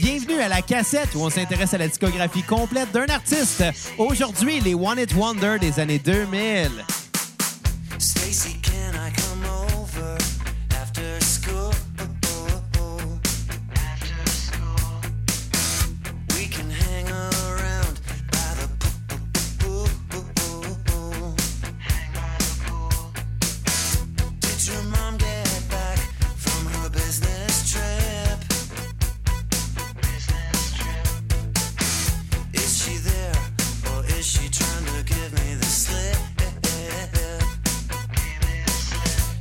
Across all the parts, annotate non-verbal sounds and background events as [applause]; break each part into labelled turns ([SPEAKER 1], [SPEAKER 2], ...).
[SPEAKER 1] Bienvenue à la cassette où on s'intéresse à la discographie complète d'un artiste. Aujourd'hui, les One It Wonder des années 2000.
[SPEAKER 2] Stacy, can I come over after school? After school. We can hang around by the pool. Hang by the pool. Did your mom get back from her business trip? Business trip. Is she there or is she trying to give me the slip?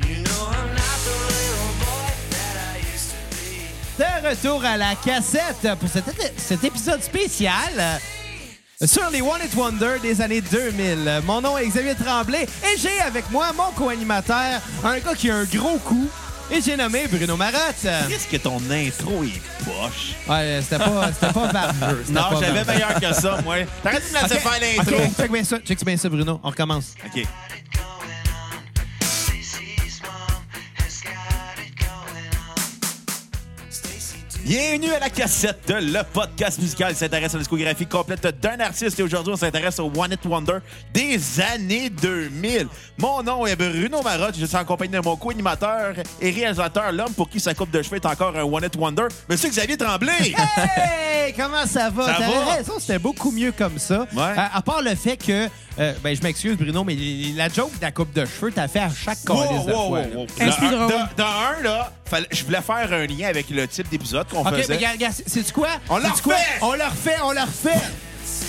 [SPEAKER 2] You know I'm not the little boy that I used to be.
[SPEAKER 1] De retour à la cassette pour cet, cet épisode spécial euh, sur les One It Wonder des années 2000. Mon nom est Xavier Tremblay et j'ai avec moi mon co-animateur, un gars qui a un gros coup, et j'ai nommé Bruno Marotte.
[SPEAKER 3] Qu'est-ce que ton intro est poche?
[SPEAKER 1] Ouais, c'était pas, c'était
[SPEAKER 3] [laughs]
[SPEAKER 1] pas baveux, c'était
[SPEAKER 3] Non,
[SPEAKER 1] pas
[SPEAKER 3] j'avais
[SPEAKER 1] baveux.
[SPEAKER 3] meilleur que ça, moi. T'aurais dû me laisser
[SPEAKER 1] Ok,
[SPEAKER 3] faire l'intro.
[SPEAKER 1] ok, check bien ça, check bien ça, Bruno. On recommence.
[SPEAKER 3] OK.
[SPEAKER 2] Got it going on. Stacy's mom has got it going on. Stacy, do
[SPEAKER 3] Bienvenue à la cassette, le podcast musical qui s'intéresse à la discographie complète d'un artiste. Et aujourd'hui, on s'intéresse au One It Wonder des années 2000. Mon nom est Bruno Marotte. Je suis en compagnie de mon co-animateur et réalisateur, l'homme pour qui sa coupe de cheveux est encore un One It Wonder, Monsieur Xavier
[SPEAKER 1] [laughs]
[SPEAKER 3] Tremblay.
[SPEAKER 1] Hey! Comment ça va?
[SPEAKER 3] Ça
[SPEAKER 1] T'avais
[SPEAKER 3] va?
[SPEAKER 1] raison, c'était beaucoup mieux comme ça.
[SPEAKER 3] Ouais.
[SPEAKER 1] Euh, à part le fait que, euh, ben, je m'excuse, Bruno, mais la joke de la coupe de cheveux, t'as fait à chaque
[SPEAKER 3] Wow,
[SPEAKER 1] calice de
[SPEAKER 3] wow,
[SPEAKER 1] fois,
[SPEAKER 3] wow,
[SPEAKER 1] là.
[SPEAKER 3] wow.
[SPEAKER 4] Hey, c'est
[SPEAKER 3] Dans un-
[SPEAKER 4] drôle.
[SPEAKER 3] dans- dans un, là, fallait- je voulais faire un lien avec le type d'épisode qu'on
[SPEAKER 1] OK, mais
[SPEAKER 3] faisait.
[SPEAKER 1] regarde, regarde, c'est-tu quoi?
[SPEAKER 3] On le
[SPEAKER 1] Sais-tu quoi?
[SPEAKER 3] refait!
[SPEAKER 1] On le refait, on le refait!
[SPEAKER 2] see.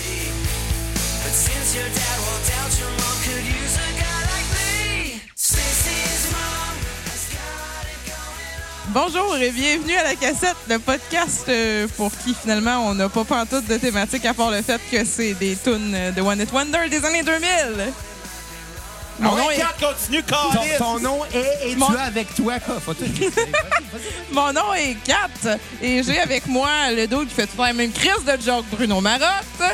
[SPEAKER 2] But since your dad walked out, your mom could use a guy like me. Stacy's mom has got it going on.
[SPEAKER 4] Bonjour et bienvenue à la cassette, le podcast euh, pour qui finalement on n'a pas pantoute de thématique à part le fait que c'est des tunes euh, de One It Wonder des années 2000. Mon, nom, est,
[SPEAKER 3] Ah continue,
[SPEAKER 1] Ton, ton nom est et
[SPEAKER 4] Mon-
[SPEAKER 1] tu as avec toi. quoi. [laughs] Faut tout le dire.
[SPEAKER 4] mon nom est Kat et j'ai avec moi le dos qui fait tout le temps la même crise de joke Bruno Marotte.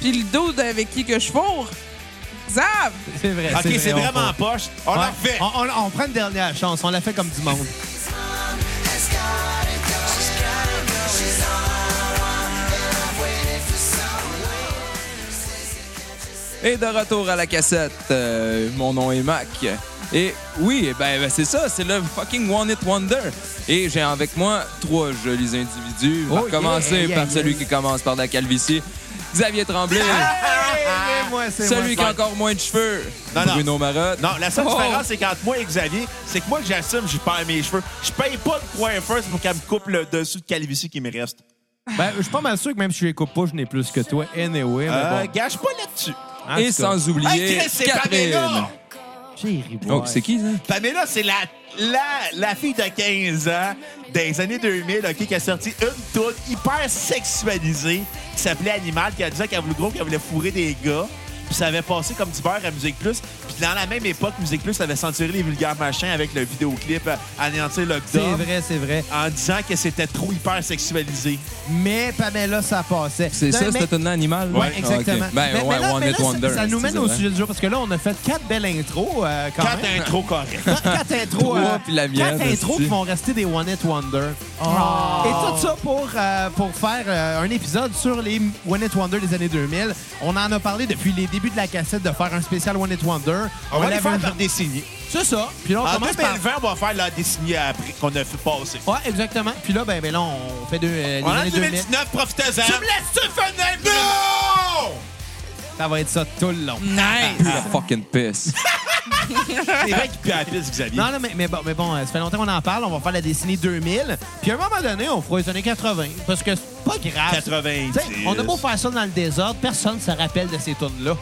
[SPEAKER 4] Puis le dos avec qui que je fourre, Xav.
[SPEAKER 1] C'est vrai.
[SPEAKER 3] OK, c'est
[SPEAKER 1] on
[SPEAKER 3] vraiment
[SPEAKER 1] peut.
[SPEAKER 3] poche. On
[SPEAKER 1] Ouais.
[SPEAKER 3] l'a refait.
[SPEAKER 1] On, on- on prend une dernière chance. On l'a fait comme du monde.
[SPEAKER 3] [laughs]
[SPEAKER 2] Stacy's mom has got it going She's got it going She's all I want, and I've waited for so long. Stacy, can't you see?
[SPEAKER 5] Et de retour à la cassette, euh, mon nom est Mac. Et oui, ben, ben, c'est ça, c'est le fucking One It Wonder. Et j'ai avec moi trois jolis individus. On va
[SPEAKER 1] Oh,
[SPEAKER 5] commencer
[SPEAKER 1] yeah, yeah,
[SPEAKER 5] par
[SPEAKER 1] yeah. Ah,
[SPEAKER 5] celui qui commence par la calvitie, Xavier Tremblay.
[SPEAKER 1] Hey, moi, c'est moi.
[SPEAKER 5] celui qui a encore moins de cheveux,
[SPEAKER 3] Non, non.
[SPEAKER 5] Bruno Marotte.
[SPEAKER 3] Non, la seule
[SPEAKER 5] Oh.
[SPEAKER 3] différence, c'est qu'entre moi et Xavier, c'est que moi, j'assume, je perds mes cheveux. Je paye pas de coiffeur pour qu'elle me coupe le dessus de calvitie qui me reste.
[SPEAKER 1] Ben, je suis pas mal sûr que même si je les coupe pas, je n'ai plus que toi. Anyway, mais
[SPEAKER 3] Euh,
[SPEAKER 1] Ah, bon.
[SPEAKER 3] Gâche pas là-dessus.
[SPEAKER 1] En
[SPEAKER 5] Et
[SPEAKER 1] tout cas.
[SPEAKER 5] sans oublier
[SPEAKER 3] Hey, Chris, c'est
[SPEAKER 5] Catherine.
[SPEAKER 3] Pamela!
[SPEAKER 1] J'ai ri,
[SPEAKER 5] Oh,
[SPEAKER 1] ouais.
[SPEAKER 5] c'est qui, ça?
[SPEAKER 3] Pamela, c'est la, la, la fille de 15 ans des années 2000 ok, qui a sorti une toute hyper sexualisée qui s'appelait Animal, qui a dit qu'elle voulait gros, qu'elle voulait fourrer des gars. Puis ça avait passé comme du beurre à Musique Plus. Puis dans la même époque, Musique Plus avait censuré les vulgaires machins avec le vidéoclip euh, Anéantir
[SPEAKER 1] C'est
[SPEAKER 3] l'Octobre
[SPEAKER 1] vrai, c'est vrai.
[SPEAKER 3] en disant que c'était trop hyper sexualisé.
[SPEAKER 1] Mais Pamela, ça passait.
[SPEAKER 5] C'est
[SPEAKER 1] Non,
[SPEAKER 5] ça,
[SPEAKER 1] mais-
[SPEAKER 5] c'était un animal?
[SPEAKER 1] Ouais,
[SPEAKER 5] Ah,
[SPEAKER 1] exactement.
[SPEAKER 5] ok. Ben,
[SPEAKER 1] Mais- mais
[SPEAKER 5] ouais,
[SPEAKER 1] là-
[SPEAKER 5] One
[SPEAKER 1] mais là,
[SPEAKER 5] It
[SPEAKER 1] ça-
[SPEAKER 5] Wonder.
[SPEAKER 1] Ça, nous mène
[SPEAKER 5] c'est hein.
[SPEAKER 1] au
[SPEAKER 5] vrai.
[SPEAKER 1] sujet du jour parce que là, on a fait quatre belles intros euh, quand
[SPEAKER 3] Quand [laughs]
[SPEAKER 1] même.
[SPEAKER 3] t'as un trop correct.
[SPEAKER 1] Quatre- quatre intros. euh,
[SPEAKER 5] Trois, puis la mienne,
[SPEAKER 1] quatre intros
[SPEAKER 5] aussi.
[SPEAKER 1] qui vont rester des One It Wonder.
[SPEAKER 3] Oh.
[SPEAKER 1] Et tout ça pour, euh, pour faire euh, un épisode sur les One It Wonder des années 2000. On en a parlé depuis les débuts de la cassette de faire un spécial One It Wonder.
[SPEAKER 3] On va les
[SPEAKER 1] l'avait-
[SPEAKER 3] faire par décennie.
[SPEAKER 1] C'est ça. Puis là, on
[SPEAKER 3] En
[SPEAKER 1] commence par...
[SPEAKER 3] 2020, on va faire la décennie après qu'on a fait passer.
[SPEAKER 1] Ouais, exactement. Puis là, ben, ben là, on fait deux, euh, les
[SPEAKER 3] On est en
[SPEAKER 1] années 2000.
[SPEAKER 3] 2019, profitez-en.
[SPEAKER 1] Tu me laisses-tu finir?
[SPEAKER 3] Non!
[SPEAKER 1] Ça va être ça tout le long.
[SPEAKER 4] Nice.
[SPEAKER 5] La Ah, fucking pisse.
[SPEAKER 3] C'est vrai qu'il pue à la piste, Xavier.
[SPEAKER 1] Non, non, mais, mais bon, mais bon, euh, ça fait longtemps qu'on en parle. On va faire la décennie 2000. Puis à un moment donné, on fera les années 80. Parce que c'est pas grave.
[SPEAKER 3] 90.
[SPEAKER 1] Tu sais, On a beau faire ça dans le désordre, personne ne se rappelle de ces tunes-là.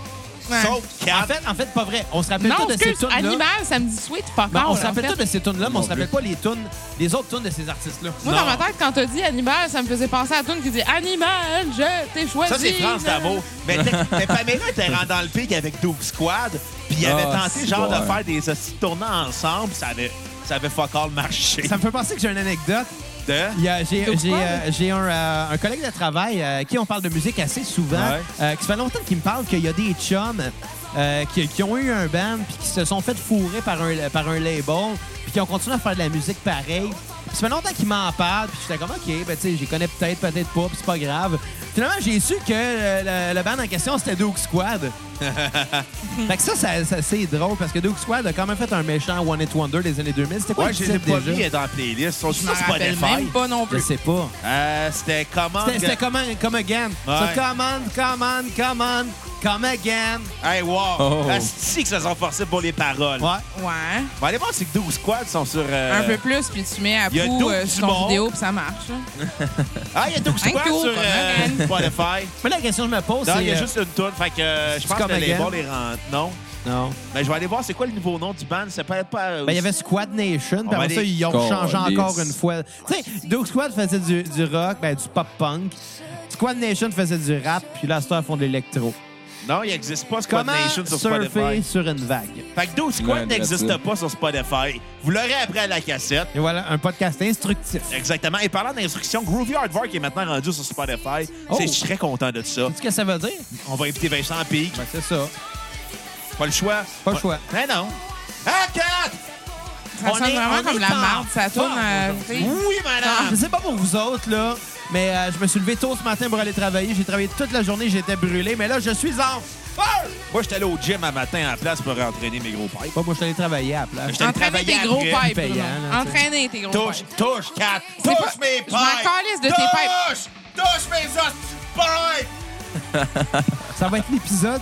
[SPEAKER 3] Sauf
[SPEAKER 1] En
[SPEAKER 3] Cap.
[SPEAKER 1] fait, en fait, pas vrai. On se rappelle
[SPEAKER 4] Non,
[SPEAKER 1] tous de ces
[SPEAKER 4] excuse,
[SPEAKER 1] tunes-là.
[SPEAKER 4] animal, ça me dit sweet, fuck
[SPEAKER 1] Ben, on
[SPEAKER 4] all,
[SPEAKER 1] se rappelle
[SPEAKER 4] en fait.
[SPEAKER 1] tous de ces tunes-là, mais on
[SPEAKER 5] Non
[SPEAKER 1] se rappelle
[SPEAKER 5] plus.
[SPEAKER 1] pas les tunes, les autres tunes de ces artistes-là.
[SPEAKER 4] Moi, dans ma tête, quand t'as dit animal, ça me faisait penser à la tune qui dit animal, je t'ai choisi.
[SPEAKER 3] Ça, c'est France d'amour. Mais, t'es- mais Pamela était rentrée dans le pic avec 12 Squad, puis il avait
[SPEAKER 5] Ah,
[SPEAKER 3] tenté
[SPEAKER 5] c'est
[SPEAKER 3] genre de
[SPEAKER 5] bon.
[SPEAKER 3] faire des hosties de tournants ensemble, ça avait, ça avait fuck all marché.
[SPEAKER 1] Ça me fait penser que j'ai une anecdote.
[SPEAKER 3] de.
[SPEAKER 1] Il y a- J'ai
[SPEAKER 4] Donc,
[SPEAKER 1] j'ai,
[SPEAKER 4] quoi?
[SPEAKER 1] euh, j'ai un, euh, un collègue de travail euh, à qui on parle de musique assez souvent,
[SPEAKER 5] Ouais.
[SPEAKER 1] euh, qui fait longtemps qu'il me parle qu'il y a des chums euh, qui, qui ont eu un band puis qui se sont fait fourrer par un, par un label puis qui ont continué à faire de la musique pareil. Puis ça fait longtemps qu'il m'en parle, puis j'étais comme, OK, ben, tu sais, j'y connais peut-être, peut-être pas, puis c'est pas grave. Finalement, j'ai su que euh, le, le band en question, c'était Duke
[SPEAKER 3] [laughs]
[SPEAKER 1] Squad. fait que ça, ça, ça, c'est drôle, parce que Duke Squad a quand même fait un méchant One It Wonder des années 2000. C'était quoi
[SPEAKER 3] Ouais,
[SPEAKER 1] le
[SPEAKER 3] je
[SPEAKER 1] titre
[SPEAKER 3] les ai pas
[SPEAKER 1] déjà?
[SPEAKER 3] mis euh, dans la playlist. Ils sont
[SPEAKER 4] Je
[SPEAKER 3] sur
[SPEAKER 4] me rappelle
[SPEAKER 3] Spotify.
[SPEAKER 4] même pas non
[SPEAKER 1] Je
[SPEAKER 4] plus.
[SPEAKER 1] sais pas.
[SPEAKER 3] Euh, C'était comment.
[SPEAKER 1] C'était c'était comme, un- comme again.
[SPEAKER 3] Ouais.
[SPEAKER 1] So come on, come on, come on, come again.
[SPEAKER 3] Hey, wow!
[SPEAKER 5] Oh.
[SPEAKER 3] Asti que ça sont forcés pour les paroles.
[SPEAKER 1] Ouais.
[SPEAKER 4] Ouais.
[SPEAKER 3] Bon, allez voir si 12 squads sont sur. euh,
[SPEAKER 4] Un peu plus, puis tu mets à
[SPEAKER 3] il y a
[SPEAKER 4] bout
[SPEAKER 3] d'autres
[SPEAKER 4] euh,
[SPEAKER 3] du
[SPEAKER 4] sur ton
[SPEAKER 3] monde.
[SPEAKER 4] vidéo, puis ça marche. hein. là.
[SPEAKER 3] Ah, il y a 12
[SPEAKER 4] Un
[SPEAKER 3] squads
[SPEAKER 4] tour,
[SPEAKER 3] sur
[SPEAKER 4] comme
[SPEAKER 3] euh,
[SPEAKER 1] [laughs]
[SPEAKER 4] un
[SPEAKER 3] Spotify.
[SPEAKER 1] Mais la question que je me pose,
[SPEAKER 3] Non,
[SPEAKER 1] c'est.
[SPEAKER 3] il y a
[SPEAKER 1] euh,
[SPEAKER 3] juste une toune. Fait que euh, je
[SPEAKER 1] C'est
[SPEAKER 3] pense
[SPEAKER 1] comme
[SPEAKER 3] que les
[SPEAKER 1] again.
[SPEAKER 3] bons les rentrent. Non?
[SPEAKER 1] Non.
[SPEAKER 3] Mais je vais aller voir c'est quoi le nouveau nom du band. C'est pas. pas
[SPEAKER 1] Ben, il y avait Squad Nation,
[SPEAKER 3] On
[SPEAKER 1] puis
[SPEAKER 3] va
[SPEAKER 1] après ça,
[SPEAKER 3] aller-
[SPEAKER 1] ils ont
[SPEAKER 5] Oh,
[SPEAKER 1] changé
[SPEAKER 5] lisse.
[SPEAKER 1] encore une fois. Tu sais, Doug Squad faisait du, du rock, ben, du pop-punk. Squad Nation faisait du rap, puis là, Star font de l'électro.
[SPEAKER 3] Non, il n'existe pas Squad
[SPEAKER 1] Comment
[SPEAKER 3] Nation sur
[SPEAKER 1] surfer
[SPEAKER 3] Spotify.
[SPEAKER 1] sur une vague?
[SPEAKER 3] Fait que 12
[SPEAKER 5] Ouais,
[SPEAKER 3] squads n'existe
[SPEAKER 5] là-dessus.
[SPEAKER 3] pas sur Spotify. Vous l'aurez après à la cassette.
[SPEAKER 1] Et voilà, un podcast instructif.
[SPEAKER 3] Exactement. Et parlant d'instruction, Groovy Hardware qui est maintenant rendu sur Spotify.
[SPEAKER 1] Oh.
[SPEAKER 3] C'est- Je suis très content de ça.
[SPEAKER 1] Qu'est-ce que ça veut dire?
[SPEAKER 3] On va inviter Vincent Pic.
[SPEAKER 1] Ben, c'est ça.
[SPEAKER 3] Pas le choix.
[SPEAKER 1] Pas le choix.
[SPEAKER 3] Ben non. À quatre!
[SPEAKER 4] Ça
[SPEAKER 3] On
[SPEAKER 4] sonne
[SPEAKER 3] est-
[SPEAKER 4] vraiment
[SPEAKER 3] on
[SPEAKER 4] comme
[SPEAKER 3] est
[SPEAKER 4] la
[SPEAKER 3] en
[SPEAKER 4] marde. Ça tourne euh,
[SPEAKER 3] forme
[SPEAKER 4] à.
[SPEAKER 3] Oui,
[SPEAKER 1] Ah,
[SPEAKER 3] madame!
[SPEAKER 1] je sais pas pour vous autres, là, mais euh, je me suis levé tôt ce matin pour aller travailler. J'ai travaillé toute la journée, j'étais brûlé, mais là, je suis en feu!
[SPEAKER 3] Moi, j'étais allé au gym un matin en place pour entraîner mes gros pipes.
[SPEAKER 1] Pas moi, je suis allé travailler à la place.
[SPEAKER 3] Je t'ai-
[SPEAKER 4] Entraîner tes
[SPEAKER 3] travailler
[SPEAKER 4] gros
[SPEAKER 3] après,
[SPEAKER 4] pipes.
[SPEAKER 1] payant,
[SPEAKER 4] Bruno.
[SPEAKER 1] là, tu sais.
[SPEAKER 4] Entraîner tes gros
[SPEAKER 3] Touche,
[SPEAKER 4] pipes.
[SPEAKER 3] touche, Kat!
[SPEAKER 4] C'est
[SPEAKER 3] Touche
[SPEAKER 4] pas-
[SPEAKER 3] mes pipes!
[SPEAKER 4] je m'en calisse de tes pipes.
[SPEAKER 3] Touche! Touche mes hosties de pipes!
[SPEAKER 1] Ça va être l'épisode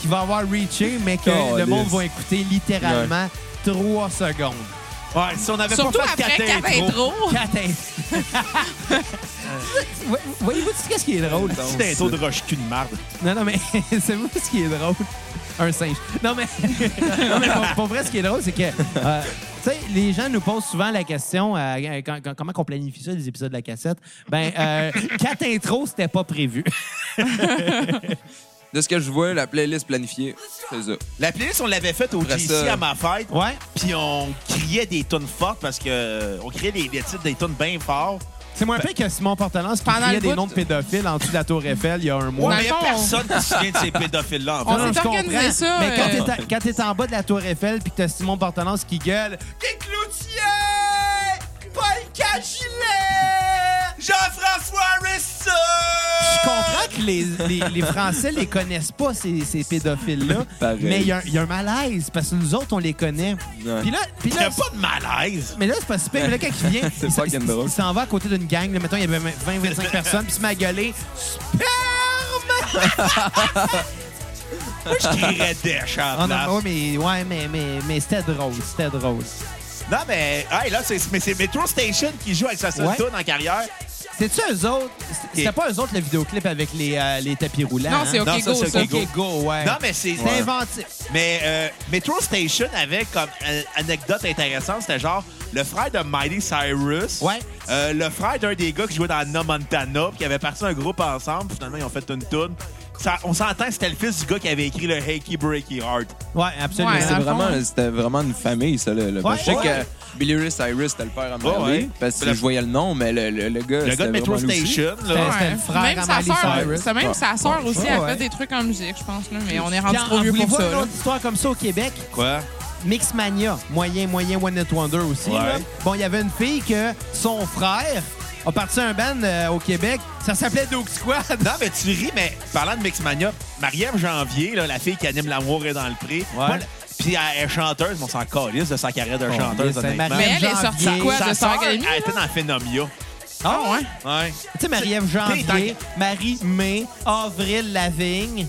[SPEAKER 1] qui va avoir reaché, mais que
[SPEAKER 5] Oh,
[SPEAKER 1] le monde
[SPEAKER 5] lisse.
[SPEAKER 1] va écouter littéralement trois secondes.
[SPEAKER 3] Ouais, si on avait
[SPEAKER 4] Surtout
[SPEAKER 3] pas fait
[SPEAKER 4] après
[SPEAKER 3] quatre
[SPEAKER 4] quatre
[SPEAKER 3] intros.
[SPEAKER 4] intros.
[SPEAKER 1] Quatre [laughs] int- Vous- Voyez-vous tout ce qui est drôle, donc?
[SPEAKER 3] Petit intro de roche cul de marde.
[SPEAKER 1] Non, non, mais [laughs] c'est vous ce qui est drôle. Un singe. Non, mais, [laughs] non, mais pour, pour vrai, ce qui est drôle, c'est que. euh, tu sais, les gens nous posent souvent la question euh, quand- quand- comment qu'on planifie ça, les épisodes de la cassette. Ben, euh, quatre intros, c'était pas prévu. [laughs]
[SPEAKER 5] De ce que je vois, la playlist planifiée, c'est ça.
[SPEAKER 3] La playlist, on l'avait faite au
[SPEAKER 5] Après
[SPEAKER 3] GC
[SPEAKER 5] ça-
[SPEAKER 3] à ma fête.
[SPEAKER 1] Ouais.
[SPEAKER 3] Puis on criait des tonnes fortes parce que euh, on criait des, des titres des tonnes bien forts.
[SPEAKER 1] C'est moins pire que Simon Portalance qui
[SPEAKER 4] Pendant
[SPEAKER 1] criait
[SPEAKER 4] le
[SPEAKER 1] des
[SPEAKER 4] bout-
[SPEAKER 1] noms de pédophiles en dessous de la Tour Eiffel il y a un mois.
[SPEAKER 4] Dans
[SPEAKER 3] mais
[SPEAKER 4] le
[SPEAKER 3] il n'y a
[SPEAKER 4] fond,
[SPEAKER 3] personne qui se souvient de ces pédophiles-là. En
[SPEAKER 1] Non,
[SPEAKER 4] On
[SPEAKER 3] fait.
[SPEAKER 1] non,
[SPEAKER 4] s'est
[SPEAKER 1] je
[SPEAKER 4] organisé
[SPEAKER 1] comprends,
[SPEAKER 4] ça,
[SPEAKER 1] Mais quand
[SPEAKER 4] euh,
[SPEAKER 1] t'es en- quand t'es en bas de la Tour Eiffel puis que t'as Simon Portalance qui gueule
[SPEAKER 3] Guy Cloutier! Paul Cagilet! Jean-François Risson!
[SPEAKER 1] Je comprends que les, les- les Français les connaissent pas, ces, ces pédophiles-là.
[SPEAKER 5] Pareil.
[SPEAKER 1] mais il y, a un- il y a un malaise, parce que nous autres, on les connaît.
[SPEAKER 5] Ouais.
[SPEAKER 1] Puis là, puis
[SPEAKER 3] Il
[SPEAKER 1] là,
[SPEAKER 3] a pas de malaise.
[SPEAKER 1] mais là, c'est pas si pire. Mais là, quand il vient,
[SPEAKER 5] C'est
[SPEAKER 1] il, s'en-
[SPEAKER 5] fucking drôle.
[SPEAKER 1] il s'en va à côté d'une gang. Là, mettons, il y avait 20-25 personnes, puis il se met à gueuler. Sperme!
[SPEAKER 3] Moi, je crierais des chats.
[SPEAKER 1] Ah non, ouais, mais, ouais, mais, mais, mais c'était drôle, c'était drôle.
[SPEAKER 3] Non, mais hey, là, c'est mais c'est Metro Station qui joue avec sa seule
[SPEAKER 1] Ouais.
[SPEAKER 3] tune en carrière.
[SPEAKER 1] C'est-tu eux autres? C'était pas eux autres, le vidéoclip avec les, euh, les tapis roulants?
[SPEAKER 4] Non, c'est
[SPEAKER 1] hein?
[SPEAKER 4] OK
[SPEAKER 3] Non, ça,
[SPEAKER 4] Go,
[SPEAKER 3] c'est
[SPEAKER 4] ça.
[SPEAKER 3] OK
[SPEAKER 1] OK Go, Hein. ouais.
[SPEAKER 3] Non, mais c'est.
[SPEAKER 1] C'est inventif.
[SPEAKER 3] Mais euh, Metro Station avait comme euh, anecdote intéressante, c'était genre le frère de Miley Cyrus,
[SPEAKER 1] Ouais.
[SPEAKER 3] euh, le frère d'un des gars qui jouait dans No Montana, puis qui avait parti un groupe ensemble, puis finalement ils ont fait une tune. Ça- on s'entend que c'était le fils du gars qui avait écrit le Hakey Breaky Heart.
[SPEAKER 1] Ouais, absolument.
[SPEAKER 4] Ouais, hein.
[SPEAKER 5] C'était
[SPEAKER 4] dans le
[SPEAKER 5] vraiment,
[SPEAKER 4] fond, là.
[SPEAKER 5] c'était vraiment une famille, ça. Là, là.
[SPEAKER 1] Ouais,
[SPEAKER 5] je sais
[SPEAKER 1] ouais.
[SPEAKER 5] que Billy Ray Cyrus, c'était le père à Marley,
[SPEAKER 3] ouais.
[SPEAKER 5] parce que
[SPEAKER 3] Le-
[SPEAKER 5] je voyais le nom, mais le, le- le gars,
[SPEAKER 3] Le gars de Metro Station, là.
[SPEAKER 1] C'était le frère
[SPEAKER 4] Même
[SPEAKER 1] à
[SPEAKER 4] sa
[SPEAKER 1] Miley
[SPEAKER 4] sœur,
[SPEAKER 1] Cyrus.
[SPEAKER 4] c'est même
[SPEAKER 5] Ouais.
[SPEAKER 4] sa sœur aussi,
[SPEAKER 1] Ouais,
[SPEAKER 4] elle
[SPEAKER 1] ouais.
[SPEAKER 4] fait des trucs en musique, je pense, là, mais on est rendu
[SPEAKER 1] Quand-
[SPEAKER 4] trop vieux
[SPEAKER 1] voulez-vous
[SPEAKER 4] pour ça.
[SPEAKER 1] une
[SPEAKER 4] là.
[SPEAKER 1] autre histoire comme ça au Québec?
[SPEAKER 3] Quoi?
[SPEAKER 1] Mixmania, moyen, moyen, One Night Wonder aussi.
[SPEAKER 3] Ouais.
[SPEAKER 1] là. Bon, il y avait une fille que son frère a parti un band euh, au Québec. Ça s'appelait Doug Squad.
[SPEAKER 3] Non, mais tu ris, mais parlant de Mixmania, Mariam Janvier, là, la fille qui anime L'amour est dans le pré, moi, la- puis elle est chanteuse, mais on s'en calisse de sa carrière de
[SPEAKER 1] Oh,
[SPEAKER 3] chanteuse,
[SPEAKER 1] c'est
[SPEAKER 3] honnêtement.
[SPEAKER 1] Mariam
[SPEAKER 4] Mais elle est sortie
[SPEAKER 1] Janvier.
[SPEAKER 4] quoi
[SPEAKER 3] Sa
[SPEAKER 4] de
[SPEAKER 3] sœur,
[SPEAKER 4] Star Academy?
[SPEAKER 3] elle était dans Phenomia.
[SPEAKER 1] Ah ouais?
[SPEAKER 3] Ouais.
[SPEAKER 1] Tu sais, Marie-Ève Janvier,
[SPEAKER 3] T'es-
[SPEAKER 1] Marie May, Avril Lavigne.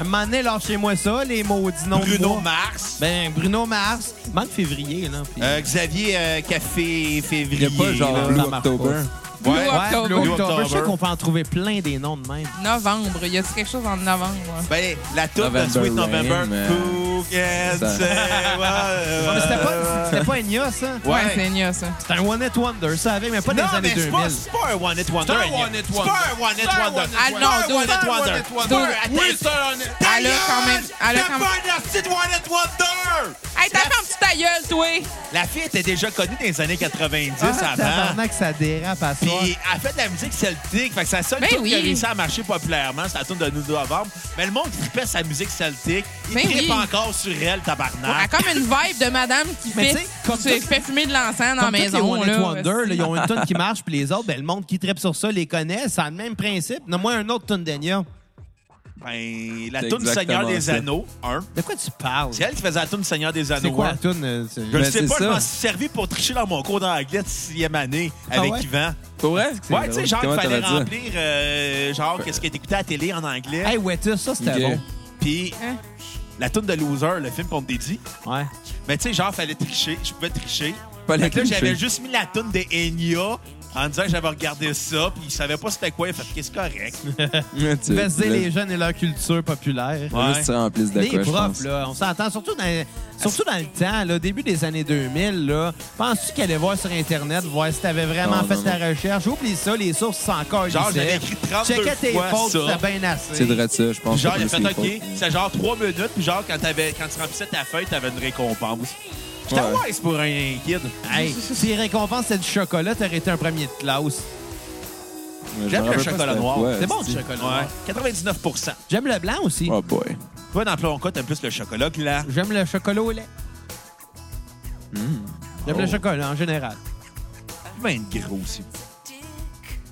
[SPEAKER 1] Un moment donné, lâchez-moi ça, les maudits noms de
[SPEAKER 3] Bruno
[SPEAKER 1] mois.
[SPEAKER 3] Mars.
[SPEAKER 1] Ben, Bruno Mars. Manque février, là. puis-
[SPEAKER 3] Euh, Xavier euh, Café
[SPEAKER 5] Il
[SPEAKER 3] Février.
[SPEAKER 5] n'y a pas genre
[SPEAKER 1] là,
[SPEAKER 5] Blue
[SPEAKER 1] ça marche
[SPEAKER 5] October.
[SPEAKER 4] Blue
[SPEAKER 3] Ouais.
[SPEAKER 1] ouais,
[SPEAKER 4] October. Euh,
[SPEAKER 1] Blue
[SPEAKER 3] Blue
[SPEAKER 1] October. Je sais
[SPEAKER 3] October.
[SPEAKER 1] qu'on peut en trouver plein des noms de même.
[SPEAKER 4] Novembre, y a-t-il quelque chose en novembre? là?
[SPEAKER 3] Ben, la tour de
[SPEAKER 5] November
[SPEAKER 3] Sweet
[SPEAKER 5] Rain,
[SPEAKER 3] November.
[SPEAKER 5] mais-
[SPEAKER 3] Cook and
[SPEAKER 5] Ça-
[SPEAKER 3] say,
[SPEAKER 5] [laughs]
[SPEAKER 3] well,
[SPEAKER 1] Ouais, mais C'était pas, c'était pas Enya, ça?
[SPEAKER 3] Ouais.
[SPEAKER 4] Ouais, c'est Nia, ça.
[SPEAKER 1] C'était un One Hit Wonder, ça avait, mais pas
[SPEAKER 3] Non,
[SPEAKER 1] des années
[SPEAKER 3] mais c'est
[SPEAKER 1] 2000.
[SPEAKER 3] pas, c'est pas un One Hit Wonder.
[SPEAKER 5] C'est un
[SPEAKER 3] Agnès.
[SPEAKER 5] One Hit
[SPEAKER 3] C'est
[SPEAKER 5] Wonder.
[SPEAKER 3] pas un One Hit
[SPEAKER 5] C'est un
[SPEAKER 3] Wonder.
[SPEAKER 5] One Hit
[SPEAKER 4] Ah non,
[SPEAKER 3] C'est pas un One
[SPEAKER 4] Wonder.
[SPEAKER 3] Hit Wonder.
[SPEAKER 4] Dude.
[SPEAKER 3] Oui, c'est un One Hit Wonder.
[SPEAKER 4] Elle a quand même- elle a quand même-
[SPEAKER 3] T'as pas un hostie de One Hit Wonder!
[SPEAKER 4] Hey, t'as fait un petit ta Ta gueule, toi!
[SPEAKER 3] La fille était déjà connue dans les années 90
[SPEAKER 1] Ah,
[SPEAKER 3] avant.
[SPEAKER 1] tabarnak, ça dérape à soir.
[SPEAKER 3] Puis elle fait de la musique celtique. Fait que c'est la seule
[SPEAKER 4] Ben
[SPEAKER 3] tune qui a
[SPEAKER 4] oui.
[SPEAKER 3] réussi à marcher populairement. C'est la tune de Nous deux novembre. Mais le monde tripait sa musique celtique. Il
[SPEAKER 4] Ben
[SPEAKER 3] trippe
[SPEAKER 4] oui.
[SPEAKER 3] encore sur elle,
[SPEAKER 4] Elle a
[SPEAKER 3] tabarnak.
[SPEAKER 4] comme une vibe de madame qui
[SPEAKER 1] Hein? Mais
[SPEAKER 4] fait,
[SPEAKER 1] tu sais, comme
[SPEAKER 4] qui
[SPEAKER 1] tout-
[SPEAKER 4] fait fumer de l'encens dans la
[SPEAKER 1] Comme tous les
[SPEAKER 4] maison.
[SPEAKER 1] One Hit
[SPEAKER 4] là.
[SPEAKER 1] Wonder, là, ils ont une tonne qui marche, puis les autres, ben, le monde qui tripe sur ça les connaît. C'est le même principe. Nomme-moi un autre tonne d'Enya.
[SPEAKER 3] Ben, la
[SPEAKER 5] C'est
[SPEAKER 3] tune du Seigneur
[SPEAKER 5] exactement
[SPEAKER 3] des
[SPEAKER 5] ça.
[SPEAKER 3] Anneaux, un.
[SPEAKER 1] De quoi tu parles?
[SPEAKER 3] C'est elle qui faisait la tune du Seigneur des Anneaux.
[SPEAKER 1] C'est quoi
[SPEAKER 3] un.
[SPEAKER 1] la toune? euh, c'est-
[SPEAKER 3] Je ne
[SPEAKER 5] Ben,
[SPEAKER 3] sais
[SPEAKER 5] c'est
[SPEAKER 3] pas, je
[SPEAKER 5] ça.
[SPEAKER 3] m'en suis servi pour tricher dans mon cours d'anglais de sixième année
[SPEAKER 4] Ah
[SPEAKER 3] avec
[SPEAKER 1] ouais?
[SPEAKER 3] Yvan.
[SPEAKER 5] Pour vrai?
[SPEAKER 3] Ouais, tu sais, genre, il
[SPEAKER 5] Comment
[SPEAKER 3] fallait
[SPEAKER 5] t'aurais dit?
[SPEAKER 3] remplir, euh, genre, qu'est-ce qui est écouté à la télé en anglais.
[SPEAKER 1] Hey, Wetus, ça, c'était
[SPEAKER 5] Ok.
[SPEAKER 3] Puis
[SPEAKER 4] Hein?
[SPEAKER 3] la tune de Loser, le film qu'on te dit.
[SPEAKER 1] bon. Ouais.
[SPEAKER 3] Mais tu sais, genre, fallait tricher. Je pouvais tricher.
[SPEAKER 5] Fallait
[SPEAKER 3] Fait que là,
[SPEAKER 5] tricher.
[SPEAKER 3] j'avais juste mis la tune de Enya en disant que j'avais regardé ça, puis il savait pas c'était quoi. Il a fait qu'est-ce correct.
[SPEAKER 5] Tu
[SPEAKER 1] Baisser les jeunes et leur culture populaire.
[SPEAKER 3] Ouais.
[SPEAKER 5] Juste ça en plus de
[SPEAKER 1] Les
[SPEAKER 5] quoi, je
[SPEAKER 1] profs,
[SPEAKER 5] pense.
[SPEAKER 1] là, on s'entend, surtout dans, surtout dans le temps, là, début des années 2000, là, penses-tu qu'elle allait voir sur Internet, voir si t'avais vraiment
[SPEAKER 5] Non,
[SPEAKER 1] fait
[SPEAKER 5] non,
[SPEAKER 1] ta recherche? Oublie ça, les sources sont encore
[SPEAKER 3] Genre,
[SPEAKER 1] lissaient.
[SPEAKER 3] j'avais écrit 32
[SPEAKER 1] Checkais tes
[SPEAKER 3] fois
[SPEAKER 1] fautes,
[SPEAKER 3] ça.
[SPEAKER 1] c'était bien assez.
[SPEAKER 5] C'est vrai de ça, je pense.
[SPEAKER 3] Puis genre,
[SPEAKER 5] que
[SPEAKER 3] il a
[SPEAKER 5] c'est
[SPEAKER 3] fait
[SPEAKER 5] une
[SPEAKER 3] OK.
[SPEAKER 5] faute.
[SPEAKER 3] C'est genre trois minutes, puis genre, quand, t'avais- quand tu remplissais ta feuille, t'avais une récompense. J'étais
[SPEAKER 5] Ouais.
[SPEAKER 3] wise pour un kid.
[SPEAKER 1] Hey, si les récompenses, c'est du chocolat, t'aurais été un premier de classe.
[SPEAKER 5] Mais
[SPEAKER 3] J'aime
[SPEAKER 5] je me
[SPEAKER 3] le
[SPEAKER 5] rappelle pas
[SPEAKER 3] chocolat
[SPEAKER 5] c'était
[SPEAKER 3] noir.
[SPEAKER 5] quoi,
[SPEAKER 1] C'est bon, du
[SPEAKER 5] c'est-tu?
[SPEAKER 1] chocolat.
[SPEAKER 3] Ouais. 99
[SPEAKER 1] J'aime le blanc aussi.
[SPEAKER 5] Oh boy.
[SPEAKER 3] Toi, dans Plonka, t'aimes plus le chocolat là.
[SPEAKER 1] J'aime le chocolat au lait. J'aime le
[SPEAKER 5] Oh.
[SPEAKER 1] chocolat en général.
[SPEAKER 3] Ben, gros aussi.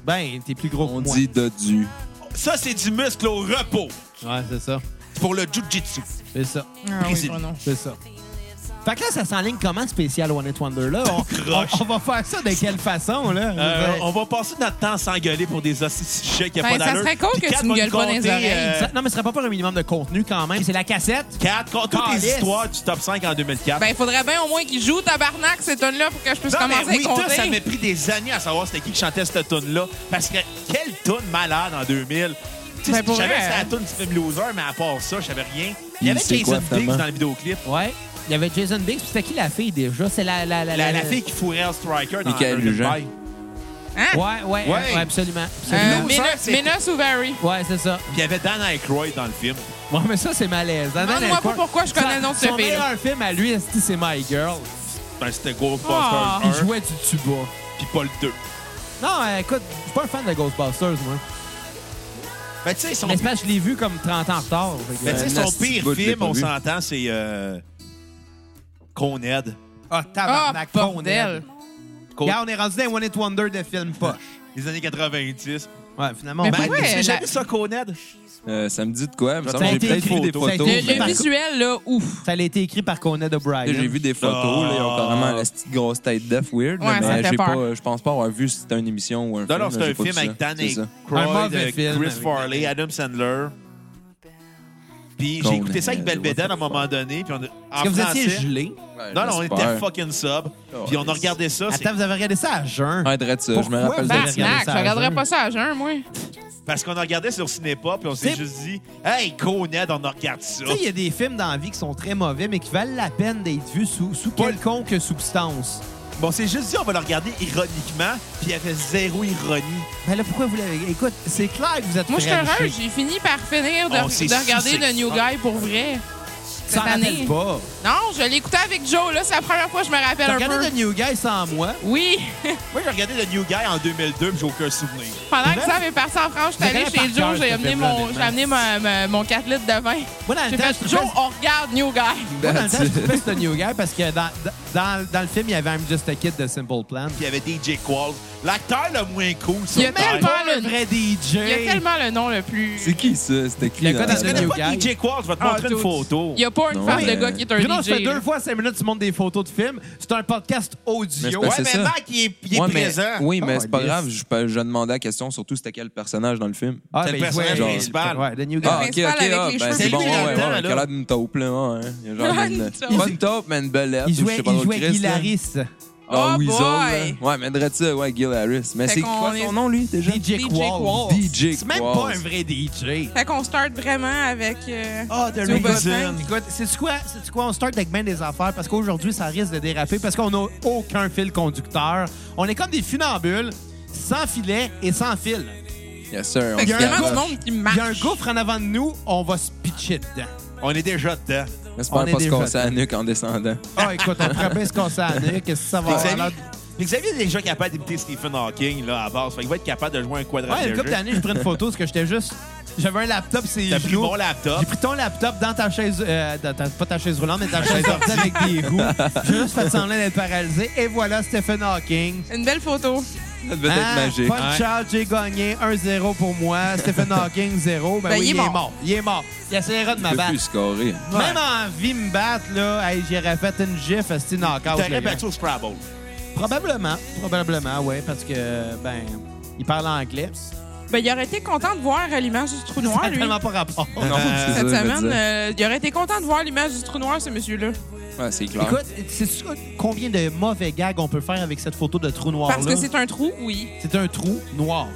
[SPEAKER 1] Ben, t'es plus gros
[SPEAKER 5] On
[SPEAKER 1] que moi.
[SPEAKER 5] dit dodu.
[SPEAKER 3] Ça, c'est du muscle au repos.
[SPEAKER 1] Ouais, c'est ça.
[SPEAKER 3] C'est Pour le jujitsu.
[SPEAKER 1] C'est ça.
[SPEAKER 4] Ah oui,
[SPEAKER 3] Brésil.
[SPEAKER 4] moi non.
[SPEAKER 1] C'est ça. Fait que là, ça s'enligne comment, spécial One It Wonder, là? On,
[SPEAKER 3] Croche.
[SPEAKER 1] on- on va faire ça de quelle façon, là?
[SPEAKER 3] Euh,
[SPEAKER 1] Je veux
[SPEAKER 3] on va passer notre temps à s'engueuler pour des hosties de sujets qui a
[SPEAKER 4] Ben,
[SPEAKER 3] pas
[SPEAKER 4] ça
[SPEAKER 3] d'allure.
[SPEAKER 4] serait cool
[SPEAKER 3] Puis
[SPEAKER 4] que
[SPEAKER 3] Kat
[SPEAKER 4] tu me
[SPEAKER 3] va
[SPEAKER 4] gueules
[SPEAKER 3] nous
[SPEAKER 4] pas dans les
[SPEAKER 3] compter, euh,
[SPEAKER 4] oreilles.
[SPEAKER 1] dire- Non, mais ce serait pas pour un minimum de contenu, quand même. C'est la cassette.
[SPEAKER 3] Kat, compte toutes
[SPEAKER 1] Calice.
[SPEAKER 3] les histoires du top 5 en 2004.
[SPEAKER 4] Ben, il faudrait bien au moins qu'il joue tabarnak, ces tonnes-là, pour que je puisse
[SPEAKER 3] non,
[SPEAKER 4] commencer
[SPEAKER 3] mais oui,
[SPEAKER 4] à
[SPEAKER 3] toi,
[SPEAKER 4] compter.
[SPEAKER 3] ça m'a pris des années à savoir c'était qui qui chantait cette tune-là. Parce que quelle tune malade en 2000. Tu sais,
[SPEAKER 4] Ben,
[SPEAKER 3] je
[SPEAKER 4] pour
[SPEAKER 3] savais
[SPEAKER 4] vrai,
[SPEAKER 3] que c'était la
[SPEAKER 4] hein.
[SPEAKER 3] tune du film Loser, mais à part ça, je savais rien. Il
[SPEAKER 5] Il
[SPEAKER 3] y avait
[SPEAKER 5] sait quoi,
[SPEAKER 3] Jason Biggs
[SPEAKER 5] finalement.
[SPEAKER 3] dans le vidéoclip.
[SPEAKER 1] Ouais. Il y avait Jason Biggs. Puis c'était qui la fille, déjà? C'est la... La,
[SPEAKER 3] La, la fille qui fourrait un striker dans
[SPEAKER 5] Michael
[SPEAKER 3] American
[SPEAKER 5] Lujan.
[SPEAKER 3] Pie.
[SPEAKER 4] Hein?
[SPEAKER 1] Ouais, ouais, ouais,
[SPEAKER 3] Ouais.
[SPEAKER 1] absolument.
[SPEAKER 4] Euh,
[SPEAKER 1] absolument.
[SPEAKER 3] Loser,
[SPEAKER 4] Menos-
[SPEAKER 3] c'est-
[SPEAKER 4] Menos ou Barry?
[SPEAKER 1] Ouais, c'est ça.
[SPEAKER 3] Puis il y avait Dan Aykroyd dans le film.
[SPEAKER 1] Ouais, mais ça, c'est malaise.
[SPEAKER 4] Demande-moi pas pourquoi je connais le nom de ce
[SPEAKER 1] Son
[SPEAKER 4] film.
[SPEAKER 1] meilleur film à lui, esti, c'est My Girl.
[SPEAKER 3] Ben, c'était Ghostbusters
[SPEAKER 4] Ah.
[SPEAKER 1] Il
[SPEAKER 3] 1,
[SPEAKER 1] jouait du tuba.
[SPEAKER 3] puis pas le 2.
[SPEAKER 1] Non, euh, écoute, je suis pas un fan de Ghostbusters, moi.
[SPEAKER 3] Ben, tu sais, son,
[SPEAKER 1] Mais c'est parce que je l'ai vu comme 30 ans en retard. fait que-
[SPEAKER 3] ben, tu sais,
[SPEAKER 5] Un
[SPEAKER 3] son
[SPEAKER 5] nasty
[SPEAKER 3] pire
[SPEAKER 5] bout, je l'ai
[SPEAKER 3] film,
[SPEAKER 5] pas
[SPEAKER 3] on
[SPEAKER 5] vu.
[SPEAKER 3] s'entend, c'est euh, Con Ed.
[SPEAKER 1] Ah,
[SPEAKER 4] Ah,
[SPEAKER 1] tabarnak, con, elle.
[SPEAKER 4] bordel!
[SPEAKER 3] Con-
[SPEAKER 1] Regarde, on est rendu dans un One It Wonder de film poche.
[SPEAKER 3] Les années 90.
[SPEAKER 1] Ouais, finalement, on
[SPEAKER 4] Mais
[SPEAKER 1] va-
[SPEAKER 3] Ben,
[SPEAKER 4] Ouais,
[SPEAKER 3] tu sais,
[SPEAKER 4] la-
[SPEAKER 3] jamais ça, Con Ed.
[SPEAKER 5] Euh, ça me dit de quoi? Il me
[SPEAKER 3] Ça
[SPEAKER 1] a
[SPEAKER 5] semble que J'ai
[SPEAKER 1] été
[SPEAKER 5] peut-être
[SPEAKER 1] écrit,
[SPEAKER 5] vu des
[SPEAKER 1] ça a été
[SPEAKER 5] photos.
[SPEAKER 4] Le,
[SPEAKER 5] mais-
[SPEAKER 4] le visuel, là, ouf!
[SPEAKER 1] ça a été écrit par Conan O'Brien.
[SPEAKER 5] J'ai vu des photos, là, ils ont
[SPEAKER 3] Ah.
[SPEAKER 5] carrément la petite grosse tête d'œuf weird. là,
[SPEAKER 4] Ouais, ça
[SPEAKER 5] mais
[SPEAKER 4] fait
[SPEAKER 5] j'ai
[SPEAKER 4] peur.
[SPEAKER 5] pas, je pense pas avoir vu si c'était une émission ou un
[SPEAKER 3] Non,
[SPEAKER 5] film.
[SPEAKER 3] non,
[SPEAKER 5] là,
[SPEAKER 3] c'est
[SPEAKER 5] j'ai
[SPEAKER 3] un
[SPEAKER 5] pas
[SPEAKER 3] film
[SPEAKER 5] vu
[SPEAKER 3] avec
[SPEAKER 5] ça,
[SPEAKER 3] Dan
[SPEAKER 5] c'est ça.
[SPEAKER 1] Un
[SPEAKER 3] Aykroyd,
[SPEAKER 1] mauvais
[SPEAKER 3] euh,
[SPEAKER 1] film
[SPEAKER 3] Chris
[SPEAKER 1] avec-
[SPEAKER 3] Farley, Adam Sandler. Puis j'ai
[SPEAKER 5] Con
[SPEAKER 3] écouté ça avec
[SPEAKER 5] Ed,
[SPEAKER 3] Belvedere à un
[SPEAKER 5] what the
[SPEAKER 3] moment donné. Puis on a-
[SPEAKER 1] Est-ce
[SPEAKER 3] en
[SPEAKER 1] que vous étiez
[SPEAKER 3] français.
[SPEAKER 1] gelé?
[SPEAKER 5] Ouais,
[SPEAKER 3] Non, non, on était
[SPEAKER 5] j'espère. Oh,
[SPEAKER 3] fucking sub. Puis on a regardé ça. c'est-
[SPEAKER 1] Attends, vous avez regardé ça à jeun?
[SPEAKER 5] Ouais, drette ça, je me
[SPEAKER 1] Pourquoi
[SPEAKER 5] rappelle
[SPEAKER 1] Vous avez
[SPEAKER 5] de
[SPEAKER 1] regardé
[SPEAKER 4] Tabarnak, je
[SPEAKER 1] ça à
[SPEAKER 4] regarderais
[SPEAKER 1] jeun?
[SPEAKER 4] pas ça à jeun, moi.
[SPEAKER 3] Parce qu'on a regardé sur Cinépa, puis on s'est
[SPEAKER 1] C'est-
[SPEAKER 3] juste dit, hey, Con Ed, on regarde ça.
[SPEAKER 1] Tu sais, il y a des films dans la vie qui sont très mauvais, mais qui valent la peine d'être vus sous, sous quelconque substance.
[SPEAKER 3] Bon, c'est juste dit, on va le regarder ironiquement, puis il y avait zéro ironie.
[SPEAKER 1] Mais Ben là, pourquoi vous l'avez... Écoute, c'est clair que vous êtes
[SPEAKER 4] Moi, je suis
[SPEAKER 1] très
[SPEAKER 4] heureux.
[SPEAKER 1] riche.
[SPEAKER 4] J'ai fini par finir de,
[SPEAKER 3] On s'est
[SPEAKER 4] de regarder
[SPEAKER 3] sucé.
[SPEAKER 4] The New Guy pour vrai.
[SPEAKER 1] T'en
[SPEAKER 4] Cette année.
[SPEAKER 1] rappelles pas.
[SPEAKER 4] Non, je l'ai écouté avec Joe, là. C'est la première fois que je me rappelle
[SPEAKER 1] T'as
[SPEAKER 4] un peu.
[SPEAKER 1] regardé The New Guy sans moi.
[SPEAKER 4] Oui.
[SPEAKER 3] Moi, j'ai regardé The New Guy en 2002, puis j'ai aucun souvenir.
[SPEAKER 4] Pendant que ça avait parti en France, j'étais
[SPEAKER 1] Je
[SPEAKER 4] allée
[SPEAKER 1] connais
[SPEAKER 4] chez
[SPEAKER 1] par cœur,
[SPEAKER 4] Joe, j'ai
[SPEAKER 1] ce
[SPEAKER 4] amené
[SPEAKER 1] film-là,
[SPEAKER 4] mon,
[SPEAKER 1] honnêtement.
[SPEAKER 4] j'ai amené ma- ma- mon 4 litres de vin.
[SPEAKER 1] Moi, dans le
[SPEAKER 4] J'ai
[SPEAKER 1] temps,
[SPEAKER 4] fait,
[SPEAKER 1] je
[SPEAKER 4] Joe,
[SPEAKER 1] trouvais-
[SPEAKER 4] on regarde New Guy.
[SPEAKER 1] Moi, dans le
[SPEAKER 5] That's
[SPEAKER 1] temps, je
[SPEAKER 5] it.
[SPEAKER 1] trouvais que c'était New Guy parce que dans, dans, dans le film, il y avait I'm Just a Kid de Simple Plan.
[SPEAKER 3] Puis il y avait DJ Qualls. L'acteur le moins cool sur
[SPEAKER 4] Il y a
[SPEAKER 3] Terre.
[SPEAKER 4] tellement-
[SPEAKER 1] Pas le
[SPEAKER 4] le-
[SPEAKER 1] vrai
[SPEAKER 4] Il y a
[SPEAKER 1] DJ.
[SPEAKER 4] tellement le nom le plus.
[SPEAKER 5] C'est qui ça? C'était qui?
[SPEAKER 1] Le gars dans
[SPEAKER 5] dans-
[SPEAKER 3] Je
[SPEAKER 1] The
[SPEAKER 3] connais
[SPEAKER 1] New
[SPEAKER 3] pas
[SPEAKER 1] Guy.
[SPEAKER 3] DJ Qualls, je vais te
[SPEAKER 4] Ah,
[SPEAKER 3] montrer
[SPEAKER 4] dude.
[SPEAKER 3] une photo.
[SPEAKER 4] Il n'y a pas une
[SPEAKER 5] Non,
[SPEAKER 4] face de
[SPEAKER 5] mais-
[SPEAKER 4] gars qui est un
[SPEAKER 1] Bruno, ça
[SPEAKER 4] DJ.
[SPEAKER 1] fait
[SPEAKER 4] là.
[SPEAKER 1] deux fois cinq minutes, tu montres des photos de films. C'est un podcast
[SPEAKER 5] Mais c'est
[SPEAKER 1] audio.
[SPEAKER 5] parce
[SPEAKER 3] Ouais,
[SPEAKER 5] que
[SPEAKER 3] mais
[SPEAKER 5] c'est ça.
[SPEAKER 3] Mac, il est, il est
[SPEAKER 5] Ouais, mais-
[SPEAKER 3] présent.
[SPEAKER 5] Oui, mais
[SPEAKER 1] Oh,
[SPEAKER 5] c'est pas
[SPEAKER 1] yes.
[SPEAKER 5] grave. Je, je demandais la question, surtout c'était quel personnage dans le film?
[SPEAKER 1] Ah,
[SPEAKER 3] c'est le
[SPEAKER 1] ben, il jouait-
[SPEAKER 3] personnage principal.
[SPEAKER 1] Ouais, The New Guy.
[SPEAKER 5] Ah, ok, ok,
[SPEAKER 4] principal avec
[SPEAKER 5] ah,
[SPEAKER 4] les
[SPEAKER 5] ben,
[SPEAKER 4] cheveux
[SPEAKER 5] c'est bon, ouais,
[SPEAKER 3] plus longs.
[SPEAKER 5] ouais,
[SPEAKER 3] Là-dedans,
[SPEAKER 5] ouais,
[SPEAKER 3] là.
[SPEAKER 5] il a l'air d'une taupe, là, ouais. hein. Il y a genre
[SPEAKER 4] Une
[SPEAKER 5] une...
[SPEAKER 4] taupe.
[SPEAKER 5] Pas une taupe, mais une belette.
[SPEAKER 1] Il
[SPEAKER 5] ou je
[SPEAKER 1] jouait,
[SPEAKER 5] sais pas
[SPEAKER 1] il
[SPEAKER 5] trop,
[SPEAKER 1] jouait
[SPEAKER 5] Chris,
[SPEAKER 1] Guy
[SPEAKER 5] là.
[SPEAKER 1] Larisse.
[SPEAKER 5] Ah,
[SPEAKER 4] Oh
[SPEAKER 5] Weasel,
[SPEAKER 4] boy!
[SPEAKER 5] là. Ouais, mais dirait ça, ouais, Gil Harris. Mais
[SPEAKER 4] Fait
[SPEAKER 5] c'est
[SPEAKER 4] qu'on
[SPEAKER 5] quoi
[SPEAKER 4] est-
[SPEAKER 5] son nom, lui, déjà?
[SPEAKER 1] DJ
[SPEAKER 4] DJ
[SPEAKER 1] Qualls.
[SPEAKER 4] Qualls.
[SPEAKER 5] DJ
[SPEAKER 1] C'est même pas
[SPEAKER 5] Qualls.
[SPEAKER 1] un vrai DJ.
[SPEAKER 4] Fait qu'on start vraiment avec. euh,
[SPEAKER 1] Oh,
[SPEAKER 3] Ah, The
[SPEAKER 4] Du
[SPEAKER 3] Reason.
[SPEAKER 4] Bottin.
[SPEAKER 1] Écoute, c'est quoi? C'est quoi? On start avec bien des affaires parce qu'aujourd'hui, ça risque de déraper parce qu'on n'a aucun fil conducteur. On est comme des funambules, sans filet et sans fil.
[SPEAKER 5] Yes, sir. on
[SPEAKER 4] Fait
[SPEAKER 5] se
[SPEAKER 4] qu'il y a vraiment
[SPEAKER 5] garoche.
[SPEAKER 4] du monde qui
[SPEAKER 1] Il
[SPEAKER 4] marche.
[SPEAKER 1] y a un gouffre en avant de nous, on va se pitcher dedans.
[SPEAKER 3] On est déjà dedans.
[SPEAKER 1] On
[SPEAKER 5] J'espère
[SPEAKER 1] est
[SPEAKER 5] pas
[SPEAKER 1] des
[SPEAKER 5] se casser
[SPEAKER 1] vedettes.
[SPEAKER 5] la nuque en descendant.
[SPEAKER 1] Ah, écoute, on pourrait bien se casser la nuque. Qu'est-ce que ça va
[SPEAKER 3] Puis
[SPEAKER 1] avoir?
[SPEAKER 3] Xavier,
[SPEAKER 1] l'air-
[SPEAKER 3] puis Xavier est déjà capable d'imiter Stephen Hawking là, à base. Fait qu'il va être capable de jouer un quadrat
[SPEAKER 1] Ouais,
[SPEAKER 3] de
[SPEAKER 1] une couple
[SPEAKER 3] jeu.
[SPEAKER 1] d'années, j'ai pris une photo parce que j'étais juste. J'avais un laptop, c'est
[SPEAKER 3] T'as pris mon laptop.
[SPEAKER 1] J'ai pris ton laptop dans ta chaise. euh, dans ta- pas ta chaise roulante, mais ta chaise ordi avec des roues. J'ai juste fait semblant d'être paralysé. Et voilà Stephen Hawking.
[SPEAKER 4] Une belle photo.
[SPEAKER 5] Ça devait
[SPEAKER 1] Hein?
[SPEAKER 5] être magique.
[SPEAKER 1] Punch out, j'ai gagné 1-0 pour moi. Stephen Hawking, 0. Ben,
[SPEAKER 4] Ben,
[SPEAKER 1] oui,
[SPEAKER 4] il est mort.
[SPEAKER 1] Il est mort. Il essaiera de
[SPEAKER 5] Je
[SPEAKER 1] me
[SPEAKER 5] peux
[SPEAKER 1] battre.
[SPEAKER 5] plus scorer.
[SPEAKER 1] Ouais. Même en vie me battre, là, hey, j'aurais fait une gif à Steve Knockout.
[SPEAKER 3] T'aurais
[SPEAKER 1] le gars. Oh,
[SPEAKER 3] battu au Scrabble.
[SPEAKER 1] Probablement. Probablement, oui, parce que, ben, il parle anglais.
[SPEAKER 4] Ben, il aurait été content de voir euh, l'image du trou
[SPEAKER 1] Ça
[SPEAKER 4] noir,
[SPEAKER 1] a
[SPEAKER 4] lui.
[SPEAKER 1] tellement pas rapport.
[SPEAKER 5] Non, c'est ça,
[SPEAKER 4] Cette
[SPEAKER 5] je veux
[SPEAKER 4] semaine,
[SPEAKER 5] dire.
[SPEAKER 4] euh, il aurait été content de voir l'image du trou noir, ce monsieur-là.
[SPEAKER 5] Ouais, c'est clair.
[SPEAKER 1] Écoute, c'est combien de mauvais gags on peut faire avec cette photo de trou noir
[SPEAKER 4] Parce
[SPEAKER 1] Oh, là?
[SPEAKER 4] que c'est un trou, oui.
[SPEAKER 1] C'est un trou noir.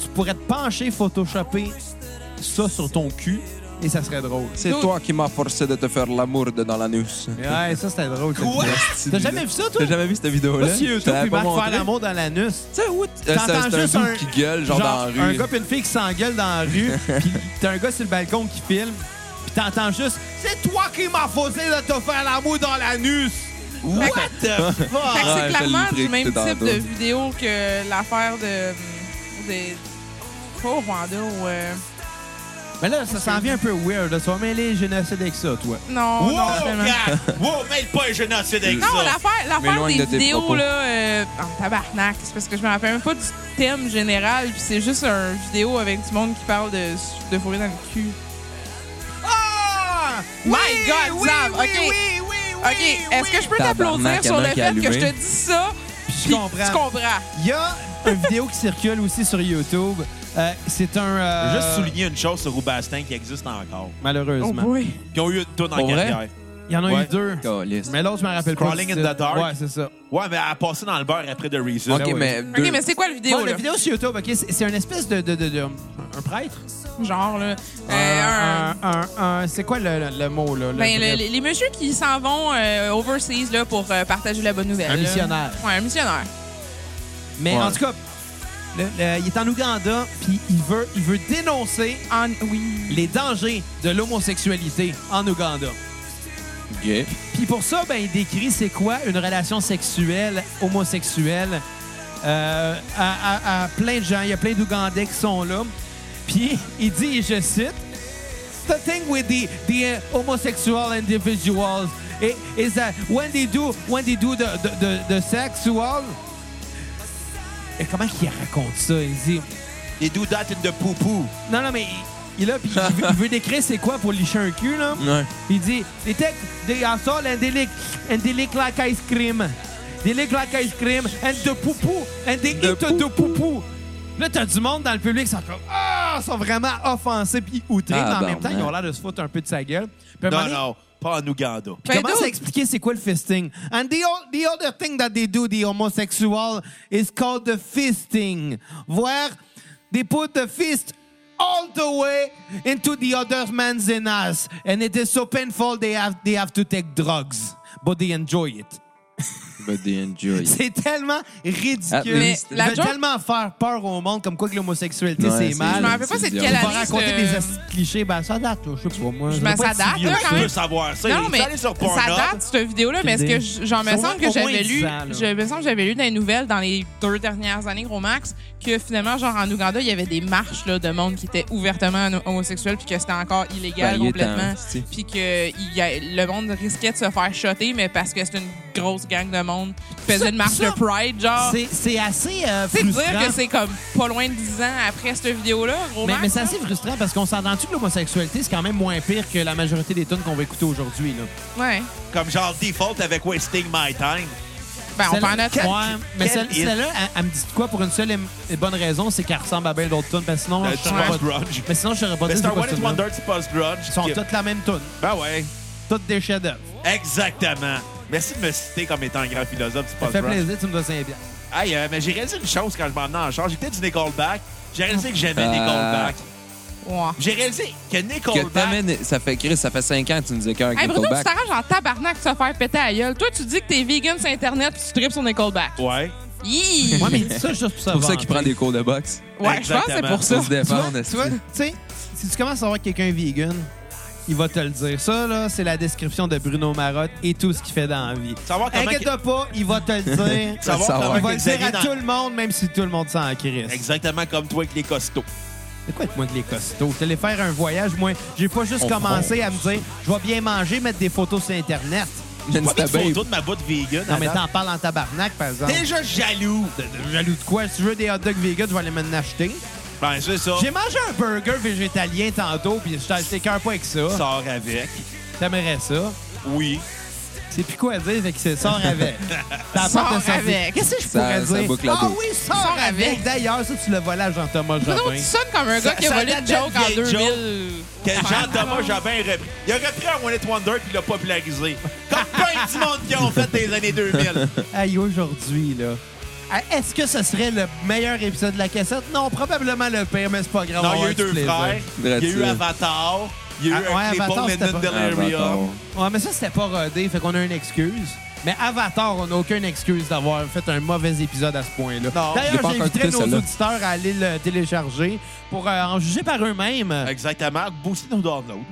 [SPEAKER 1] Tu pourrais te pencher, photoshopper ça sur ton cul et ça serait drôle.
[SPEAKER 5] c'est
[SPEAKER 4] Dude.
[SPEAKER 5] toi qui m'as forcé de te faire l'amour de dans l'anus.
[SPEAKER 1] Ouais, ça c'était drôle. cette vidéo. T'as jamais vu ça, toi?
[SPEAKER 5] T'as jamais vu cette vidéo-là?
[SPEAKER 1] Monsieur,
[SPEAKER 5] Je te
[SPEAKER 1] toi,
[SPEAKER 5] l'avais
[SPEAKER 1] puis
[SPEAKER 5] pas
[SPEAKER 1] Marc faire
[SPEAKER 5] montré.
[SPEAKER 1] l'amour dans l'anus.
[SPEAKER 5] Tu sais, où t- euh,
[SPEAKER 1] T'entends
[SPEAKER 5] C'est un
[SPEAKER 1] juste
[SPEAKER 5] dude
[SPEAKER 1] un-
[SPEAKER 5] qui gueule, genre, dans la
[SPEAKER 1] un
[SPEAKER 5] rue.
[SPEAKER 1] gars oh, puis une fille qui s'engueule dans la
[SPEAKER 3] [laughs]
[SPEAKER 1] rue, puis t'as un gars sur le balcon qui filme, puis t'entends juste « C'est toi qui m'as faussé de te faire l'amour dans l'anus! » What the
[SPEAKER 3] [laughs]
[SPEAKER 4] Fait que
[SPEAKER 1] fuck?
[SPEAKER 5] Ah,
[SPEAKER 4] c'est
[SPEAKER 5] ouais,
[SPEAKER 4] clairement
[SPEAKER 5] je l'ai
[SPEAKER 4] du même
[SPEAKER 5] écouté
[SPEAKER 4] type de
[SPEAKER 5] tantôt.
[SPEAKER 4] vidéo que l'affaire de. des. Pas au Rwanda ou. euh,
[SPEAKER 1] Mais là, ça s'en vient un peu weird. là. Tu vas mêler génocide avec ça, toi.
[SPEAKER 4] Non,
[SPEAKER 3] Wow,
[SPEAKER 4] non, vraiment.
[SPEAKER 3] gars! Wow, mêle pas un génocide avec
[SPEAKER 4] Non,
[SPEAKER 3] ça.
[SPEAKER 4] l'affaire, l'affaire
[SPEAKER 5] M'éloigne
[SPEAKER 4] des
[SPEAKER 5] de tes
[SPEAKER 4] vidéos,
[SPEAKER 5] propos.
[SPEAKER 4] là. euh, en tabarnak, c'est parce que je me rappelle même pas du thème général, puis c'est juste une vidéo avec du monde qui parle de, de fourrer dans le cul.
[SPEAKER 1] Ah!
[SPEAKER 4] My God, Sam, OK. OK, est-ce que je peux t'applaudir
[SPEAKER 5] Tabarnak, y en
[SPEAKER 4] sur
[SPEAKER 5] a
[SPEAKER 4] le
[SPEAKER 5] un qui a
[SPEAKER 4] fait que je te
[SPEAKER 5] allumé.
[SPEAKER 4] dis ça, puis
[SPEAKER 1] Je comprends.
[SPEAKER 4] tu comprends?
[SPEAKER 1] Il y a une vidéo qui circule aussi sur YouTube. Euh, c'est un... euh,
[SPEAKER 3] Juste souligner une chose sur Roubastin qui existe encore.
[SPEAKER 4] Oh
[SPEAKER 1] Malheureusement.
[SPEAKER 4] boy.
[SPEAKER 3] Qui ont eu une toune en
[SPEAKER 5] Pour vrai?
[SPEAKER 3] carrière.
[SPEAKER 1] Il y en a eu
[SPEAKER 3] Ouais.
[SPEAKER 1] deux.
[SPEAKER 5] Caliste.
[SPEAKER 1] Mais l'autre, je me rappelle pas.
[SPEAKER 3] Crawling
[SPEAKER 1] du
[SPEAKER 3] in
[SPEAKER 1] titre.
[SPEAKER 3] the dark.
[SPEAKER 1] Ouais, c'est ça.
[SPEAKER 3] Ouais, mais elle a passé dans le beurre après The Reason.
[SPEAKER 5] OK,
[SPEAKER 1] ouais.
[SPEAKER 5] mais...
[SPEAKER 4] OK,
[SPEAKER 5] deux-
[SPEAKER 4] mais c'est quoi la vidéo,
[SPEAKER 1] Ouais,
[SPEAKER 4] là?
[SPEAKER 1] la vidéo sur YouTube, OK, c'est c'est une espèce de... de, de, de- un prêtre?
[SPEAKER 4] Genre, là. euh,
[SPEAKER 5] Ah,
[SPEAKER 4] un-
[SPEAKER 1] Un, un, un- c'est quoi le, le- le mot, là? le
[SPEAKER 4] Ben,
[SPEAKER 1] vrai-
[SPEAKER 4] le- les, les messieurs qui s'en vont euh, overseas là, pour euh, partager la bonne nouvelle.
[SPEAKER 1] Un
[SPEAKER 4] là.
[SPEAKER 1] missionnaire.
[SPEAKER 4] Ouais, un missionnaire.
[SPEAKER 1] Mais
[SPEAKER 5] Ouais.
[SPEAKER 1] en tout cas, le- le- il est en Ouganda, puis il veut, il veut dénoncer
[SPEAKER 4] En- oui.
[SPEAKER 1] les dangers de l'homosexualité en Ouganda.
[SPEAKER 5] OK.
[SPEAKER 1] Puis pour ça, ben, il décrit c'est quoi une relation sexuelle homosexuelle euh, à, à- à plein de gens. Il y a plein d'Ougandais qui sont là. Puis [laughs] il dit, et je cite, The thing with the, the uh, homosexual individuals i- is that when they do, when they do the, the, the, the sexual... Et comment il raconte ça? Il dit...
[SPEAKER 3] Les do that in the poo-poo.
[SPEAKER 1] Non, non, mais il, il, a- puis il veut- il veut décrire c'est quoi pour licher un cul, là.
[SPEAKER 5] Ouais.
[SPEAKER 1] Il dit, they take, they are all and they lick, and they lick like ice cream. They lick like ice cream and the poupou, and they
[SPEAKER 5] The
[SPEAKER 1] eat the poupou. Là, t'as du monde dans le public, ils sont comme, ah, ils sont vraiment offensés puis outrés.
[SPEAKER 5] Ah,
[SPEAKER 1] mais en
[SPEAKER 5] ben,
[SPEAKER 1] même temps,
[SPEAKER 5] ben.
[SPEAKER 1] ils ont l'air de se foutre un peu de sa gueule. Puis à un moment
[SPEAKER 3] Non,
[SPEAKER 1] donné,
[SPEAKER 3] non, pas en Ouganda.
[SPEAKER 1] puis il
[SPEAKER 4] Ben,
[SPEAKER 1] commence
[SPEAKER 4] dude.
[SPEAKER 1] à expliquer c'est quoi le fisting. And the, o- the other thing that they do, the homosexual, is called the fisting. Where they put the fist all the way into the other man's ass. And it is so painful they have, they have to take drugs. But they enjoy it. [laughs]
[SPEAKER 5] But they enjoy.
[SPEAKER 1] C'est tellement
[SPEAKER 5] Ah,
[SPEAKER 1] ridicule.
[SPEAKER 5] mais
[SPEAKER 1] Ils
[SPEAKER 4] la
[SPEAKER 1] veulent
[SPEAKER 4] joke-
[SPEAKER 1] tellement faire peur au monde comme quoi que l'homosexualité,
[SPEAKER 5] Ouais,
[SPEAKER 1] c'est
[SPEAKER 5] c'est-
[SPEAKER 1] mal.
[SPEAKER 4] Je me rappelle pas c'est de quelle
[SPEAKER 5] On
[SPEAKER 1] On
[SPEAKER 5] la
[SPEAKER 1] va
[SPEAKER 4] année.
[SPEAKER 1] raconter
[SPEAKER 4] ce-
[SPEAKER 1] des esti de clichés. Ben, ça date, là. Je sais pas, moi.
[SPEAKER 4] Je
[SPEAKER 1] dois
[SPEAKER 4] m'en-
[SPEAKER 1] pas
[SPEAKER 4] ça
[SPEAKER 1] être si
[SPEAKER 4] date,
[SPEAKER 1] vieux
[SPEAKER 4] là,
[SPEAKER 1] que
[SPEAKER 4] quand
[SPEAKER 1] ça.
[SPEAKER 3] Tu
[SPEAKER 4] même.
[SPEAKER 3] veux savoir ça?
[SPEAKER 4] Non,
[SPEAKER 3] Il est
[SPEAKER 4] mais
[SPEAKER 3] allé sur
[SPEAKER 4] ça
[SPEAKER 3] Pornhub.
[SPEAKER 4] date, cette vidéo-là, mais est-ce que je- j'en me
[SPEAKER 1] Au moins-
[SPEAKER 4] semble que
[SPEAKER 1] au moins
[SPEAKER 4] j'avais
[SPEAKER 1] 10
[SPEAKER 4] lu,
[SPEAKER 1] ans, là.
[SPEAKER 4] je me semble que j'avais lu dans les nouvelles dans les deux dernières années, gros max, que finalement, genre en Ouganda, il y avait des marches là, de monde qui étaient ouvertement homo- homosexuels puis que c'était encore illégal
[SPEAKER 5] Ben, il est
[SPEAKER 4] complètement.
[SPEAKER 5] temps, c'est-tu.
[SPEAKER 4] Puis que il y a- le monde risquait de se faire shotter, mais parce que c'est une grosse gang de monde qui faisait
[SPEAKER 1] Ça-
[SPEAKER 4] une marche
[SPEAKER 1] ça-
[SPEAKER 4] de Pride, genre.
[SPEAKER 1] C'est- C'est assez euh,
[SPEAKER 4] C'est
[SPEAKER 1] frustrant.
[SPEAKER 4] dire que c'est comme pas loin de 10 ans après cette vidéo-là, gros
[SPEAKER 1] mais
[SPEAKER 4] max,
[SPEAKER 1] mais c'est
[SPEAKER 4] là.
[SPEAKER 1] assez frustrant parce qu'on s'entend-tu que l'homosexualité, c'est quand même moins pire que la majorité des tunes qu'on va écouter aujourd'hui. là.
[SPEAKER 4] Ouais.
[SPEAKER 3] Comme genre Default avec Wasting My Time.
[SPEAKER 4] Ben, on
[SPEAKER 1] Celle-là-
[SPEAKER 4] parle notre
[SPEAKER 1] Ouais, mais
[SPEAKER 3] quel
[SPEAKER 1] celle-
[SPEAKER 3] hit.
[SPEAKER 1] celle-là, elle, elle me dit de quoi pour une seule et et bonne raison, c'est qu'elle ressemble à bien d'autres tunes. Parce que sinon,
[SPEAKER 3] Euh,
[SPEAKER 1] je
[SPEAKER 3] tu
[SPEAKER 1] saurais
[SPEAKER 3] penses
[SPEAKER 1] pas-
[SPEAKER 3] grunge.
[SPEAKER 1] mais sinon, je saurais pas
[SPEAKER 3] Mais
[SPEAKER 1] dire
[SPEAKER 3] c'est
[SPEAKER 1] c'est
[SPEAKER 3] un
[SPEAKER 1] quoi
[SPEAKER 3] One
[SPEAKER 1] ce
[SPEAKER 3] It
[SPEAKER 1] tune-là.
[SPEAKER 3] Wonder, tu passes grudge.
[SPEAKER 1] Ils sont toutes la même tune,
[SPEAKER 3] Ben ouais,
[SPEAKER 1] toutes des chefs-d'œuvre.
[SPEAKER 3] exactement. Merci de me citer comme étant un grand philosophe du
[SPEAKER 1] Ça
[SPEAKER 3] post
[SPEAKER 1] fait
[SPEAKER 3] grudge.
[SPEAKER 1] plaisir, tu me dois 5 bières.
[SPEAKER 3] Hey, euh, mais j'ai réalisé une chose quand je m'emmenais en charge. J'écoutais du Nickelback. J'ai réalisé que j'aimais
[SPEAKER 1] Euh,
[SPEAKER 5] Ah.
[SPEAKER 3] Nickelback.
[SPEAKER 4] Ouais.
[SPEAKER 3] J'ai réalisé que
[SPEAKER 5] Que
[SPEAKER 3] Nickelback...
[SPEAKER 5] t'amènes... Ça fait Chris, ça fait 5 ans que tu nous écœures avec
[SPEAKER 4] Hey Bruno, tu
[SPEAKER 5] Nickelback.
[SPEAKER 4] t'arranges en tabarnak de se faire péter à gueule. Toi, tu dis que t'es vegan sur Internet puis tu tripes sur Nickelback.
[SPEAKER 3] Ouais.
[SPEAKER 4] Hi!
[SPEAKER 1] Moi, mais il dit [laughs] ça juste pour ça.
[SPEAKER 5] C'est pour ça qu'il prend des cours de boxe.
[SPEAKER 4] Ouais, je pense que c'est
[SPEAKER 3] Exactement.
[SPEAKER 4] pour ça.
[SPEAKER 5] Pour se défendre.
[SPEAKER 1] Tu vois, tu sais, si tu commences à voir quelqu'un vegan, il va te le dire. Ça, là, c'est la description de Bruno Marotte et tout ce qu'il fait dans la vie.
[SPEAKER 3] Savoir comment
[SPEAKER 1] Inquiète-toi pas, il va te le
[SPEAKER 3] [laughs]
[SPEAKER 1] dire.
[SPEAKER 3] que- savoir
[SPEAKER 5] Savoir.
[SPEAKER 3] comment
[SPEAKER 1] il va
[SPEAKER 3] que
[SPEAKER 1] le dire
[SPEAKER 3] Xavier
[SPEAKER 1] à
[SPEAKER 3] dans-
[SPEAKER 1] tout le monde, même si tout le monde s'en crisse.
[SPEAKER 3] Exactement comme toi avec les costauds.
[SPEAKER 1] C'est quoi être moins que les costauds? T'allais faire un voyage, moi, j'ai pas juste
[SPEAKER 5] On
[SPEAKER 1] commencé à me dire je vais bien manger, mettre des photos sur Internet.
[SPEAKER 5] Même
[SPEAKER 3] Pas
[SPEAKER 5] si ta
[SPEAKER 3] une
[SPEAKER 5] babe-
[SPEAKER 3] photo de ma boîte vegan.
[SPEAKER 1] Non, mais
[SPEAKER 3] Adam.
[SPEAKER 1] t'en parles en tabarnak, par exemple.
[SPEAKER 3] Déjà jaloux.
[SPEAKER 1] Jaloux de quoi? Si tu veux des hot dogs vegan, je vais aller m'en acheter.
[SPEAKER 3] Ben, c'est
[SPEAKER 5] Oh.
[SPEAKER 3] ça.
[SPEAKER 1] J'ai mangé un burger végétalien tantôt, puis je t'ai cœur pas avec ça.
[SPEAKER 3] Sors avec.
[SPEAKER 1] T'aimerais ça.
[SPEAKER 3] Oui.
[SPEAKER 1] C'est plus quoi dire, fait que c'est sort
[SPEAKER 5] [laughs]
[SPEAKER 1] avec. Ça apporte
[SPEAKER 4] Sors
[SPEAKER 1] un sorti-
[SPEAKER 4] avec.
[SPEAKER 1] Qu'est-ce que je
[SPEAKER 5] Ça-
[SPEAKER 1] pourrais
[SPEAKER 5] ça
[SPEAKER 1] dire?
[SPEAKER 5] boucle la
[SPEAKER 1] ah
[SPEAKER 5] boucle.
[SPEAKER 1] oui, sort,
[SPEAKER 4] Sors
[SPEAKER 1] avec.
[SPEAKER 4] avec.
[SPEAKER 1] D'ailleurs, ça, tu le volais à Jean-Thomas
[SPEAKER 4] Bruno,
[SPEAKER 1] Jobin.
[SPEAKER 4] tu sonnes comme un gars
[SPEAKER 3] Ça-
[SPEAKER 4] qui a
[SPEAKER 3] ça
[SPEAKER 4] volé
[SPEAKER 3] date
[SPEAKER 4] une joke en
[SPEAKER 3] vieille joke.
[SPEAKER 4] 2000.
[SPEAKER 3] Que Jean-Thomas Jobin a repris. Il a repris un One It Wonder puis il l'a popularisé. Comme plein de petits monde qui ont fait des années 2000.
[SPEAKER 1] Aïe, aujourd'hui, là. Ah, Est-ce que ce serait le meilleur épisode de la cassette? Non, probablement le pire, mais c'est pas grave.
[SPEAKER 3] Non,
[SPEAKER 1] [laughs] on
[SPEAKER 3] il y
[SPEAKER 1] va
[SPEAKER 3] a eu
[SPEAKER 1] avoir du
[SPEAKER 3] deux
[SPEAKER 1] plaisir.
[SPEAKER 3] frères. Il y a eu
[SPEAKER 5] Drette-il.
[SPEAKER 3] Avatar. Il y a eu
[SPEAKER 1] Ah, ouais,
[SPEAKER 3] un
[SPEAKER 1] Avatar,
[SPEAKER 3] Claypool
[SPEAKER 1] c'était
[SPEAKER 3] Mendon
[SPEAKER 1] pas-
[SPEAKER 3] Delirium.
[SPEAKER 1] Ouais, mais ça, c'était pas rodé, fait qu'on a une excuse. Mais Avatar, on n'a aucune excuse d'avoir fait un mauvais épisode à ce point-là.
[SPEAKER 3] Non.
[SPEAKER 5] Je l'ai
[SPEAKER 1] D'ailleurs,
[SPEAKER 5] pas encore
[SPEAKER 1] j'inviterais
[SPEAKER 5] écouté,
[SPEAKER 1] nos
[SPEAKER 5] celle-là.
[SPEAKER 1] auditeurs à aller le télécharger pour euh, en juger par eux-mêmes.
[SPEAKER 3] Exactement. Booster nos downloads.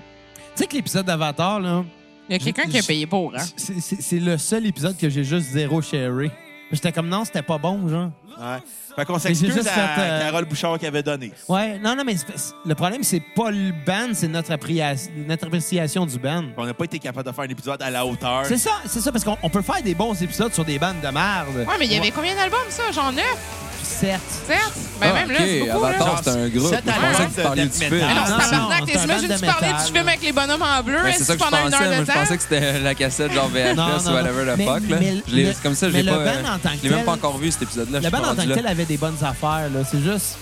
[SPEAKER 1] Tu sais que l'épisode d'Avatar, là,
[SPEAKER 4] Il y a quelqu'un qui a payé pour, hein?
[SPEAKER 1] c'est- c'est c'est le seul épisode que j'ai juste zéro sharé. J'étais comme non, c'était pas bon, genre.
[SPEAKER 3] Ouais. Fait qu'on
[SPEAKER 1] j'ai
[SPEAKER 3] s'excuse
[SPEAKER 1] juste
[SPEAKER 3] à
[SPEAKER 1] fait, euh,
[SPEAKER 3] Carole Bouchard qui avait donné.
[SPEAKER 1] Ouais, non, non, mais c'est- c'est- le problème, c'est pas le band, c'est notre, apprécia- notre appréciation du band.
[SPEAKER 3] On n'a pas été capable de faire un épisode à la hauteur.
[SPEAKER 1] C'est ça, c'est ça, parce qu'on on peut faire des bons épisodes sur des bandes de merde.
[SPEAKER 4] Ouais, mais il y avait combien d'albums, ça? Genre neuf,
[SPEAKER 1] Certes.
[SPEAKER 4] certes? Ben,
[SPEAKER 5] Ah,
[SPEAKER 4] même là,
[SPEAKER 5] ok,
[SPEAKER 4] c'est beaucoup, là.
[SPEAKER 5] Avatar,
[SPEAKER 3] là.
[SPEAKER 5] c'est un groupe.
[SPEAKER 3] Sept
[SPEAKER 5] Je pensais
[SPEAKER 4] albums
[SPEAKER 5] que
[SPEAKER 3] de
[SPEAKER 5] tu parlais
[SPEAKER 3] death
[SPEAKER 5] du film.
[SPEAKER 3] metal.
[SPEAKER 4] Mais non,
[SPEAKER 1] Ah,
[SPEAKER 4] c'est
[SPEAKER 1] non,
[SPEAKER 4] tabarnak,
[SPEAKER 1] c'est
[SPEAKER 4] t'es
[SPEAKER 1] un
[SPEAKER 4] imagines
[SPEAKER 1] band
[SPEAKER 4] tu
[SPEAKER 1] de
[SPEAKER 4] parlais
[SPEAKER 1] métal,
[SPEAKER 4] du film
[SPEAKER 1] là.
[SPEAKER 4] avec les bonhommes en bleu
[SPEAKER 5] Ben,
[SPEAKER 4] est-ce
[SPEAKER 5] c'est ça que je
[SPEAKER 4] pendant une
[SPEAKER 5] pensais.
[SPEAKER 4] heure
[SPEAKER 5] Moi,
[SPEAKER 4] de
[SPEAKER 5] je
[SPEAKER 4] temps?
[SPEAKER 5] pensais que c'était la cassette, genre VHS
[SPEAKER 1] Non, non,
[SPEAKER 5] ou
[SPEAKER 1] non.
[SPEAKER 5] whatever the
[SPEAKER 1] Mais-
[SPEAKER 5] fuck. Là.
[SPEAKER 1] mais
[SPEAKER 5] Je l'ai-
[SPEAKER 1] le-
[SPEAKER 5] c'est comme ça, je
[SPEAKER 1] mais
[SPEAKER 5] l'ai
[SPEAKER 1] le
[SPEAKER 5] pas.
[SPEAKER 1] band
[SPEAKER 5] euh,
[SPEAKER 1] en tant que
[SPEAKER 5] je l'ai même
[SPEAKER 1] tel-
[SPEAKER 5] pas encore vu cet épisode-là.
[SPEAKER 1] Le
[SPEAKER 5] je suis
[SPEAKER 1] band en
[SPEAKER 5] rendu
[SPEAKER 1] tant que
[SPEAKER 5] là.
[SPEAKER 1] tel avait des bonnes affaires, là. C'est juste,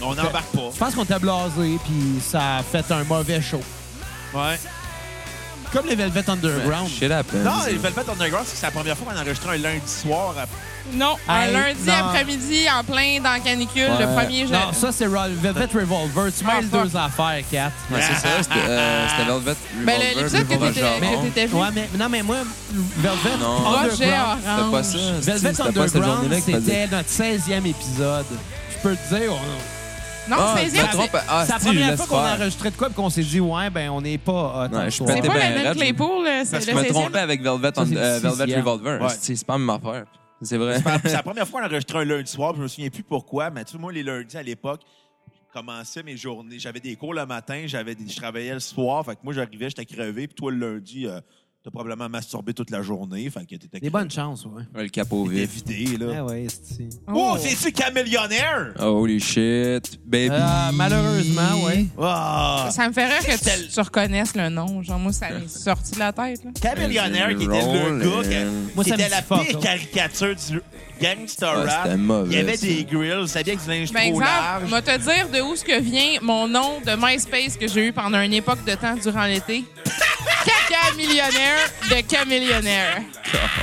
[SPEAKER 3] On n'embarque
[SPEAKER 1] je
[SPEAKER 3] pas.
[SPEAKER 1] pense qu'on t'a blasé, puis ça a fait un mauvais show.
[SPEAKER 3] Ouais.
[SPEAKER 1] Comme les Velvet Underground.
[SPEAKER 5] Shit happens.
[SPEAKER 3] Non, les Velvet Underground, c'est la première fois qu'on enregistre un lundi soir. à-
[SPEAKER 4] Non, un
[SPEAKER 1] Hey,
[SPEAKER 4] lundi
[SPEAKER 1] non.
[SPEAKER 4] après-midi, en plein dans la canicule, le
[SPEAKER 5] Ouais.
[SPEAKER 4] premier
[SPEAKER 1] Non,
[SPEAKER 4] jeudi.
[SPEAKER 1] ça, c'est Ro- Velvet Revolver. Tu mêles
[SPEAKER 4] Ah, fuck.
[SPEAKER 1] deux affaires, Kat.
[SPEAKER 5] Ouais, c'est ça, c'était euh, c'était Velvet
[SPEAKER 4] Ben,
[SPEAKER 5] Revolver,
[SPEAKER 4] le- l'épisode que
[SPEAKER 5] Revolver
[SPEAKER 4] t'étais-
[SPEAKER 5] Jaron.
[SPEAKER 4] que t'étais vu.
[SPEAKER 1] Ouais, mais non, mais moi, Velvet
[SPEAKER 5] Non.
[SPEAKER 4] Roger ah.
[SPEAKER 1] Underground.
[SPEAKER 5] C'était pas
[SPEAKER 4] Orange.
[SPEAKER 5] ça.
[SPEAKER 1] Velvet
[SPEAKER 5] c'était pas cette journée-là
[SPEAKER 1] Underground,
[SPEAKER 5] qu'il faisait.
[SPEAKER 1] c'était notre 16e épisode. Je peux te dire, on-
[SPEAKER 4] Non,
[SPEAKER 5] Ah, je
[SPEAKER 4] 16e,
[SPEAKER 5] me trompe.
[SPEAKER 4] c'est-
[SPEAKER 5] Ah,
[SPEAKER 1] c'est la
[SPEAKER 5] si, je
[SPEAKER 1] première
[SPEAKER 5] laisse
[SPEAKER 1] fois qu'on a
[SPEAKER 5] faire.
[SPEAKER 1] enregistré de quoi et qu'on s'est dit, ouais, ben, on n'est pas. hot
[SPEAKER 5] Ouais,
[SPEAKER 1] en
[SPEAKER 5] je
[SPEAKER 1] soi.
[SPEAKER 5] pétais
[SPEAKER 4] c'est pas
[SPEAKER 5] ben
[SPEAKER 4] la même
[SPEAKER 5] raide.
[SPEAKER 4] Claypool, là, c'est
[SPEAKER 3] Parce
[SPEAKER 5] Je
[SPEAKER 4] le
[SPEAKER 5] me
[SPEAKER 4] 16e.
[SPEAKER 5] trompais avec Velvet, on-
[SPEAKER 1] Ça, c'est
[SPEAKER 5] euh,
[SPEAKER 1] le
[SPEAKER 5] Velvet
[SPEAKER 1] sixième.
[SPEAKER 5] Revolver.
[SPEAKER 3] Ouais.
[SPEAKER 5] C'est c'est pas la même affaire. C'est vrai.
[SPEAKER 3] C'est
[SPEAKER 5] [laughs]
[SPEAKER 3] la première fois qu'on enregistre un lundi soir. puis Je me souviens plus pourquoi, mais tu sais, moi, les lundis à l'époque, je commençais mes journées. J'avais des cours le matin, j'avais des- je travaillais le soir. Fait que moi, j'arrivais, j'étais crevé. Puis toi, le lundi, euh, t'as probablement masturbé toute la journée. Fait que t'étais
[SPEAKER 1] Des bonnes chances, ouais.
[SPEAKER 5] Ouais, Le capot
[SPEAKER 3] T'étais
[SPEAKER 5] vif.
[SPEAKER 3] vidé, là.
[SPEAKER 1] Ah ouais, c'est.
[SPEAKER 3] Oh, c'est-tu camélionnaire?
[SPEAKER 5] Holy shit. Baby.
[SPEAKER 1] Euh, malheureusement, ouais.
[SPEAKER 3] Ah!
[SPEAKER 4] Ça me fait rire que tu, tu reconnaisses le nom. Genre, moi, ça m'est sorti de la tête. Là.
[SPEAKER 3] Camélionnaire, qui était le
[SPEAKER 5] Rolling.
[SPEAKER 3] gars qui,
[SPEAKER 1] Moi,
[SPEAKER 3] qui
[SPEAKER 1] ça me
[SPEAKER 3] était la
[SPEAKER 1] dit fuck,
[SPEAKER 3] pire
[SPEAKER 1] hein.
[SPEAKER 3] caricature du gangster
[SPEAKER 5] Ah,
[SPEAKER 3] rap.
[SPEAKER 5] c'était mauvais,
[SPEAKER 3] Il y avait
[SPEAKER 5] ça.
[SPEAKER 3] des grills, ça vient que du linge
[SPEAKER 1] Ben,
[SPEAKER 4] Par
[SPEAKER 3] trop
[SPEAKER 4] exemple,
[SPEAKER 3] large.
[SPEAKER 4] Ben, je vais te dire de où ce que vient mon nom de MySpace que j'ai eu pendant une époque de temps
[SPEAKER 1] [laughs]
[SPEAKER 4] durant l'été. Caca millionnaire de camillionnaire.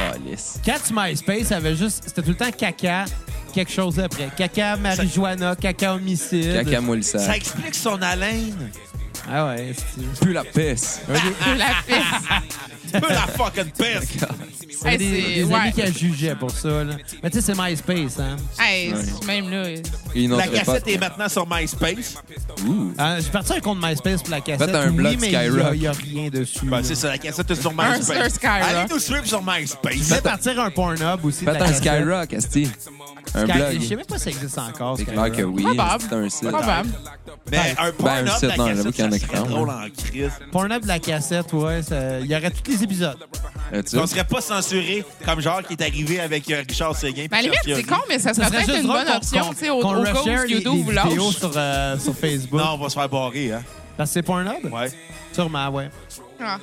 [SPEAKER 5] Calice.
[SPEAKER 1] Cat sur MySpace avait juste. C'était tout le temps caca, quelque chose après. Caca marijuana, caca homicide.
[SPEAKER 5] Caca moule
[SPEAKER 3] Ça
[SPEAKER 5] ça.
[SPEAKER 3] explique son haleine.
[SPEAKER 1] Ah ouais, c'est.
[SPEAKER 5] Plus la pisse.
[SPEAKER 1] [laughs]
[SPEAKER 4] De la pisse.
[SPEAKER 3] Peu la fucking peste.
[SPEAKER 1] J'avais
[SPEAKER 4] Hey,
[SPEAKER 1] des,
[SPEAKER 4] c'est-
[SPEAKER 1] des amis
[SPEAKER 4] ouais.
[SPEAKER 1] qui la jugeaient pour ça. Là. Mais tu sais, c'est MySpace, hein?
[SPEAKER 4] Hey, c'est- même là. euh,
[SPEAKER 5] Une
[SPEAKER 3] La
[SPEAKER 5] autre
[SPEAKER 3] cassette est
[SPEAKER 5] époque.
[SPEAKER 3] maintenant sur MySpace.
[SPEAKER 5] Ouh.
[SPEAKER 1] Euh, J'ai parti un compte MySpace pour la cassette.
[SPEAKER 5] Faites un
[SPEAKER 1] oui,
[SPEAKER 5] blog
[SPEAKER 1] mais il y a-
[SPEAKER 5] Skyrock.
[SPEAKER 1] il n'y a, rien dessus.
[SPEAKER 3] Ben,
[SPEAKER 1] là.
[SPEAKER 3] c'est ça, la cassette est sur
[SPEAKER 4] Un-
[SPEAKER 3] MySpace.
[SPEAKER 4] un Skyrock.
[SPEAKER 3] Allez nous suivre sur
[SPEAKER 1] Je
[SPEAKER 3] MySpace.
[SPEAKER 5] Ben,
[SPEAKER 1] vais partir un Pornhub aussi. de
[SPEAKER 5] Faites
[SPEAKER 1] la
[SPEAKER 5] un
[SPEAKER 1] cassette.
[SPEAKER 5] Skyrock, Asti. Un
[SPEAKER 1] Sky-
[SPEAKER 5] blog.
[SPEAKER 1] Je sais même pas si ça existe encore.
[SPEAKER 5] C'est clair
[SPEAKER 1] Skyrock.
[SPEAKER 5] que oui.
[SPEAKER 4] Probable.
[SPEAKER 5] C'est un site.
[SPEAKER 4] Probable.
[SPEAKER 3] Mais Ben, un
[SPEAKER 5] un
[SPEAKER 3] porn up de
[SPEAKER 5] site,
[SPEAKER 3] la
[SPEAKER 5] non,
[SPEAKER 3] cassette,
[SPEAKER 5] ben, j'avoue qu'il y en a
[SPEAKER 3] ça
[SPEAKER 5] qui
[SPEAKER 3] serait
[SPEAKER 5] font,
[SPEAKER 3] drôle
[SPEAKER 5] hein.
[SPEAKER 3] en crise.
[SPEAKER 1] Pornhub de la cassette, ouais. ça- Il y aurait tous les épisodes.
[SPEAKER 5] As-tu?
[SPEAKER 3] On serait pas censuré comme genre qui est arrivé avec euh, Richard Séguin. puis
[SPEAKER 4] Ben, à la limite,
[SPEAKER 3] Pierre
[SPEAKER 4] c'est
[SPEAKER 3] Fiori.
[SPEAKER 4] con, mais ça serait peut-être une bonne
[SPEAKER 1] qu'on-
[SPEAKER 4] option,
[SPEAKER 1] qu'on-
[SPEAKER 4] tu sais, au,
[SPEAKER 1] qu'on
[SPEAKER 4] au cas
[SPEAKER 1] reshare
[SPEAKER 4] où
[SPEAKER 1] les,
[SPEAKER 4] Kyoto
[SPEAKER 1] les
[SPEAKER 4] vous lâche.
[SPEAKER 1] vidéos sur, euh, sur Facebook.
[SPEAKER 3] Non, on va se faire barrer, hein.
[SPEAKER 1] Parce que c'est Pornhub?
[SPEAKER 3] Ouais.
[SPEAKER 1] Sûrement, ouais.
[SPEAKER 4] Ah.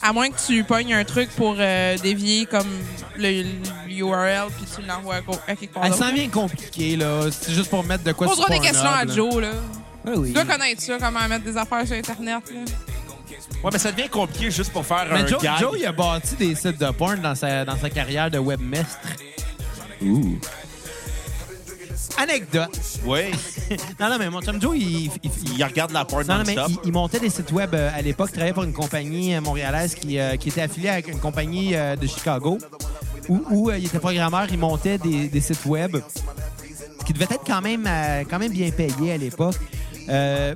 [SPEAKER 4] À moins que tu pognes un truc pour euh, dévier comme le, le URL puis tu l'envoies à, co- à quelque part.
[SPEAKER 1] Elle
[SPEAKER 4] d'autre.
[SPEAKER 1] s'en vient compliquée, là. C'est juste pour mettre de quoi
[SPEAKER 4] On
[SPEAKER 1] sur
[SPEAKER 4] posera des
[SPEAKER 1] Pornhub,
[SPEAKER 4] questions à
[SPEAKER 1] là.
[SPEAKER 4] Joe, là.
[SPEAKER 1] Ouais, Ah oui.
[SPEAKER 4] Tu dois connaître ça, comment mettre des affaires sur Internet, là.
[SPEAKER 3] Ouais, mais ça devient compliqué juste pour faire un
[SPEAKER 1] Mais Joe,
[SPEAKER 3] gag.
[SPEAKER 1] Joe, il a bâti des sites de porn dans sa, dans sa carrière de webmestre.
[SPEAKER 5] Ouh.
[SPEAKER 1] Anecdote.
[SPEAKER 3] Oui,
[SPEAKER 1] Non, non, mais mon chum Joe, il, il- il-
[SPEAKER 3] il regarde la porn
[SPEAKER 1] non, non, mais
[SPEAKER 3] non-stop.
[SPEAKER 1] il, il montait des sites web euh, à l'époque, travaillait pour une compagnie euh, montréalaise qui, euh, qui était affiliée avec une compagnie euh, de Chicago où, où, euh, il était programmeur, il montait des, des sites web qui devaient être quand même, euh, quand même bien payés à l'époque. Euh,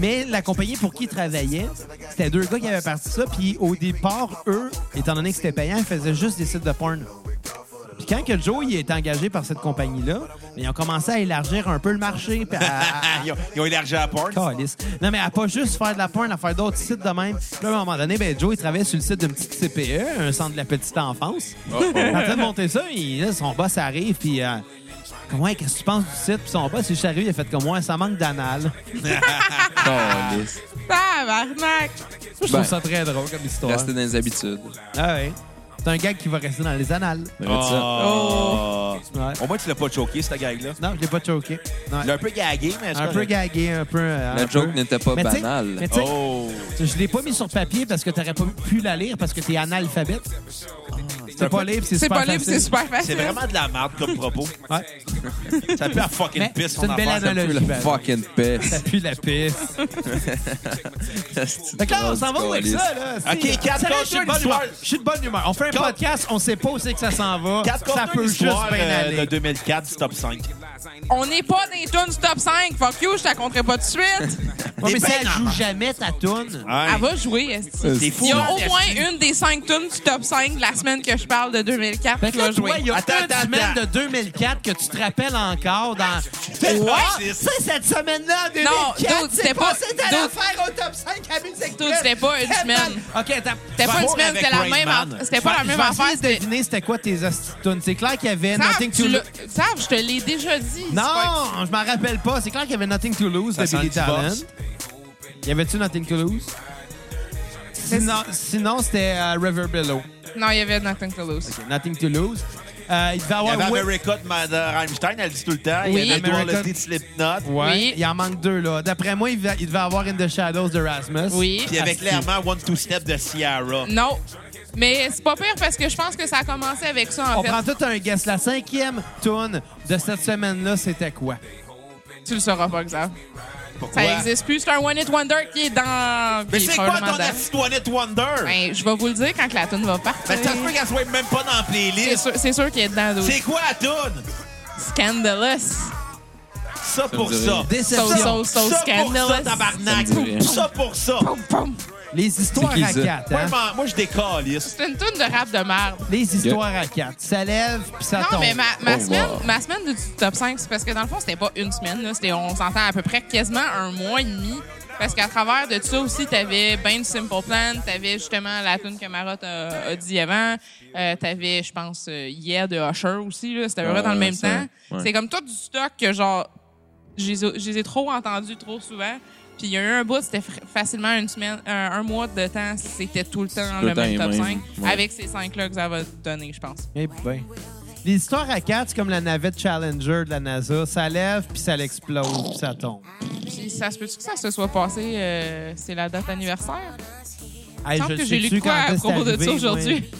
[SPEAKER 1] Mais la compagnie pour qui il travaillait, c'était deux gars qui avaient parti ça. Puis au départ, eux, étant donné que c'était payant, ils faisaient juste des sites de porn. Puis quand que Joe il est engagé par cette compagnie-là, ben, ils ont commencé à élargir un peu le marché. puis à- à-
[SPEAKER 3] Ah, ils, ont, ils ont élargi la porte.
[SPEAKER 1] Calisse. Non, mais à pas juste faire de la porn, à faire d'autres sites de même. Puis là, à un moment donné, ben, Joe, il travaillait sur le site d'une petite CPE, un centre de la petite enfance.
[SPEAKER 5] Oh, oh.
[SPEAKER 1] En train de monter ça, il- là, son boss arrive, puis... euh, Comment, qu'est-ce que tu penses du site? Puis son boss, il est juste arrivé, il a fait comme moi, ça manque d'anal. [laughs]
[SPEAKER 5] Calisse.
[SPEAKER 4] Tabarnak!
[SPEAKER 1] Je trouve
[SPEAKER 5] Ben,
[SPEAKER 1] ça très drôle comme histoire.
[SPEAKER 5] Rester dans les habitudes.
[SPEAKER 1] Ah ouais. C'est un gag qui va rester dans les annales.
[SPEAKER 5] Regarde ça.
[SPEAKER 3] Oh.
[SPEAKER 1] Ouais.
[SPEAKER 3] Ah. Au moins, tu l'as pas choqué, cette gag-là.
[SPEAKER 1] Non, je l'ai pas choqué. Non,
[SPEAKER 3] Il a un peu gagué, mais c'est
[SPEAKER 1] un peu
[SPEAKER 3] correct.
[SPEAKER 1] gagué, un peu. euh,
[SPEAKER 5] La
[SPEAKER 1] un
[SPEAKER 5] joke
[SPEAKER 1] peu.
[SPEAKER 5] n'était pas
[SPEAKER 1] Mais tu sais-
[SPEAKER 5] banale.
[SPEAKER 1] mais tu sais,
[SPEAKER 3] Oh.
[SPEAKER 1] Je l'ai pas mis sur papier parce que t'aurais pas pu la lire parce que t'es analphabète. c'est pas libre, c'est
[SPEAKER 4] Ah. C'est
[SPEAKER 1] super
[SPEAKER 4] pas libre,
[SPEAKER 1] facile.
[SPEAKER 4] c'est super facile.
[SPEAKER 3] C'est vraiment de la merde comme propos.
[SPEAKER 1] Ouais.
[SPEAKER 3] Ça pue à fucking
[SPEAKER 1] Mais
[SPEAKER 3] pisse,
[SPEAKER 1] c'est
[SPEAKER 3] son
[SPEAKER 1] une belle
[SPEAKER 3] affaire.
[SPEAKER 1] analogie.
[SPEAKER 5] Le
[SPEAKER 1] Ben,
[SPEAKER 5] fucking
[SPEAKER 1] [laughs]
[SPEAKER 5] peste.
[SPEAKER 1] Ça pue la pisse. D'accord, on s'en va où avec ça, là?
[SPEAKER 3] Ok, Kat,
[SPEAKER 1] Sérieux,
[SPEAKER 3] je suis de bonne
[SPEAKER 1] l'histoire.
[SPEAKER 3] humeur.
[SPEAKER 1] Je suis de bonne humeur. On fait un
[SPEAKER 3] Kat.
[SPEAKER 1] podcast, on sait pas où c'est que ça s'en va.
[SPEAKER 3] Quatre
[SPEAKER 1] ça
[SPEAKER 3] contenus
[SPEAKER 1] peut juste bien
[SPEAKER 3] d'histoire, euh,
[SPEAKER 1] aller.
[SPEAKER 3] de 2004 du top 5.
[SPEAKER 4] On n'est pas dans les tunes du top 5. Fuck you, je te compterai pas tout de
[SPEAKER 3] [laughs]
[SPEAKER 4] suite.
[SPEAKER 1] Ouais, mais
[SPEAKER 3] Des
[SPEAKER 1] si elle
[SPEAKER 3] peines en
[SPEAKER 1] joue
[SPEAKER 3] main.
[SPEAKER 1] jamais ta toune.
[SPEAKER 4] Elle va jouer. esti.
[SPEAKER 1] Euh,
[SPEAKER 3] C'est fou.
[SPEAKER 4] Il y a au
[SPEAKER 3] Merci.
[SPEAKER 4] moins une des cinq tunes du top 5 de la semaine que je parle de 2004
[SPEAKER 1] Fait
[SPEAKER 4] qui
[SPEAKER 1] que là,
[SPEAKER 4] va
[SPEAKER 1] toi,
[SPEAKER 4] jouer.
[SPEAKER 1] il y a
[SPEAKER 3] Attends,
[SPEAKER 1] une
[SPEAKER 3] attends,
[SPEAKER 1] semaine
[SPEAKER 3] attends. Ah,
[SPEAKER 1] de 2004 que tu te rappelles encore dans...
[SPEAKER 3] Ouais.
[SPEAKER 1] Tu sais, cette semaine-là, en 2004,
[SPEAKER 4] dude,
[SPEAKER 1] c'est
[SPEAKER 4] c'était pas-
[SPEAKER 1] passé de
[SPEAKER 4] dude.
[SPEAKER 1] l'affaire au top 5 à musique.
[SPEAKER 4] Dude, c'était pas une
[SPEAKER 1] Tellement-
[SPEAKER 4] semaine.
[SPEAKER 1] OK, attends.
[SPEAKER 4] C'était pas une
[SPEAKER 3] Rapport
[SPEAKER 4] semaine,
[SPEAKER 3] avec
[SPEAKER 4] c'était la
[SPEAKER 3] Rain
[SPEAKER 4] même
[SPEAKER 3] Man.
[SPEAKER 4] affaire. C'était pas la même affaire.
[SPEAKER 1] Je vais essayer de deviner c'était quoi tes hosties de tunes. C'est clair qu'il y avait Nothing to
[SPEAKER 4] Sav, tu
[SPEAKER 1] Lose.
[SPEAKER 4] l'as- Sav, je te l'ai déjà dit. c'est pas-
[SPEAKER 1] Non, je m'en rappelle pas. C'est clair qu'il y avait Nothing to Lose
[SPEAKER 3] Ça
[SPEAKER 1] de
[SPEAKER 3] sent
[SPEAKER 1] Billy
[SPEAKER 3] le divorce.
[SPEAKER 1] Talent. Y avait-tu Nothing to Lose? Sinon, sinon, c'était euh, River Below.
[SPEAKER 4] Non, il y avait Nothing to Lose.
[SPEAKER 1] Nothing to Lose. Euh, il devait
[SPEAKER 3] Il y
[SPEAKER 1] avoir...
[SPEAKER 3] avait
[SPEAKER 1] Whip-
[SPEAKER 3] America de Madame Rammstein, elle dit tout le temps.
[SPEAKER 4] Oui.
[SPEAKER 3] Il y avait
[SPEAKER 1] America-
[SPEAKER 3] Dua Lipa de Slipknot.
[SPEAKER 1] Ouais,
[SPEAKER 4] Oui.
[SPEAKER 1] il en manque deux, là. D'après moi, il devait, il devait avoir In the Shadows de Rasmus.
[SPEAKER 4] Oui.
[SPEAKER 3] Puis il y avait clairement One Two Step de Ciara.
[SPEAKER 4] Non. Mais c'est pas pire parce que je pense que ça a commencé avec ça, en
[SPEAKER 1] On
[SPEAKER 4] fait.
[SPEAKER 1] prend tout un guess. La cinquième tune de cette semaine-là, c'était quoi?
[SPEAKER 4] Tu le sauras pas, Xav.
[SPEAKER 3] Pourquoi?
[SPEAKER 4] Ça existe plus. C'est un One It Wonder qui est dans.
[SPEAKER 3] Mais
[SPEAKER 4] qui est
[SPEAKER 3] c'est quoi
[SPEAKER 4] probablement
[SPEAKER 3] ton
[SPEAKER 4] dans-
[SPEAKER 3] artiste One Hit Wonder?
[SPEAKER 4] Ben, je vais vous le dire quand que la tune va partir.
[SPEAKER 3] Mais ça se peut qu'elle soit même pas dans la
[SPEAKER 4] C'est
[SPEAKER 3] playlist.
[SPEAKER 4] sûr, c'est sûr qu'il est dedans, d'autres.
[SPEAKER 3] C'est quoi la toune?
[SPEAKER 4] Scandalous.
[SPEAKER 3] Ça pour
[SPEAKER 5] me dit
[SPEAKER 3] ça.
[SPEAKER 5] rien.
[SPEAKER 1] Déception.
[SPEAKER 4] So, so, so.
[SPEAKER 3] Ça pour ça,
[SPEAKER 4] Scandalous.
[SPEAKER 3] tabarnak.
[SPEAKER 5] Ça me dit rien.
[SPEAKER 3] Ça pour ça.
[SPEAKER 1] Hein?
[SPEAKER 4] Poum, poum.
[SPEAKER 1] Les histoires
[SPEAKER 5] C'est qui,
[SPEAKER 1] à
[SPEAKER 5] ça?
[SPEAKER 1] quatre,
[SPEAKER 3] Moi,
[SPEAKER 1] hein?
[SPEAKER 3] je m'en- moi, je décalisse.
[SPEAKER 4] C'est une tune de rap de merde.
[SPEAKER 1] Les histoires à quatre. Ça lève, puis ça
[SPEAKER 4] Non,
[SPEAKER 1] tombe.
[SPEAKER 4] mais ma, ma
[SPEAKER 5] Oh,
[SPEAKER 4] semaine,
[SPEAKER 5] wow.
[SPEAKER 4] ma semaine du top 5, c'est parce que dans le fond, c'était pas une semaine. Là, C'était- on s'entend à peu près quasiment un mois et demi. Parce qu'à travers de tout ça aussi, t'avais ben du Simple Plan, t'avais justement la tune que Marotte a, a dit avant, euh, t'avais, je pense, euh, Yeah de Usher aussi, là, c'était à peu près dans le
[SPEAKER 5] Ah, Ouais,
[SPEAKER 4] même
[SPEAKER 5] ça,
[SPEAKER 4] temps.
[SPEAKER 5] ouais.
[SPEAKER 4] C'est comme tout du stock que genre, je les ai- je les ai trop entendus trop souvent. Puis il y a eu un bout, c'était fr- facilement une semaine, un, un mois de temps, c'était tout le temps
[SPEAKER 5] Tout
[SPEAKER 4] le
[SPEAKER 5] le temps
[SPEAKER 4] même
[SPEAKER 5] les
[SPEAKER 4] top
[SPEAKER 5] mêmes,
[SPEAKER 4] 5,
[SPEAKER 5] ouais.
[SPEAKER 4] avec ces cinq-là que ça va donner, je pense.
[SPEAKER 1] Eh ben. Les histoires à quatre, c'est comme la navette Challenger de la NASA. Ça lève, puis ça l'explose, puis ça tombe.
[SPEAKER 4] Puis ça se peut-tu que ça se soit passé, euh, c'est la date anniversaire?
[SPEAKER 1] Hey,
[SPEAKER 4] Il me semble
[SPEAKER 1] le
[SPEAKER 4] que
[SPEAKER 1] sais
[SPEAKER 4] j'ai lu
[SPEAKER 1] plus
[SPEAKER 4] de quoi
[SPEAKER 1] quand
[SPEAKER 4] à
[SPEAKER 1] est-ce
[SPEAKER 4] propos de
[SPEAKER 1] arrivé,
[SPEAKER 4] ça
[SPEAKER 1] moi.
[SPEAKER 4] aujourd'hui.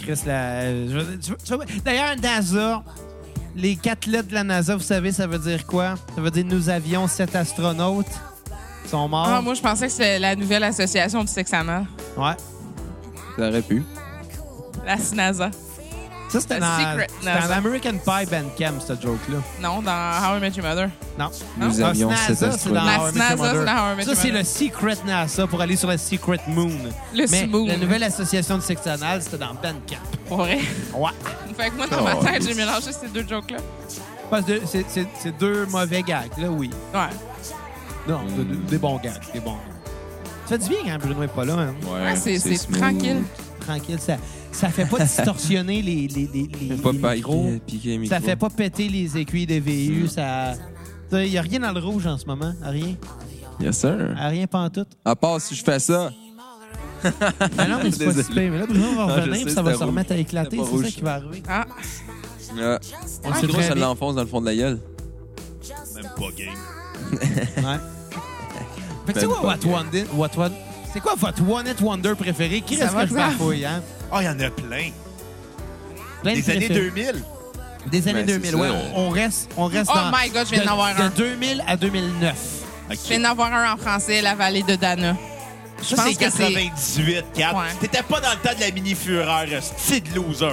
[SPEAKER 1] Chris, la... je veux dire, tu veux- tu vois- D'ailleurs, NASA, les quatre lettres de la NASA, vous savez, ça veut dire quoi? Ça veut dire nous avions sept astronautes qui sont morts.
[SPEAKER 4] Ah, moi, je pensais que c'était la nouvelle association du sexe anal,
[SPEAKER 1] Ouais.
[SPEAKER 5] Ça aurait pu.
[SPEAKER 4] la SNASA.
[SPEAKER 1] Ça, c'était
[SPEAKER 4] The
[SPEAKER 1] dans,
[SPEAKER 4] Secret
[SPEAKER 1] c'était
[SPEAKER 4] NASA.
[SPEAKER 1] dans American Pie Bandcamp, ce joke-là.
[SPEAKER 4] Non, dans How I Met Your Mother.
[SPEAKER 1] Non.
[SPEAKER 5] Nous
[SPEAKER 1] Ah,
[SPEAKER 5] avions
[SPEAKER 1] NASA,
[SPEAKER 5] sept
[SPEAKER 1] c'est dans
[SPEAKER 5] astronautes.
[SPEAKER 1] How I Met Your
[SPEAKER 4] NASA, c'est
[SPEAKER 1] Mother.
[SPEAKER 4] dans How I Met
[SPEAKER 1] Ça,
[SPEAKER 4] Your
[SPEAKER 1] c'est
[SPEAKER 4] Mother.
[SPEAKER 1] le Secret NASA pour aller sur le Secret Moon.
[SPEAKER 4] Le
[SPEAKER 1] Mais
[SPEAKER 4] Moon.
[SPEAKER 1] la nouvelle association de sexe anal, c'était dans Bandcamp.
[SPEAKER 4] Pour vrai. [laughs]
[SPEAKER 1] Ouais.
[SPEAKER 4] Fait que moi, dans ma
[SPEAKER 5] Oh,
[SPEAKER 4] tête, j'ai
[SPEAKER 5] yes.
[SPEAKER 4] mélangé ces deux jokes-là.
[SPEAKER 1] Parce que c'est- c'est c'est deux mauvais gags, là, oui.
[SPEAKER 4] Ouais.
[SPEAKER 1] Non,
[SPEAKER 5] Hmm.
[SPEAKER 1] de- de- des bons gags, des bons gags. Ça fait du bien quand Bruno est pas là. hein.
[SPEAKER 4] Ouais, Ah, c'est- c'est
[SPEAKER 5] smooth.
[SPEAKER 4] tranquille.
[SPEAKER 1] Tranquille, ça, ça fait pas distorsionner les, les, les, les,
[SPEAKER 5] Pas
[SPEAKER 1] les
[SPEAKER 5] pa-
[SPEAKER 1] micros.
[SPEAKER 5] piquer- piquer les
[SPEAKER 1] Ça
[SPEAKER 5] micros. Hmm.
[SPEAKER 1] fait pas péter les écuilles des VU. Ça... Il y a rien dans le rouge en ce moment. À Rien.
[SPEAKER 5] Yes, sir.
[SPEAKER 1] À rien, pas en tout.
[SPEAKER 5] À part si je fais ça.
[SPEAKER 1] Ah non, mais c'est pas
[SPEAKER 5] [laughs] Désolé.
[SPEAKER 1] si pire. Mais là, Bruno va
[SPEAKER 5] Non, je
[SPEAKER 1] revenir
[SPEAKER 5] sais,
[SPEAKER 1] puis ça va
[SPEAKER 5] c'était
[SPEAKER 1] se
[SPEAKER 5] rouge.
[SPEAKER 1] remettre à éclater.
[SPEAKER 5] C'était pas
[SPEAKER 1] C'est ça
[SPEAKER 5] rouge.
[SPEAKER 1] qui va arriver.
[SPEAKER 4] Ah,
[SPEAKER 5] Ah.
[SPEAKER 1] On le
[SPEAKER 5] En
[SPEAKER 1] sait
[SPEAKER 5] gros,
[SPEAKER 1] très
[SPEAKER 5] ça
[SPEAKER 1] bien.
[SPEAKER 5] l'enfonce dans le fond de la gueule.
[SPEAKER 3] Même pas game.
[SPEAKER 1] Ouais. Fait que c'est
[SPEAKER 5] Ben,
[SPEAKER 1] quoi
[SPEAKER 5] pas
[SPEAKER 1] What One Did- What One- C'est quoi votre One It Wonder préféré? Qui
[SPEAKER 4] Ça
[SPEAKER 1] reste
[SPEAKER 4] va,
[SPEAKER 1] que je
[SPEAKER 4] ça.
[SPEAKER 1] bafouille, hein?
[SPEAKER 3] Oh, il y en a plein.
[SPEAKER 1] Plein de
[SPEAKER 3] Les années
[SPEAKER 1] préférés.
[SPEAKER 3] 2000.
[SPEAKER 1] Des années
[SPEAKER 5] Ben, c'est
[SPEAKER 1] 2000,
[SPEAKER 5] ça.
[SPEAKER 1] ouais. On reste, on reste
[SPEAKER 4] Oh
[SPEAKER 1] dans...
[SPEAKER 4] my God, je viens
[SPEAKER 1] de-
[SPEAKER 4] d'en avoir un.
[SPEAKER 1] De 2000 à 2009.
[SPEAKER 4] je viens d'avoir un en français, La vallée de Dana. Je
[SPEAKER 3] Ça,
[SPEAKER 4] pense
[SPEAKER 3] c'est
[SPEAKER 4] que c'est.
[SPEAKER 3] 98, 4.
[SPEAKER 4] Ouais.
[SPEAKER 3] T'étais pas dans le temps de la mini-fureur, style loser.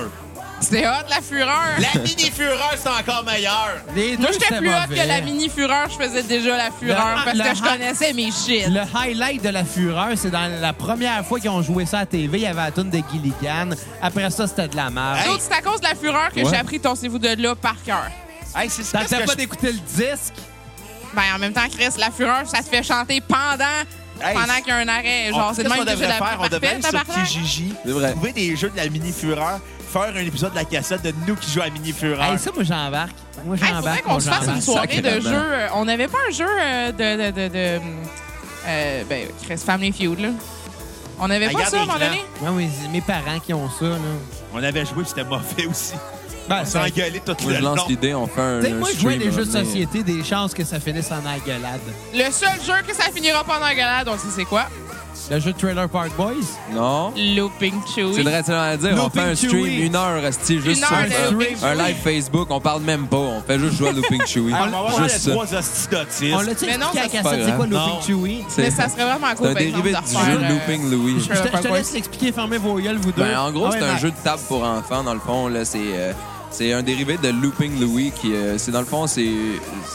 [SPEAKER 4] C'était hot, la fureur.
[SPEAKER 3] La mini-fureur, c'est encore meilleur.
[SPEAKER 1] Les
[SPEAKER 4] Moi,
[SPEAKER 1] deux,
[SPEAKER 4] j'étais
[SPEAKER 1] c'était
[SPEAKER 4] plus hot
[SPEAKER 1] mauvais.
[SPEAKER 4] que la mini fureur. Je faisais déjà la fureur
[SPEAKER 1] Le-
[SPEAKER 4] parce
[SPEAKER 1] le-
[SPEAKER 4] que je connaissais mes shit.
[SPEAKER 1] Le highlight de la fureur, c'est dans la première fois qu'ils ont joué ça à TV, il y avait la tune de Gilligan. Après ça, c'était de la merde.
[SPEAKER 3] Hey.
[SPEAKER 4] D'autres, c'est à cause de la fureur que
[SPEAKER 5] Ouais.
[SPEAKER 4] j'ai appris ton vous de là par cœur.
[SPEAKER 3] Hey, c'est ça.
[SPEAKER 1] T'arrêtais pas d'écouter le disque?
[SPEAKER 4] Ben, en même temps, Chris, la fureur, ça te fait chanter pendant,
[SPEAKER 3] Hey,
[SPEAKER 4] pendant qu'il y a un arrêt. Genre, c'est le même
[SPEAKER 3] qu'on
[SPEAKER 4] que j'ai
[SPEAKER 3] devrait
[SPEAKER 4] la
[SPEAKER 3] faire. On devrait aller sur
[SPEAKER 4] tabarnak.
[SPEAKER 3] Kijiji,
[SPEAKER 5] C'est vrai.
[SPEAKER 3] trouver des jeux de la mini-fureur, faire un épisode de la cassette de nous qui jouons à mini-fureur.
[SPEAKER 1] Hey, ça, moi, j'embarque. Moi,
[SPEAKER 4] Hey, faudrait
[SPEAKER 1] j'embarque.
[SPEAKER 4] qu'on
[SPEAKER 1] moi,
[SPEAKER 4] se fasse une
[SPEAKER 1] j'embarque.
[SPEAKER 4] soirée de
[SPEAKER 5] Sacrément.
[SPEAKER 4] jeux. euh, On n'avait pas un jeu euh, de. de, de, de, euh, ben, Chris, Family Feud, là. On n'avait
[SPEAKER 3] La
[SPEAKER 4] pas
[SPEAKER 3] garde
[SPEAKER 4] ça à un
[SPEAKER 3] des
[SPEAKER 4] moment
[SPEAKER 3] clans.
[SPEAKER 4] donné?
[SPEAKER 1] Ouais, mais c'est mes parents qui ont ça, là.
[SPEAKER 3] On avait joué, puis c'était mauvais aussi.
[SPEAKER 1] Ben,
[SPEAKER 5] Ah,
[SPEAKER 3] On s'est engueulé tout
[SPEAKER 5] Moi,
[SPEAKER 3] le
[SPEAKER 5] je
[SPEAKER 3] long.
[SPEAKER 5] lance l'idée, on fait un.
[SPEAKER 1] T'sais,
[SPEAKER 5] un
[SPEAKER 1] moi, je jouais
[SPEAKER 5] stream
[SPEAKER 1] des
[SPEAKER 5] à un
[SPEAKER 1] jeux de
[SPEAKER 5] moment donné.
[SPEAKER 1] société, des chances que ça finisse en engueulade.
[SPEAKER 4] Le seul jeu que ça finira pas en engueulade, on sait c'est quoi?
[SPEAKER 1] Le jeu de Trailer Park Boys.
[SPEAKER 5] Non.
[SPEAKER 4] Looping Chewy.
[SPEAKER 5] C'est le reste à dire. On
[SPEAKER 1] Looping
[SPEAKER 5] fait un stream
[SPEAKER 1] Chewy.
[SPEAKER 5] une heure, asti, juste
[SPEAKER 4] Une heure
[SPEAKER 5] sur
[SPEAKER 4] de
[SPEAKER 5] un-
[SPEAKER 4] Looping
[SPEAKER 5] un
[SPEAKER 4] Chewy.
[SPEAKER 5] live Facebook. On parle même pas. On fait juste jouer à Looping Chewy.
[SPEAKER 1] Ah,
[SPEAKER 3] Ah, On va avoir les
[SPEAKER 5] juste ça.
[SPEAKER 3] trois hosties
[SPEAKER 1] On
[SPEAKER 3] d'autistes.
[SPEAKER 1] l'a-tu expliqué à
[SPEAKER 4] Mais non,
[SPEAKER 1] la
[SPEAKER 4] ça, c'est
[SPEAKER 5] pas
[SPEAKER 1] cassette? C'est quoi
[SPEAKER 3] grave.
[SPEAKER 1] Looping Chewy?
[SPEAKER 5] C'est-
[SPEAKER 4] Mais ça serait vraiment cool,
[SPEAKER 5] C'est un
[SPEAKER 4] par exemple,
[SPEAKER 5] dérivé
[SPEAKER 4] de
[SPEAKER 5] du
[SPEAKER 4] refaire,
[SPEAKER 5] jeu
[SPEAKER 4] euh,
[SPEAKER 5] Looping Louis.
[SPEAKER 1] Je te, je te
[SPEAKER 4] Park
[SPEAKER 1] laisse
[SPEAKER 4] Boys.
[SPEAKER 1] l'expliquer, fermez vos gueules, vous deux.
[SPEAKER 5] Ben, en gros,
[SPEAKER 1] Ah ouais,
[SPEAKER 5] c'est un
[SPEAKER 1] ben,
[SPEAKER 5] jeu de table pour enfants, dans le fond. là. C'est euh, c'est un dérivé de Looping Louis qui, euh, c'est dans le fond, c'est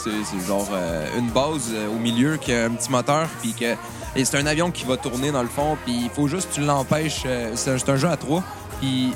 [SPEAKER 5] c'est- c'est genre euh, une base euh, au milieu qui a un petit moteur, puis que et c'est un avion qui va tourner dans le fond, puis il faut juste que tu l'empêches. euh, c'est un- c'est un jeu à trois, puis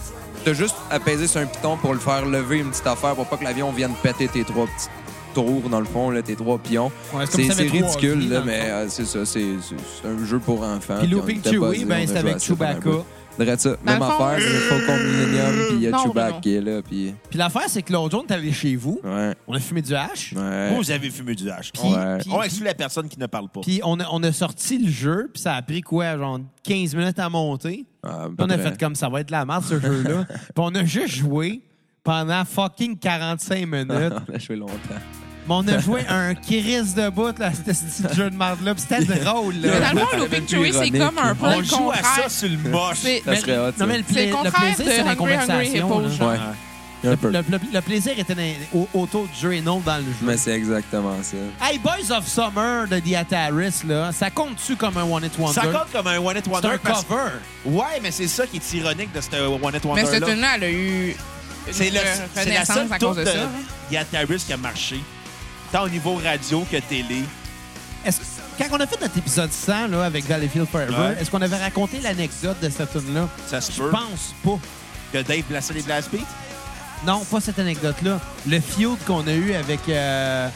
[SPEAKER 5] t'as juste à peser sur un piton pour le faire lever une petite affaire pour pas que l'avion vienne péter tes trois petits tours dans le fond, là, tes trois pions.
[SPEAKER 1] Ouais, c'est comme
[SPEAKER 5] c'est
[SPEAKER 1] ça,
[SPEAKER 5] c'est
[SPEAKER 1] mais trois
[SPEAKER 5] ridicule,
[SPEAKER 1] vies,
[SPEAKER 5] là,
[SPEAKER 1] dans le
[SPEAKER 5] mais
[SPEAKER 1] fond.
[SPEAKER 5] euh, c'est ça, c'est c'est- c'est un jeu pour enfants.
[SPEAKER 1] Puis
[SPEAKER 5] puis on
[SPEAKER 1] Looping
[SPEAKER 5] était
[SPEAKER 1] Chewy,
[SPEAKER 5] buzzés,
[SPEAKER 1] ben,
[SPEAKER 5] on a
[SPEAKER 1] c'est
[SPEAKER 5] joué
[SPEAKER 1] avec
[SPEAKER 5] à ça pendant un
[SPEAKER 1] Chewbacca.
[SPEAKER 5] bout. Drette ça,
[SPEAKER 4] Dans
[SPEAKER 5] même
[SPEAKER 4] le fond, euh,
[SPEAKER 5] affaire, le Falcon Millennium, puis il y a
[SPEAKER 4] Non, ben
[SPEAKER 5] Chewbacca
[SPEAKER 4] non.
[SPEAKER 5] qui est là, puis...
[SPEAKER 1] Puis l'affaire, c'est que l'autre jour, on est allé chez vous,
[SPEAKER 5] Ouais,
[SPEAKER 1] on a fumé du hash,
[SPEAKER 5] ouais.
[SPEAKER 3] Vous avez fumé du hache.
[SPEAKER 1] puis-
[SPEAKER 3] On-
[SPEAKER 5] Ouais.
[SPEAKER 1] puis-
[SPEAKER 3] On exclut la personne qui ne parle pas.
[SPEAKER 1] puis on a, on a sorti le jeu, puis ça a pris quoi, genre 15 minutes à monter.
[SPEAKER 5] Ah, à peu
[SPEAKER 1] Puis on a
[SPEAKER 5] près.
[SPEAKER 1] fait comme ça va être de la merde, ce
[SPEAKER 5] [laughs]
[SPEAKER 1] jeu-là. puis on a juste joué pendant fucking 45 minutes.
[SPEAKER 5] [laughs] on a joué longtemps.
[SPEAKER 1] Mais on a joué un crise de bout, là, c'était ce
[SPEAKER 5] [laughs]
[SPEAKER 1] petit jeu de merde-là. Puis c'était drôle,
[SPEAKER 4] Mais dans
[SPEAKER 1] là.
[SPEAKER 4] le fond,
[SPEAKER 5] C'est
[SPEAKER 4] Looping
[SPEAKER 5] même
[SPEAKER 4] Chewy, c'est
[SPEAKER 5] ironique,
[SPEAKER 4] comme un
[SPEAKER 5] là.
[SPEAKER 4] peu
[SPEAKER 3] On
[SPEAKER 4] le
[SPEAKER 3] joue à ça
[SPEAKER 4] contraire.
[SPEAKER 3] sur le moche.
[SPEAKER 4] C'est-
[SPEAKER 5] Ça serait hot, ça.
[SPEAKER 1] non, mais le,
[SPEAKER 4] C'est
[SPEAKER 1] pla-
[SPEAKER 4] le
[SPEAKER 1] le
[SPEAKER 4] contraire
[SPEAKER 1] plaisir,
[SPEAKER 4] de
[SPEAKER 1] c'est la
[SPEAKER 4] Hungry Hungry
[SPEAKER 1] conversation.
[SPEAKER 4] Hippo,
[SPEAKER 1] là.
[SPEAKER 4] genre.
[SPEAKER 5] Ouais, un peu.
[SPEAKER 1] Le, le- le plaisir était dans- au- autour du jeu et non dans le jeu.
[SPEAKER 5] Mais c'est exactement ça.
[SPEAKER 1] Hey, Boys of Summer de The Ataris, là, ça compte-tu comme un One It Wonder?
[SPEAKER 3] Ça compte comme un One It
[SPEAKER 1] C'est
[SPEAKER 3] Wonder.
[SPEAKER 1] un
[SPEAKER 3] parce-
[SPEAKER 1] cover.
[SPEAKER 3] Ouais, mais c'est ça qui est ironique de ce One It
[SPEAKER 4] Mais cette
[SPEAKER 3] Wonder-là.
[SPEAKER 4] tune-là, elle a eu
[SPEAKER 3] C'est
[SPEAKER 4] une
[SPEAKER 3] le- c'est la seule
[SPEAKER 4] renaissance à
[SPEAKER 3] tour
[SPEAKER 4] cause de
[SPEAKER 3] de
[SPEAKER 4] ça. hein.
[SPEAKER 3] Yataris qui a marché, tant au niveau radio que télé.
[SPEAKER 1] Est-ce- Quand on a fait notre épisode 100 là, avec Valleyfield Forever,
[SPEAKER 3] Ouais.
[SPEAKER 1] est-ce qu'on avait raconté l'anecdote de cette tune-là?
[SPEAKER 3] Ça se
[SPEAKER 1] Je
[SPEAKER 3] peut
[SPEAKER 1] pense pas.
[SPEAKER 3] que Dave plaçait les Blast Beats.
[SPEAKER 1] Non, pas cette anecdote-là. Le feud qu'on a eu avec... Euh...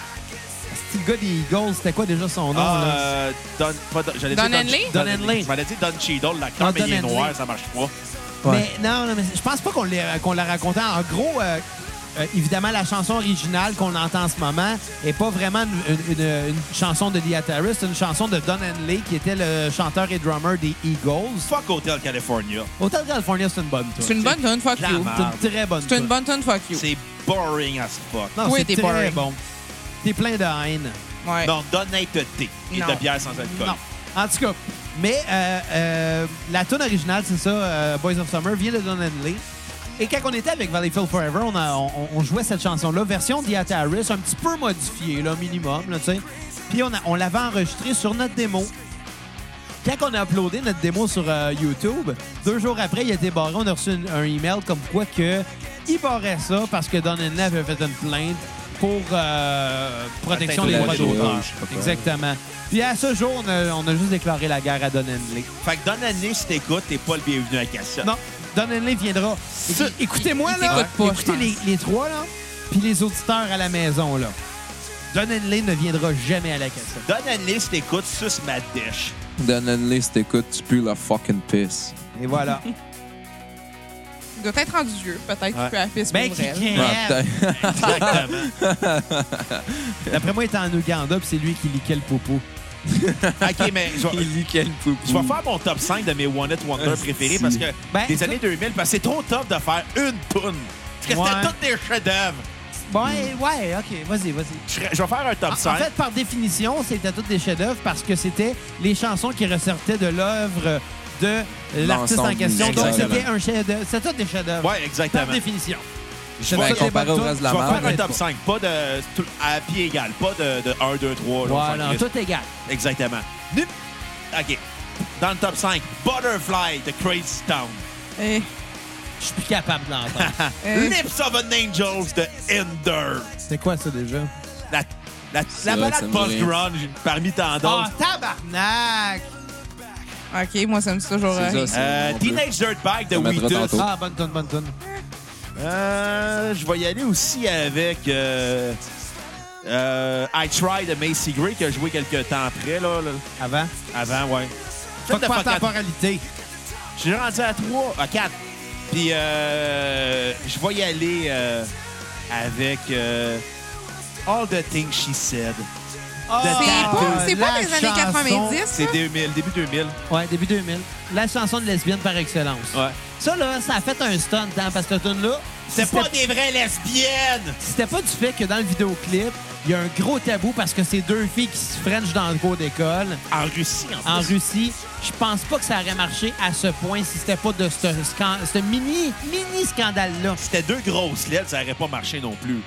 [SPEAKER 1] c'était le gars des Eagles, c'était quoi déjà son nom?
[SPEAKER 3] Ah,
[SPEAKER 1] là?
[SPEAKER 3] euh, Don, pas Don- j'allais dire
[SPEAKER 4] Don Henley?
[SPEAKER 1] Don Henley.
[SPEAKER 3] Je m'allais dire Don Cheadle, l'acteur,
[SPEAKER 1] Ah,
[SPEAKER 3] mais il
[SPEAKER 1] Don
[SPEAKER 3] est
[SPEAKER 1] Henley.
[SPEAKER 3] noir, ça marche pas.
[SPEAKER 5] Ouais.
[SPEAKER 1] Mais non, non, mais je pense pas qu'on l'ait- euh, qu'on l'a raconté. En gros, euh, euh, évidemment, la chanson originale qu'on entend en ce moment est pas vraiment une, une- une- une chanson de Diataris, c'est une chanson de Don Henley, qui était le chanteur et drummer des Eagles.
[SPEAKER 3] Fuck Hotel California.
[SPEAKER 1] Hotel California, c'est une bonne tune.
[SPEAKER 4] C'est une bonne tune, fuck
[SPEAKER 3] la
[SPEAKER 4] you.
[SPEAKER 3] marde.
[SPEAKER 1] C'est une très bonne
[SPEAKER 4] C'est
[SPEAKER 1] tune.
[SPEAKER 4] une bonne tune, fuck you.
[SPEAKER 3] C'est boring as fuck.
[SPEAKER 1] Non,
[SPEAKER 4] Oui,
[SPEAKER 1] c'est
[SPEAKER 4] t'es
[SPEAKER 1] très
[SPEAKER 4] boring.
[SPEAKER 1] bon. T'es plein de haine.
[SPEAKER 4] Ouais.
[SPEAKER 3] Non, d'honnêteté et
[SPEAKER 4] Non.
[SPEAKER 3] de bière sans alcool.
[SPEAKER 1] Non. En tout cas, mais euh, euh, la tune originale, c'est ça, euh, Boys of Summer, vient de Don Henley. Et quand on était avec Valleyfield Forever, on, a- on- on jouait cette chanson-là, version d'Iata Harris, un petit peu modifiée, là, minimum, là, tu sais. Puis on, a- on l'avait enregistrée sur notre démo. Quand on a uploadé notre démo sur euh, YouTube, deux jours après, il a été barré. On a reçu une- un email comme quoi que il barrait ça parce que Don Henley avait fait une plainte pour euh, protection des
[SPEAKER 3] Atteinte aux
[SPEAKER 1] droits
[SPEAKER 3] droits
[SPEAKER 1] d'auteur.
[SPEAKER 5] d'auteur, je sais pas quoi.
[SPEAKER 1] Exactement. Puis à ce jour, on a, on a juste déclaré la guerre à Don Henley.
[SPEAKER 3] Fait que Don Henley, si t'écoutes, t'es pas le bienvenu à Cassette.
[SPEAKER 1] Non, Don Henley viendra.
[SPEAKER 3] Ça-
[SPEAKER 1] Éc- Écoutez-moi,
[SPEAKER 4] Il
[SPEAKER 1] là.
[SPEAKER 4] t'écoute pas,
[SPEAKER 1] écoutez
[SPEAKER 4] je
[SPEAKER 1] les, les trois, là. Puis les auditeurs à la maison, là. Don Henley ne viendra jamais à la cassette.
[SPEAKER 3] Don Henley, si t'écoutes, suce ma dèche.
[SPEAKER 5] Don Henley, si t'écoutes, tu pues la fucking piss.
[SPEAKER 1] Et [laughs] voilà.
[SPEAKER 4] Il doit être rendu vieux, peut-être,
[SPEAKER 3] Ouais.
[SPEAKER 4] que la piste
[SPEAKER 1] ben,
[SPEAKER 4] pour
[SPEAKER 1] qui
[SPEAKER 4] vrai.
[SPEAKER 1] crève.
[SPEAKER 5] Ah, putain.
[SPEAKER 3] Exactement.
[SPEAKER 1] D'après moi, il est en Ouganda, puis c'est lui qui liquait le popo.
[SPEAKER 3] OK, mais je vais-
[SPEAKER 5] Il lit quel poupou.
[SPEAKER 3] Je vais faire mon top 5 de mes One It Wonder préférés parce que
[SPEAKER 1] Ben,
[SPEAKER 3] des
[SPEAKER 1] ça-
[SPEAKER 3] années 2000, parce que c'est trop top de faire une toune. Parce que
[SPEAKER 1] Ouais.
[SPEAKER 3] c'était toutes des chefs-d'œuvre.
[SPEAKER 1] Ouais, ouais, OK. Vas-y, vas-y.
[SPEAKER 3] Je je vais faire un top
[SPEAKER 1] En, en
[SPEAKER 3] 5.
[SPEAKER 1] fait, par définition, c'était toutes des chefs-d'œuvre parce que c'était les chansons qui ressortaient de l'œuvre de l'artiste en
[SPEAKER 5] L'ensemble,
[SPEAKER 1] question. Donc,
[SPEAKER 5] exactement.
[SPEAKER 1] c'était un chef-d'œuvre. C'était toutes des chefs-d'œuvre.
[SPEAKER 3] ouais,
[SPEAKER 1] par
[SPEAKER 3] exactement.
[SPEAKER 1] définition.
[SPEAKER 3] Je
[SPEAKER 5] Ben,
[SPEAKER 3] vais,
[SPEAKER 1] ça,
[SPEAKER 5] comparé au
[SPEAKER 1] des
[SPEAKER 5] reste de
[SPEAKER 3] je
[SPEAKER 5] la
[SPEAKER 3] vais
[SPEAKER 5] marque.
[SPEAKER 3] faire un
[SPEAKER 1] marque.
[SPEAKER 3] top 5, pas de tout- à pied égal, pas de, de 1, 2, 3. genre,
[SPEAKER 1] Voilà,
[SPEAKER 3] sans
[SPEAKER 1] tout égal.
[SPEAKER 3] Christ. Exactement. Num- OK. Dans le top 5, Butterfly de Crazy Town.
[SPEAKER 4] Eh,
[SPEAKER 1] Je suis plus capable de
[SPEAKER 5] [laughs]
[SPEAKER 1] l'entendre.
[SPEAKER 4] Euh,
[SPEAKER 3] Lips of an Angels de Ender.
[SPEAKER 1] C'était quoi ça déjà?
[SPEAKER 3] La, la, la
[SPEAKER 5] vrai que ça
[SPEAKER 3] balade
[SPEAKER 5] me dit rien.
[SPEAKER 3] post-grunge parmi tant
[SPEAKER 1] Oh,
[SPEAKER 3] d'autres.
[SPEAKER 1] tabarnak!
[SPEAKER 5] Oh.
[SPEAKER 4] OK, moi, ça me dit toujours...
[SPEAKER 5] C'est
[SPEAKER 4] euh,
[SPEAKER 5] ça, c'est
[SPEAKER 3] Euh,
[SPEAKER 5] mon
[SPEAKER 3] Teenage Dirtbag de
[SPEAKER 5] On mettra
[SPEAKER 3] Weetus.
[SPEAKER 5] tantôt.
[SPEAKER 1] Ah, bonne tonne, bonne tonne.
[SPEAKER 3] Euh, je vais y aller aussi avec euh, euh, I Try de Macy Gray qui a joué quelques temps après, là, là,
[SPEAKER 1] Avant.
[SPEAKER 3] avant, ouais.
[SPEAKER 1] Fuck
[SPEAKER 3] Peut-être
[SPEAKER 1] pas la
[SPEAKER 3] pas quatre.
[SPEAKER 1] temporalité.
[SPEAKER 3] Je suis rendu à 3, à 4. Puis euh, je vais y aller euh, avec euh, All the Things She Said.
[SPEAKER 4] Oh, C'est pas,
[SPEAKER 3] Ah,
[SPEAKER 4] c'est pas
[SPEAKER 1] euh, la
[SPEAKER 4] des années
[SPEAKER 1] chanson,
[SPEAKER 4] 90, ça?
[SPEAKER 1] Hein?
[SPEAKER 3] C'est 2000, début 2000.
[SPEAKER 1] Ouais, début 2000. La chanson de lesbienne par excellence.
[SPEAKER 3] Ouais.
[SPEAKER 1] Ça, là, ça a fait un stunt, hein, parce que cette tune-là,
[SPEAKER 3] C'est pas des vraies lesbiennes!
[SPEAKER 1] c'était pas du fait que dans le vidéoclip, il y a un gros tabou parce que c'est deux filles qui se frenchent dans le cours d'école.
[SPEAKER 3] En Russie, en
[SPEAKER 1] En
[SPEAKER 3] plus.
[SPEAKER 1] Russie, je pense pas que ça aurait marché à ce point si c'était pas de ce, scan- ce mini, mini scandale-là.
[SPEAKER 3] C'était deux grosses lettres, ça aurait pas marché non plus.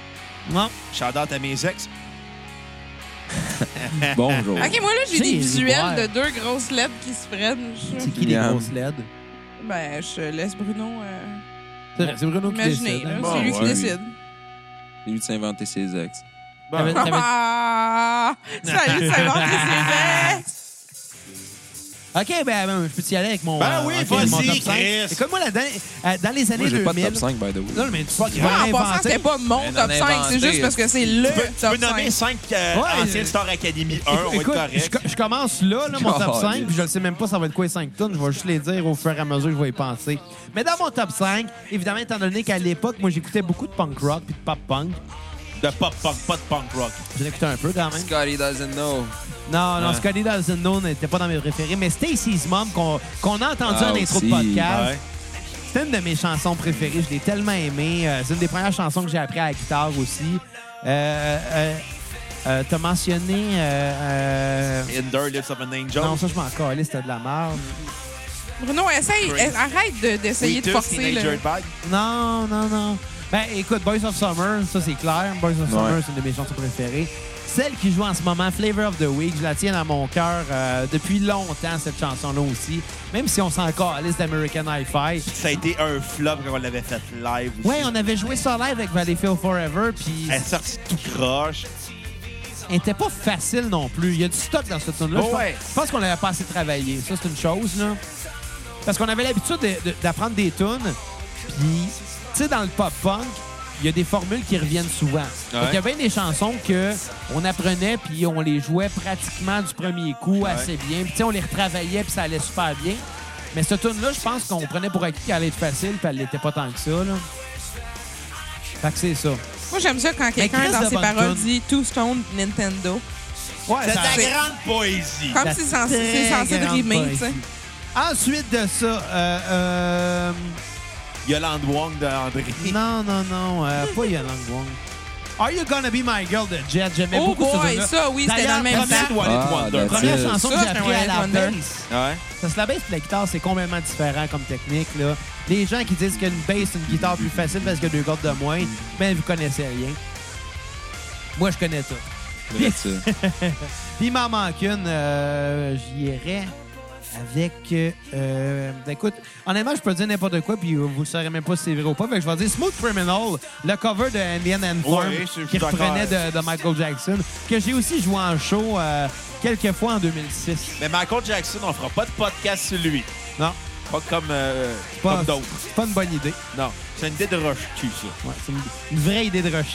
[SPEAKER 1] Non?
[SPEAKER 3] Shout-out à mes ex.
[SPEAKER 5] truc. Bonjour.
[SPEAKER 4] OK, moi, là, j'ai
[SPEAKER 1] C'est
[SPEAKER 4] des
[SPEAKER 1] ouais.
[SPEAKER 4] visuels de deux grosses lettres qui se prennent. Je-
[SPEAKER 1] C'est qui les
[SPEAKER 5] Yeah.
[SPEAKER 1] grosses LED?
[SPEAKER 4] Ben, je laisse Bruno euh,
[SPEAKER 1] C'est vrai, c'est Bruno qui
[SPEAKER 4] imaginer.
[SPEAKER 1] décide.
[SPEAKER 4] là.
[SPEAKER 1] hein.
[SPEAKER 5] Bon,
[SPEAKER 4] C'est lui
[SPEAKER 5] ouais.
[SPEAKER 4] qui décide.
[SPEAKER 5] C'est lui de s'inventer ses ex.
[SPEAKER 1] T'avais-
[SPEAKER 4] [laughs]
[SPEAKER 1] t'avais-
[SPEAKER 4] Ah! Ça lui s'invente
[SPEAKER 3] [laughs]
[SPEAKER 4] ses ex!
[SPEAKER 1] OK, ben, ben, je peux y aller avec mon...
[SPEAKER 3] Ben oui,
[SPEAKER 1] ok,
[SPEAKER 3] vas-y,
[SPEAKER 1] mon top cinq.
[SPEAKER 3] Chris.
[SPEAKER 1] Écoute-moi, la dernière- euh, dans les années
[SPEAKER 5] Moi,
[SPEAKER 1] 2000...
[SPEAKER 5] j'ai pas de top 5, by the way.
[SPEAKER 1] Non, mais tu vas
[SPEAKER 4] Moi, Ah, en passant,
[SPEAKER 1] réinventer.
[SPEAKER 4] c'était pas mon
[SPEAKER 5] Ben,
[SPEAKER 4] top
[SPEAKER 5] on a
[SPEAKER 4] 5, c'est
[SPEAKER 5] inventé.
[SPEAKER 4] juste parce que c'est le
[SPEAKER 3] Tu peux, tu
[SPEAKER 4] top
[SPEAKER 3] peux nommer
[SPEAKER 4] 5.
[SPEAKER 3] 5
[SPEAKER 1] Ouais.
[SPEAKER 3] anciennes Star Academy 1, on va être
[SPEAKER 1] Écoute,
[SPEAKER 3] correct.
[SPEAKER 1] Je, je commence là, là, mon top
[SPEAKER 5] Oh,
[SPEAKER 1] 5,
[SPEAKER 5] yes.
[SPEAKER 1] puis je ne sais même pas ça va être quoi les 5 tonnes. Je vais juste les dire au fur et à mesure que je vais y penser. Mais dans mon top 5, évidemment, étant donné qu'à l'époque, moi, j'écoutais beaucoup de punk rock puis de pop punk.
[SPEAKER 3] De pop-punk, pas de punk rock.
[SPEAKER 1] J'en écoutais un peu quand même.
[SPEAKER 5] Scotty doesn't know.
[SPEAKER 1] Non, non,
[SPEAKER 3] Ouais.
[SPEAKER 1] Scotty Doesn't Know n'était pas dans mes préférés, mais Stacy's Mom, qu'on qu'on a entendu
[SPEAKER 5] Ah,
[SPEAKER 1] en intro de
[SPEAKER 5] aussi.
[SPEAKER 1] podcast,
[SPEAKER 3] Ouais.
[SPEAKER 1] c'est une de mes chansons préférées. Je l'ai tellement aimée. Euh, c'est une des premières chansons que j'ai appris à la guitare aussi. Euh, euh, euh, T'as mentionné... euh, euh,
[SPEAKER 3] Ender, Lips of an Angel.
[SPEAKER 1] non, ça, je m'en calais, c'était de la merde.
[SPEAKER 4] Bruno, essaye,
[SPEAKER 3] Crazy.
[SPEAKER 4] arrête de- d'essayer de
[SPEAKER 3] Beatles,
[SPEAKER 4] forcer.
[SPEAKER 3] Teenage
[SPEAKER 4] là.
[SPEAKER 3] Dirtbag.
[SPEAKER 1] Non, non, non. Ben, écoute, Boys of Summer, ça c'est clair. Boys of Summer,
[SPEAKER 5] Ouais.
[SPEAKER 1] c'est une de mes chansons préférées. Celle qui joue en ce moment, Flavor of the Week, je la tiens à mon cœur euh, depuis longtemps, cette chanson-là aussi. Même si on s'en calisse d'American Hi-Fi.
[SPEAKER 3] Ça a été un flop quand on l'avait fait live. aussi.
[SPEAKER 1] Ouais, on avait joué ça live avec Valleyfield Forever, puis
[SPEAKER 3] Elle est sortie tout croche.
[SPEAKER 1] elle était pas facile non plus. Il y a du stock dans cette tune-là.
[SPEAKER 3] Oh
[SPEAKER 1] je pense-
[SPEAKER 3] ouais.
[SPEAKER 1] je pense qu'on avait pas assez travaillé. Ça, c'est une chose, là. Parce qu'on avait l'habitude de- de- d'apprendre des tunes, puis, tu sais, dans le pop-punk, il y a des formules qui reviennent souvent. Donc, Il y a bien des chansons que on apprenait, puis on les jouait pratiquement du premier coup assez bien. Puis, tu sais, on les retravaillait, puis ça allait super bien. Mais cette tune-là, je pense qu'on prenait pour acquis qu'elle allait être facile, puis elle l'était pas tant que ça, là. Fait que c'est ça.
[SPEAKER 4] Moi, j'aime ça quand quelqu'un,
[SPEAKER 1] Chris
[SPEAKER 4] dans
[SPEAKER 1] de
[SPEAKER 4] ses
[SPEAKER 1] bonne
[SPEAKER 4] paroles,
[SPEAKER 1] tune.
[SPEAKER 4] dit « Two Stone Nintendo
[SPEAKER 1] Ouais,
[SPEAKER 3] C'est de
[SPEAKER 1] ça-
[SPEAKER 3] la grande poésie. ».
[SPEAKER 4] Comme
[SPEAKER 1] La
[SPEAKER 4] si Ah, c'est censé-
[SPEAKER 1] très
[SPEAKER 4] c'est censé
[SPEAKER 1] grande
[SPEAKER 4] rimer, tu
[SPEAKER 1] poésie.
[SPEAKER 4] sais.
[SPEAKER 1] Ensuite de ça, euh, euh,
[SPEAKER 3] Yolande Wong de André.
[SPEAKER 1] non, non, non,
[SPEAKER 4] [laughs]
[SPEAKER 1] euh, pas Yolang Wong. Are You Gonna Be My Girl de Jet? J'aimais
[SPEAKER 4] Oh
[SPEAKER 1] beaucoup
[SPEAKER 4] boy,
[SPEAKER 1] ce
[SPEAKER 4] ça, oui, c'était
[SPEAKER 1] D'ailleurs,
[SPEAKER 4] dans le même
[SPEAKER 1] première-
[SPEAKER 4] sac.
[SPEAKER 3] One Hit
[SPEAKER 5] Ah,
[SPEAKER 3] Wonder.
[SPEAKER 5] that's
[SPEAKER 1] Première
[SPEAKER 5] C'est-
[SPEAKER 1] chanson que
[SPEAKER 4] ça,
[SPEAKER 1] j'ai
[SPEAKER 4] c'est un
[SPEAKER 1] appris à la
[SPEAKER 4] One Hit Wonder.
[SPEAKER 1] bass.
[SPEAKER 3] Ouais.
[SPEAKER 1] Parce que la bass et la guitare, c'est complètement différent comme technique. Là. Les gens qui disent qu'une bass, c'est une guitare plus facile parce qu'il y a deux cordes de moins, ben, vous connaissez rien. Moi, je connais tout.
[SPEAKER 5] Vrai que ça.
[SPEAKER 1] Puis il m'en manque une, euh, j'y irais avec. euh, euh, écoute, honnêtement, je peux dire n'importe quoi, puis vous ne saurez même pas si c'est vrai ou pas. Fait que je vais dire Smooth Criminal, le cover de Indian Anthem
[SPEAKER 3] Ouais, je suis
[SPEAKER 1] qui
[SPEAKER 3] d'accord.
[SPEAKER 1] reprenait de, de Michael Jackson, que j'ai aussi joué en show euh, quelques fois en 2006.
[SPEAKER 3] Mais Michael Jackson, on fera pas de podcast sur lui.
[SPEAKER 1] Non,
[SPEAKER 3] Pas comme, euh,
[SPEAKER 1] pas,
[SPEAKER 3] comme d'autres.
[SPEAKER 1] c'est pas une bonne idée.
[SPEAKER 3] Non. C'est une idée de roche cul, ça.
[SPEAKER 1] Ouais, c'est une, une vraie idée de rush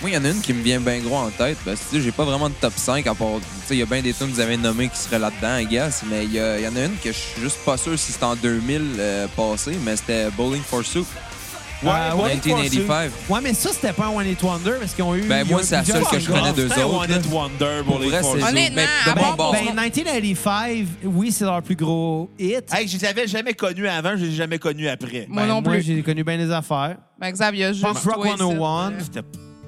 [SPEAKER 5] Moi, il y en a une qui me vient bien gros en tête. Parce que tu sais, j'ai pas vraiment de top 5 à part. tu sais, Il y a bien des tunes que vous avez nommées qui seraient là-dedans, I guess. Mais il y, a- il y en a une que je suis juste pas sûr si c'était en 2000 euh, passé, mais c'était Bowling for Soup,
[SPEAKER 1] Ah, ouais,
[SPEAKER 5] 1985.
[SPEAKER 1] Ouais, mais ça, c'était pas un One Hit Wonder parce qu'ils ont eu.
[SPEAKER 5] Ben,
[SPEAKER 1] il y
[SPEAKER 5] moi,
[SPEAKER 1] a eu
[SPEAKER 5] c'est la seule
[SPEAKER 1] plusieurs
[SPEAKER 5] que je
[SPEAKER 1] singles.
[SPEAKER 5] connais d'eux
[SPEAKER 3] C'était
[SPEAKER 5] autres.
[SPEAKER 3] One
[SPEAKER 5] là.
[SPEAKER 3] Hit Wonder pour
[SPEAKER 5] Pour
[SPEAKER 3] les
[SPEAKER 5] vrai, c'est
[SPEAKER 3] Four-
[SPEAKER 5] juste-
[SPEAKER 4] Honnêtement,
[SPEAKER 5] mais de
[SPEAKER 4] à
[SPEAKER 5] bon
[SPEAKER 4] part
[SPEAKER 5] bord.
[SPEAKER 4] pour-
[SPEAKER 1] Ben, 1985, oui, c'est leur plus gros hit.
[SPEAKER 3] Hey, je les avais jamais connus avant, je les ai jamais connus après.
[SPEAKER 4] Moi
[SPEAKER 1] Ben,
[SPEAKER 4] non plus.
[SPEAKER 1] j'ai connu bien des affaires.
[SPEAKER 4] Ben, Xav, il y a juste
[SPEAKER 1] Punk
[SPEAKER 4] toi
[SPEAKER 1] Rock
[SPEAKER 4] ici.
[SPEAKER 1] 101.
[SPEAKER 3] C'était-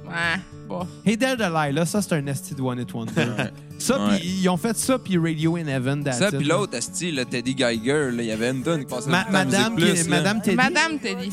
[SPEAKER 4] Ouais, bon.
[SPEAKER 1] Hey There Delilah, ça, c'est un esti de One It Wonder. ça,
[SPEAKER 5] [laughs] Ouais.
[SPEAKER 1] puis ils ont fait ça, puis Radio in Heaven. that's
[SPEAKER 5] Ça,
[SPEAKER 1] it,
[SPEAKER 5] puis
[SPEAKER 1] là.
[SPEAKER 5] l'autre, Asti, le Teddy Geiger, là, il y avait une tune qui passait
[SPEAKER 1] Ma-
[SPEAKER 5] dans la
[SPEAKER 1] Madame,
[SPEAKER 5] Musique
[SPEAKER 1] qui-
[SPEAKER 5] plus, là.
[SPEAKER 1] Madame Teddy.
[SPEAKER 4] Madame Teddy.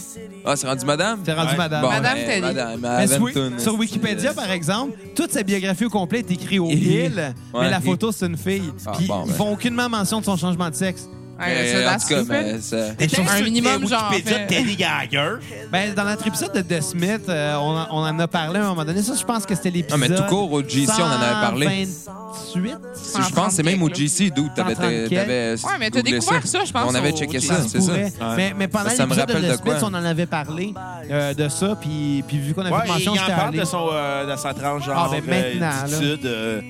[SPEAKER 5] Ah, c'est rendu Madame?
[SPEAKER 1] T'es rendu
[SPEAKER 3] Ouais.
[SPEAKER 1] Madame.
[SPEAKER 5] Bon,
[SPEAKER 4] Madame
[SPEAKER 5] ben,
[SPEAKER 4] Teddy.
[SPEAKER 5] Madame,
[SPEAKER 1] Mais
[SPEAKER 5] elle avait
[SPEAKER 1] sur,
[SPEAKER 5] une tune,
[SPEAKER 1] sur
[SPEAKER 5] esti, euh,
[SPEAKER 1] Wikipédia,
[SPEAKER 5] là.
[SPEAKER 1] par exemple, toute sa biographie au complet est écrite au
[SPEAKER 5] Et-
[SPEAKER 1] il, mais
[SPEAKER 5] Ouais.
[SPEAKER 1] la photo, c'est une fille.
[SPEAKER 5] Ah,
[SPEAKER 1] Puis
[SPEAKER 5] bon,
[SPEAKER 1] ils
[SPEAKER 5] ben.
[SPEAKER 1] font aucunement mention de son changement de sexe.
[SPEAKER 4] Ouais,
[SPEAKER 5] Mais
[SPEAKER 4] ça,
[SPEAKER 5] en tout cas, ben,
[SPEAKER 4] that's stupid.
[SPEAKER 5] mais ça-
[SPEAKER 3] T'étais
[SPEAKER 4] Un
[SPEAKER 3] sur
[SPEAKER 4] minimum, genre,
[SPEAKER 3] Wikipédia
[SPEAKER 4] fait-
[SPEAKER 3] de Teddy Geiger.
[SPEAKER 1] Ben, dans notre épisode de The Smith, euh, on, en- on en a parlé à un moment donné. Ça, je pense que c'était
[SPEAKER 5] Ah,
[SPEAKER 1] l'épisode.
[SPEAKER 5] mais tout court, au GC, on en avait parlé.
[SPEAKER 1] 128?
[SPEAKER 5] Si Je pense que c'est même au GC, d'où t'avais.
[SPEAKER 1] 130
[SPEAKER 5] t'avais-
[SPEAKER 4] Ouais, mais t'as
[SPEAKER 5] googlé
[SPEAKER 4] découvert ça, je pense,
[SPEAKER 5] On avait
[SPEAKER 4] au
[SPEAKER 5] checké
[SPEAKER 4] GC.
[SPEAKER 5] ça,
[SPEAKER 1] Ça se
[SPEAKER 5] Bah, c'est ça.
[SPEAKER 1] pourrait. Mais, mais pendant
[SPEAKER 5] Ça, ça me
[SPEAKER 1] l'épisode de
[SPEAKER 5] rappelle
[SPEAKER 1] The
[SPEAKER 5] de quoi?
[SPEAKER 1] Smith, on en avait parlé euh, de ça. Puis, puis vu qu'on avait
[SPEAKER 3] Ouais, il
[SPEAKER 1] mention,
[SPEAKER 3] en
[SPEAKER 1] j'étais
[SPEAKER 3] parle
[SPEAKER 1] allé.
[SPEAKER 3] de, son, euh, de sa tranche
[SPEAKER 1] Ah,
[SPEAKER 3] genre
[SPEAKER 1] ben, maintenant, là.
[SPEAKER 3] d'attitude, euh,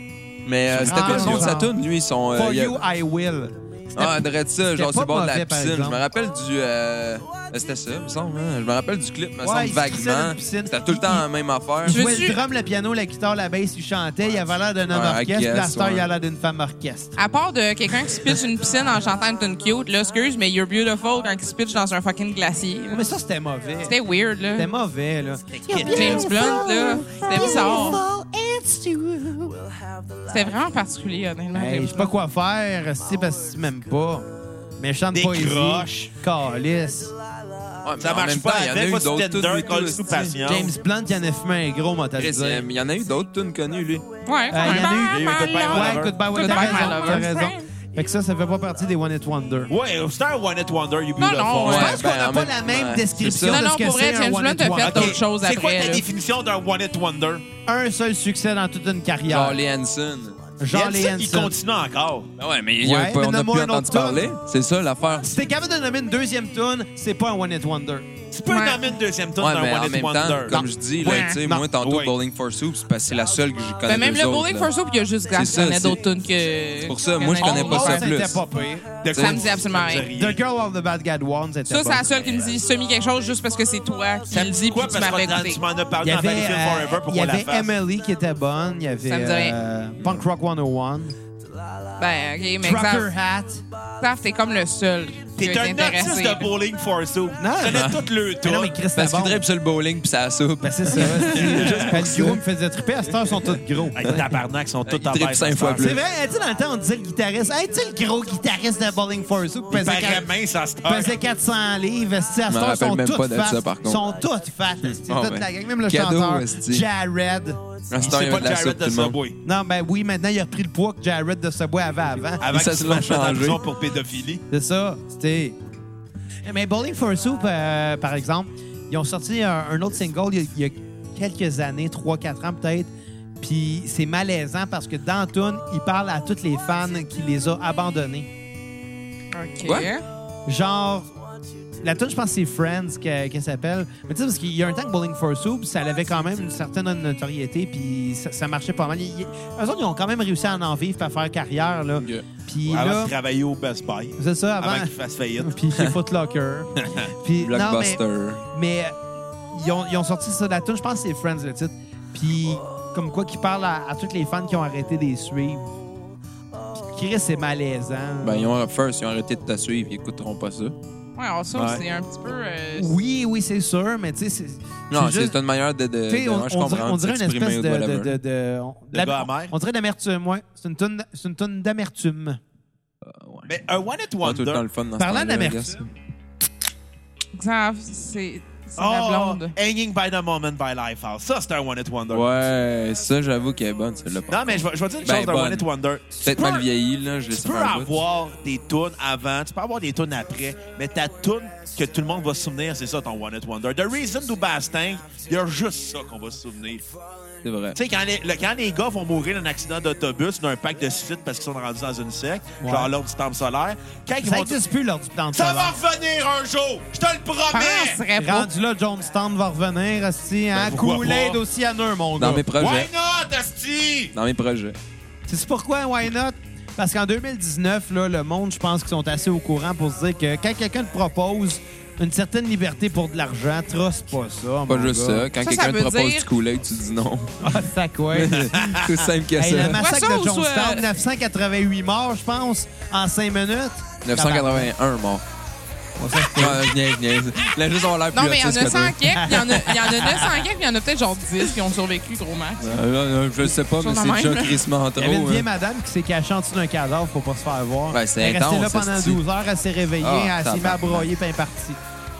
[SPEAKER 5] Mais euh, c'était
[SPEAKER 1] Ah,
[SPEAKER 5] quoi le nom
[SPEAKER 1] non,
[SPEAKER 5] de sa
[SPEAKER 1] non.
[SPEAKER 5] tune, lui? Son, euh,
[SPEAKER 1] For
[SPEAKER 5] il y a-
[SPEAKER 1] you, I will.
[SPEAKER 5] Ah, André de ça, genre
[SPEAKER 1] pas
[SPEAKER 5] sur le bord de la
[SPEAKER 1] mauvais, par
[SPEAKER 5] piscine. Je
[SPEAKER 1] exemple.
[SPEAKER 5] me rappelle du. euh, C'était ça, il me semble. hein? Je me rappelle du clip, me
[SPEAKER 1] Ouais,
[SPEAKER 5] semble
[SPEAKER 1] il finissait dans
[SPEAKER 5] vaguement.
[SPEAKER 1] une piscine.
[SPEAKER 5] C'était tout le temps la même affaire.
[SPEAKER 1] Je
[SPEAKER 4] veux
[SPEAKER 1] vois le
[SPEAKER 4] su-
[SPEAKER 1] drum, le piano, la guitare, la basse, il chantait. Il avait l'air d'un homme
[SPEAKER 5] Ouais,
[SPEAKER 1] orchestre.
[SPEAKER 5] I
[SPEAKER 1] puis
[SPEAKER 5] guess,
[SPEAKER 1] la star,
[SPEAKER 5] ouais.
[SPEAKER 1] il a l'air d'une femme orchestre.
[SPEAKER 4] À part de quelqu'un qui se pitche une piscine en chantant une tune cute, là, excuse, mais You're Beautiful quand il se pitche dans un fucking glacier.
[SPEAKER 1] Mais ça, c'était mauvais.
[SPEAKER 4] C'était weird, là.
[SPEAKER 1] C'était mauvais, là.
[SPEAKER 4] James Blunt, er là. C'était bizarre. C'était vraiment particulier, honnêtement.
[SPEAKER 1] Hey, je sais pas quoi faire. Si, parce que tu m'aimes pas. Méchante
[SPEAKER 3] Décroche.
[SPEAKER 1] poésie. Calice.
[SPEAKER 5] Ouais, mais
[SPEAKER 3] Ça
[SPEAKER 5] en
[SPEAKER 3] marche
[SPEAKER 5] même
[SPEAKER 3] pas
[SPEAKER 5] temps, il y en a
[SPEAKER 3] avec,
[SPEAKER 5] eu
[SPEAKER 3] voici
[SPEAKER 5] d'autres tunes.
[SPEAKER 3] Tinder,
[SPEAKER 5] et tout,
[SPEAKER 3] colle sous
[SPEAKER 5] aussi.
[SPEAKER 3] passion.
[SPEAKER 1] James Blunt, il en a fumé un gros, moi, t'as
[SPEAKER 5] Chris,
[SPEAKER 1] dit.
[SPEAKER 5] euh, Il y en a eu d'autres tunes connues, lui.
[SPEAKER 4] Ouais,
[SPEAKER 1] Euh, il y en a eu-
[SPEAKER 4] Bye,
[SPEAKER 3] il y a eu
[SPEAKER 4] my
[SPEAKER 3] Goodbye,
[SPEAKER 4] love.
[SPEAKER 1] Ouais,
[SPEAKER 3] Lover.
[SPEAKER 1] Goodbye, Willow,
[SPEAKER 4] Goodbye,
[SPEAKER 1] t'as
[SPEAKER 4] my
[SPEAKER 1] raison, t'as
[SPEAKER 4] lover.
[SPEAKER 1] raison. Fait que ça, ça fait pas partie des One It Wonder.
[SPEAKER 3] Ouais, c'était un One It Wonder, You
[SPEAKER 4] Non,
[SPEAKER 3] Beautiful.
[SPEAKER 4] non,
[SPEAKER 1] Je
[SPEAKER 4] ouais.
[SPEAKER 1] pense qu'on
[SPEAKER 5] ben,
[SPEAKER 1] n'a
[SPEAKER 5] en
[SPEAKER 1] pas
[SPEAKER 5] même-
[SPEAKER 1] la même
[SPEAKER 5] ouais,
[SPEAKER 1] description de
[SPEAKER 4] ça.
[SPEAKER 5] c'est
[SPEAKER 4] Non,
[SPEAKER 1] ce
[SPEAKER 4] non,
[SPEAKER 1] que
[SPEAKER 4] pour
[SPEAKER 1] c'est
[SPEAKER 4] vrai, James
[SPEAKER 1] un One
[SPEAKER 4] Blunt
[SPEAKER 1] It
[SPEAKER 4] a fait
[SPEAKER 1] Wonder.
[SPEAKER 4] d'autres choses
[SPEAKER 3] C'est quoi
[SPEAKER 4] après,
[SPEAKER 3] ta
[SPEAKER 4] là.
[SPEAKER 3] définition d'un One It Wonder?
[SPEAKER 1] Un seul succès dans toute une carrière.
[SPEAKER 5] Genre les Hanson.
[SPEAKER 1] Jean
[SPEAKER 3] Il y a ça qui continue encore.
[SPEAKER 5] Ouais, mais il y
[SPEAKER 1] y
[SPEAKER 5] a
[SPEAKER 1] a
[SPEAKER 5] pas-
[SPEAKER 1] mais
[SPEAKER 5] on n'a
[SPEAKER 1] nomme-moi
[SPEAKER 5] plus
[SPEAKER 1] un autre
[SPEAKER 5] entendu
[SPEAKER 1] tune.
[SPEAKER 5] parler. C'est ça l'affaire.
[SPEAKER 1] Si t'es capable de nommer une deuxième tune, c'est pas un One It Wonder.
[SPEAKER 3] Tu peux
[SPEAKER 4] Ouais.
[SPEAKER 3] nommer une deuxième tour
[SPEAKER 5] Ouais,
[SPEAKER 3] d'un
[SPEAKER 5] mais en
[SPEAKER 3] One It
[SPEAKER 5] même
[SPEAKER 3] Wonder.
[SPEAKER 5] temps, comme je dis, là,
[SPEAKER 1] Ouais.
[SPEAKER 5] tu sais,
[SPEAKER 1] Non.
[SPEAKER 5] moi, tantôt,
[SPEAKER 3] Ouais.
[SPEAKER 5] Bowling for Soup, c'est parce que c'est la seule que je connais.
[SPEAKER 4] Ben, même
[SPEAKER 5] d'eux
[SPEAKER 4] le
[SPEAKER 5] autres,
[SPEAKER 4] Bowling
[SPEAKER 5] là.
[SPEAKER 4] for Soup, il y a juste Glace.
[SPEAKER 5] ça,
[SPEAKER 4] Il y en a
[SPEAKER 5] c'est-
[SPEAKER 4] d'autres tunes que. Ah,
[SPEAKER 5] c'est pour ça, moi, je connais pas
[SPEAKER 1] Oh,
[SPEAKER 5] ça plus.
[SPEAKER 1] c'était pas pire.
[SPEAKER 3] De
[SPEAKER 5] Ça
[SPEAKER 3] quoi
[SPEAKER 4] me dit
[SPEAKER 3] tu-
[SPEAKER 4] absolument
[SPEAKER 3] ça me dit
[SPEAKER 4] rien.
[SPEAKER 1] The Girl of the Bad Guy One, c'était
[SPEAKER 4] Ça, c'est
[SPEAKER 1] bon.
[SPEAKER 4] la seule qui me dit semi quelque chose juste parce que c'est toi qui
[SPEAKER 3] Ça
[SPEAKER 4] le
[SPEAKER 3] me
[SPEAKER 4] dis
[SPEAKER 3] dit quoi?
[SPEAKER 4] puis tu
[SPEAKER 3] Parce
[SPEAKER 4] m'avais
[SPEAKER 3] que
[SPEAKER 4] écouté.
[SPEAKER 3] tu m'en as
[SPEAKER 1] Il y
[SPEAKER 3] parlé dans
[SPEAKER 1] avait,
[SPEAKER 3] Valleyfield
[SPEAKER 1] euh,
[SPEAKER 3] Forever pour
[SPEAKER 1] il y
[SPEAKER 3] qu'on la
[SPEAKER 1] avait
[SPEAKER 3] fasse.
[SPEAKER 1] Emily qui était bonne, il y avait
[SPEAKER 4] Ça me dit rien.
[SPEAKER 1] euh, Punk Rock 101,
[SPEAKER 4] Ben, ok, mais
[SPEAKER 1] Trucker
[SPEAKER 4] Xav,
[SPEAKER 1] Hat.
[SPEAKER 4] Xav, t'es comme le seul. qui
[SPEAKER 3] T'es
[SPEAKER 4] est
[SPEAKER 3] un artiste
[SPEAKER 4] intéressé.
[SPEAKER 3] de bowling for soup.
[SPEAKER 1] Non,
[SPEAKER 3] Tu connais toutes leurs
[SPEAKER 1] Mais non,
[SPEAKER 3] tours.
[SPEAKER 1] mais Chris, c'était
[SPEAKER 5] Parce qu'il
[SPEAKER 1] bon.
[SPEAKER 5] drippe sur le bowling puis ça soupe.
[SPEAKER 1] Ben, c'est ça. Juste le gros me faisait triper. À cette heure, ils sont tous gros.
[SPEAKER 3] Hey, tabarnak, ils sont tous
[SPEAKER 5] Ils
[SPEAKER 3] en
[SPEAKER 5] trippent
[SPEAKER 3] baisse,
[SPEAKER 5] cinq
[SPEAKER 3] ça.
[SPEAKER 5] fois plus.
[SPEAKER 1] C'est vrai, tu sais, dans le temps, on disait le guitariste. Hey, tu sais, le gros guitariste de Bowling for Soup
[SPEAKER 3] Il
[SPEAKER 1] pesait,
[SPEAKER 3] paraît
[SPEAKER 1] quatre-
[SPEAKER 3] mince à cette heure.
[SPEAKER 1] pesait 400 livres. esti, à
[SPEAKER 5] Je
[SPEAKER 1] cette
[SPEAKER 5] m'en
[SPEAKER 1] heure, ils sont
[SPEAKER 5] rappelle même pas
[SPEAKER 1] toutes
[SPEAKER 5] de
[SPEAKER 1] fat.
[SPEAKER 5] ça, par
[SPEAKER 1] Ils
[SPEAKER 5] contre.
[SPEAKER 1] sont toutes fat. esti,
[SPEAKER 5] Ah,
[SPEAKER 1] toute
[SPEAKER 5] ouais.
[SPEAKER 1] la gang, même le
[SPEAKER 5] Cadeau,
[SPEAKER 1] chanteur.
[SPEAKER 5] esti.
[SPEAKER 1] Jared.
[SPEAKER 5] En ce temps, il y
[SPEAKER 3] C'est
[SPEAKER 5] avait
[SPEAKER 3] pas
[SPEAKER 5] de la
[SPEAKER 3] Jared
[SPEAKER 5] soupe, tout
[SPEAKER 3] de
[SPEAKER 5] le monde.
[SPEAKER 3] Subway.
[SPEAKER 1] Non, ben oui, maintenant, il a repris le poids que Jared de Subway avait avant.
[SPEAKER 3] Avant
[SPEAKER 5] Ça,
[SPEAKER 3] qu'ils se
[SPEAKER 5] c'est l'ont
[SPEAKER 3] fasse mettre en
[SPEAKER 5] changé.
[SPEAKER 3] prison pour pédophilie.
[SPEAKER 1] C'est ça, c'était. Eh, Mais Bowling for Soup, euh, par exemple, ils ont sorti un, un autre single il y, a, il y a quelques années, 3-4 ans peut-être. Puis c'est malaisant parce que dans Toon, il parle à toutes les fans qui les a abandonnés.
[SPEAKER 4] Ok.
[SPEAKER 5] Ouais.
[SPEAKER 1] Genre, la tune, je pense que c'est Friends que- qu'elle s'appelle. Mais tu sais, parce qu'il y a un temps que Bowling for Soup, ça avait quand même une certaine notoriété, puis ça, ça marchait pas mal. Ils- ils- eux autres, ils ont quand même réussi à en vivre, puis à faire carrière, là.
[SPEAKER 5] Ok.
[SPEAKER 1] Puis
[SPEAKER 3] Avant
[SPEAKER 1] là,
[SPEAKER 3] de travailler au Best Buy.
[SPEAKER 1] c'est ça, avant.
[SPEAKER 3] Avant qu'ils fassent faillite.
[SPEAKER 1] [laughs] Puis chez
[SPEAKER 5] [laughs]
[SPEAKER 1] Footlocker. Puis, non, mais-
[SPEAKER 5] Blockbuster.
[SPEAKER 1] Mais euh, ils ont, ils ont sorti ça de la tune, je pense que c'est Friends le titre. Puis comme quoi qui parle à, à tous les fans qui ont arrêté de les suivre. Puis Chris, c'est malaisant.
[SPEAKER 5] Ben, ils ont, first, ils ont arrêté de te suivre, ils écouteront pas ça.
[SPEAKER 4] Ouais, alors ça,
[SPEAKER 3] Ouais.
[SPEAKER 4] c'est un petit peu. euh,
[SPEAKER 1] Oui, oui, c'est sûr, mais tu sais, c'est.
[SPEAKER 5] Non,
[SPEAKER 1] c'est juste-
[SPEAKER 5] c'est une manière de.
[SPEAKER 1] tu
[SPEAKER 5] de,
[SPEAKER 1] sais,
[SPEAKER 5] de-
[SPEAKER 1] on,
[SPEAKER 5] ouais, je
[SPEAKER 1] on
[SPEAKER 5] comprends,
[SPEAKER 1] dirait, on dirait une
[SPEAKER 5] s'exprimer
[SPEAKER 1] espèce
[SPEAKER 5] ou
[SPEAKER 1] de.
[SPEAKER 5] whatever.
[SPEAKER 1] de, de, de- on, la-
[SPEAKER 3] gars amer.
[SPEAKER 1] on dirait d'amertume, ouais. C'est une toune c'est une toune d'amertume.
[SPEAKER 5] Ah, ouais.
[SPEAKER 3] Mais un One It
[SPEAKER 5] Pas tout le temps
[SPEAKER 3] Wonder.
[SPEAKER 5] le fun dans ce
[SPEAKER 1] Parlant
[SPEAKER 5] temps-là, I
[SPEAKER 1] d'amertume.
[SPEAKER 5] guess.
[SPEAKER 4] Xav, c'est. C'est la
[SPEAKER 3] Oh,
[SPEAKER 4] blonde.
[SPEAKER 3] Hanging by the Moment by Lifehouse. Ça, c'est un One It Wonder.
[SPEAKER 5] Ouais, ça, j'avoue qu'elle est bonne, celle-là.
[SPEAKER 3] Non, mais je vais je vais dire une
[SPEAKER 5] Ben,
[SPEAKER 3] chose d'un
[SPEAKER 5] bonne.
[SPEAKER 3] One It Wonder. Tu
[SPEAKER 5] Peut-être
[SPEAKER 3] peux-
[SPEAKER 5] mal vieilli, là, je l'ai
[SPEAKER 3] Tu peux avoir des tunes avant, tu peux avoir des tunes après, mais ta tune que tout le monde va se souvenir, c'est ça ton One It Wonder. The Reason to Bastang, il y a juste ça qu'on va se souvenir.
[SPEAKER 5] C'est vrai.
[SPEAKER 3] Tu sais, quand les, le- quand les gars vont mourir d'un accident d'autobus, d'un pack de suicide parce qu'ils sont rendus dans une sec,
[SPEAKER 1] Ouais.
[SPEAKER 3] genre l'ordre du temple solaire, quand ils
[SPEAKER 1] Ça
[SPEAKER 3] vont.
[SPEAKER 1] n'existe plus lors du plan de
[SPEAKER 3] Ça
[SPEAKER 1] solaire.
[SPEAKER 3] va revenir un jour! Je te le
[SPEAKER 4] Comment on
[SPEAKER 3] promets!
[SPEAKER 4] Ah, serait beau?
[SPEAKER 1] Rendu là, John Stand va revenir, aussi, hein?
[SPEAKER 3] Ben, pourquoi
[SPEAKER 1] Kool-Aid
[SPEAKER 3] pas?
[SPEAKER 1] au cyanure, mon gars.
[SPEAKER 5] Dans mes
[SPEAKER 3] Why
[SPEAKER 5] projets.
[SPEAKER 3] not, Asti?
[SPEAKER 5] Dans mes projets.
[SPEAKER 1] C'est pourquoi Why Not? Parce qu'en 2019, là, le monde, je pense qu'ils sont assez au courant pour se dire que quand quelqu'un te propose une certaine liberté pour de l'argent, trosse pas ça.
[SPEAKER 5] Pas
[SPEAKER 1] mon
[SPEAKER 5] juste
[SPEAKER 1] gars.
[SPEAKER 5] ça. Quand
[SPEAKER 4] Ça,
[SPEAKER 5] quelqu'un
[SPEAKER 4] ça
[SPEAKER 5] te
[SPEAKER 4] veut
[SPEAKER 5] propose
[SPEAKER 4] dire-
[SPEAKER 5] du Kool-Aid, tu dis non.
[SPEAKER 1] Ah, ça quoi?
[SPEAKER 5] [laughs]
[SPEAKER 1] hey,
[SPEAKER 5] C'est simple que ça.
[SPEAKER 1] le
[SPEAKER 4] Soit ça
[SPEAKER 1] massacre
[SPEAKER 4] ou
[SPEAKER 1] de Jonestown,
[SPEAKER 4] soit-
[SPEAKER 1] 988 morts, je pense, en 5 minutes.
[SPEAKER 5] 981 mort.
[SPEAKER 1] Ouais, ça, c'est-
[SPEAKER 5] Ah, je niaise, je niaise. Là, juste, on a l'air plus
[SPEAKER 4] Non, mais il y en a
[SPEAKER 5] autiste que
[SPEAKER 4] 100
[SPEAKER 5] toi.
[SPEAKER 4] quelques, il y en a il y en a 900 quelques, puis il y en a peut-être genre 10 qui ont survécu, gros max.
[SPEAKER 5] Euh, euh, Je sais pas, mais
[SPEAKER 4] Chose en
[SPEAKER 5] c'est
[SPEAKER 4] même,
[SPEAKER 5] déjà
[SPEAKER 4] là.
[SPEAKER 5] crissement trop.
[SPEAKER 1] Il y avait une vieille
[SPEAKER 5] hein.
[SPEAKER 1] madame qui s'est cachée en dessous d'un cadavre pour pas se faire voir.
[SPEAKER 5] Ouais, c'est
[SPEAKER 1] elle est restée
[SPEAKER 5] intense,
[SPEAKER 1] là
[SPEAKER 5] ça,
[SPEAKER 1] pendant
[SPEAKER 5] c'est-tu.
[SPEAKER 1] 12 heures, elle s'est réveillée,
[SPEAKER 5] Ah,
[SPEAKER 1] elle s'est mise à
[SPEAKER 5] tabarnak.
[SPEAKER 1] broyer, puis elle est partie.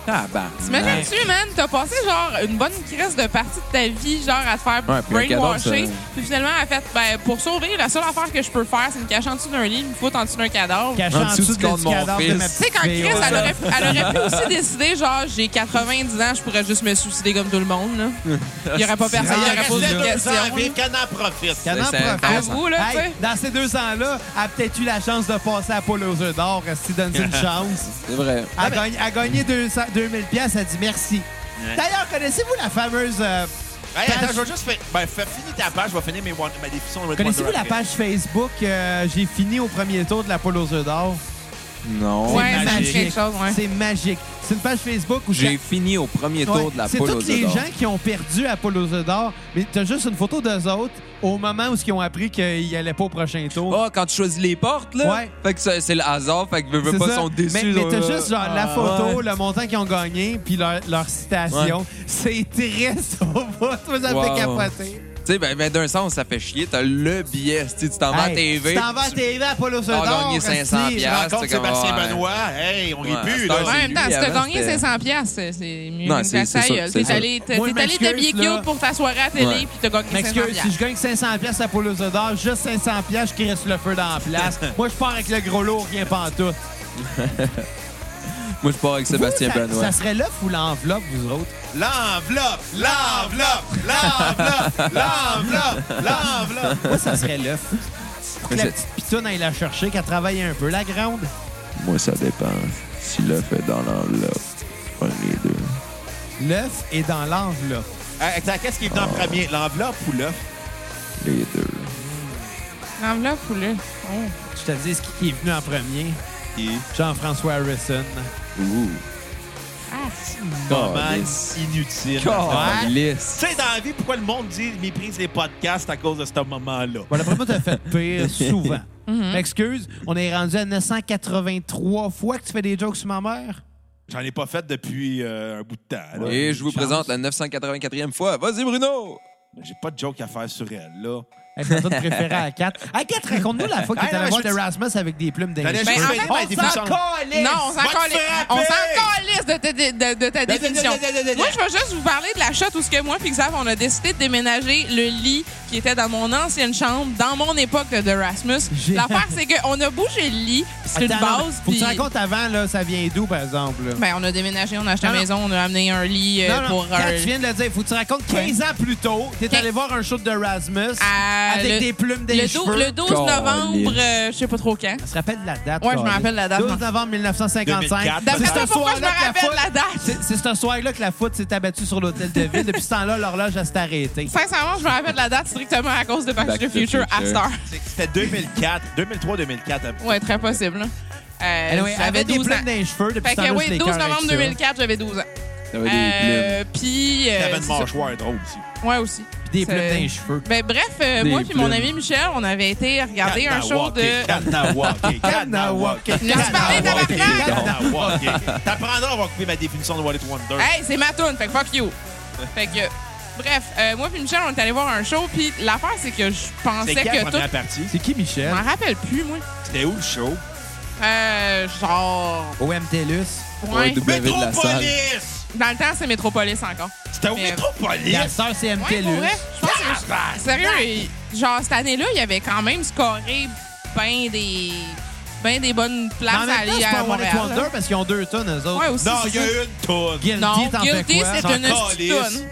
[SPEAKER 5] Ah, bah.
[SPEAKER 4] T'imagines-tu, man, t'as passé genre une bonne crise de partie de ta vie, genre à te faire
[SPEAKER 5] Ouais, puis un cadeau,
[SPEAKER 4] brainwasher.
[SPEAKER 5] ça-
[SPEAKER 4] Puis finalement, elle a fait, ben, pour sauver, la seule affaire que je peux faire, c'est me cacher en dessous d'un lit, me foutre en dessous d'un cadavre.
[SPEAKER 1] Caché en dessous
[SPEAKER 5] corps
[SPEAKER 1] du
[SPEAKER 5] de mon
[SPEAKER 1] cadavre de
[SPEAKER 5] fils.
[SPEAKER 1] ma
[SPEAKER 4] Tu sais, quand Chris,
[SPEAKER 1] fille,
[SPEAKER 4] elle
[SPEAKER 1] ouais.
[SPEAKER 4] aurait, elle aurait pu aussi décider, genre, j'ai 90 ans, je pourrais juste me suicider comme tout le monde, là. Il n'y aurait pas personne qui aurait posé de
[SPEAKER 3] deux ans à vivre,
[SPEAKER 4] questions.
[SPEAKER 3] qu'elle en profite.
[SPEAKER 1] Qu'elle en
[SPEAKER 5] C'est- c'est
[SPEAKER 1] profite.
[SPEAKER 5] intense, hein.
[SPEAKER 4] Avoue, là, tu sais.
[SPEAKER 1] Hey, dans ces deux ans-là, elle a peut-être eu la chance de passer à Paul aux œufs d'or, si donne
[SPEAKER 5] [laughs]
[SPEAKER 1] une chance.
[SPEAKER 5] C'est vrai.
[SPEAKER 1] Elle a gagné, elle a gagné 200 2000 pièces, elle dit merci.
[SPEAKER 3] Ouais.
[SPEAKER 1] D'ailleurs, connaissez-vous la fameuse euh,
[SPEAKER 3] Hey, attends,
[SPEAKER 1] Page-
[SPEAKER 3] je vais juste faire... Ben, fais finir ta page, je vais finir mes, one- ma définition de Red
[SPEAKER 1] connaissez-vous
[SPEAKER 3] Wonder
[SPEAKER 1] la
[SPEAKER 3] après.
[SPEAKER 1] page Facebook euh, j'ai fini au premier tour de la Paul aux œufs d'or
[SPEAKER 5] Non.
[SPEAKER 4] Ouais,
[SPEAKER 1] C'est
[SPEAKER 4] ça dit
[SPEAKER 1] magique.
[SPEAKER 4] quelque chose, ouais.
[SPEAKER 1] C'est magique. C'est une page Facebook où
[SPEAKER 5] J'ai fini au premier
[SPEAKER 1] Ouais,
[SPEAKER 5] tour de la
[SPEAKER 1] C'est
[SPEAKER 5] poule aux
[SPEAKER 1] tous les
[SPEAKER 5] œufs d'or.
[SPEAKER 1] gens qui ont perdu à Paul aux œufs d'or, mais t'as juste une photo d'eux autres au moment où ils ont appris qu'ils n'allaient pas au prochain tour.
[SPEAKER 5] Ah, quand tu choisis les portes, là.
[SPEAKER 1] Ouais.
[SPEAKER 5] Fait que ça- c'est le hasard, fait que veux, veux
[SPEAKER 1] C'est
[SPEAKER 5] pas,
[SPEAKER 1] ça.
[SPEAKER 5] sont déçus.
[SPEAKER 1] Mais, mais t'as
[SPEAKER 5] là.
[SPEAKER 1] juste genre, la
[SPEAKER 5] Ah,
[SPEAKER 1] photo,
[SPEAKER 5] ouais.
[SPEAKER 1] le montant qu'ils ont gagné, puis leur, leur citation. C'est triste au bout. Ça me
[SPEAKER 5] Wow.
[SPEAKER 1] fait capoter.
[SPEAKER 5] Tu sais, ben, ben, d'un sens, ça fait chier. T'as le billet. Tu sais, tu t'en vas à
[SPEAKER 1] Hey,
[SPEAKER 5] TV.
[SPEAKER 1] Tu t'en vas à
[SPEAKER 5] tu-
[SPEAKER 1] TV à Paul aux œufs
[SPEAKER 5] T'as
[SPEAKER 1] d'or.
[SPEAKER 5] gagné 500
[SPEAKER 1] esti.
[SPEAKER 5] piastres.
[SPEAKER 3] Rencontre
[SPEAKER 5] c'est comme,
[SPEAKER 3] Sébastien
[SPEAKER 5] ouais.
[SPEAKER 3] Benoît. Hey, on rit
[SPEAKER 5] Ouais,
[SPEAKER 3] plus,
[SPEAKER 5] c'est
[SPEAKER 3] là.
[SPEAKER 5] un-
[SPEAKER 4] Ouais, en même temps, si
[SPEAKER 5] lui,
[SPEAKER 4] t'as
[SPEAKER 5] avant,
[SPEAKER 4] gagné
[SPEAKER 5] c'était-
[SPEAKER 4] 500$, piastres, c'est c'est mieux
[SPEAKER 5] Non,
[SPEAKER 4] même que
[SPEAKER 5] c'est-
[SPEAKER 4] la
[SPEAKER 5] c'est sûr,
[SPEAKER 4] saille.
[SPEAKER 5] c'est
[SPEAKER 4] T'es
[SPEAKER 5] sûr.
[SPEAKER 4] allé t'es-
[SPEAKER 1] Moi, je
[SPEAKER 4] t'es allé t'habiller
[SPEAKER 1] m'excuse, là.
[SPEAKER 4] cute pour ta soirée à télé,
[SPEAKER 5] Ouais.
[SPEAKER 4] puis t'as gagné 500$.
[SPEAKER 1] M'excuse, si je gagne 500 pièces à Paul aux œufs d'or, juste 500 pièces, je reste le feu dans la
[SPEAKER 5] [laughs]
[SPEAKER 1] place. Moi, je pars avec le gros lourd, rien pas en tout.
[SPEAKER 5] Moi, je pars avec Sébastien
[SPEAKER 1] Vous, ça,
[SPEAKER 5] Benoît.
[SPEAKER 1] Ça serait l'œuf ou l'enveloppe, vous autres?
[SPEAKER 3] L'enveloppe, l'enveloppe, l'enveloppe, l'enveloppe, l'enveloppe.
[SPEAKER 1] Moi, ça serait l'œuf. Pour que la petite pitoune aille la chercher, qu'elle travaille un peu. La grande,
[SPEAKER 5] Moi, ça dépend. Si l'œuf est dans l'enveloppe, un les deux.
[SPEAKER 1] l'œuf est dans l'enveloppe.
[SPEAKER 3] Hey, Attends, Euh, qu'est-ce qui est venu en premier, l'enveloppe ou l'œuf?
[SPEAKER 5] Les deux.
[SPEAKER 4] L'enveloppe ou là?
[SPEAKER 1] Je te dis ce qui est venu en premier.
[SPEAKER 3] Qui?
[SPEAKER 1] Jean-François Harrison.
[SPEAKER 5] Ouh.
[SPEAKER 4] Ah,
[SPEAKER 3] Comment
[SPEAKER 5] Calisse.
[SPEAKER 3] inutile.
[SPEAKER 5] Calisse.
[SPEAKER 3] Tu sais, dans la vie, pourquoi le monde dit méprise les podcasts à cause de ce moment-là?
[SPEAKER 1] Voilà, vraiment, t'as fait
[SPEAKER 3] [laughs]
[SPEAKER 1] pire souvent. M'excuse, on est rendu à 983 fois que tu fais des jokes sur ma mère.
[SPEAKER 3] J'en ai pas fait depuis euh, un bout de temps. là.
[SPEAKER 5] Et je vous présente la 984e fois. Vas-y, Bruno!
[SPEAKER 3] J'ai pas de joke à faire sur elle, là.
[SPEAKER 1] Avec ton truc préféré à 4. À 4, raconte-nous la fois que
[SPEAKER 3] Hey,
[SPEAKER 1] t'étais
[SPEAKER 3] non,
[SPEAKER 1] allé
[SPEAKER 3] mais
[SPEAKER 1] voir
[SPEAKER 3] je
[SPEAKER 1] le
[SPEAKER 3] te-
[SPEAKER 1] Rasmus avec des plumes
[SPEAKER 3] J'allais
[SPEAKER 1] d'ingénieur.
[SPEAKER 3] juste
[SPEAKER 4] Ben, en
[SPEAKER 3] finir
[SPEAKER 4] fait,
[SPEAKER 3] ma
[SPEAKER 4] on
[SPEAKER 3] définition.
[SPEAKER 1] calisse!
[SPEAKER 4] Non, on s'en
[SPEAKER 3] Va te
[SPEAKER 4] calisse.
[SPEAKER 3] frapper!
[SPEAKER 4] On s'en calisse de, ta- de- de- de ta définition. Moi, je vais juste vous parler de la shot où ce que moi puis Xav, on a décidé de déménager le lit qui était dans mon ancienne chambre, dans mon époque de, de Rasmus.
[SPEAKER 1] J'ai-
[SPEAKER 4] L'affaire, c'est qu'on a bougé le lit, puis c'est une
[SPEAKER 1] Attends, non,
[SPEAKER 4] base.
[SPEAKER 1] Faut que
[SPEAKER 4] puis-
[SPEAKER 1] tu racontes avant, là, ça vient d'où, par exemple? là?
[SPEAKER 4] Ben, on a déménagé, on a acheté
[SPEAKER 1] Non,
[SPEAKER 4] une
[SPEAKER 1] non.
[SPEAKER 4] maison, on a amené un lit euh,
[SPEAKER 1] non, non,
[SPEAKER 4] pour
[SPEAKER 1] quand
[SPEAKER 4] un-
[SPEAKER 1] tu viens de le dire, faut que tu racontes 15 ans plus tôt, t'es
[SPEAKER 4] Quin-
[SPEAKER 1] allé voir un show de Rasmus
[SPEAKER 4] À
[SPEAKER 1] avec
[SPEAKER 4] le-
[SPEAKER 1] des plumes
[SPEAKER 4] le,
[SPEAKER 1] des
[SPEAKER 4] dou-
[SPEAKER 1] cheveux.
[SPEAKER 4] le 12 novembre, euh, je sais pas trop quand.
[SPEAKER 1] Tu te rappelles de la date?
[SPEAKER 4] Ouais, je me
[SPEAKER 1] Carlis?
[SPEAKER 4] rappelle la date,
[SPEAKER 1] 12
[SPEAKER 4] moi.
[SPEAKER 1] novembre 1955.
[SPEAKER 3] 2004.
[SPEAKER 1] C'est
[SPEAKER 4] D'après
[SPEAKER 1] ce
[SPEAKER 4] toi, pourquoi
[SPEAKER 1] soir-là
[SPEAKER 4] je me
[SPEAKER 1] que
[SPEAKER 4] rappelle la
[SPEAKER 1] foot-
[SPEAKER 4] date?
[SPEAKER 1] C'est- C'est ce soir-là que la foot s'est abattue sur l'hôtel de ville. Depuis ce temps-là, l'horloge a s'est arrêtée.
[SPEAKER 4] Sincèrement, je me rappelle la date strictement à cause de Back,
[SPEAKER 5] Back
[SPEAKER 4] to the Future à Star.
[SPEAKER 3] C'est- C'était 2004, 2003-2004.
[SPEAKER 4] Ouais, très possible. là. Euh,
[SPEAKER 1] Anyway, elle
[SPEAKER 4] J'avais
[SPEAKER 1] avait des
[SPEAKER 4] 12 ans.
[SPEAKER 1] plumes dans les cheveux depuis
[SPEAKER 4] Fait
[SPEAKER 1] ce temps-là.
[SPEAKER 4] que
[SPEAKER 1] je
[SPEAKER 4] oui,
[SPEAKER 1] l'ai
[SPEAKER 4] 12
[SPEAKER 1] cœur avec
[SPEAKER 4] novembre
[SPEAKER 1] ça.
[SPEAKER 4] 2004, j'avais 12 ans.
[SPEAKER 5] T'avais des
[SPEAKER 4] Euh, Puis. euh,
[SPEAKER 3] T'avais une
[SPEAKER 4] c'est
[SPEAKER 3] mâchoire drôle aussi.
[SPEAKER 4] ça. Ouais, aussi.
[SPEAKER 1] Des
[SPEAKER 4] Ça-
[SPEAKER 1] plumes dans les cheveux.
[SPEAKER 4] Ben, bref, euh,
[SPEAKER 5] Des
[SPEAKER 4] moi puis mon
[SPEAKER 5] plumes.
[SPEAKER 4] ami Michel, on avait été regarder un show de.
[SPEAKER 5] [laughs]
[SPEAKER 3] Kanawake, Kanawake,
[SPEAKER 1] Kanawake.
[SPEAKER 4] Laisse parler,
[SPEAKER 3] Kanawake,
[SPEAKER 4] tabarnak!
[SPEAKER 3] Kanawake. T'apprendras, on va couper ma définition de Wallet Wonder.
[SPEAKER 4] Hey, c'est ma toune, fait que fuck you. Fait que. Bref, euh, moi puis Michel, on est allé voir un show, puis l'affaire, c'est que je pensais
[SPEAKER 3] C'était qui la
[SPEAKER 4] que
[SPEAKER 3] première
[SPEAKER 4] tout.
[SPEAKER 3] partie?
[SPEAKER 1] C'est qui,
[SPEAKER 4] Je
[SPEAKER 1] Michel?
[SPEAKER 4] m'en rappelle plus, moi.
[SPEAKER 3] C'était où le show?
[SPEAKER 4] Euh, genre.
[SPEAKER 1] Au MTLUS.
[SPEAKER 4] Ouais.
[SPEAKER 5] double- W de la salle.
[SPEAKER 3] Métropolis!
[SPEAKER 4] Dans le temps, c'est Métropolis encore.
[SPEAKER 3] C'était au
[SPEAKER 4] Mais-
[SPEAKER 3] Métropolis!
[SPEAKER 1] La sœur, c'est
[SPEAKER 4] Ouais, pour
[SPEAKER 1] MTLUS.
[SPEAKER 4] vrai. Je pense que
[SPEAKER 3] Tabarnak!
[SPEAKER 4] Sérieux, il- genre cette année-là, il y avait quand même scoré ben des ben des bonnes
[SPEAKER 1] Mais
[SPEAKER 4] places
[SPEAKER 1] en
[SPEAKER 4] à
[SPEAKER 1] même temps,
[SPEAKER 4] aller
[SPEAKER 1] c'est
[SPEAKER 4] à
[SPEAKER 1] pas One Hit
[SPEAKER 4] Montréal.
[SPEAKER 1] Wonder parce qu'ils ont deux tonnes, eux
[SPEAKER 4] Ouais,
[SPEAKER 1] autres.
[SPEAKER 4] aussi.
[SPEAKER 3] Non,
[SPEAKER 4] c'est
[SPEAKER 3] il y a
[SPEAKER 4] ça.
[SPEAKER 3] une toune.
[SPEAKER 1] Guilty,
[SPEAKER 4] Non,
[SPEAKER 1] t'en fais
[SPEAKER 4] Guilty,
[SPEAKER 1] quoi?
[SPEAKER 4] c'est
[SPEAKER 3] Sans
[SPEAKER 4] une hostie de
[SPEAKER 3] calice.
[SPEAKER 4] toune.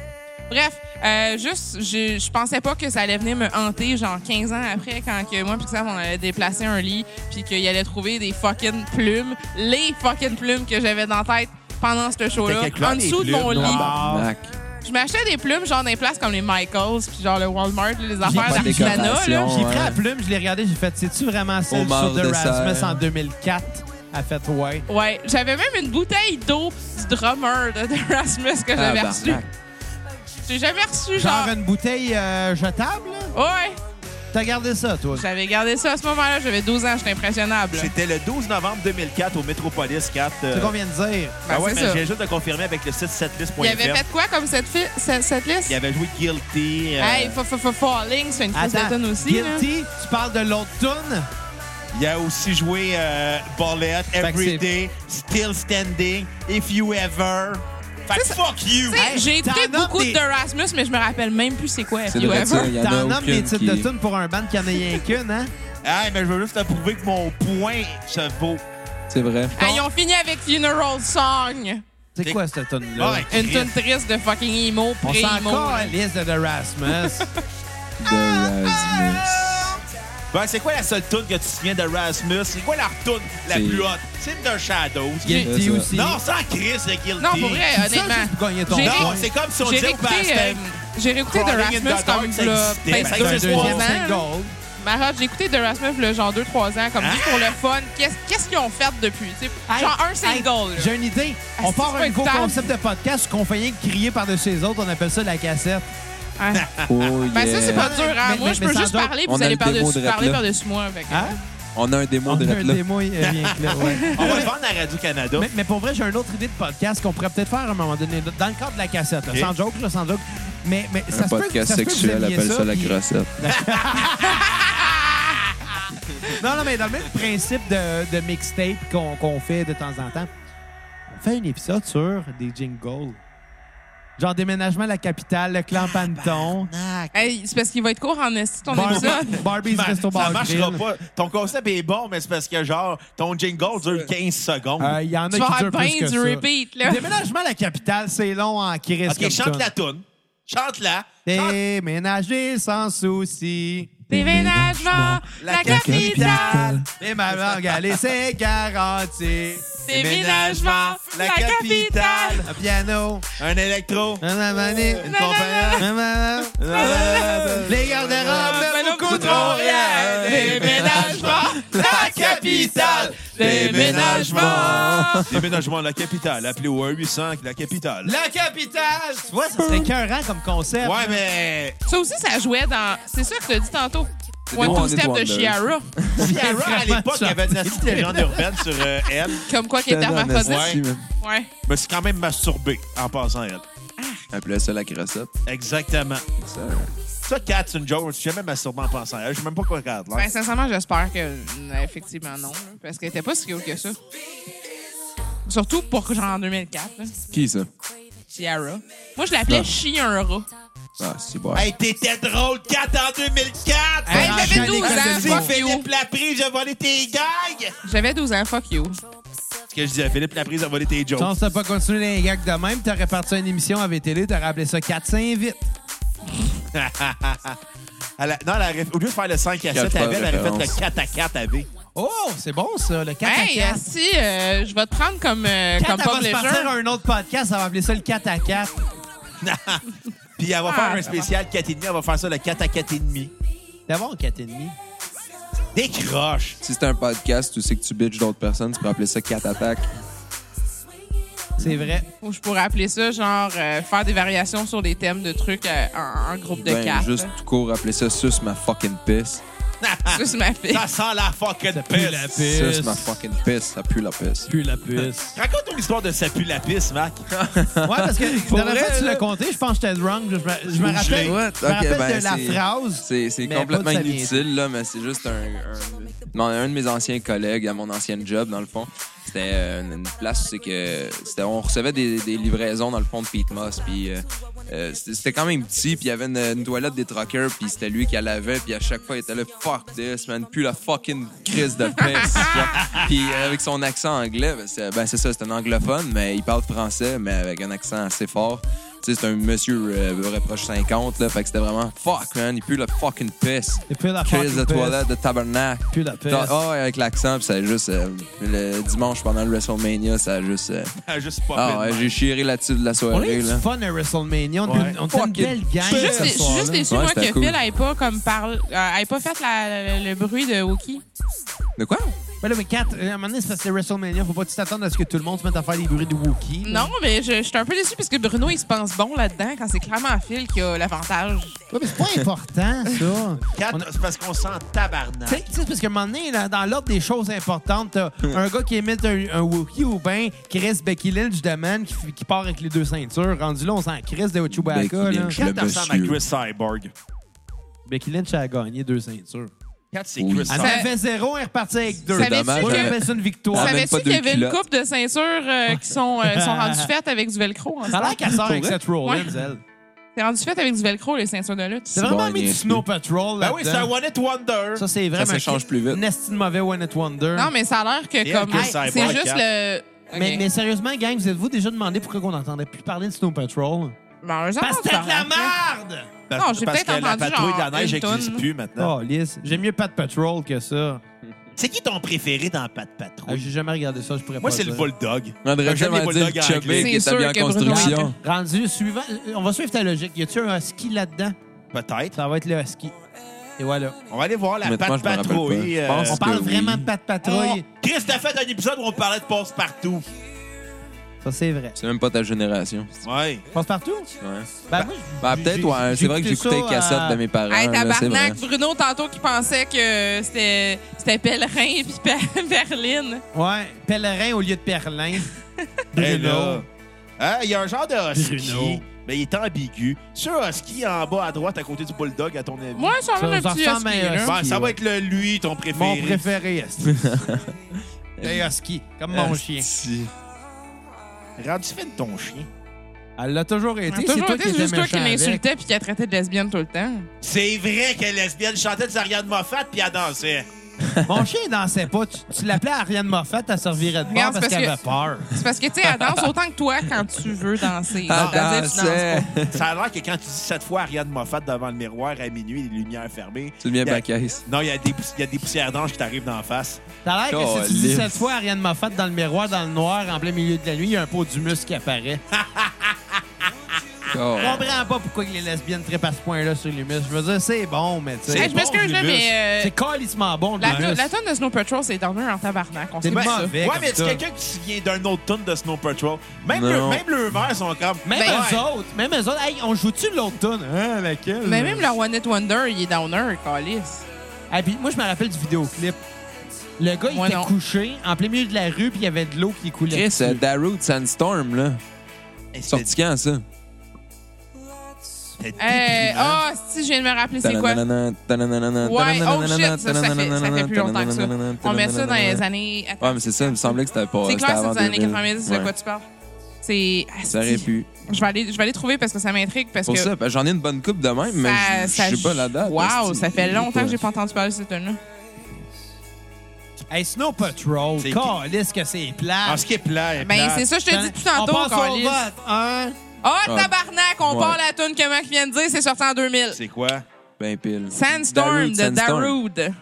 [SPEAKER 4] Bref, euh, juste, je, je pensais pas que ça allait venir me hanter, genre 15 ans après, quand que moi puis Sam, on allait déplacer un lit, puis qu'il allait trouver des fucking plumes, les fucking plumes que j'avais dans la tête pendant ce show-là,
[SPEAKER 3] quelle couleur,
[SPEAKER 4] en
[SPEAKER 3] les
[SPEAKER 4] dessous de mon
[SPEAKER 3] plumes?
[SPEAKER 4] lit.
[SPEAKER 5] plumes.
[SPEAKER 4] Je m'achetais des plumes, genre des places comme les Michaels, puis genre le Walmart, les affaires
[SPEAKER 5] pas de
[SPEAKER 4] d'artisanat, là.
[SPEAKER 5] décoration.
[SPEAKER 1] J'ai
[SPEAKER 5] Ouais.
[SPEAKER 1] pris la plume, je l'ai regardé, j'ai fait C'est-tu vraiment celle
[SPEAKER 5] Omar
[SPEAKER 1] sur The
[SPEAKER 5] de
[SPEAKER 1] Rasmus
[SPEAKER 5] Serre.
[SPEAKER 1] en 2004 Elle fait Ouais.
[SPEAKER 4] Ouais, j'avais même une bouteille d'eau du drummer de, de Rasmus que j'avais reçue. J'ai jamais reçu, genre.
[SPEAKER 1] Genre une bouteille euh, jetable là?
[SPEAKER 4] Ouais,
[SPEAKER 1] T'as gardé ça, toi
[SPEAKER 4] j'avais gardé ça à ce moment-là, j'avais 12 ans, j'étais impressionnable. Ben,
[SPEAKER 3] C'était le 12 novembre 2004 au Métropolis 4. euh,
[SPEAKER 1] C'est qu'on vient de dire.
[SPEAKER 4] Ben,
[SPEAKER 3] ah ouais,
[SPEAKER 4] c'est
[SPEAKER 3] mais
[SPEAKER 4] ça.
[SPEAKER 3] j'ai juste de confirmer avec le site setlist.fr.
[SPEAKER 4] Il avait fait quoi comme cette, fi- cette, cette liste?
[SPEAKER 3] Il avait joué Guilty. euh,
[SPEAKER 4] Hey, fa- fa- fa- Falling, c'est une crise de tonne aussi. là.
[SPEAKER 1] Guilty, tu parles de l'autre tune
[SPEAKER 3] Il a aussi joué euh, Ballet,
[SPEAKER 1] que
[SPEAKER 3] Everyday, Still Standing, If You Ever. Fait que
[SPEAKER 4] C'est ça.
[SPEAKER 3] fuck you!
[SPEAKER 4] Tu sais,
[SPEAKER 1] Hey,
[SPEAKER 4] J'ai écouté
[SPEAKER 1] t'en as
[SPEAKER 4] beaucoup
[SPEAKER 1] des-
[SPEAKER 4] de Rasmus, mais je me rappelle même plus c'est quoi.
[SPEAKER 5] C'est de
[SPEAKER 4] Ever.
[SPEAKER 5] ça, il y en
[SPEAKER 1] T'en
[SPEAKER 5] a
[SPEAKER 1] nommes des
[SPEAKER 5] aucune
[SPEAKER 1] titres
[SPEAKER 5] qui...
[SPEAKER 1] de tunes pour un band qui en a rien qu'une, hein?
[SPEAKER 3] Hey, mais je veux juste te prouver que mon point se vaut.
[SPEAKER 5] C'est vrai.
[SPEAKER 4] Hey, ils ont fini avec Funeral Song.
[SPEAKER 1] C'est
[SPEAKER 3] C'est-
[SPEAKER 1] quoi cette tune-là?
[SPEAKER 3] Ouais.
[SPEAKER 4] Une tune triste de fucking emo,
[SPEAKER 1] On
[SPEAKER 4] pré-emo.
[SPEAKER 1] s'en calisse de The [laughs] Rasmus.
[SPEAKER 5] De Rasmus.
[SPEAKER 3] Ben, c'est quoi la seule tune que tu te souviens de Rasmus? C'est quoi la tune la
[SPEAKER 5] C'est-
[SPEAKER 3] plus haute? C'est The Shadows.
[SPEAKER 1] Guilty
[SPEAKER 5] ça.
[SPEAKER 1] aussi.
[SPEAKER 3] Non, sans Chris, le Guilty.
[SPEAKER 4] Non, pour vrai,
[SPEAKER 1] Ça,
[SPEAKER 4] honnêtement.
[SPEAKER 1] juste pour gagner ton
[SPEAKER 4] J'ai
[SPEAKER 1] point.
[SPEAKER 3] Non, c'est comme si on
[SPEAKER 4] J'ai
[SPEAKER 3] disait au
[SPEAKER 4] réécouté, euh,
[SPEAKER 3] Bastard.
[SPEAKER 4] j'ai réécouté de
[SPEAKER 3] Crawling in
[SPEAKER 4] Rasmus
[SPEAKER 3] the dark,
[SPEAKER 4] comme
[SPEAKER 3] ça
[SPEAKER 4] là,
[SPEAKER 3] existait.
[SPEAKER 4] peut-être
[SPEAKER 3] Ben,
[SPEAKER 1] C'est un
[SPEAKER 4] deux, trois
[SPEAKER 1] deuxième
[SPEAKER 4] ans. là.
[SPEAKER 1] single.
[SPEAKER 4] Marotte, j'ai écouté de Rasmus le genre 2-3 ans, comme juste pour le fun. Qu'est-ce qu'est-ce qu'ils ont fait depuis? tu sais?
[SPEAKER 1] Hey,
[SPEAKER 4] genre un
[SPEAKER 1] hey,
[SPEAKER 4] single. là.
[SPEAKER 1] J'ai une idée.
[SPEAKER 4] Ah,
[SPEAKER 1] On
[SPEAKER 4] c'est
[SPEAKER 1] part
[SPEAKER 4] pas
[SPEAKER 1] un nouveau
[SPEAKER 4] écoutable.
[SPEAKER 1] concept de podcast qu'on fait rien que crier par-dessus les autres. On appelle ça la cassette.
[SPEAKER 4] Ah.
[SPEAKER 5] Oh,
[SPEAKER 4] [laughs] Ben, ça, c'est
[SPEAKER 5] yeah.
[SPEAKER 4] pas dur, hein?
[SPEAKER 1] Mais-
[SPEAKER 4] moi,
[SPEAKER 1] mais-
[SPEAKER 4] je
[SPEAKER 1] mais
[SPEAKER 4] peux
[SPEAKER 1] sans
[SPEAKER 4] juste
[SPEAKER 1] doute,
[SPEAKER 4] parler,
[SPEAKER 5] on
[SPEAKER 4] vous
[SPEAKER 5] a
[SPEAKER 4] allez
[SPEAKER 5] le démo
[SPEAKER 4] par-dessus-
[SPEAKER 5] de rap,
[SPEAKER 4] parler
[SPEAKER 5] là.
[SPEAKER 4] par-dessus moi. Avec,
[SPEAKER 1] Hein?
[SPEAKER 5] On a un démon
[SPEAKER 1] On
[SPEAKER 5] de
[SPEAKER 1] a
[SPEAKER 5] rap
[SPEAKER 1] un
[SPEAKER 5] là.
[SPEAKER 1] démo, il euh, vient que là, ouais.
[SPEAKER 5] [laughs]
[SPEAKER 3] On va le vendre à Radio-Canada.
[SPEAKER 1] Mais, mais pour vrai, j'ai une autre idée de podcast qu'on pourrait peut-être faire à un moment donné, dans le cadre de la cassette. là.
[SPEAKER 3] Ok.
[SPEAKER 1] sans joke, là, sans joke. Mais, mais ça
[SPEAKER 5] Un
[SPEAKER 1] se peut-
[SPEAKER 5] podcast
[SPEAKER 1] ça se peut que vous
[SPEAKER 5] sexuel
[SPEAKER 1] aimiez
[SPEAKER 5] appelle ça la
[SPEAKER 1] puis- euh,
[SPEAKER 5] grossette.
[SPEAKER 1] Non, non, mais dans le même principe de, de mixtape qu'on qu'on fait de temps en temps, on fait un épisode sur des jingles. Genre déménagement à la capitale, le clan Panton,
[SPEAKER 4] Hey, c'est parce qu'il va être court en esti, ton
[SPEAKER 1] Bar- [laughs]
[SPEAKER 4] épisode.
[SPEAKER 1] Barbie's
[SPEAKER 3] Ma-
[SPEAKER 1] Resto
[SPEAKER 3] ça
[SPEAKER 1] Bar
[SPEAKER 3] marchera
[SPEAKER 1] Grill.
[SPEAKER 3] pas. Ton concept est bon, mais c'est parce que, genre, ton jingle dure 15 secondes.
[SPEAKER 1] Euh, Il y en a
[SPEAKER 4] Tu
[SPEAKER 1] qui
[SPEAKER 4] vas
[SPEAKER 1] durent
[SPEAKER 4] avoir
[SPEAKER 1] plus
[SPEAKER 4] bien
[SPEAKER 1] que
[SPEAKER 4] du
[SPEAKER 1] ça.
[SPEAKER 4] repeat, là.
[SPEAKER 1] Déménagement à la capitale, c'est long en crise
[SPEAKER 3] OK, chante la toune. Chante-la. Chante-
[SPEAKER 1] Déménager sans souci.
[SPEAKER 4] Déménagement, la capitale.
[SPEAKER 1] Mais ma [laughs] langue, allez, c'est garanti.
[SPEAKER 4] Déménagement, la capitale.
[SPEAKER 1] Un piano.
[SPEAKER 3] Un électro.
[SPEAKER 1] Un amané.
[SPEAKER 3] Une compagnie.
[SPEAKER 1] Un amané. Les garde-robes
[SPEAKER 4] Mais
[SPEAKER 1] ne
[SPEAKER 4] non,
[SPEAKER 1] vous
[SPEAKER 4] vous
[SPEAKER 1] coûteront rien.
[SPEAKER 4] Déménagement,
[SPEAKER 1] la capitale.
[SPEAKER 4] Déménagement.
[SPEAKER 3] Déménagement, la capitale. Appelez au 800 la capitale.
[SPEAKER 1] La capitale. Tu vois, ça serait écœurant comme concept.
[SPEAKER 3] Ouais, mais.
[SPEAKER 4] Ça aussi, ça jouait dans. C'est ça que t'as dit tantôt.
[SPEAKER 5] C'était
[SPEAKER 4] One
[SPEAKER 5] One
[SPEAKER 4] Two
[SPEAKER 5] Hit
[SPEAKER 4] Step de
[SPEAKER 5] Wonder.
[SPEAKER 4] Chiara.
[SPEAKER 3] Ciara, à l'époque, il y avait une petite légende urbaine sur euh, elle.
[SPEAKER 4] Comme quoi qu'il était hermaphrodite.
[SPEAKER 5] Ouais.
[SPEAKER 4] Ouais.
[SPEAKER 3] Je me suis quand même masturbé en passant à elle.
[SPEAKER 5] Appelait ça la grossette.
[SPEAKER 3] Exactement.
[SPEAKER 5] Ça,
[SPEAKER 3] Ça, Kat, c'est une joke. Je me suis jamais masturbé en pensant à elle. Je sais même pas quoi regarder.
[SPEAKER 4] Ben, sincèrement, j'espère que, euh, effectivement, non. là, Parce qu'elle était pas si cool que ça. Surtout pour genre en 2004. là.
[SPEAKER 5] Qui ça?
[SPEAKER 4] Ciara. Moi, je l'appelais
[SPEAKER 5] Non.
[SPEAKER 4] Chien un rat.
[SPEAKER 5] Ah, c'est bon.
[SPEAKER 3] Hey, t'étais drôle, Kat, en 2004!
[SPEAKER 1] Hey,
[SPEAKER 3] Hey,
[SPEAKER 1] j'avais
[SPEAKER 3] j'avais
[SPEAKER 1] 12 ans,
[SPEAKER 3] ans!
[SPEAKER 4] fuck
[SPEAKER 3] Philippe
[SPEAKER 4] you.
[SPEAKER 3] Laprise, j'ai volé tes gags!
[SPEAKER 4] J'avais 12 ans, fuck you.
[SPEAKER 3] Ce que je disais, Philippe Laprise a volé tes
[SPEAKER 1] Si on
[SPEAKER 3] jokes.
[SPEAKER 1] ne pas continuer les gags de même, t'aurais parti une émission à VTL, t'aurais appelé ça 4-5 vite.
[SPEAKER 3] Elle a- non, elle a ref- au lieu de faire le 5 à 7
[SPEAKER 5] Quatre
[SPEAKER 3] avec, elle a fait
[SPEAKER 5] références.
[SPEAKER 3] le 4 à 4 avec.
[SPEAKER 1] Oh, c'est bon ça, le 4
[SPEAKER 4] Hey,
[SPEAKER 1] à 4.
[SPEAKER 4] si, je vais te prendre comme, euh,
[SPEAKER 1] Quand elle
[SPEAKER 4] comme
[SPEAKER 1] va se
[SPEAKER 4] publisher.
[SPEAKER 1] partir à un autre podcast, elle va appeler ça le 4 à 4.
[SPEAKER 3] Puis elle va
[SPEAKER 4] Ah,
[SPEAKER 3] faire
[SPEAKER 4] ça
[SPEAKER 3] un
[SPEAKER 4] va.
[SPEAKER 3] spécial 4,5, elle va faire ça le 4 à 4,5.
[SPEAKER 1] D'abord, 4,5.
[SPEAKER 3] Décroche!
[SPEAKER 5] Si c'est un podcast où c'est que tu bitches d'autres personnes, tu peux appeler ça 4 attaques.
[SPEAKER 1] C'est vrai.
[SPEAKER 4] Ou je pourrais appeler ça, genre, euh, faire des variations sur des thèmes de trucs euh, en, en groupe de
[SPEAKER 5] ben,
[SPEAKER 4] quatre.
[SPEAKER 5] juste tout court, appeler ça sus ma fucking pisse.
[SPEAKER 4] Ça, c'est
[SPEAKER 1] Ah.
[SPEAKER 4] ma fille.
[SPEAKER 3] Ça sent la fucking
[SPEAKER 1] pue la
[SPEAKER 3] pisse!
[SPEAKER 1] pisse.
[SPEAKER 5] Sus ma fucking pisse, ça pue la pisse.
[SPEAKER 1] Plus la puce.
[SPEAKER 3] Raconte ton histoire de ça pue la pisse, Mac. [laughs]
[SPEAKER 1] Ouais, parce que
[SPEAKER 5] [laughs]
[SPEAKER 1] la dernière
[SPEAKER 5] vrai,
[SPEAKER 1] fois que tu
[SPEAKER 5] là.
[SPEAKER 1] l'as compté, je pense que j'étais drunk. Je me, je me
[SPEAKER 5] Je
[SPEAKER 1] rappelle,
[SPEAKER 5] l'ai.
[SPEAKER 1] je me
[SPEAKER 5] What? Ok,
[SPEAKER 1] rappelle
[SPEAKER 5] ben,
[SPEAKER 1] de la
[SPEAKER 5] c'est-
[SPEAKER 1] phrase.
[SPEAKER 5] C'est c'est
[SPEAKER 1] Mais pas
[SPEAKER 5] complètement
[SPEAKER 1] de sa
[SPEAKER 5] inutile, là, mais c'est juste un, un- non, un de mes anciens collègues à mon ancienne job, dans le fond. C'était euh, une, une place, c'est que c'était- on recevait des, des livraisons, dans le fond, de Pete Moss. Puis euh, euh, c'était c'était quand même petit, puis il y avait une, une toilette des truckers, puis c'était lui qui la lavait, puis à chaque fois, il était là, fuck this, man, plus la fucking crise
[SPEAKER 1] [laughs]
[SPEAKER 5] de peste. puis euh, avec son accent anglais, ben, c'est ben, c'est ça, c'est un anglophone, mais il parle français, mais avec un accent assez fort. Tu sais, c'est un monsieur euh, reproche 50, là. Fait que c'était vraiment fuck, man. Il pue la fucking pisse.
[SPEAKER 1] Il pue la
[SPEAKER 5] Crise
[SPEAKER 1] fucking
[SPEAKER 5] de
[SPEAKER 1] pisse.
[SPEAKER 5] toilette, de tabernacle.
[SPEAKER 1] Pue la pisse.
[SPEAKER 5] Ah, oh, avec l'accent, pis ça a juste. euh, le dimanche pendant le WrestleMania, ça a juste. euh,
[SPEAKER 3] Juste
[SPEAKER 4] Oh,
[SPEAKER 3] pas
[SPEAKER 5] ah, ouais, j'ai chiéré là-dessus de
[SPEAKER 1] On a
[SPEAKER 5] la
[SPEAKER 1] eu
[SPEAKER 5] soirée,
[SPEAKER 1] du
[SPEAKER 5] là.
[SPEAKER 1] fun à WrestleMania. On,
[SPEAKER 3] Ouais.
[SPEAKER 1] était- on était une
[SPEAKER 5] Fucking
[SPEAKER 1] belle gang.
[SPEAKER 5] pisse.
[SPEAKER 4] Juste,
[SPEAKER 1] ce
[SPEAKER 4] je suis
[SPEAKER 1] soir-là.
[SPEAKER 4] juste déçue,
[SPEAKER 5] Ouais,
[SPEAKER 4] moi,
[SPEAKER 5] c'était
[SPEAKER 4] que
[SPEAKER 5] cool.
[SPEAKER 4] Phil n'ait pas, comme parlé, euh, ait pas fait la- le, le bruit de Wookie.
[SPEAKER 5] De quoi?
[SPEAKER 1] Mais là, mais Kat, euh, à un moment donné, c'est parce que c'est WrestleMania. Faut pas que tu t'attendes à ce que tout le monde se mette à faire des bruits de Wookiee. là.
[SPEAKER 4] Non, mais je, je suis un peu déçue parce que Bruno, il se pense bon là-dedans quand c'est clairement Phil qui a l'avantage.
[SPEAKER 1] Ouais, mais c'est pas important, ça.
[SPEAKER 5] [laughs]
[SPEAKER 1] On a-
[SPEAKER 3] C'est parce qu'on sent tabarnak.
[SPEAKER 1] Tu sais, tu sais, parce qu'à un moment donné, là, dans l'ordre des choses importantes, t'as un gars qui émite un, un Wookiee ou bien Chris Becky Lynch de Man qui, f- qui part avec les deux ceintures. Rendu là, on sent Chris de Chewbacca.
[SPEAKER 5] Becky
[SPEAKER 1] là.
[SPEAKER 5] Lynch.
[SPEAKER 3] Quand
[SPEAKER 5] Le
[SPEAKER 3] t'en ressembles à
[SPEAKER 5] monsieur.
[SPEAKER 3] Chris Cyborg.
[SPEAKER 1] Becky Lynch a gagné deux ceintures.
[SPEAKER 3] Quand c'est
[SPEAKER 5] Oui.
[SPEAKER 3] Chris
[SPEAKER 1] Elle en
[SPEAKER 3] Sark.
[SPEAKER 1] avait zéro, elle est repartie avec deux.
[SPEAKER 4] Savais-tu
[SPEAKER 5] dommage,
[SPEAKER 1] Moi,
[SPEAKER 5] que-
[SPEAKER 1] j'appelle ça une victoire.
[SPEAKER 5] Ah, même
[SPEAKER 4] Savais-tu
[SPEAKER 5] pas
[SPEAKER 4] qu'il y
[SPEAKER 5] deux
[SPEAKER 4] avait une
[SPEAKER 5] culottes.
[SPEAKER 4] couple de ceintures euh, qui sont, euh, sont rendues faites avec du velcro?
[SPEAKER 1] Ça a l'air qu'elle sort avec
[SPEAKER 5] Pour vrai?
[SPEAKER 1] Seth Rollins, elle.
[SPEAKER 4] C'est rendu fait avec du velcro, les ceintures de lutte.
[SPEAKER 1] C'est vraiment
[SPEAKER 5] bon,
[SPEAKER 1] mis du
[SPEAKER 5] niaise.
[SPEAKER 1] Snow Patrol.
[SPEAKER 3] Ben oui, c'est un
[SPEAKER 1] là-dedans.
[SPEAKER 3] One It Wonder.
[SPEAKER 1] Ça, c'est
[SPEAKER 5] Ça
[SPEAKER 1] vraiment.
[SPEAKER 5] s'échange plus vite.
[SPEAKER 1] Un esti de mauvais One It Wonder.
[SPEAKER 4] Non, mais ça a l'air que
[SPEAKER 3] Et
[SPEAKER 4] comme.
[SPEAKER 3] que
[SPEAKER 4] hey,
[SPEAKER 3] ça
[SPEAKER 4] c'est
[SPEAKER 3] évoque,
[SPEAKER 4] juste
[SPEAKER 3] hein.
[SPEAKER 4] le.
[SPEAKER 1] Mais,
[SPEAKER 4] Ok.
[SPEAKER 1] mais sérieusement, gang, vous êtes-vous déjà demandé pourquoi on n'entendait plus parler de Snow Patrol?
[SPEAKER 4] Ben, un genre
[SPEAKER 1] Parce que c'était de la
[SPEAKER 4] barraque, là.
[SPEAKER 1] merde!
[SPEAKER 3] Ben,
[SPEAKER 4] Non, j'ai
[SPEAKER 3] parce
[SPEAKER 4] peut-être
[SPEAKER 3] que la
[SPEAKER 4] entendu
[SPEAKER 3] patrouille de la
[SPEAKER 4] genre
[SPEAKER 3] neige
[SPEAKER 4] une tonne.
[SPEAKER 3] n'existe plus maintenant.
[SPEAKER 1] Oh, lisse. J'aime mieux Pat Patrol que ça.
[SPEAKER 3] C'est qui ton préféré dans Pat Patrouille?
[SPEAKER 1] Ah, J'ai jamais regardé ça, je pourrais
[SPEAKER 3] Moi,
[SPEAKER 1] pas
[SPEAKER 3] c'est le
[SPEAKER 1] dire.
[SPEAKER 3] Bulldog.
[SPEAKER 5] André
[SPEAKER 3] J'aime
[SPEAKER 5] Jam
[SPEAKER 3] les
[SPEAKER 5] a dit
[SPEAKER 3] bulldogs
[SPEAKER 5] le
[SPEAKER 3] anglais.
[SPEAKER 5] chubby qui est
[SPEAKER 4] C'est
[SPEAKER 5] habillé
[SPEAKER 4] sûr
[SPEAKER 5] en
[SPEAKER 4] que Bruno
[SPEAKER 5] construction.
[SPEAKER 1] Rendu suivant, euh, on va suivre ta logique. Y a-tu un ski là-dedans?
[SPEAKER 3] Peut-être.
[SPEAKER 1] Ça va être le ski. Et voilà.
[SPEAKER 3] On va aller voir la
[SPEAKER 5] Honnêtement,
[SPEAKER 3] Pat
[SPEAKER 5] je me rappelle
[SPEAKER 3] Patrouille.
[SPEAKER 5] pas. Je pense
[SPEAKER 3] euh,
[SPEAKER 1] On parle
[SPEAKER 5] que
[SPEAKER 1] vraiment
[SPEAKER 5] oui.
[SPEAKER 1] de Pat
[SPEAKER 3] on-
[SPEAKER 1] Patrouille.
[SPEAKER 4] Oh!
[SPEAKER 3] Chris t'as fait un épisode où on parlait de passe-partout.
[SPEAKER 1] Ça, c'est vrai.
[SPEAKER 5] C'est même pas ta génération.
[SPEAKER 3] Ouais.
[SPEAKER 1] Passe partout?
[SPEAKER 5] Ouais.
[SPEAKER 1] Ben, moi, j-
[SPEAKER 5] Ben,
[SPEAKER 1] j'ai-
[SPEAKER 5] peut-être,
[SPEAKER 1] j'ai-
[SPEAKER 5] ouais. C'est
[SPEAKER 1] j'ai
[SPEAKER 5] vrai que
[SPEAKER 1] écouté
[SPEAKER 5] j'écoutais
[SPEAKER 1] ça,
[SPEAKER 5] les cassettes
[SPEAKER 1] euh,
[SPEAKER 5] de mes parents.
[SPEAKER 4] Hey,
[SPEAKER 5] là, c'est vrai.
[SPEAKER 4] tabarnak, Bruno, tantôt, qui pensait que c'était c'était pèlerin puis [laughs] pe- berline.
[SPEAKER 1] Ouais, pèlerin au lieu de perlin.
[SPEAKER 5] [laughs]
[SPEAKER 3] Hey,
[SPEAKER 1] Bruno.
[SPEAKER 3] là. Hein, Il y a un genre de husky.
[SPEAKER 1] Bruno.
[SPEAKER 3] Mais il est ambigu. C'est un husky en bas à droite à côté du Bulldog, à ton avis.
[SPEAKER 4] Moi, je suis
[SPEAKER 1] Ça-
[SPEAKER 4] en un
[SPEAKER 1] ça
[SPEAKER 4] petit
[SPEAKER 1] ressemble à
[SPEAKER 4] husky,
[SPEAKER 1] un
[SPEAKER 4] là.
[SPEAKER 1] husky.
[SPEAKER 3] Ouais, ça va être le lui, ton préféré.
[SPEAKER 1] Mon préféré,
[SPEAKER 5] [laughs]
[SPEAKER 1] esti. Le husky, comme mon chien.
[SPEAKER 5] Asti.
[SPEAKER 3] Rendu fin de ton chien.
[SPEAKER 1] Elle l'a toujours été.
[SPEAKER 4] T'as
[SPEAKER 1] C'est
[SPEAKER 4] toujours
[SPEAKER 1] toi
[SPEAKER 4] été,
[SPEAKER 1] qui
[SPEAKER 4] c'est
[SPEAKER 1] étais
[SPEAKER 4] juste toi qui
[SPEAKER 1] méchant avec.
[SPEAKER 4] l'insultais puis qui la traitait de lesbienne tout le temps.
[SPEAKER 3] C'est vrai qu'elle est lesbienne. Je chantais des Ariane Moffat puis elle dansait.
[SPEAKER 1] Mon chien il dansait pas. Tu, tu l'appelais Ariane Moffat, elle servirait de bord
[SPEAKER 4] Regarde,
[SPEAKER 1] parce
[SPEAKER 4] c'est
[SPEAKER 1] qu'elle
[SPEAKER 4] parce
[SPEAKER 1] avait peur.
[SPEAKER 4] C'est parce que, tu sais, elle danse autant que toi quand tu veux danser.
[SPEAKER 5] Ah,
[SPEAKER 4] C'est-à-dire, tu danses pas.
[SPEAKER 3] [laughs]
[SPEAKER 5] dansait.
[SPEAKER 3] Ça a l'air que quand tu dis cette fois Ariane Moffat devant le miroir à minuit, les lumières fermées.
[SPEAKER 5] Tu deviens
[SPEAKER 3] il y a-
[SPEAKER 5] bacaisse.
[SPEAKER 3] Non, il y, a des pouss- il y a des poussières d'ange qui t'arrivent d'en face.
[SPEAKER 1] T'as l'air que si tu dis
[SPEAKER 5] Calice.
[SPEAKER 1] cette fois Ariane Moffat dans le miroir, dans le noir, en plein milieu de la nuit, il y a un pot d'humus qui apparaît.
[SPEAKER 5] Oh.
[SPEAKER 1] Je
[SPEAKER 4] Ah.
[SPEAKER 1] comprends pas pourquoi que les lesbiennes trippent à ce point-là sur l'humus. Je veux dire, c'est bon, mais tu
[SPEAKER 3] C'est
[SPEAKER 1] sais.
[SPEAKER 4] Hey, je
[SPEAKER 3] bon,
[SPEAKER 4] m'excuse, là,
[SPEAKER 3] Lubus.
[SPEAKER 4] mais. euh,
[SPEAKER 1] C'est calissement bon,
[SPEAKER 4] La,
[SPEAKER 1] l'humus.
[SPEAKER 4] la tonne de Snow Patrol, c'est dormir en tabarnak. On
[SPEAKER 1] C'est
[SPEAKER 4] sait pas ça.
[SPEAKER 1] mauvais.
[SPEAKER 3] Ouais,
[SPEAKER 1] comme
[SPEAKER 3] mais c'est
[SPEAKER 1] ça.
[SPEAKER 3] quelqu'un qui se vient d'un autre tune de Snow Patrol. Même, le,
[SPEAKER 5] Non.
[SPEAKER 3] même leurs mères sont comme.
[SPEAKER 1] Même
[SPEAKER 4] ben
[SPEAKER 3] Ouais.
[SPEAKER 1] eux autres, même eux autres. Hey, on joue-tu l'autre tonne? Hein, laquelle?
[SPEAKER 4] Mais même le One It Wonder, il est downer, calice.
[SPEAKER 1] Ah, puis moi, je me rappelle du vidéoclip. Le gars, il
[SPEAKER 4] Moi,
[SPEAKER 1] était
[SPEAKER 4] non.
[SPEAKER 1] couché en plein milieu de la rue, puis il y avait de l'eau qui coulait.
[SPEAKER 5] Chris,
[SPEAKER 1] dessus.
[SPEAKER 5] euh, Darude Sandstorm, là.
[SPEAKER 3] Hey, c'était-
[SPEAKER 5] Sorti quand, ça?
[SPEAKER 3] c'était
[SPEAKER 4] Euh,
[SPEAKER 3] déprimant.
[SPEAKER 4] Ah, si, je viens de me rappeler, c'est quoi?
[SPEAKER 5] Ouais,
[SPEAKER 4] Ouais, oh shit, ça, ça fait, ça fait plus longtemps que ça. On met ça dans les années. Attends,
[SPEAKER 5] Ouais, mais c'est ça, il me semblait que c'était pas.
[SPEAKER 4] C'est
[SPEAKER 5] c'était
[SPEAKER 4] clair, c'est
[SPEAKER 5] avant
[SPEAKER 4] des années
[SPEAKER 5] 2000.
[SPEAKER 4] 90, de
[SPEAKER 5] Ouais.
[SPEAKER 4] quoi tu parles. C'est.
[SPEAKER 5] Ça aurait
[SPEAKER 4] Asti.
[SPEAKER 5] pu.
[SPEAKER 4] Je vais aller, je vais aller trouver parce que ça m'intrigue. Parce
[SPEAKER 5] Pour
[SPEAKER 4] que
[SPEAKER 5] ça, parce que j'en ai une bonne coupe de même, mais
[SPEAKER 4] ça-
[SPEAKER 5] je-
[SPEAKER 4] ça-
[SPEAKER 5] je sais pas la date.
[SPEAKER 4] Wow,
[SPEAKER 5] esti.
[SPEAKER 4] ça fait longtemps que j'ai
[SPEAKER 5] Ouais.
[SPEAKER 4] pas entendu parler de cette tune-là.
[SPEAKER 1] Hey, Snow Patrol,
[SPEAKER 3] C'est qui?
[SPEAKER 1] calisse que c'est plat.
[SPEAKER 3] En Ah, ce qui est plat, elle est
[SPEAKER 4] Ben,
[SPEAKER 3] plate.
[SPEAKER 4] c'est ça, je te dis tout
[SPEAKER 1] on
[SPEAKER 4] tantôt,
[SPEAKER 1] passe au
[SPEAKER 4] Carlis.
[SPEAKER 1] vote, hein?
[SPEAKER 4] Ah,
[SPEAKER 5] Ah.
[SPEAKER 4] tabarnak, on
[SPEAKER 5] Ouais.
[SPEAKER 4] part la tune que Mac vient de dire, c'est sorti en 2000.
[SPEAKER 3] C'est quoi?
[SPEAKER 5] Ben pile.
[SPEAKER 4] Sandstorm
[SPEAKER 5] Darude
[SPEAKER 4] de
[SPEAKER 5] Sandstorm. [laughs]
[SPEAKER 4] Darude.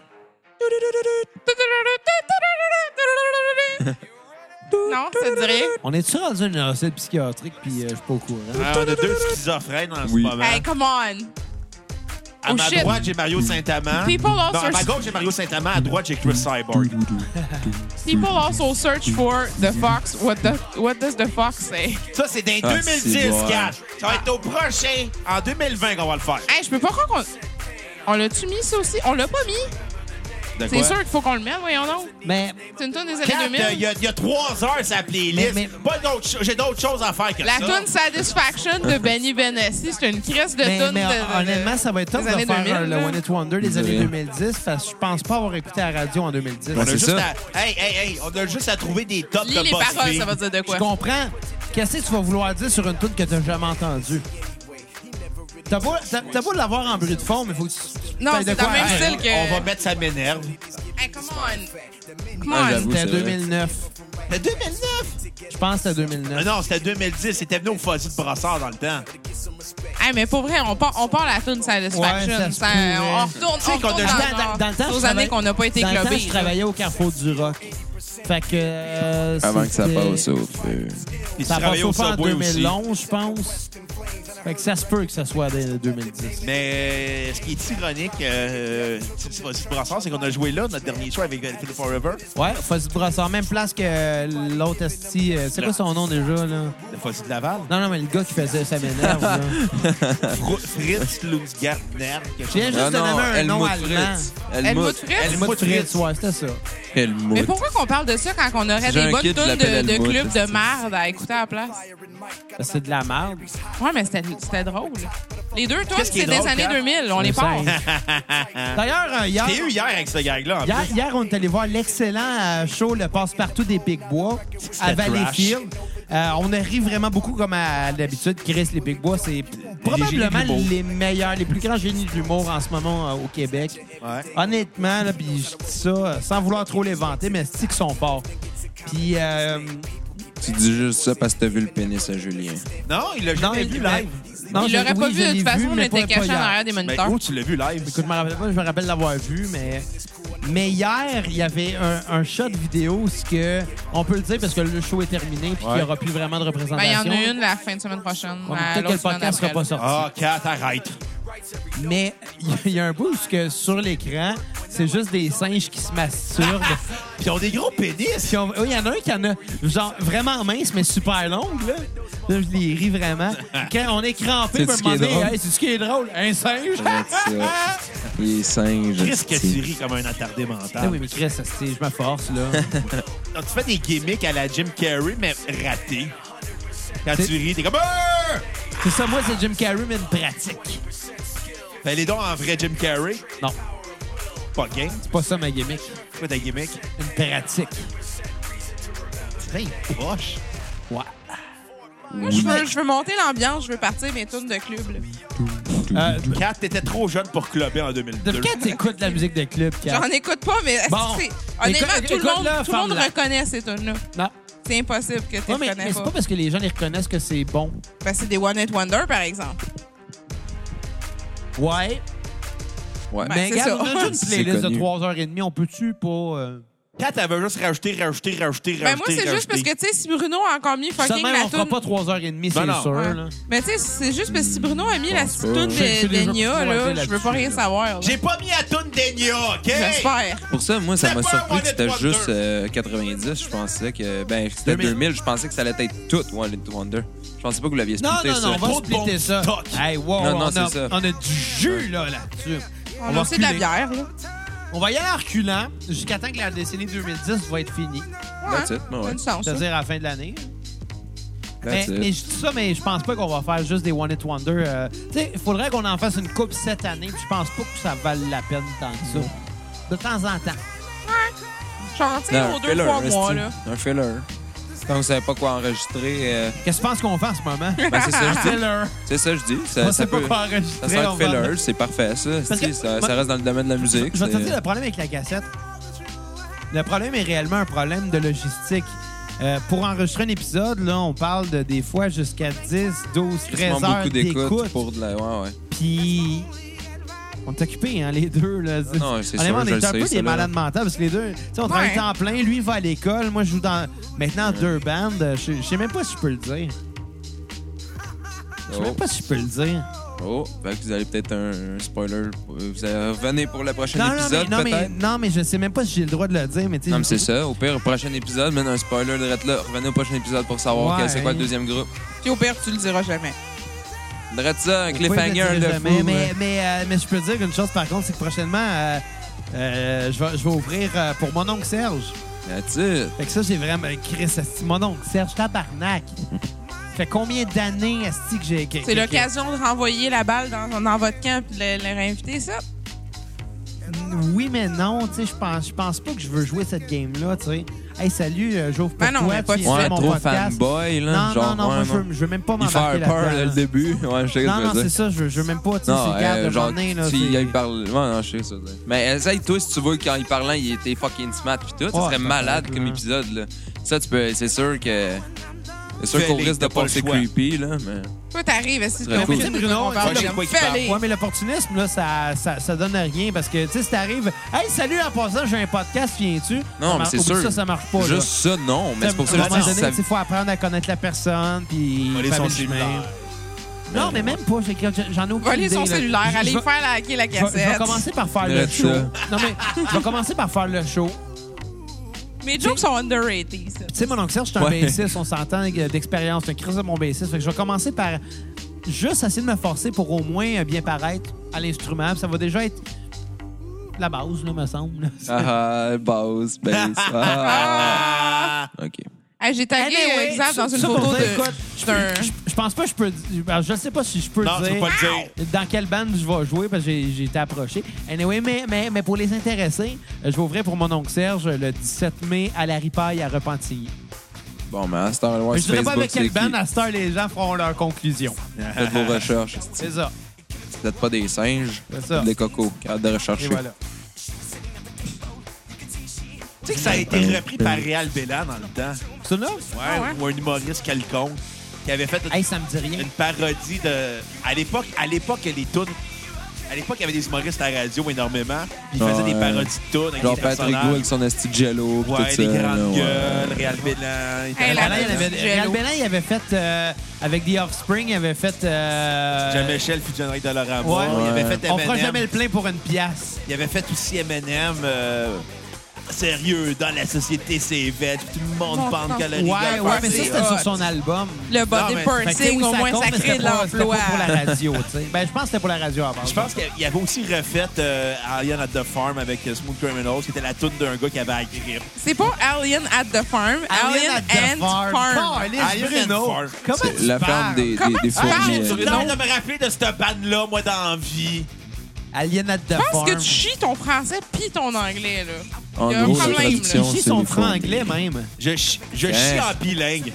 [SPEAKER 4] Non, ça te dirait.
[SPEAKER 1] On est-tu rendu une recette psychiatrique, puis euh, je suis pas au courant?
[SPEAKER 3] Ah, on a deux schizophrènes en
[SPEAKER 5] Oui.
[SPEAKER 3] ce moment.
[SPEAKER 4] Hey, come on.
[SPEAKER 3] à
[SPEAKER 4] oh
[SPEAKER 3] ma
[SPEAKER 4] shit.
[SPEAKER 3] droite, j'ai Mario Saint-Amand.
[SPEAKER 4] People
[SPEAKER 3] non,
[SPEAKER 4] also-
[SPEAKER 3] à ma gauche, j'ai Mario Saint-Amand. À droite, j'ai Chris Cyborg.
[SPEAKER 4] People also search for the fox. What, the, what does the fox say?
[SPEAKER 3] Ça, c'est dans
[SPEAKER 5] Ah,
[SPEAKER 3] 2010,
[SPEAKER 5] c'est bon.
[SPEAKER 3] Cash. Ça va être au prochain, en 2020, qu'on va le faire.
[SPEAKER 4] Hey, je peux pas croire qu'on. On l'a-tu mis, ça aussi? On l'a pas mis.
[SPEAKER 3] De
[SPEAKER 4] C'est sûr qu'il faut qu'on le mette, voyons donc.
[SPEAKER 1] Mais
[SPEAKER 4] C'est une tune des
[SPEAKER 3] Kat,
[SPEAKER 4] années
[SPEAKER 3] euh, il y,
[SPEAKER 4] 2000.
[SPEAKER 3] a- il y a trois heures sur la playlist.
[SPEAKER 1] Mais- mais-
[SPEAKER 3] Pas d'autres cho- J'ai d'autres choses à faire que ça.
[SPEAKER 4] La tune Satisfaction de Benny Benassi, c'est une crise de
[SPEAKER 1] Mais,
[SPEAKER 4] tune
[SPEAKER 1] mais,
[SPEAKER 4] de, de-
[SPEAKER 1] honnêtement, ça va être top de
[SPEAKER 4] des années
[SPEAKER 1] faire
[SPEAKER 4] 2000,
[SPEAKER 1] euh, le
[SPEAKER 4] là.
[SPEAKER 1] One It Wonder des années
[SPEAKER 5] Ouais.
[SPEAKER 1] 2010, parce que je pense pas avoir écouté à la radio en 2010.
[SPEAKER 3] On a
[SPEAKER 5] Ah, c'est
[SPEAKER 3] juste
[SPEAKER 5] ça.
[SPEAKER 3] à- Hey, hey, hey, on a juste à trouver des tops
[SPEAKER 4] Lis
[SPEAKER 3] de
[SPEAKER 4] les
[SPEAKER 3] BuzzFeed.
[SPEAKER 4] paroles, ça va dire de quoi.
[SPEAKER 1] Je comprends. Qu'est-ce que tu vas vouloir dire sur une tune que t'as jamais entendue? T'as beau, t'as- t'as beau l'avoir en bruit de fond, mais faut que tu...
[SPEAKER 4] Non,
[SPEAKER 1] t'ailles de
[SPEAKER 4] c'est dans
[SPEAKER 1] quoi
[SPEAKER 4] le même
[SPEAKER 1] à-
[SPEAKER 4] style que.
[SPEAKER 3] On va mettre ça m'énerve.
[SPEAKER 4] Hey, come on. Come
[SPEAKER 5] Ah,
[SPEAKER 4] on.
[SPEAKER 5] j'avoue.
[SPEAKER 1] C'était
[SPEAKER 5] Oui, c'est vrai.
[SPEAKER 1] 2009.
[SPEAKER 3] C'était 2009.
[SPEAKER 1] Je pense que c'était 2009.
[SPEAKER 3] Ah non, c'était 2010. C'était venu au Fuzzy de Brassard dans le temps.
[SPEAKER 4] Hey, mais pour vrai, on part, on part la tune Satisfaction.
[SPEAKER 1] Ouais, ça se
[SPEAKER 4] Ça-
[SPEAKER 1] pourrait.
[SPEAKER 4] on retourne, on
[SPEAKER 3] sais qu'on a-
[SPEAKER 1] Dans,
[SPEAKER 4] retourne
[SPEAKER 1] dans- dans le temps, je
[SPEAKER 4] dans, aux années
[SPEAKER 1] travaillais-
[SPEAKER 4] qu'on n'a pas été
[SPEAKER 1] dans le temps,
[SPEAKER 4] globés.
[SPEAKER 1] je travaillais au Carrefour du Rock. Fait que... euh,
[SPEAKER 5] Avant que ça
[SPEAKER 1] c'était-
[SPEAKER 5] passe au
[SPEAKER 3] Puis
[SPEAKER 5] feu.
[SPEAKER 1] Ça
[SPEAKER 3] tu
[SPEAKER 1] passe
[SPEAKER 3] travaillais
[SPEAKER 1] au
[SPEAKER 3] au
[SPEAKER 1] pas en
[SPEAKER 3] Subway aussi.
[SPEAKER 1] 2011, je pense. Fait que ça se peut que ça soit de 2010.
[SPEAKER 3] Mais euh, ce qui est ironique euh, du du Fuzzy de Brassard, c'est qu'on a joué là, notre dernier show avec euh, Philippe Forever.
[SPEAKER 1] Ouais, Fuzzy Brassard, même place que euh, l'autre esti... euh, C'est quoi son nom déjà, là?
[SPEAKER 3] Le Fuzzy de Laval.
[SPEAKER 1] Non, non, mais le gars qui faisait ça m'énerve,
[SPEAKER 3] [laughs]
[SPEAKER 1] là.
[SPEAKER 3] Fr- Fritz Lungsgartner.
[SPEAKER 1] Je
[SPEAKER 3] quelque
[SPEAKER 1] Ah. viens
[SPEAKER 3] chose.
[SPEAKER 1] juste
[SPEAKER 5] Ah
[SPEAKER 1] de
[SPEAKER 5] non,
[SPEAKER 1] nommer un nom
[SPEAKER 5] Helmut
[SPEAKER 1] allemand.
[SPEAKER 5] Fritz.
[SPEAKER 4] Helmut Fritz?
[SPEAKER 1] Helmut Fritz, ouais, c'était ça.
[SPEAKER 5] Helmut.
[SPEAKER 4] Mais pourquoi qu'on parle de ça quand on aurait
[SPEAKER 5] Si j'ai
[SPEAKER 4] des
[SPEAKER 5] un
[SPEAKER 4] bonnes
[SPEAKER 5] kid, je
[SPEAKER 4] tunes de,
[SPEAKER 5] l'appelle
[SPEAKER 4] de
[SPEAKER 5] Helmut,
[SPEAKER 4] clubs de
[SPEAKER 5] c'est-
[SPEAKER 4] merde à écouter à la place.
[SPEAKER 1] C'est de la merde.
[SPEAKER 4] Ouais, mais c'était c'était drôle. Les deux tunes,
[SPEAKER 3] Qu'est-ce qui est
[SPEAKER 4] c'est des
[SPEAKER 3] drôle,
[SPEAKER 4] années
[SPEAKER 3] Kat?
[SPEAKER 4] 2000. On les passe.
[SPEAKER 1] D'ailleurs, euh, hier,
[SPEAKER 3] Hein? T'es eu hier avec ce gag-là, en
[SPEAKER 1] hier,
[SPEAKER 3] plus.
[SPEAKER 1] hier, on est allé voir l'excellent euh, show Le Passe-Partout des Pics-Bois à
[SPEAKER 3] trash.
[SPEAKER 1] Valleyfield. Euh, on a ri vraiment beaucoup comme à l'habitude. Chris, les Pics-Bois, c'est probablement
[SPEAKER 3] génies de l'humour.
[SPEAKER 1] les meilleurs, les plus grands génies de l'humour en ce moment euh, au Québec.
[SPEAKER 3] Ouais.
[SPEAKER 1] Honnêtement, là, puis je dis ça euh, sans vouloir trop les vanter, mais c'est qu'ils sont forts. Puis, euh,
[SPEAKER 5] Tu dis juste ça parce que t'as vu le pénis à Julien.
[SPEAKER 3] Non, il l'a jamais
[SPEAKER 1] il-
[SPEAKER 3] vu
[SPEAKER 1] mais-
[SPEAKER 3] live.
[SPEAKER 1] non,
[SPEAKER 4] Il
[SPEAKER 1] je-
[SPEAKER 4] l'aurait pas
[SPEAKER 1] oui,
[SPEAKER 4] vu.
[SPEAKER 1] je
[SPEAKER 4] De
[SPEAKER 1] l'ai
[SPEAKER 4] toute façon,
[SPEAKER 1] vu,
[SPEAKER 4] on
[SPEAKER 1] mais
[SPEAKER 4] était
[SPEAKER 1] pas- pas
[SPEAKER 4] cachés en
[SPEAKER 1] hier.
[SPEAKER 4] arrière des
[SPEAKER 3] Mais
[SPEAKER 5] Ben,
[SPEAKER 4] moniteurs.
[SPEAKER 3] où tu l'as vu live?
[SPEAKER 1] Écoute, je me rappelle pas, je me rappelle l'avoir vu, mais. Mais hier, il y avait un, un shot vidéo, ce que. On peut le dire parce que le show est terminé puis qu'il n'y aura plus vraiment de
[SPEAKER 4] Ben, il y
[SPEAKER 1] représentation.
[SPEAKER 4] en a une la fin de semaine prochaine.
[SPEAKER 1] Ouais, mais
[SPEAKER 4] à
[SPEAKER 1] Peut-être que le
[SPEAKER 4] l'autre semaine
[SPEAKER 1] podcast sera
[SPEAKER 4] après.
[SPEAKER 1] pas sorti.
[SPEAKER 3] Ah, Kat, arrête.
[SPEAKER 1] Mais il y a- il y, a un bout où ce que sur l'écran, c'est juste des singes qui se
[SPEAKER 5] [laughs]
[SPEAKER 1] masturbent.
[SPEAKER 3] Puis ils ont des gros pénis.
[SPEAKER 1] Puis on- oui, il y en a un qui en a genre vraiment mince, mais super longue, là. Là, je les ris
[SPEAKER 5] [laughs]
[SPEAKER 1] vraiment. Quand on est crampé,
[SPEAKER 5] C'est-tu
[SPEAKER 1] on
[SPEAKER 5] ce
[SPEAKER 1] peut
[SPEAKER 5] qui est
[SPEAKER 1] demander
[SPEAKER 5] drôle?
[SPEAKER 1] Hey, c'est ce qui est drôle? Un
[SPEAKER 5] [laughs]
[SPEAKER 1] singe?
[SPEAKER 5] Il est singe.
[SPEAKER 3] Chris, que
[SPEAKER 5] c'est-
[SPEAKER 3] tu ris comme un attardé
[SPEAKER 1] Ah
[SPEAKER 4] Ben
[SPEAKER 3] mental.
[SPEAKER 1] oui, mais Chris, ça, c'est- je me force, là.
[SPEAKER 5] [laughs]
[SPEAKER 3] Quand tu fais des gimmicks à la Jim Carrey, mais raté. Quand tu
[SPEAKER 1] C'est-
[SPEAKER 3] ris, t'es comme. Ah!
[SPEAKER 1] c'est ça, moi, c'est Jim Carrey, mais une pratique.
[SPEAKER 3] Fais Ben, les dons en vrai Jim Carrey.
[SPEAKER 1] Non,
[SPEAKER 3] Pas game.
[SPEAKER 1] c'est pas ça ma gimmick.
[SPEAKER 3] C'est quoi ta gimmick?
[SPEAKER 1] Une pratique.
[SPEAKER 3] Très proche.
[SPEAKER 1] Ouais.
[SPEAKER 4] Moi, je veux, je veux monter l'ambiance. Je veux partir mes tunes de club. là.
[SPEAKER 1] Euh,
[SPEAKER 3] Kat, t'étais trop jeune pour clubber en 2002.
[SPEAKER 1] depuis quand t'écoutes de la musique de club, Kat?
[SPEAKER 4] J'en écoute pas, mais est-ce que
[SPEAKER 1] Bon.
[SPEAKER 4] c'est- honnêtement,
[SPEAKER 1] Écoute-
[SPEAKER 4] tout le monde,
[SPEAKER 1] écoute-le,
[SPEAKER 4] tout le monde
[SPEAKER 1] femme-là.
[SPEAKER 4] reconnaît ces tunes-là.
[SPEAKER 1] Non.
[SPEAKER 4] C'est impossible que tu
[SPEAKER 1] Ouais,
[SPEAKER 4] ne
[SPEAKER 1] mais, mais
[SPEAKER 4] connais
[SPEAKER 1] c'est
[SPEAKER 4] pas.
[SPEAKER 1] pas parce que les gens les reconnaissent que c'est bon.
[SPEAKER 4] Ben, c'est des One Night Wonder, par exemple.
[SPEAKER 1] Ouais.
[SPEAKER 5] Ouais.
[SPEAKER 4] Ben,
[SPEAKER 1] mais
[SPEAKER 4] c'est
[SPEAKER 1] regarde,
[SPEAKER 4] ça.
[SPEAKER 1] on a juste une
[SPEAKER 5] [laughs] C'est
[SPEAKER 1] playlist de
[SPEAKER 5] connu.
[SPEAKER 1] 3h30. On peut-tu pas. euh,
[SPEAKER 3] Kat, elle veut juste rajouter, rajouter, rajouter, rajouter.
[SPEAKER 4] Ben, moi, c'est juste parce
[SPEAKER 3] rajouter.
[SPEAKER 4] que, tu sais, si Bruno a encore mis fucking
[SPEAKER 1] Seulement,
[SPEAKER 4] la
[SPEAKER 1] on fera
[SPEAKER 4] tune.
[SPEAKER 1] pas 3h30,
[SPEAKER 5] Ben
[SPEAKER 1] c'est
[SPEAKER 3] non.
[SPEAKER 1] sûr.
[SPEAKER 4] Ouais.
[SPEAKER 1] Là.
[SPEAKER 4] Mais tu sais, c'est juste parce que si Bruno a mis la
[SPEAKER 5] pense
[SPEAKER 4] petite
[SPEAKER 5] pas.
[SPEAKER 4] tune
[SPEAKER 1] Je sais
[SPEAKER 4] de,
[SPEAKER 1] déjà
[SPEAKER 4] de Nia,
[SPEAKER 1] pourquoi
[SPEAKER 4] là,
[SPEAKER 1] elle fait
[SPEAKER 4] je veux
[SPEAKER 1] là-dessus,
[SPEAKER 4] pas rien
[SPEAKER 1] là.
[SPEAKER 4] savoir. là.
[SPEAKER 3] J'ai pas mis la toune d'Enya, OK?
[SPEAKER 4] J'espère.
[SPEAKER 5] Pour ça, moi, ça
[SPEAKER 3] C'est
[SPEAKER 5] m'a
[SPEAKER 3] pas
[SPEAKER 5] surpris
[SPEAKER 3] un
[SPEAKER 5] que c'était
[SPEAKER 3] One Hit
[SPEAKER 5] juste
[SPEAKER 3] Wonder.
[SPEAKER 5] euh, 90. Je pensais que. Ben, c'était
[SPEAKER 1] 2000.
[SPEAKER 5] 2000. Je pensais que ça allait être tout One Hit Wonder. Je pensais pas que vous l'aviez
[SPEAKER 1] Non, non, non,
[SPEAKER 5] splitté, ça.
[SPEAKER 1] on va
[SPEAKER 3] Trop de
[SPEAKER 1] splitter
[SPEAKER 3] bon
[SPEAKER 1] ça.
[SPEAKER 3] stock.
[SPEAKER 1] Hey, wow,
[SPEAKER 5] Non, non,
[SPEAKER 1] on, a,
[SPEAKER 5] c'est ça.
[SPEAKER 1] on a du jus là, là-dessus.
[SPEAKER 4] On a aussi de la
[SPEAKER 1] reculer.
[SPEAKER 4] bière, là.
[SPEAKER 1] On va y aller en reculant jusqu'à temps que la décennie 2010 va être finie,
[SPEAKER 5] That's
[SPEAKER 4] Ouais.
[SPEAKER 5] it, ouais.
[SPEAKER 4] Bonne chance.
[SPEAKER 1] c'est-à-dire à la fin de l'année. Mais,
[SPEAKER 5] That's it.
[SPEAKER 1] Ben, mais je dis ça, mais je pense pas qu'on va faire juste des One It Wonder. euh, tu sais, il faudrait qu'on en fasse une coupe cette année, puis je pense pas que ça vale la peine tant que ça. De temps en temps.
[SPEAKER 4] Chanter
[SPEAKER 5] Non,
[SPEAKER 4] pour
[SPEAKER 5] un
[SPEAKER 4] deux,
[SPEAKER 5] filler,
[SPEAKER 4] trois
[SPEAKER 5] un
[SPEAKER 4] mois,
[SPEAKER 5] style.
[SPEAKER 4] là.
[SPEAKER 5] Un filler. Quand vous savez pas quoi enregistrer, euh,
[SPEAKER 1] Qu'est-ce que tu penses qu'on fait en ce
[SPEAKER 5] [laughs]
[SPEAKER 1] moment?
[SPEAKER 5] ben, c'est
[SPEAKER 1] [laughs]
[SPEAKER 5] ça, je dis.
[SPEAKER 1] Filler.
[SPEAKER 5] C'est ça, je dis.
[SPEAKER 1] On
[SPEAKER 5] Ça, ça
[SPEAKER 1] sait pas
[SPEAKER 5] peut.
[SPEAKER 1] quoi
[SPEAKER 5] Ça
[SPEAKER 1] enregistrer.
[SPEAKER 5] sert
[SPEAKER 1] on
[SPEAKER 5] de
[SPEAKER 1] va-
[SPEAKER 5] filler, c'est parfait, ça.
[SPEAKER 1] Parce
[SPEAKER 5] Tu
[SPEAKER 1] que-
[SPEAKER 5] sais, ça,
[SPEAKER 1] moi-
[SPEAKER 5] ça reste dans le domaine de la musique.
[SPEAKER 1] Je vais te
[SPEAKER 5] c'est-
[SPEAKER 1] dire le problème avec la cassette. Le problème est réellement un problème de logistique. Euh, pour enregistrer un épisode, là, on parle de des fois jusqu'à 10, 12, 13
[SPEAKER 5] Quasiment
[SPEAKER 1] heures
[SPEAKER 5] beaucoup d'écoutes
[SPEAKER 1] d'écoute.
[SPEAKER 5] pour de la. Ouais, ouais.
[SPEAKER 1] Puis on est occupés, hein, les deux. Là.
[SPEAKER 5] non,
[SPEAKER 1] Honnêtement, on
[SPEAKER 5] c'est sûr, je
[SPEAKER 1] est
[SPEAKER 5] le
[SPEAKER 1] un
[SPEAKER 5] sais,
[SPEAKER 1] peu
[SPEAKER 5] ça,
[SPEAKER 1] des
[SPEAKER 5] là.
[SPEAKER 1] malades mentaux parce que les deux, tu sais, on travaille
[SPEAKER 4] Ouais.
[SPEAKER 1] temps plein. Lui, il va à l'école. Moi, je joue dans maintenant deux bandes. Je sais- je sais même pas si je peux le dire. Je sais même
[SPEAKER 5] Oh,
[SPEAKER 1] pas si je peux le dire.
[SPEAKER 5] oh. Fait que vous allez peut-être un, un spoiler. Vous allez- revenez pour le prochain
[SPEAKER 1] Non, non, mais,
[SPEAKER 5] épisode,
[SPEAKER 1] non, mais,
[SPEAKER 5] peut-être.
[SPEAKER 1] non, mais je sais même pas si j'ai le droit de le dire. Mais, tu sais,
[SPEAKER 5] Non, mais
[SPEAKER 1] je-
[SPEAKER 5] c'est ça. Au pire, au prochain épisode, mène un spoiler direct là. Revenez au prochain épisode pour savoir
[SPEAKER 1] Ouais.
[SPEAKER 5] que c'est quoi le deuxième groupe.
[SPEAKER 4] Puis au pire, tu le diras jamais.
[SPEAKER 5] Direct ça, un
[SPEAKER 1] Oui, je
[SPEAKER 5] cliffhanger
[SPEAKER 1] le
[SPEAKER 5] de
[SPEAKER 1] dirai
[SPEAKER 5] fou. hein.
[SPEAKER 1] jamais,
[SPEAKER 5] ouais.
[SPEAKER 1] Mais, mais, euh, mais je peux dire une chose, par contre, c'est que prochainement, euh, euh, je, vais, je vais ouvrir euh, pour mon oncle Serge.
[SPEAKER 5] That's it.
[SPEAKER 1] Fait que ça, j'ai vraiment... Chris, esti, mon oncle Serge, tabarnak! fait combien d'années, esti, que j'ai... que-
[SPEAKER 4] C'est
[SPEAKER 1] que-
[SPEAKER 4] l'occasion de renvoyer la balle dans, dans votre camp et de le, le réinviter, ça.
[SPEAKER 1] que- Oui, mais non, tu sais, je pense, je pense pas que je veux jouer cette game-là, tu sais. Hey, salut, euh, j'ouvre pour
[SPEAKER 4] Ben non,
[SPEAKER 1] toi,
[SPEAKER 4] mais pas
[SPEAKER 1] tu
[SPEAKER 4] de
[SPEAKER 1] viens
[SPEAKER 5] Ouais,
[SPEAKER 1] à mon
[SPEAKER 5] trop
[SPEAKER 1] podcast.
[SPEAKER 5] fanboy, là.
[SPEAKER 1] Non,
[SPEAKER 5] genre,
[SPEAKER 1] non, non,
[SPEAKER 5] ouais,
[SPEAKER 1] moi, je veux, je veux même pas
[SPEAKER 5] Il
[SPEAKER 1] m'embarquer
[SPEAKER 5] fait peur dès
[SPEAKER 1] là-dedans.
[SPEAKER 5] le début. Ouais, je sais ce
[SPEAKER 1] Non,
[SPEAKER 5] que
[SPEAKER 1] non,
[SPEAKER 5] tu veux
[SPEAKER 1] c'est ça,
[SPEAKER 5] dire.
[SPEAKER 1] je veux, je veux même pas, tu sais,
[SPEAKER 5] Non,
[SPEAKER 1] c'est garde
[SPEAKER 5] euh,
[SPEAKER 1] de
[SPEAKER 5] genre,
[SPEAKER 1] m'emmener, là.
[SPEAKER 5] si
[SPEAKER 1] c'est-
[SPEAKER 5] il parle... Ouais, non, je sais ça. là. Mais essaye, toi, si tu vois, quand il parlait, il était fucking smart pis tout,
[SPEAKER 1] Ouais,
[SPEAKER 5] ça serait
[SPEAKER 1] ça
[SPEAKER 5] malade
[SPEAKER 1] peut être,
[SPEAKER 5] comme
[SPEAKER 1] là.
[SPEAKER 5] épisode, là. Ça, tu peux... C'est sûr que... C'est sûr
[SPEAKER 3] Fais-les,
[SPEAKER 5] qu'on risque de
[SPEAKER 3] t'as pas le
[SPEAKER 5] passer
[SPEAKER 3] choix.
[SPEAKER 5] creepy, là, mais...
[SPEAKER 4] Toi, t'arrives, est-ce que
[SPEAKER 5] Très cool.
[SPEAKER 4] tu
[SPEAKER 1] Bruno,
[SPEAKER 3] ouais, je sais quoi qu'il parle.
[SPEAKER 4] Fais-les.
[SPEAKER 1] Ouais, mais l'opportunisme, là, ça, ça, ça donne à rien parce que, tu sais, si t'arrives, hey, salut, en passant, j'ai un podcast, viens-tu? Ça
[SPEAKER 5] Non, mais
[SPEAKER 1] mar-
[SPEAKER 5] c'est
[SPEAKER 1] oublie
[SPEAKER 5] sûr.
[SPEAKER 1] Ça, ça marche pas. là.
[SPEAKER 5] Juste ça, non. Mais c'est pour
[SPEAKER 1] à
[SPEAKER 5] ça que
[SPEAKER 1] un
[SPEAKER 5] je
[SPEAKER 1] moment
[SPEAKER 5] dis,
[SPEAKER 1] donné,
[SPEAKER 5] ça...
[SPEAKER 1] tu sais, faut apprendre à connaître la personne, puis.
[SPEAKER 3] Voler
[SPEAKER 1] faire
[SPEAKER 3] son
[SPEAKER 1] le chemin.
[SPEAKER 3] cellulaire.
[SPEAKER 1] Non, mais même pas. j'ai- J'en ai aucune
[SPEAKER 4] Voler son
[SPEAKER 1] idée, là.
[SPEAKER 4] cellulaire,
[SPEAKER 1] Je-
[SPEAKER 4] aller
[SPEAKER 1] je vais-
[SPEAKER 4] faire laquer la
[SPEAKER 1] Je vais- je vais
[SPEAKER 4] cassette.
[SPEAKER 1] commencer par faire le
[SPEAKER 5] Arrête
[SPEAKER 1] show.
[SPEAKER 5] ça.
[SPEAKER 1] Non, mais je vais commencer par faire le show.
[SPEAKER 4] Mes jokes sont underrated, ça.
[SPEAKER 1] Tu sais, mon oncle Serge, je suis un
[SPEAKER 5] Ouais.
[SPEAKER 1] bassiste, on s'entend euh, d'expérience, c'est un crise de mon bassiste. Fait que je vais commencer par juste essayer de me forcer pour au moins euh, bien paraître à l'instrument. Puis Ça va déjà être la base, là, me semble.
[SPEAKER 5] Ah, ah, base,
[SPEAKER 1] [laughs]
[SPEAKER 5] base. Ah,
[SPEAKER 3] Ah!
[SPEAKER 5] OK.
[SPEAKER 4] Hey, J'ai tagué
[SPEAKER 1] Anyway,
[SPEAKER 4] euh, Xav dans
[SPEAKER 1] ça-
[SPEAKER 4] une
[SPEAKER 1] ça pour
[SPEAKER 4] photo
[SPEAKER 1] dire,
[SPEAKER 4] de-
[SPEAKER 1] écoute,
[SPEAKER 4] d'un.
[SPEAKER 1] Je, je pense pas que je peux. alors, Je sais pas si je peux
[SPEAKER 3] Non,
[SPEAKER 1] dire.
[SPEAKER 3] tu peux pas le dire.
[SPEAKER 1] Dans quelle bande je vais jouer parce que j'ai j'ai été approché. Anyway, mais, mais, mais pour les intéressés, euh, je vais ouvrir pour mon oncle Serge le 17 mai à la Ripaille à Repentigny.
[SPEAKER 5] Bon, mais à Star Wars,
[SPEAKER 1] je dirais
[SPEAKER 5] Facebook,
[SPEAKER 1] pas avec
[SPEAKER 5] c'est
[SPEAKER 1] quelle bande,
[SPEAKER 5] qui?
[SPEAKER 1] à cette heure, les gens feront leurs conclusions.
[SPEAKER 5] Faites vos recherches.
[SPEAKER 1] [laughs] C'est ça.
[SPEAKER 5] Vous n'êtes pas des singes,
[SPEAKER 1] C'est ça.
[SPEAKER 5] des cocos. Hâte de
[SPEAKER 1] Et
[SPEAKER 5] rechercher.
[SPEAKER 1] voilà.
[SPEAKER 3] Tu sais que ça a été repris par Real Bella dans le temps.
[SPEAKER 1] C'est là?
[SPEAKER 3] Ouais,
[SPEAKER 4] Ah ouais?
[SPEAKER 3] ou un humoriste quelconque qui avait fait une,
[SPEAKER 1] Hey, ça me dit rien.
[SPEAKER 3] une parodie de. À l'époque, à l'époque, les tunes. À l'époque, il y avait des humoristes à la radio énormément. Puis ils faisaient
[SPEAKER 5] Ouais.
[SPEAKER 3] des parodies de tunes avec
[SPEAKER 5] Genre
[SPEAKER 3] des
[SPEAKER 5] Patrick
[SPEAKER 3] personnages.
[SPEAKER 5] Gou avec son asti de jello. pis
[SPEAKER 3] Ouais,
[SPEAKER 5] tout
[SPEAKER 3] des
[SPEAKER 5] ça, là,
[SPEAKER 3] grandes
[SPEAKER 5] ouais.
[SPEAKER 3] gueules, Real Bélan. il était
[SPEAKER 4] Hey, la-
[SPEAKER 3] malade.
[SPEAKER 1] Alain, il avait,
[SPEAKER 4] Jello.
[SPEAKER 1] Real Bellin, il avait fait, euh, avec The Offspring, il avait fait... euh,
[SPEAKER 3] Jean Michel puis John Ray de
[SPEAKER 1] Ouais.
[SPEAKER 3] Il avait fait
[SPEAKER 1] On fera
[SPEAKER 3] M&M.
[SPEAKER 1] jamais le plein pour une pièce.
[SPEAKER 3] Il avait fait aussi M&M. euh, Sérieux, dans la société, c'est vête. Tout le monde
[SPEAKER 4] Mon
[SPEAKER 3] pense
[SPEAKER 4] sens.
[SPEAKER 3] qu'elle a
[SPEAKER 1] Ouais, ouais, mais ça,
[SPEAKER 4] c'est
[SPEAKER 1] c'était sur
[SPEAKER 4] hot.
[SPEAKER 1] son album.
[SPEAKER 4] Le
[SPEAKER 3] Non,
[SPEAKER 4] body
[SPEAKER 3] mais-
[SPEAKER 1] Fait que,
[SPEAKER 4] painting,
[SPEAKER 1] oui,
[SPEAKER 4] au
[SPEAKER 1] ça
[SPEAKER 4] moins,
[SPEAKER 1] compte,
[SPEAKER 4] ça
[SPEAKER 1] mais
[SPEAKER 4] crée
[SPEAKER 1] c'était
[SPEAKER 4] de
[SPEAKER 1] pas- c'était
[SPEAKER 4] l'emploi.
[SPEAKER 1] pas pour la radio, tu sais. Ben, je pense que c'était pour la radio avant.
[SPEAKER 3] Je pense qu'il avait aussi refait euh, Alien at the Farm avec euh, Smooth Criminals, qui était la toune d'un gars qui avait la grippe.
[SPEAKER 4] C'est pas Alien at the Farm, Alien, and Farm.
[SPEAKER 3] Alien and
[SPEAKER 1] Bruno,
[SPEAKER 3] Farm.
[SPEAKER 1] comment
[SPEAKER 5] C'est
[SPEAKER 1] tu
[SPEAKER 5] La
[SPEAKER 1] parles?
[SPEAKER 5] femme des, des,
[SPEAKER 4] Comment
[SPEAKER 5] des
[SPEAKER 4] tu parles?
[SPEAKER 5] fourmis.
[SPEAKER 3] Tu
[SPEAKER 5] euh,
[SPEAKER 4] Sur
[SPEAKER 3] viens
[SPEAKER 4] non.
[SPEAKER 3] de me rappeler de cette bande-là, moi, dans la vie.
[SPEAKER 1] Alien at the
[SPEAKER 4] Je pense
[SPEAKER 1] Farm.
[SPEAKER 4] que tu chies ton français pis ton anglais, là.
[SPEAKER 5] En
[SPEAKER 4] Il y a un
[SPEAKER 5] gros, la
[SPEAKER 4] problème, là.
[SPEAKER 5] traduction,
[SPEAKER 1] Chies
[SPEAKER 5] c'est
[SPEAKER 1] son
[SPEAKER 5] les fourmis.
[SPEAKER 1] franc-anglais, même.
[SPEAKER 3] Je, chi- je
[SPEAKER 5] Hein?
[SPEAKER 3] chie en bilingue.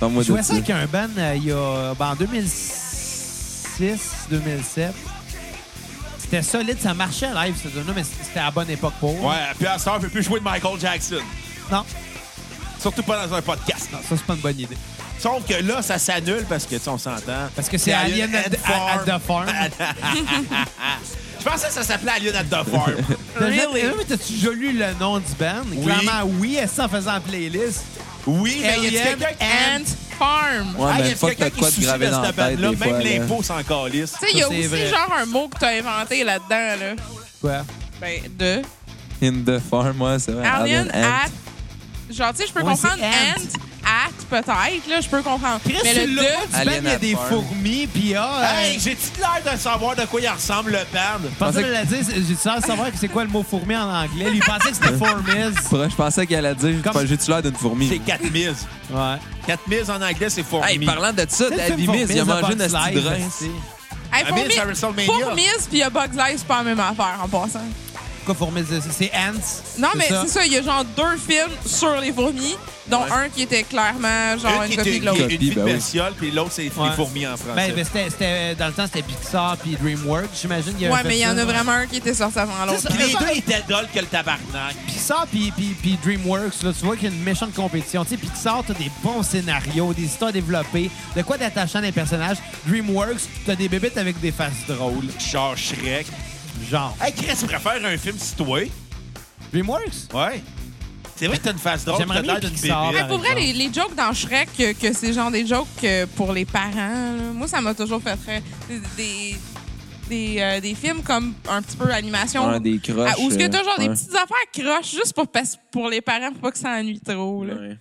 [SPEAKER 5] Parle-moi
[SPEAKER 1] Je jouais
[SPEAKER 5] de
[SPEAKER 1] ça
[SPEAKER 5] ça.
[SPEAKER 1] avec un band euh, il y a, ben, en 2006, 2007. C'était solide, ça marchait live, ce là mais c'était à la bonne époque pour.
[SPEAKER 3] Ouais, puis à ça, on peut plus jouer de Michael Jackson.
[SPEAKER 1] Non,
[SPEAKER 3] Surtout pas dans un podcast.
[SPEAKER 1] non, ça, c'est pas une bonne idée.
[SPEAKER 3] Sauf que là, ça s'annule parce que, tu sais, on s'entend.
[SPEAKER 1] Parce que c'est Alien at, at- at the Farm.
[SPEAKER 3] [laughs] Je pensais que ça s'appelait Alien at the
[SPEAKER 5] [laughs]
[SPEAKER 3] Farm.
[SPEAKER 1] T'as
[SPEAKER 4] Really?
[SPEAKER 1] jamais- euh, mais T'as-tu déjà lu le nom du band? Clairement, oui. Est-ce en faisant la playlist?
[SPEAKER 3] oui, mais il y a
[SPEAKER 1] Alien
[SPEAKER 3] quelqu'un qui...
[SPEAKER 4] And Farm.
[SPEAKER 5] Ouais,
[SPEAKER 3] Ah, y
[SPEAKER 5] mais
[SPEAKER 3] a-tu
[SPEAKER 5] fuck,
[SPEAKER 3] quelqu'un
[SPEAKER 5] t'as
[SPEAKER 3] qui
[SPEAKER 5] quoi
[SPEAKER 3] se
[SPEAKER 5] de
[SPEAKER 3] soucie
[SPEAKER 5] gravé
[SPEAKER 3] de
[SPEAKER 5] dans la
[SPEAKER 3] cette
[SPEAKER 5] tête,
[SPEAKER 3] bande-là?
[SPEAKER 5] des fois.
[SPEAKER 3] Même
[SPEAKER 5] là.
[SPEAKER 3] l'impôt s'en calisse.
[SPEAKER 4] Tu sais, il y a
[SPEAKER 1] Ça, c'est
[SPEAKER 4] aussi
[SPEAKER 1] vrai.
[SPEAKER 4] genre un mot que t'as inventé là-dedans, là.
[SPEAKER 1] Quoi?
[SPEAKER 4] Ben, de.
[SPEAKER 5] In the farm, ouais, c'est vrai.
[SPEAKER 4] Alien
[SPEAKER 5] Ant.
[SPEAKER 4] at. Genre, tu sais, je peux
[SPEAKER 1] Ouais, c'est
[SPEAKER 4] comprendre and, at, peut-être, là, je peux comprendre.
[SPEAKER 1] Chris,
[SPEAKER 4] Mais
[SPEAKER 1] tu
[SPEAKER 4] le
[SPEAKER 1] l'as pas
[SPEAKER 4] de.
[SPEAKER 1] du band,
[SPEAKER 5] Alien
[SPEAKER 1] il y a
[SPEAKER 5] at
[SPEAKER 1] des
[SPEAKER 5] Farm.
[SPEAKER 1] fourmis, puis ah... euh,
[SPEAKER 3] Hey, j'ai-tu l'air de savoir de quoi il ressemble le band?
[SPEAKER 1] Je pensais
[SPEAKER 5] pensais
[SPEAKER 1] qu'elle allait dire, j'ai du l'air de savoir que c'est quoi le mot fourmi en anglais. Lui, il pensait que
[SPEAKER 5] [laughs]
[SPEAKER 1] c'était fourmis.
[SPEAKER 5] Faudrait- Je pensais qu'elle allait dire
[SPEAKER 1] Comme-
[SPEAKER 5] J'ai-tu l'air d'une
[SPEAKER 3] C'est
[SPEAKER 5] fourmi?
[SPEAKER 3] 4000.
[SPEAKER 1] Ouais.
[SPEAKER 3] 4000 en anglais, c'est fourmi.
[SPEAKER 5] Hey, parlant de ça,
[SPEAKER 1] C'est le
[SPEAKER 5] David
[SPEAKER 1] film
[SPEAKER 5] Miz, il a
[SPEAKER 1] Fourmis,
[SPEAKER 5] mangé une
[SPEAKER 1] Bugs
[SPEAKER 5] asti
[SPEAKER 1] Life,
[SPEAKER 5] de rein.
[SPEAKER 1] c'est-
[SPEAKER 4] Hey,
[SPEAKER 3] Amine, c'est à
[SPEAKER 4] fourmis,
[SPEAKER 3] WrestleMania.
[SPEAKER 4] fourmis pis il y a Bugs Life, c'est pas la même affaire en passant.
[SPEAKER 1] Pourquoi fourmis? c'est- C'est Ants.
[SPEAKER 4] Non, mais
[SPEAKER 1] ça.
[SPEAKER 4] c'est ça, il y a genre deux films sur les fourmis, dont un qui était clairement
[SPEAKER 3] Une
[SPEAKER 4] genre une,
[SPEAKER 3] qui
[SPEAKER 4] copie
[SPEAKER 3] était
[SPEAKER 4] de
[SPEAKER 3] une,
[SPEAKER 4] l'autre.
[SPEAKER 3] une
[SPEAKER 5] Copie,
[SPEAKER 3] fille
[SPEAKER 5] ben oui.
[SPEAKER 3] bestiole, puis l'autre, c'est
[SPEAKER 1] Ouais.
[SPEAKER 3] les fourmis en français.
[SPEAKER 1] Ben, ben, c'était- c'était- dans le temps, c'était Pixar puis DreamWorks, j'imagine. qu'il avait
[SPEAKER 4] Ouais,
[SPEAKER 1] fait
[SPEAKER 4] mais il y en
[SPEAKER 1] ça.
[SPEAKER 4] a vraiment un qui était sorti avant l'autre.
[SPEAKER 1] C'est
[SPEAKER 3] Puis
[SPEAKER 1] ça.
[SPEAKER 3] les deux étaient dol que le tabarnak.
[SPEAKER 1] Pixar puis, puis- puis DreamWorks, là, tu vois qu'il y a une méchante compétition. Tu sais, Pixar, t'as des bons scénarios, des histoires développées, de quoi d'attachant des personnages. DreamWorks, t'as des bébites avec des faces drôles.
[SPEAKER 3] Genre Shrek.
[SPEAKER 1] Genre.
[SPEAKER 3] Hey, Chris, tu préfères un film situé?
[SPEAKER 1] DreamWorks?
[SPEAKER 3] Ouais. C'est vrai que t'as une face drôle,
[SPEAKER 1] J'aimerais
[SPEAKER 3] t'as l'air
[SPEAKER 1] mieux
[SPEAKER 3] d'une
[SPEAKER 1] Pixar.
[SPEAKER 3] bébé.
[SPEAKER 4] Mais pour vrai, les, les jokes dans Shrek, que, que c'est genre des jokes euh, pour les parents, là. moi, ça m'a toujours fait très. Des, des, des, euh, des films comme un petit peu animation.
[SPEAKER 5] Ouais, des croches,
[SPEAKER 4] Ah, Où ce que t'as genre
[SPEAKER 5] euh,
[SPEAKER 4] des
[SPEAKER 5] ouais.
[SPEAKER 4] petites affaires croches juste pour, pas- pour les parents, pour pas que ça ennuie trop. Là.
[SPEAKER 5] Ouais.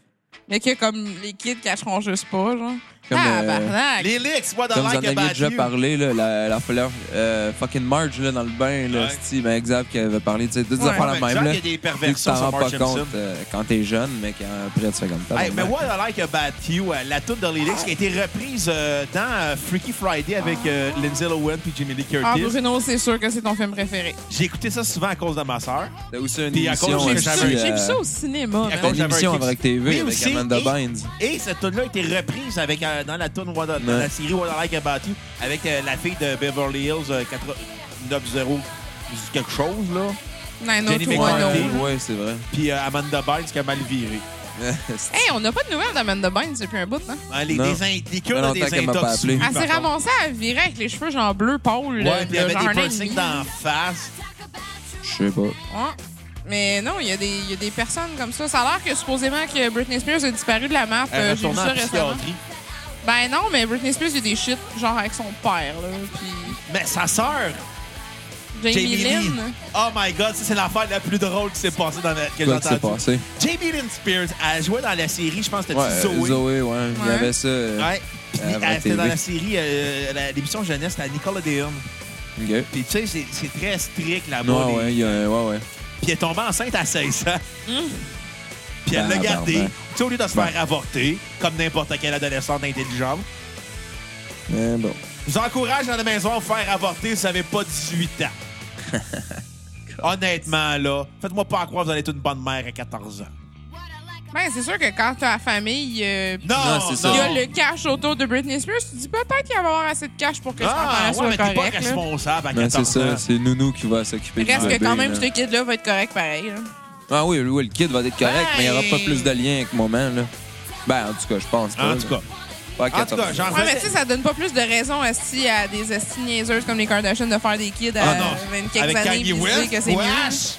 [SPEAKER 4] Mais que comme les kids cacheront juste pas, genre.
[SPEAKER 5] Comme,
[SPEAKER 4] ah,
[SPEAKER 5] euh,
[SPEAKER 4] barnac!
[SPEAKER 3] Les leaks, what I
[SPEAKER 5] Comme vous en
[SPEAKER 3] like
[SPEAKER 5] aviez
[SPEAKER 3] about
[SPEAKER 5] déjà
[SPEAKER 3] you.
[SPEAKER 5] parlé, là, la, la, la euh, fucking Marge là, dans le bain, là,
[SPEAKER 3] Ouais.
[SPEAKER 5] Steve, ben, Xav qui avait parlé, tu sais, toutes des
[SPEAKER 4] Ouais.
[SPEAKER 5] affaires la
[SPEAKER 3] Ouais,
[SPEAKER 5] même.
[SPEAKER 3] Xav,
[SPEAKER 5] là,
[SPEAKER 3] il y a des
[SPEAKER 5] vu que
[SPEAKER 3] perversions
[SPEAKER 5] t'en
[SPEAKER 3] sur
[SPEAKER 5] rends
[SPEAKER 3] Marge
[SPEAKER 5] pas
[SPEAKER 3] Simpson.
[SPEAKER 5] compte euh, quand t'es jeune, mais qu'après tu fais comme ça.
[SPEAKER 3] Hey, mais What I Like About You, euh, la toute dans les leaks qui a été reprise euh, dans euh, Freaky Friday avec euh, Lindsay Lohan puis Jimmy Lee
[SPEAKER 4] Ah,
[SPEAKER 3] Curtis.
[SPEAKER 4] Bruno, c'est sûr que c'est ton film préféré.
[SPEAKER 3] J'ai écouté ça souvent à cause de ma sœur.
[SPEAKER 5] T'as aussi une
[SPEAKER 3] Puis à cause
[SPEAKER 5] émission,
[SPEAKER 3] que
[SPEAKER 5] euh,
[SPEAKER 4] J'ai
[SPEAKER 3] aussi,
[SPEAKER 4] vu, ça-
[SPEAKER 5] euh,
[SPEAKER 4] j'ai vu ça au cinéma.
[SPEAKER 3] Puis à
[SPEAKER 4] man.
[SPEAKER 5] t'as
[SPEAKER 3] cause-
[SPEAKER 5] une
[SPEAKER 3] j'avais un
[SPEAKER 5] émission
[SPEAKER 3] kick.
[SPEAKER 5] avec TV
[SPEAKER 3] Oui,
[SPEAKER 5] avec
[SPEAKER 3] aussi,
[SPEAKER 5] Amanda
[SPEAKER 3] et-
[SPEAKER 5] Bynes.
[SPEAKER 3] Et cette tune-là a été reprise avec, euh, dans la tune What I- dans
[SPEAKER 5] Ouais.
[SPEAKER 3] la série What I Like About You avec euh, la fille de Beverly Hills euh, 80 90 quelque chose là.
[SPEAKER 4] 90210.
[SPEAKER 3] Jenny McCarthy.
[SPEAKER 5] Ouais, c'est vrai.
[SPEAKER 3] Puis euh, Amanda Bynes qui a mal viré.
[SPEAKER 4] Hey, on n'a pas de nouvelles d'Amanda Bynes depuis un bout, non?
[SPEAKER 3] Hein, les,
[SPEAKER 5] Non.
[SPEAKER 3] des in- les cures
[SPEAKER 5] Ça fait
[SPEAKER 3] de
[SPEAKER 5] longtemps
[SPEAKER 3] des
[SPEAKER 5] qu'elle m'a pas
[SPEAKER 3] intox
[SPEAKER 5] appelé.
[SPEAKER 3] suivis,
[SPEAKER 4] Elle s'est
[SPEAKER 3] par contre.
[SPEAKER 4] ramassée Ah, à virer avec les cheveux genre bleu pâle.
[SPEAKER 3] Ouais,
[SPEAKER 4] là,
[SPEAKER 3] puis il y avait
[SPEAKER 4] genre un
[SPEAKER 3] des
[SPEAKER 4] an et demi.
[SPEAKER 3] piercings d'en face. euh,
[SPEAKER 5] Je sais pas.
[SPEAKER 4] Ouais. Mais non, il y, a des- il y a des personnes comme ça. Ça a l'air que supposément que Britney Spears a disparu de la map.
[SPEAKER 3] Elle
[SPEAKER 4] euh, J'ai vu
[SPEAKER 3] retournait
[SPEAKER 4] ça
[SPEAKER 3] en
[SPEAKER 4] récemment.
[SPEAKER 3] psychiatrie.
[SPEAKER 4] Ben non, mais Britney Spears, il y a des shit genre avec son père, là. Puis
[SPEAKER 3] Mais sa sœur,
[SPEAKER 4] Jamie,
[SPEAKER 3] Jamie
[SPEAKER 4] Lynn.
[SPEAKER 3] Lynn. Oh my God, ça c'est l'affaire la plus drôle qui s'est passée dans la... que j'ai
[SPEAKER 5] Quoi qui s'est
[SPEAKER 3] entendue.
[SPEAKER 5] passé?
[SPEAKER 3] Jamie Lynn Spears, elle jouait dans la série, je pense que
[SPEAKER 5] Ouais,
[SPEAKER 3] c'était
[SPEAKER 5] euh,
[SPEAKER 3] Zoé.
[SPEAKER 5] Zoé, ouais. Il y
[SPEAKER 4] Ouais.
[SPEAKER 5] avait ça. euh,
[SPEAKER 3] Ouais. Puis
[SPEAKER 5] Avant
[SPEAKER 3] elle était
[SPEAKER 5] TV.
[SPEAKER 3] euh, dans la série, euh, la- l'émission jeunesse, c'était à Nickelodeon.
[SPEAKER 5] OK.
[SPEAKER 3] Puis tu sais, c'est- c'est très strict là-bas.
[SPEAKER 5] Non,
[SPEAKER 3] les-
[SPEAKER 5] ouais, il y a- ouais, ouais.
[SPEAKER 3] Puis elle est tombée enceinte à 16 ans.
[SPEAKER 4] Hum.
[SPEAKER 3] Puis elle l'a
[SPEAKER 5] Ben,
[SPEAKER 3] gardé.
[SPEAKER 5] ben, ben.
[SPEAKER 3] Tu sais, au lieu de se
[SPEAKER 5] Ben.
[SPEAKER 3] faire avorter, comme n'importe quelle adolescente intelligente,
[SPEAKER 5] Mais bon.
[SPEAKER 3] je vous encourage dans la maison à vous faire avorter si vous n'avez pas 18 ans.
[SPEAKER 5] [laughs]
[SPEAKER 3] Honnêtement, là, faites-moi pas croire que vous allez être une bonne mère à 14 ans.
[SPEAKER 4] Ben, c'est sûr que quand t'as la famille, euh,
[SPEAKER 3] Non,
[SPEAKER 5] Non, c'est ça.
[SPEAKER 4] il y a le cash autour de Britney Spears, tu te dis peut-être qu'il va y avoir assez de cash pour que cet
[SPEAKER 3] Ah,
[SPEAKER 4] enfant-là
[SPEAKER 3] ouais, mais
[SPEAKER 4] soit
[SPEAKER 3] t'es pas
[SPEAKER 4] correct. là.
[SPEAKER 3] responsable à
[SPEAKER 5] Ben,
[SPEAKER 3] 14
[SPEAKER 5] c'est
[SPEAKER 3] ans.
[SPEAKER 5] ça, c'est Nounou qui va s'occuper du
[SPEAKER 4] Reste que
[SPEAKER 5] bébé,
[SPEAKER 4] quand même,
[SPEAKER 5] là.
[SPEAKER 4] ce kid-là va être correct pareil. là.
[SPEAKER 5] Ah oui, oui, le kid va être correct, mais il n'y aura pas plus de lien avec moment, là. Ben, en tout cas, je pense pas.
[SPEAKER 3] En tout
[SPEAKER 5] là.
[SPEAKER 4] Euh,
[SPEAKER 3] cas,
[SPEAKER 5] Pas à
[SPEAKER 3] En tout
[SPEAKER 5] 14
[SPEAKER 3] cas,
[SPEAKER 5] ans.
[SPEAKER 3] j'en
[SPEAKER 4] Ouais, mais tu sais, ça donne pas plus de raison esti, à des esti niaiseuses comme les Kardashians de faire des kids
[SPEAKER 3] Ah
[SPEAKER 4] à
[SPEAKER 3] non,
[SPEAKER 4] 20 quelques
[SPEAKER 3] avec
[SPEAKER 4] années
[SPEAKER 3] Kanye
[SPEAKER 4] puis se
[SPEAKER 3] West,
[SPEAKER 4] dire que c'est mieux.
[SPEAKER 3] wesh!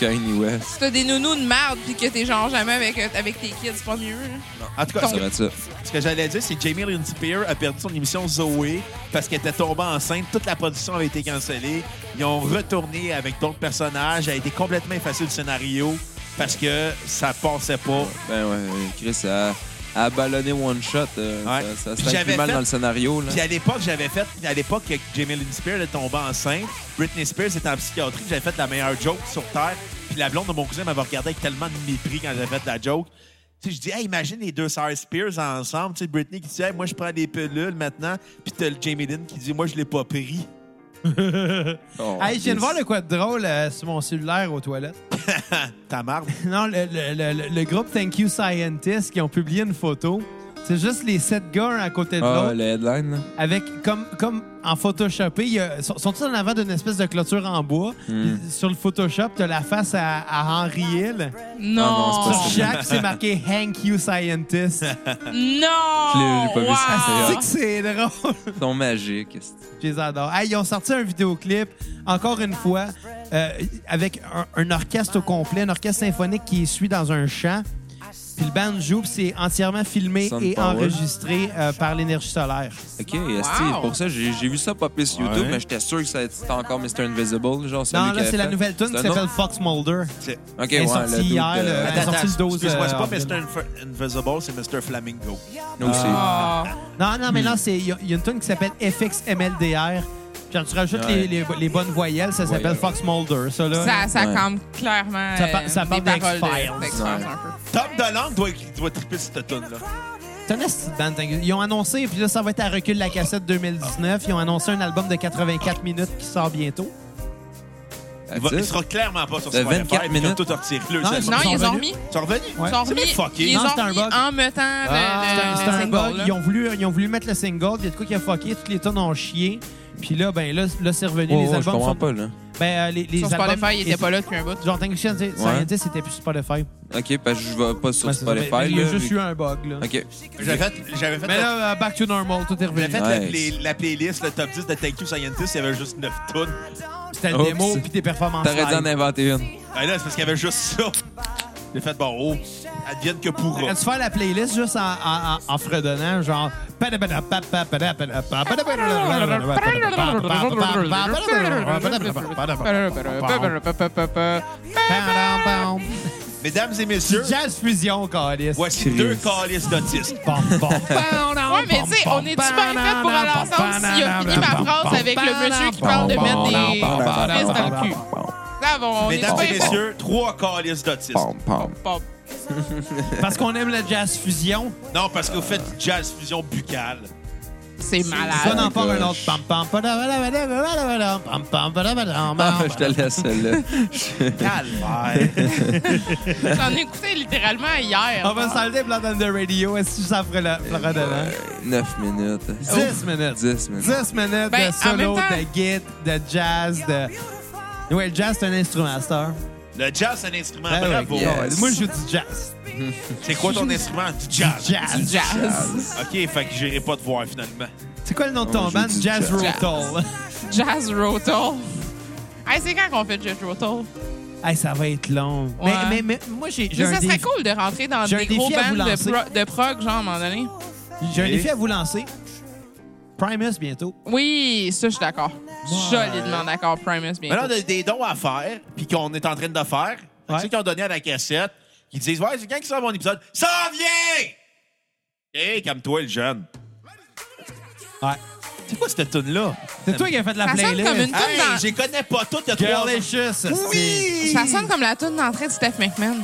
[SPEAKER 5] Kanye West.
[SPEAKER 4] Si t'as des nounous de merde puis que t'es genre jamais avec, avec tes kids, c'est pas mieux. hein. là.
[SPEAKER 3] En tout cas,
[SPEAKER 5] Ça va être ça.
[SPEAKER 3] Ce que j'allais dire, c'est que Jamie Lynn Spears a perdu son émission Zoé parce qu'elle était tombée enceinte. Toute la production avait été cancellée. Ils ont retourné avec d'autres personnages. Elle a été complètement effacée du scénario parce que ça passait pas.
[SPEAKER 5] Ben ouais, Chris a, a ballonné one shot. euh,
[SPEAKER 3] Ouais.
[SPEAKER 5] Ça, ça,
[SPEAKER 3] Puis
[SPEAKER 5] se fait
[SPEAKER 3] j'avais
[SPEAKER 5] plus mal
[SPEAKER 3] fait-
[SPEAKER 5] dans le scénario, là.
[SPEAKER 3] Puis à l'époque, j'avais fait, à l'époque que Jamie Lynn Spears est tombée enceinte, Britney Spears était en psychiatrie, puis j'avais fait la meilleure joke sur Terre. Puis la blonde de mon cousin m'avait regardé avec tellement de mépris quand j'avais fait la joke. Tu sais, je dis, hey, imagine les deux sœurs Spears ensemble. Tu sais, Britney qui dit, hey, moi, je prends des pilules maintenant. Puis t'as le Jamie Lynn qui dit, moi, je l'ai pas pris.
[SPEAKER 5] Oh,
[SPEAKER 1] Hey, je viens de
[SPEAKER 5] Chris.
[SPEAKER 1] voir le quoi de drôle euh, sur mon cellulaire aux toilettes. [laughs]
[SPEAKER 3] Ta marde.
[SPEAKER 1] Non, le, le- le- le groupe Thank You Scientist qui ont publié une photo. C'est juste les sept gars un à côté de
[SPEAKER 5] Ah,
[SPEAKER 1] l'autre.
[SPEAKER 5] le headline, là.
[SPEAKER 1] Avec, comme, comme en photoshopé, ils sont, sont tous en avant d'une espèce de clôture en bois. Puis Sur le Photoshop, t'as la face à, à Henry Hill.
[SPEAKER 4] Non,
[SPEAKER 5] Ah non,
[SPEAKER 1] Sur
[SPEAKER 5] c'est
[SPEAKER 1] chaque, c'est marqué Thank You Scientist.
[SPEAKER 4] non!
[SPEAKER 5] Je l'ai- je l'ai pas vu, ça,
[SPEAKER 4] Wow!
[SPEAKER 1] C'est que c'est drôle. [laughs]
[SPEAKER 5] Ils sont magiques. c'est-
[SPEAKER 1] Je les adore. Hey, ils ont sorti un vidéoclip, encore une fois, euh, avec un, un orchestre au complet, un orchestre symphonique qui suit dans un champ. Puis le band joue, puis c'est entièrement filmé
[SPEAKER 5] Sound
[SPEAKER 1] et
[SPEAKER 5] power.
[SPEAKER 1] enregistré euh, par l'énergie solaire.
[SPEAKER 5] OK,
[SPEAKER 1] Ah,
[SPEAKER 5] esti,
[SPEAKER 4] Wow.
[SPEAKER 5] pour ça, j'ai j'ai vu ça popper sur YouTube,
[SPEAKER 3] Ouais.
[SPEAKER 5] mais j'étais sûr que ça- c'était encore Mr. Invisible. Genre, celui
[SPEAKER 1] Non,
[SPEAKER 5] qui
[SPEAKER 1] là,
[SPEAKER 5] avait
[SPEAKER 1] c'est la
[SPEAKER 5] fait.
[SPEAKER 1] nouvelle tune qui
[SPEAKER 5] C'est un
[SPEAKER 1] s'appelle Fox Mulder.
[SPEAKER 3] C'est-
[SPEAKER 5] autre? OK,
[SPEAKER 1] est
[SPEAKER 5] ouais,
[SPEAKER 1] sortie
[SPEAKER 5] le dude,
[SPEAKER 1] hier,
[SPEAKER 5] euh,
[SPEAKER 1] Elle est sortie le 12,
[SPEAKER 3] excuse-moi, c'est pas
[SPEAKER 1] euh,
[SPEAKER 3] Mr.
[SPEAKER 1] avril.
[SPEAKER 3] Inf- Invisible, c'est Mr. Flamingo.
[SPEAKER 5] nous aussi.
[SPEAKER 4] Ah.
[SPEAKER 1] Non, non, mais
[SPEAKER 5] Hmm.
[SPEAKER 1] là, c'est- il y, a- il y a une tune qui s'appelle FXMLDR. Puis quand tu rajoutes
[SPEAKER 5] Ouais.
[SPEAKER 1] les, les- les bonnes voyelles, ça s'appelle
[SPEAKER 5] Voyelles.
[SPEAKER 1] Fox Mulder. Ça, là.
[SPEAKER 4] Ça, ça
[SPEAKER 5] Ouais.
[SPEAKER 4] campe clairement
[SPEAKER 1] Ça par-
[SPEAKER 4] euh,
[SPEAKER 1] ça
[SPEAKER 4] des
[SPEAKER 1] parle
[SPEAKER 4] paroles
[SPEAKER 1] d'X-Files.
[SPEAKER 4] de- d'X-Files un
[SPEAKER 5] Ouais.
[SPEAKER 4] peu.
[SPEAKER 3] Tom DeLonge doit, doit triper sur cette tune là
[SPEAKER 1] C'est un esti de band, thank you. Ils ont annoncé, puis là, ça va être à recul de la cassette 2019. Ils ont annoncé un album de 84 minutes qui sort bientôt.
[SPEAKER 3] Il,
[SPEAKER 5] That's
[SPEAKER 3] va- il
[SPEAKER 5] it.
[SPEAKER 3] sera clairement pas sur
[SPEAKER 5] De 24
[SPEAKER 3] Spotify, puis ils ont
[SPEAKER 5] minutes.
[SPEAKER 3] tout retiré. Le
[SPEAKER 1] Non,
[SPEAKER 3] album.
[SPEAKER 4] Non,
[SPEAKER 1] sont
[SPEAKER 4] ils ont
[SPEAKER 1] revenus?
[SPEAKER 4] remis.
[SPEAKER 3] Ils sont revenus?
[SPEAKER 1] Ouais.
[SPEAKER 4] Ils ont
[SPEAKER 3] C'est bien
[SPEAKER 4] remis.
[SPEAKER 3] fucké.
[SPEAKER 4] Ils
[SPEAKER 1] Non,
[SPEAKER 4] ont
[SPEAKER 1] c'était un
[SPEAKER 4] remis
[SPEAKER 1] bug. Ah,
[SPEAKER 4] en mettant le,
[SPEAKER 1] C'est
[SPEAKER 4] le
[SPEAKER 1] un
[SPEAKER 4] single,
[SPEAKER 1] bug.
[SPEAKER 4] là.
[SPEAKER 1] Ils ont, voulu, ils ont voulu mettre le single. Il y a de quoi qui a fucké. Toutes les tonnes ont chié. Puis là, ben là, là c'est revenu.
[SPEAKER 5] Ouais,
[SPEAKER 1] les
[SPEAKER 5] ouais, je
[SPEAKER 1] albums
[SPEAKER 5] comprends
[SPEAKER 1] sont...
[SPEAKER 5] pas, là.
[SPEAKER 1] Ben, euh, les, les
[SPEAKER 4] Sur
[SPEAKER 1] albums...
[SPEAKER 4] Spotify, ils étaient pas là depuis un bout.
[SPEAKER 1] Genre, Thank You, Scientist, Scientist, c'était plus Spotify.
[SPEAKER 5] OK, parce que je vais pas sur
[SPEAKER 1] Ouais, c'est ça.
[SPEAKER 5] Spotify,
[SPEAKER 1] Mais- mais il y a
[SPEAKER 5] là,
[SPEAKER 1] juste
[SPEAKER 5] vu-
[SPEAKER 1] eu un bug, là.
[SPEAKER 5] OK.
[SPEAKER 3] J'avais fait, j'avais fait,
[SPEAKER 1] Mais
[SPEAKER 3] la,
[SPEAKER 1] là, euh, back to normal, tout est
[SPEAKER 3] j'avais
[SPEAKER 1] revenu.
[SPEAKER 3] fait la
[SPEAKER 5] Nice.
[SPEAKER 3] play- la playlist, le top 10 de Thank You Scientist, il y avait juste 9 tunes.
[SPEAKER 1] C'était le
[SPEAKER 5] Oups.
[SPEAKER 1] démo, puis tes performances.
[SPEAKER 5] T'aurais dû en
[SPEAKER 1] live.
[SPEAKER 5] inventer une.
[SPEAKER 3] Ah, là, c'est parce qu'il y avait juste ça. J'ai fait, bon, oh, advienne que pourra.
[SPEAKER 1] Quand tu fais la playlist juste en, en, en- en fredonnant, genre.
[SPEAKER 3] Mesdames et messieurs,
[SPEAKER 1] Jazz fusion, Calis.
[SPEAKER 3] voici deux calices d'autistes.
[SPEAKER 4] Ouais, mais tu sais, on est super fait pour aller ensemble s'il a fini ma phrase avec le monsieur qui parle de mettre des fesses dans le cul. Ça va, on est
[SPEAKER 3] Mesdames et
[SPEAKER 4] super fort.
[SPEAKER 3] messieurs, trois calices d'autistes.
[SPEAKER 4] Pop.
[SPEAKER 1] Parce qu'on aime la jazz fusion.
[SPEAKER 3] Non, parce que vous faites du jazz fusion buccale.
[SPEAKER 4] C'est
[SPEAKER 1] Ça
[SPEAKER 4] malade.
[SPEAKER 1] n'en parle un autre. [laughs]
[SPEAKER 5] Ah, [laughs] je te laisse,
[SPEAKER 1] [laughs]
[SPEAKER 5] là.
[SPEAKER 3] Calvaire.
[SPEAKER 4] J'en ai écouté littéralement hier.
[SPEAKER 1] On va s'arrêter pour l'entendre de radio. Est-ce que ça ferait le fredonnant?
[SPEAKER 5] 9 minutes. oh.
[SPEAKER 1] 10 minutes.
[SPEAKER 5] 10 minutes.
[SPEAKER 1] 10 minutes de
[SPEAKER 4] Ben, en
[SPEAKER 1] solo,
[SPEAKER 4] même temps-
[SPEAKER 1] de git, de jazz, de. Ouais, le jazz, c'est un instrument, Star.
[SPEAKER 3] Le jazz, c'est un instrument.
[SPEAKER 1] Ben,
[SPEAKER 3] Bravo.
[SPEAKER 1] ouais,
[SPEAKER 5] Ah, yes.
[SPEAKER 1] Moi, je joue du jazz.
[SPEAKER 3] C'est quoi ton instrument? Du jazz.
[SPEAKER 1] Jazz.
[SPEAKER 4] Jazz.
[SPEAKER 3] OK, fait que j'irai pas te voir, finalement.
[SPEAKER 1] C'est quoi le nom de
[SPEAKER 5] On
[SPEAKER 1] ton
[SPEAKER 5] joue
[SPEAKER 1] band?
[SPEAKER 5] du
[SPEAKER 1] Jazz
[SPEAKER 5] jazz.
[SPEAKER 1] Rotal.
[SPEAKER 4] Jazz Rotal. Hey, c'est quand qu'on fait Jazz Rotal?
[SPEAKER 1] hey, ça va être long.
[SPEAKER 4] Ouais.
[SPEAKER 1] Mais, mais, mais moi, j'ai j'ai
[SPEAKER 4] Mais
[SPEAKER 1] un,
[SPEAKER 4] ça serait
[SPEAKER 1] défi-
[SPEAKER 4] cool de rentrer dans
[SPEAKER 1] J'ai un
[SPEAKER 4] des gros
[SPEAKER 1] défi à
[SPEAKER 4] bands
[SPEAKER 1] vous
[SPEAKER 4] de,
[SPEAKER 1] lancer.
[SPEAKER 4] pro- de prog, genre, à un moment donné.
[SPEAKER 1] j'ai un défi à vous lancer. Primus, bientôt.
[SPEAKER 4] Oui, ça, je suis d'accord. Jolidement d'accord, Primus, bien
[SPEAKER 3] Mais là, on a des dons à faire, puis qu'on est en train de faire.
[SPEAKER 1] Ouais.
[SPEAKER 3] Ceux qui ont donné à la cassette, ils disent Ouais, c'est quand qui sort mon épisode Ça en vient Hé, calme-toi, le jeune.
[SPEAKER 1] Ouais.
[SPEAKER 3] C'est quoi cette tune là
[SPEAKER 1] C'est toi qui as fait la
[SPEAKER 4] Ça sonne
[SPEAKER 1] playlist.
[SPEAKER 4] comme une-
[SPEAKER 3] Hey,
[SPEAKER 4] dans-
[SPEAKER 3] j'y connais pas toutes, il y a trois
[SPEAKER 1] Girlicious.
[SPEAKER 3] Ah, Oui!
[SPEAKER 4] Ça sonne comme la toune d'entrée de Steph McMahon.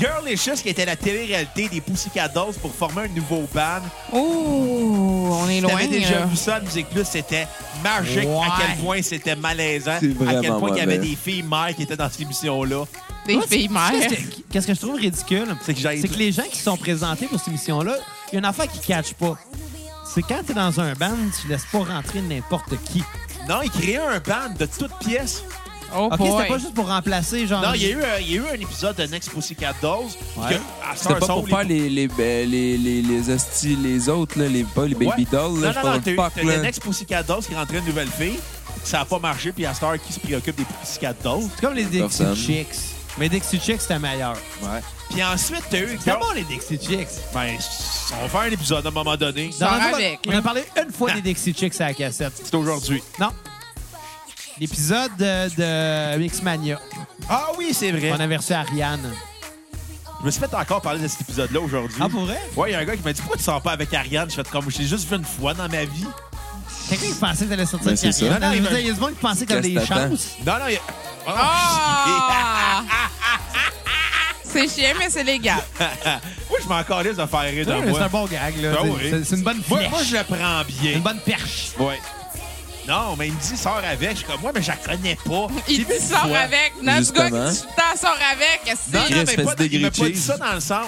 [SPEAKER 3] Girlicious, qui était la télé-réalité des Pussycat Dolls pour former un nouveau band.
[SPEAKER 4] Oh, on est loin.
[SPEAKER 3] T'avais déjà
[SPEAKER 4] là.
[SPEAKER 3] vu ça à Musique Plus, c'était magique
[SPEAKER 1] Ouais.
[SPEAKER 3] à quel point c'était malaisant, à
[SPEAKER 5] C'est
[SPEAKER 3] quel
[SPEAKER 5] vraiment
[SPEAKER 3] point il y avait
[SPEAKER 5] mauvais.
[SPEAKER 3] des filles mères qui étaient dans cette émission-là.
[SPEAKER 4] Des
[SPEAKER 1] Moi, c'est-
[SPEAKER 4] filles mères.
[SPEAKER 1] Qu'est-ce que- Qu'est-ce que je trouve ridicule?
[SPEAKER 3] C'est que j'aille-
[SPEAKER 1] C'est que les gens qui sont présentés pour cette émission-là, il y a une affaire qui ne catch pas. C'est quand t'es dans un band, tu laisses pas rentrer n'importe qui.
[SPEAKER 3] Non, ils créaient un band de toutes pièces.
[SPEAKER 4] Oh
[SPEAKER 1] OK,
[SPEAKER 4] boy.
[SPEAKER 1] c'était pas juste pour remplacer, genre...
[SPEAKER 3] Non, il y, a eu, un- il y a eu un épisode de Next Pussycat Dolls.
[SPEAKER 1] Ouais.
[SPEAKER 3] que, à ce
[SPEAKER 5] C'était
[SPEAKER 3] heure,
[SPEAKER 5] pas
[SPEAKER 3] sont
[SPEAKER 5] pour
[SPEAKER 3] les-
[SPEAKER 5] faire les, les, ben, les, les, les hosties, les autres, là, les, pas les
[SPEAKER 3] Ouais.
[SPEAKER 5] baby dolls.
[SPEAKER 3] Non, non,
[SPEAKER 5] Là, je
[SPEAKER 3] non,
[SPEAKER 5] parle
[SPEAKER 3] t'as eu-
[SPEAKER 5] fuck,
[SPEAKER 3] t'as
[SPEAKER 5] là.
[SPEAKER 3] le Next Pussycat Dolls qui rentrait une nouvelle fille. Ça n'a pas marché, puis à ce heure, qui se préoccupe des Pussycat Dolls?
[SPEAKER 1] C'est comme les Dixie
[SPEAKER 5] Personne.
[SPEAKER 1] Chicks. Mais Dixie Chicks, c'était meilleur.
[SPEAKER 5] Ouais.
[SPEAKER 3] Puis ensuite, t'as eu...
[SPEAKER 1] C'était bon, les Dixie Chicks.
[SPEAKER 3] Ben, s- on va faire un épisode à un moment donné.
[SPEAKER 1] Dans
[SPEAKER 4] Sors
[SPEAKER 1] la-
[SPEAKER 4] avec.
[SPEAKER 1] On a parlé une fois
[SPEAKER 3] Non.
[SPEAKER 1] des Dixie Chicks à la cassette.
[SPEAKER 3] C'est aujourd'hui.
[SPEAKER 1] Non. L'épisode de, de Mixmania.
[SPEAKER 3] Ah oui, c'est vrai.
[SPEAKER 1] On avait reçu Ariane.
[SPEAKER 3] Je me suis fait encore parler de cet épisode-là aujourd'hui.
[SPEAKER 1] Ah, pour vrai?
[SPEAKER 3] Ouais, il y a un gars qui m'a dit Pourquoi tu sors pas avec Ariane Je fais comme Je l'ai juste vu une fois dans ma vie.
[SPEAKER 1] Quelqu'un qui pensait que t'allais sortir
[SPEAKER 5] Mais
[SPEAKER 1] avec
[SPEAKER 5] Ben, c'est ça.
[SPEAKER 1] Ariane.
[SPEAKER 3] Non, non,
[SPEAKER 1] Il y
[SPEAKER 3] il
[SPEAKER 1] a
[SPEAKER 3] va-
[SPEAKER 1] des gens qui pensaient comme des
[SPEAKER 5] Qu'est-ce que t'attends?
[SPEAKER 1] chances.
[SPEAKER 3] Non, non, il y a. Oh,
[SPEAKER 4] Ah! c'est chiant, mais c'est légal.
[SPEAKER 3] shit. Moi, je m'en calisse de faire rire
[SPEAKER 1] Ouais,
[SPEAKER 3] de
[SPEAKER 1] mais C'est
[SPEAKER 3] moi.
[SPEAKER 1] un bon gag, là.
[SPEAKER 3] Ah
[SPEAKER 1] C'est-
[SPEAKER 3] oui.
[SPEAKER 1] c'est- C'est une bonne
[SPEAKER 3] moi,
[SPEAKER 1] flèche.
[SPEAKER 3] moi, je le prends
[SPEAKER 1] C'est
[SPEAKER 3] bien.
[SPEAKER 1] Une bonne perche.
[SPEAKER 3] Ouais. Non, mais il me dit Sors avec. Je suis comme Moi, mais je la connais pas.
[SPEAKER 4] [laughs] Il
[SPEAKER 3] J'ai vu
[SPEAKER 4] dit
[SPEAKER 3] une
[SPEAKER 4] sors
[SPEAKER 3] fois.
[SPEAKER 4] avec. Notre
[SPEAKER 5] Justement.
[SPEAKER 4] gars, qui dit, t'en sors avec. est-ce que-
[SPEAKER 3] Non, non,
[SPEAKER 5] Chris,
[SPEAKER 3] mais
[SPEAKER 5] fais-tu
[SPEAKER 3] pas,
[SPEAKER 5] des
[SPEAKER 3] il m'a
[SPEAKER 5] grilled
[SPEAKER 3] pas dit
[SPEAKER 5] cheese?
[SPEAKER 3] ça dans le sens